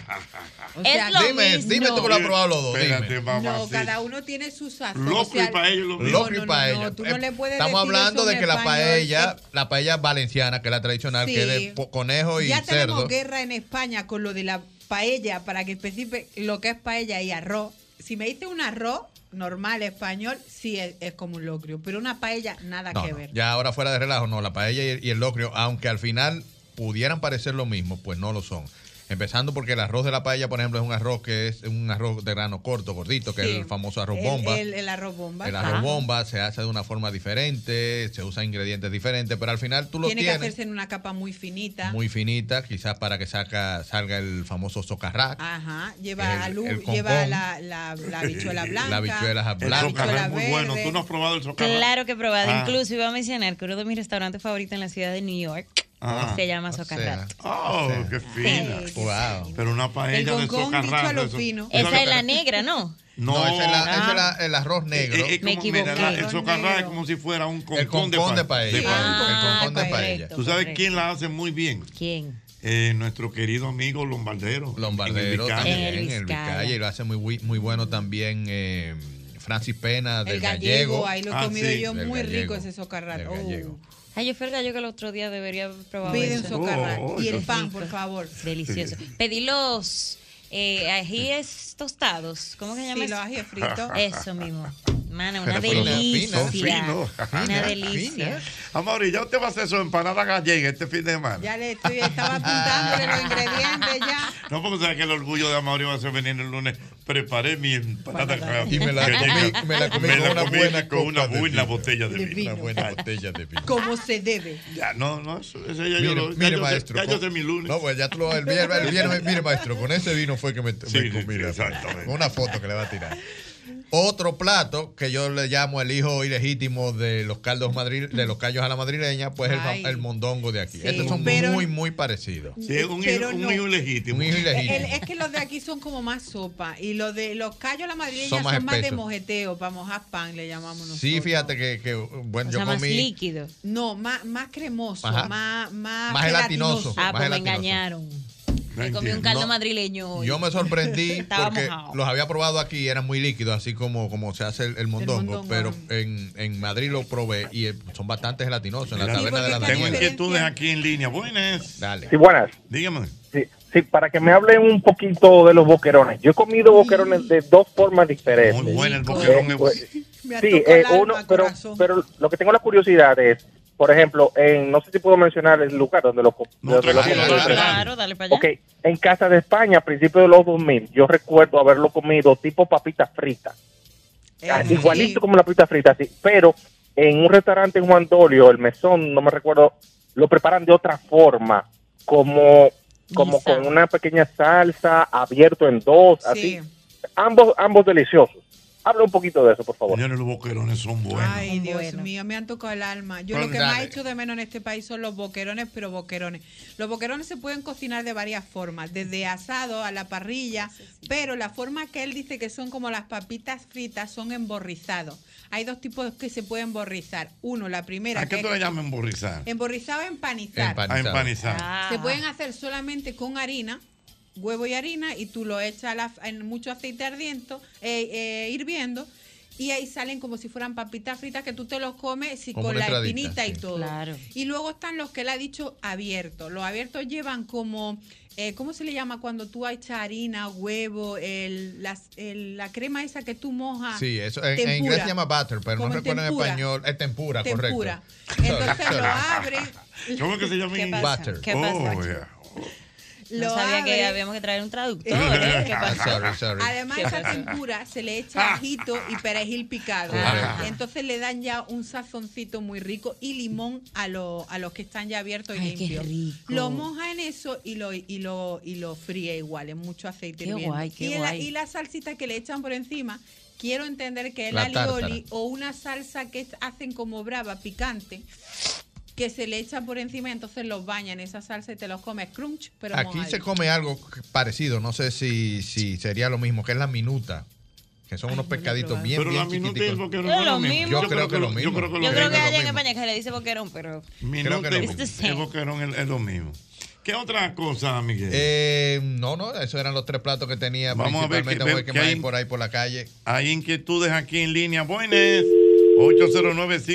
Speaker 27: O
Speaker 38: Es
Speaker 27: sea,
Speaker 38: lo Dime- mismo. dime tú que lo has probado los dos, dime.
Speaker 6: Espérate, mamá,
Speaker 27: No,
Speaker 6: sí.
Speaker 27: cada uno tiene su sazón.
Speaker 6: Loco y paella es lo mismo.
Speaker 38: Loco y
Speaker 27: No, no, no,
Speaker 38: paella.
Speaker 27: no, tú no
Speaker 38: Eh,
Speaker 27: le puedes
Speaker 38: Estamos
Speaker 27: decir
Speaker 38: hablando
Speaker 27: eso a
Speaker 38: de
Speaker 27: un
Speaker 38: que la
Speaker 27: español. eh.
Speaker 38: paella, la paella valenciana, que es la tradicional,
Speaker 27: Sí.
Speaker 38: que es de po- conejo y
Speaker 27: ya tenemos
Speaker 38: cerdo.
Speaker 27: guerra en España con lo de la paella para que especifique lo que es paella y arroz. Si me dice un arroz normal español, sí es, es como un locrio, pero una paella nada
Speaker 38: No,
Speaker 27: que
Speaker 38: no,
Speaker 27: ver.
Speaker 38: ya ahora fuera de relajo, no, la paella y el, y el locrio, aunque al final pudieran parecer lo mismo, pues no lo son. Empezando porque el arroz de la paella, por ejemplo, es un arroz que es un arroz de grano corto, gordito, que
Speaker 27: Sí.
Speaker 38: es el famoso arroz
Speaker 27: El-
Speaker 38: bomba.
Speaker 27: El, el arroz bomba.
Speaker 38: El arroz
Speaker 27: Ajá.
Speaker 38: bomba se hace de una forma diferente, se usan ingredientes diferentes, pero al final tú lo
Speaker 27: Tiene que
Speaker 38: tienes
Speaker 27: hacerse en una capa muy finita.
Speaker 38: muy finita, quizás para que saca, salga el famoso socarrac,
Speaker 27: Ajá, lleva
Speaker 38: El-
Speaker 27: alu-
Speaker 38: el
Speaker 27: lleva
Speaker 38: compón.
Speaker 27: la, la, la habichuela blanca.
Speaker 38: la bichuela
Speaker 27: El socarrat
Speaker 38: blanca.
Speaker 27: es muy bueno. Tú no
Speaker 6: has probado el socarrat.
Speaker 41: Claro que he probado.
Speaker 38: Ah.
Speaker 41: Incluso iba a mencionar que uno de mis restaurantes favoritos en la ciudad de New York
Speaker 6: Ah.
Speaker 41: se llama Socarrat.
Speaker 6: Oh, qué fina.
Speaker 38: Wow.
Speaker 6: Pero una paella de socarrat. eso- eso-
Speaker 41: Esa es la negra, ¿no?
Speaker 6: No,
Speaker 38: No, esa es la- esa es
Speaker 6: Ah.
Speaker 38: la- el arroz negro.
Speaker 6: Eh, eh,
Speaker 41: Me
Speaker 6: como- mira,
Speaker 41: equivoqué.
Speaker 6: la- el socarrat es como si fuera un concón,
Speaker 38: concón de
Speaker 6: pa-
Speaker 38: paella. Ah,
Speaker 6: El concón de paella.
Speaker 38: correcto,
Speaker 6: ¿Tú sabes
Speaker 38: correcto.
Speaker 6: quién la hace muy bien?
Speaker 41: ¿Quién?
Speaker 6: Eh, nuestro querido amigo Lombardero.
Speaker 38: Lombardero
Speaker 6: En el
Speaker 38: también,
Speaker 6: Vizcaya.
Speaker 38: en el Vizcaya, y lo hace muy, bui- muy bueno también eh, Francis Pena del
Speaker 27: El
Speaker 38: gallego. Ah,
Speaker 27: gallego, ahí
Speaker 6: Ah,
Speaker 27: lo he comido yo muy rico ese socarrat.
Speaker 38: Del
Speaker 27: Oh.
Speaker 38: gallego.
Speaker 41: Ay, yo fui al gallo que el otro día debería haber probado
Speaker 27: Pide un
Speaker 41: eso.
Speaker 27: socarrat.
Speaker 38: Oh,
Speaker 27: y el
Speaker 38: qué
Speaker 27: pan, por favor.
Speaker 41: Delicioso. Pedí los eh, ajíes tostados. ¿Cómo que se llama?
Speaker 27: Sí, los ajíes fritos.
Speaker 41: Eso mismo. Mana, una
Speaker 6: Pero fino,
Speaker 41: delicia.
Speaker 6: fino, fino.
Speaker 41: Una delicia.
Speaker 6: Amor, ¿y ya usted va a hacer su empanada gallega este fin de semana?
Speaker 27: Ya le estoy, estaba apuntándole los ingredientes ya.
Speaker 6: No, porque sabes que el orgullo de Amaury va a ser venir el lunes. Preparé mi empanada gallega.
Speaker 38: Y me la comí- me la comí con una buena
Speaker 6: con una
Speaker 38: copa de
Speaker 6: buena
Speaker 38: vino.
Speaker 6: botella de
Speaker 38: De
Speaker 6: vino.
Speaker 38: vino. Una buena
Speaker 6: botella de vino.
Speaker 27: Como se debe.
Speaker 6: Ya, no, no, eso, eso ya yo
Speaker 38: Mire,
Speaker 6: lo. ya
Speaker 38: mire,
Speaker 6: yo sé-
Speaker 38: maestro.
Speaker 6: ya yo
Speaker 38: con-
Speaker 6: sé mi lunes.
Speaker 38: No, pues ya tú lo el viernes, el viernes, mire, maestro, con ese vino fue que me, me comí la- Una foto que le va a tirar. Otro plato que yo le llamo el hijo ilegítimo de los caldos madri- de los callos a la madrileña, pues el, fa-
Speaker 27: Ay.
Speaker 38: el mondongo de aquí.
Speaker 27: Sí.
Speaker 38: Estos son
Speaker 27: Pero-
Speaker 38: muy, muy parecidos.
Speaker 6: Sí, un hijo- Pero un no. hijo legítimo.
Speaker 38: Un hijo ilegítimo.
Speaker 27: Eh, El- es que los de aquí son como más sopa. Y los de los callos a la madrileña
Speaker 38: Son
Speaker 27: son
Speaker 38: más
Speaker 27: más, de
Speaker 38: espesos.
Speaker 27: mojeteo, para mojar pan, le llamamos nosotros.
Speaker 38: Sí, fíjate que, que, bueno, yo comí.
Speaker 27: líquido. No, más, más cremoso,
Speaker 38: Ajá.
Speaker 27: más, más,
Speaker 38: Más gelatinoso, más
Speaker 41: Ah, pues me
Speaker 38: gelatinoso.
Speaker 41: engañaron. Me comí un
Speaker 38: entiendo.
Speaker 41: caldo
Speaker 38: No,
Speaker 41: madrileño hoy.
Speaker 38: Yo me sorprendí
Speaker 41: Estaba
Speaker 38: porque
Speaker 41: mojado.
Speaker 38: los había probado aquí y eran muy líquidos, así como, como se hace el, el mondongo.
Speaker 41: mondongo,
Speaker 38: Pero en, en Madrid lo probé y eh, son bastante gelatinosos en la
Speaker 6: Sí,
Speaker 38: taberna de la
Speaker 6: porque Tengo
Speaker 38: Daniela.
Speaker 6: inquietudes aquí en línea. Buenas.
Speaker 38: Dale.
Speaker 17: Sí, buenas.
Speaker 6: Dígame.
Speaker 17: Sí, sí, para que me hablen un poquito de los boquerones. Yo he comido boquerones de dos formas diferentes. Muy
Speaker 6: bueno el boquerón.
Speaker 17: sí, eh, uno, pero, pero lo que tengo la curiosidad es, por ejemplo, en, no sé si puedo mencionar el lugar donde lo co- donde lo comí.
Speaker 41: Claro, dale para allá.
Speaker 17: Ok, en Casa de España, a principios de los 2000, yo recuerdo haberlo comido tipo papita frita.
Speaker 41: Eh,
Speaker 17: Ah, Igualito como la papita frita, sí. Pero en un restaurante en Juan Dolio, el mesón, no me recuerdo, lo preparan de otra forma, como, como
Speaker 60: Guisado.
Speaker 17: con una pequeña salsa, abierto en dos, así. Ambos, ambos deliciosos. Habla un poquito de eso, por favor.
Speaker 6: Señores, los boquerones son buenos.
Speaker 27: Ay, Dios mío, me han tocado el alma. Yo
Speaker 17: Pues
Speaker 27: lo que
Speaker 17: dale.
Speaker 27: más echo de menos en este país son los boquerones, pero boquerones. Los boquerones se pueden cocinar de varias formas, desde asado a la parrilla, pero la forma que él dice que son como las papitas fritas son emborrizados. Hay dos tipos que se pueden emborrizar. Uno, la primera.
Speaker 6: ¿A qué
Speaker 27: que
Speaker 6: tú
Speaker 27: es
Speaker 6: le llamas emborrizar?
Speaker 27: Emborrizado es empanizar.
Speaker 38: Ah,
Speaker 6: A empanizar.
Speaker 27: Se pueden hacer solamente con harina, huevo y harina, y tú lo echas a la- en mucho aceite ardiendo, eh, eh, hirviendo, y ahí salen como si fueran papitas fritas que tú te los comes y
Speaker 17: Como
Speaker 27: con
Speaker 17: una
Speaker 27: la
Speaker 17: entradita,
Speaker 27: espinita y
Speaker 17: sí.
Speaker 27: todo.
Speaker 17: Claro.
Speaker 27: Y luego están los que él ha dicho abiertos. Los abiertos llevan como, eh, ¿cómo se le llama cuando tú echas harina, huevo, el, las- el- la crema esa que tú mojas?
Speaker 38: Sí, eso en, en
Speaker 27: Ah. tempura?
Speaker 38: inglés se llama butter, pero no
Speaker 27: Como en
Speaker 38: recuerdo en
Speaker 27: tempura.
Speaker 38: español. Es tempura,
Speaker 27: Tempura.
Speaker 38: correcto.
Speaker 27: Entonces ah, lo abren.
Speaker 6: ¿Cómo que se llama? en
Speaker 41: ¿Qué
Speaker 6: inglés?
Speaker 41: pasa?
Speaker 38: Butter.
Speaker 41: ¿Qué pasa?
Speaker 6: Oh, yeah.
Speaker 41: no
Speaker 27: Lo
Speaker 41: sabía que
Speaker 27: abre.
Speaker 41: habíamos que traer un traductor. ¿eh? ¿Qué pasó?
Speaker 38: Ah, Sorry, sorry. Ah.
Speaker 27: Además,
Speaker 41: ¿Qué
Speaker 27: esa
Speaker 41: pasó?
Speaker 27: tempura se le echa ajito y perejil picado.
Speaker 38: Correcto.
Speaker 41: Ah.
Speaker 27: Entonces le dan ya un sazoncito muy rico y limón a, lo- a los que están ya abiertos y
Speaker 41: Ay, qué
Speaker 27: limpios.
Speaker 41: rico.
Speaker 27: Lo moja en eso y lo, y lo, y lo fríe igual, en mucho aceite.
Speaker 41: Qué
Speaker 27: hirviendo.
Speaker 41: guay, qué
Speaker 27: y, La,
Speaker 41: guay.
Speaker 27: y la salsita que le echan por encima, quiero entender que es
Speaker 41: La
Speaker 27: la alioli
Speaker 41: tártara.
Speaker 27: o una salsa que hacen como brava, picante. Que se le echa por encima y entonces los bañan esa salsa y te los comes crunch, pero
Speaker 38: Aquí
Speaker 27: mojadito.
Speaker 38: se come algo parecido, no sé si, si sería lo mismo, que es la minuta. Que son unos pescaditos bien,
Speaker 6: Pero la
Speaker 38: bien
Speaker 6: minuta y el
Speaker 38: chiquiticos.
Speaker 6: boquerón no es lo mismo.
Speaker 38: Yo creo que lo mismo.
Speaker 41: Yo creo que allá en España que se le dice boquerón, pero.
Speaker 6: Minuta
Speaker 41: It's
Speaker 6: y
Speaker 41: the
Speaker 6: el
Speaker 41: same.
Speaker 6: boquerón es, es lo mismo. ¿Qué otra cosa, Miguel?
Speaker 38: Eh, no, no, esos eran los tres platos que tenía.
Speaker 6: Vamos a ver
Speaker 38: principalmente,
Speaker 6: que-
Speaker 38: voy
Speaker 6: que
Speaker 38: más
Speaker 6: hay-
Speaker 38: hay por ahí por la calle.
Speaker 6: Hay inquietudes aquí en línea. Buenas.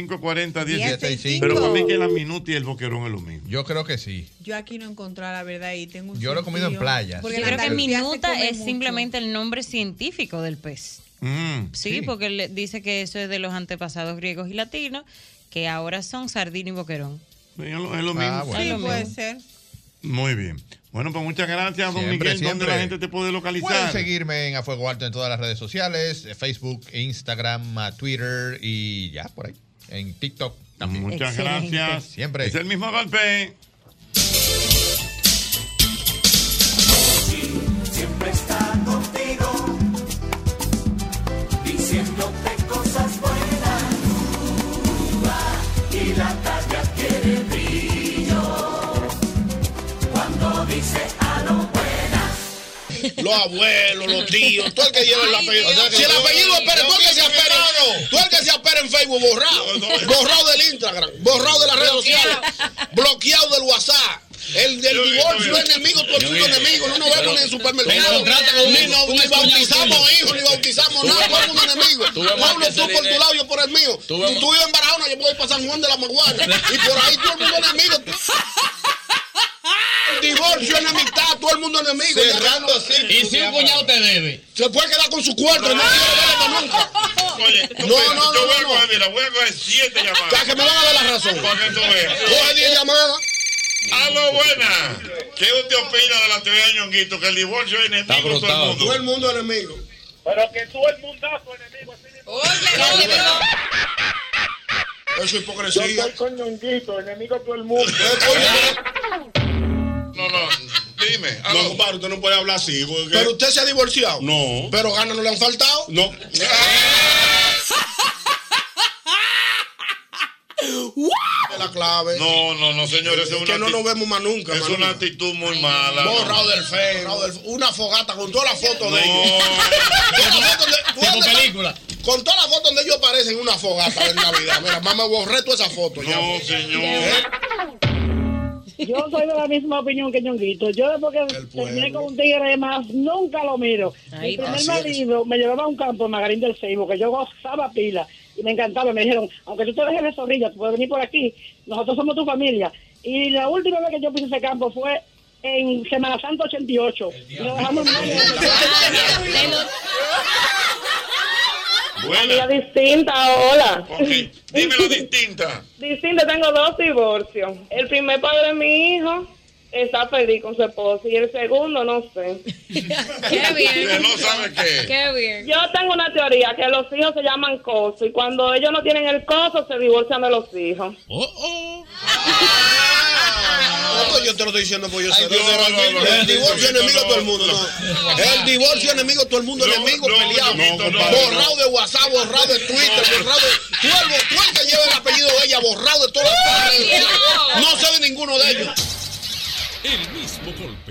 Speaker 6: 809-540-1065. Pero para mí que la minuta y el boquerón es lo mismo.
Speaker 38: Yo creo que sí.
Speaker 27: Yo aquí no encontré la verdad y tengo un
Speaker 38: Yo lo he comido en
Speaker 27: sentido.
Speaker 38: playas.
Speaker 27: Porque
Speaker 41: Yo
Speaker 27: la
Speaker 41: creo que
Speaker 27: Andalucía se
Speaker 41: minuta
Speaker 27: come
Speaker 41: es
Speaker 27: mucho.
Speaker 41: simplemente el nombre científico del pez.
Speaker 6: Mm,
Speaker 41: Sí, porque le dice que eso es de los antepasados griegos y latinos, que ahora son sardina y boquerón.
Speaker 6: Es lo, es lo mismo.
Speaker 41: Es lo mismo.
Speaker 27: ser.
Speaker 6: Muy bien. Bueno, pues muchas gracias, don
Speaker 38: Siempre,
Speaker 6: Miguel. ¿Dónde
Speaker 38: siempre.
Speaker 6: la gente te puede
Speaker 38: Pueden
Speaker 6: localizar?
Speaker 38: seguirme en A Fuego Alto en todas las redes sociales, eh, Facebook, Instagram, eh, Twitter y ya, por ahí. En TikTok también.
Speaker 6: Muchas
Speaker 38: Excelente.
Speaker 6: gracias.
Speaker 38: Siempre.
Speaker 6: Es el mismo golpe.
Speaker 2: Siempre está contigo, diciéndote cosas buenas. Duda y la tarde adquiere brillo cuando dice a lo buenas.
Speaker 8: los abuelos, los tíos, todo el que lleva el
Speaker 2: Ay,
Speaker 8: apellido.
Speaker 2: Dios.
Speaker 8: si el apellido es Pérez,
Speaker 2: No,
Speaker 8: tú el que se
Speaker 2: no,
Speaker 8: apere,
Speaker 2: no, no.
Speaker 8: tú el que se apere en Facebook, borrado, borrado del Instagram, borrado de las redes sociales, bloqueado del WhatsApp. El del divorcio es enemigo, todo el mundo
Speaker 32: Yo vi.
Speaker 8: enemigo, no nos vemos
Speaker 32: Pero
Speaker 8: ni en
Speaker 32: te
Speaker 8: supermercado,
Speaker 32: encontraste con un-
Speaker 8: ni, nos-
Speaker 32: un
Speaker 8: ni
Speaker 32: extrañado
Speaker 8: bautizamos
Speaker 32: tuyo.
Speaker 8: hijos, ni bautizamos
Speaker 32: Tú
Speaker 8: nada,
Speaker 32: ves-
Speaker 8: todo el mundo enemigo.
Speaker 32: Tú ves más
Speaker 8: Pablo,
Speaker 32: que
Speaker 8: tú por
Speaker 32: CNN.
Speaker 8: tu lado, yo por el mío.
Speaker 32: Tú ves más-
Speaker 8: Tú vives en Barahona, yo voy para San Juan de la Maguana. Y por ahí todo el mundo enemigo. El divorcio, enemistad, todo el mundo enemigo.
Speaker 32: Cerrando
Speaker 6: eh,
Speaker 32: círculo, Y si un cuñado
Speaker 8: te debe. Se puede quedar con su cuarto, no quiero verlo nunca.
Speaker 32: Oye,
Speaker 8: No,
Speaker 32: no, no,
Speaker 8: no,
Speaker 32: yo
Speaker 8: no,
Speaker 32: voy a
Speaker 8: no.
Speaker 32: coger, mira, voy a coger siete llamadas.
Speaker 8: Ya que me van a dar la razón.
Speaker 32: Para que tú veas.
Speaker 8: Coge 10 llamadas.
Speaker 32: A lo buena. ¿Qué usted opina de la teoría de Ñonguito? Que el divorcio es enemigo de todo el mundo.
Speaker 8: Todo el mundo enemigo.
Speaker 32: Pero que todo el mundazo enemigo.
Speaker 8: Eso es hipocresía. Yo soy
Speaker 32: enemigo todo el mundo. No, no, dime.
Speaker 8: Dime.
Speaker 6: No, compadre, usted no puede hablar así. porque-
Speaker 8: Pero usted se ha divorciado.
Speaker 6: No.
Speaker 8: Pero ganas no le han faltado.
Speaker 6: No.
Speaker 8: Es la clave.
Speaker 6: No, no, no, señores. Es
Speaker 8: Que
Speaker 6: una
Speaker 8: no
Speaker 6: acti-
Speaker 8: nos vemos más nunca.
Speaker 6: Es
Speaker 8: más
Speaker 6: una
Speaker 8: nunca.
Speaker 6: actitud muy mala.
Speaker 8: Borrado del fe, borrado del fe. Una fogata con todas las fotos
Speaker 6: No.
Speaker 8: de ellos. Con las fotos de- ¿tú dónde
Speaker 6: película.
Speaker 8: estás? Con todas las fotos donde ellos aparecen en una fogata en Navidad. Mira, mamá, borré toda esa foto. ya. Eh,
Speaker 6: No, señor.
Speaker 13: Yo soy de la misma opinión que Ñonguito. Yo después que terminé con un tigre más, nunca lo miro.
Speaker 2: Ahí
Speaker 13: Mi primer
Speaker 2: está. Así es.
Speaker 13: marido me llevaba a un campo en Magarín del Seibo, que yo gozaba pila. Y me encantaba. Me dijeron, aunque tú te dejes de zorrilla, tú puedes venir por aquí. Nosotros somos tu familia. Y la última vez que yo puse ese campo fue en Semana Santa 88. Y lo dejamos mal.
Speaker 6: Buena.
Speaker 61: distinta, hola.
Speaker 6: Dímelo distinta.
Speaker 61: Distinta, tengo dos divorcios. El primer padre de mi hijo está feliz con su esposa y el segundo no sé. Qué
Speaker 6: bien. No sabe qué.
Speaker 61: bien. Yo tengo una teoría que los hijos se llaman coso y cuando ellos no tienen el coso se divorcian de los hijos.
Speaker 8: No, pues yo te lo estoy diciendo porque yo sé.
Speaker 6: Dios, no, no, no,
Speaker 8: El
Speaker 6: no,
Speaker 8: divorcio
Speaker 6: no,
Speaker 8: enemigo de todo el mundo. no. El divorcio enemigo, todo el mundo
Speaker 6: No,
Speaker 8: enemigo,
Speaker 6: no,
Speaker 8: peleado.
Speaker 6: no, no, no.
Speaker 8: borrado de WhatsApp, borrado de Twitter, borrado de. Tú el, bo- tú el que lleva el apellido de ella, borrado de todas las
Speaker 2: Dios.
Speaker 8: No sé de ninguno de ellos.
Speaker 12: El mismo golpe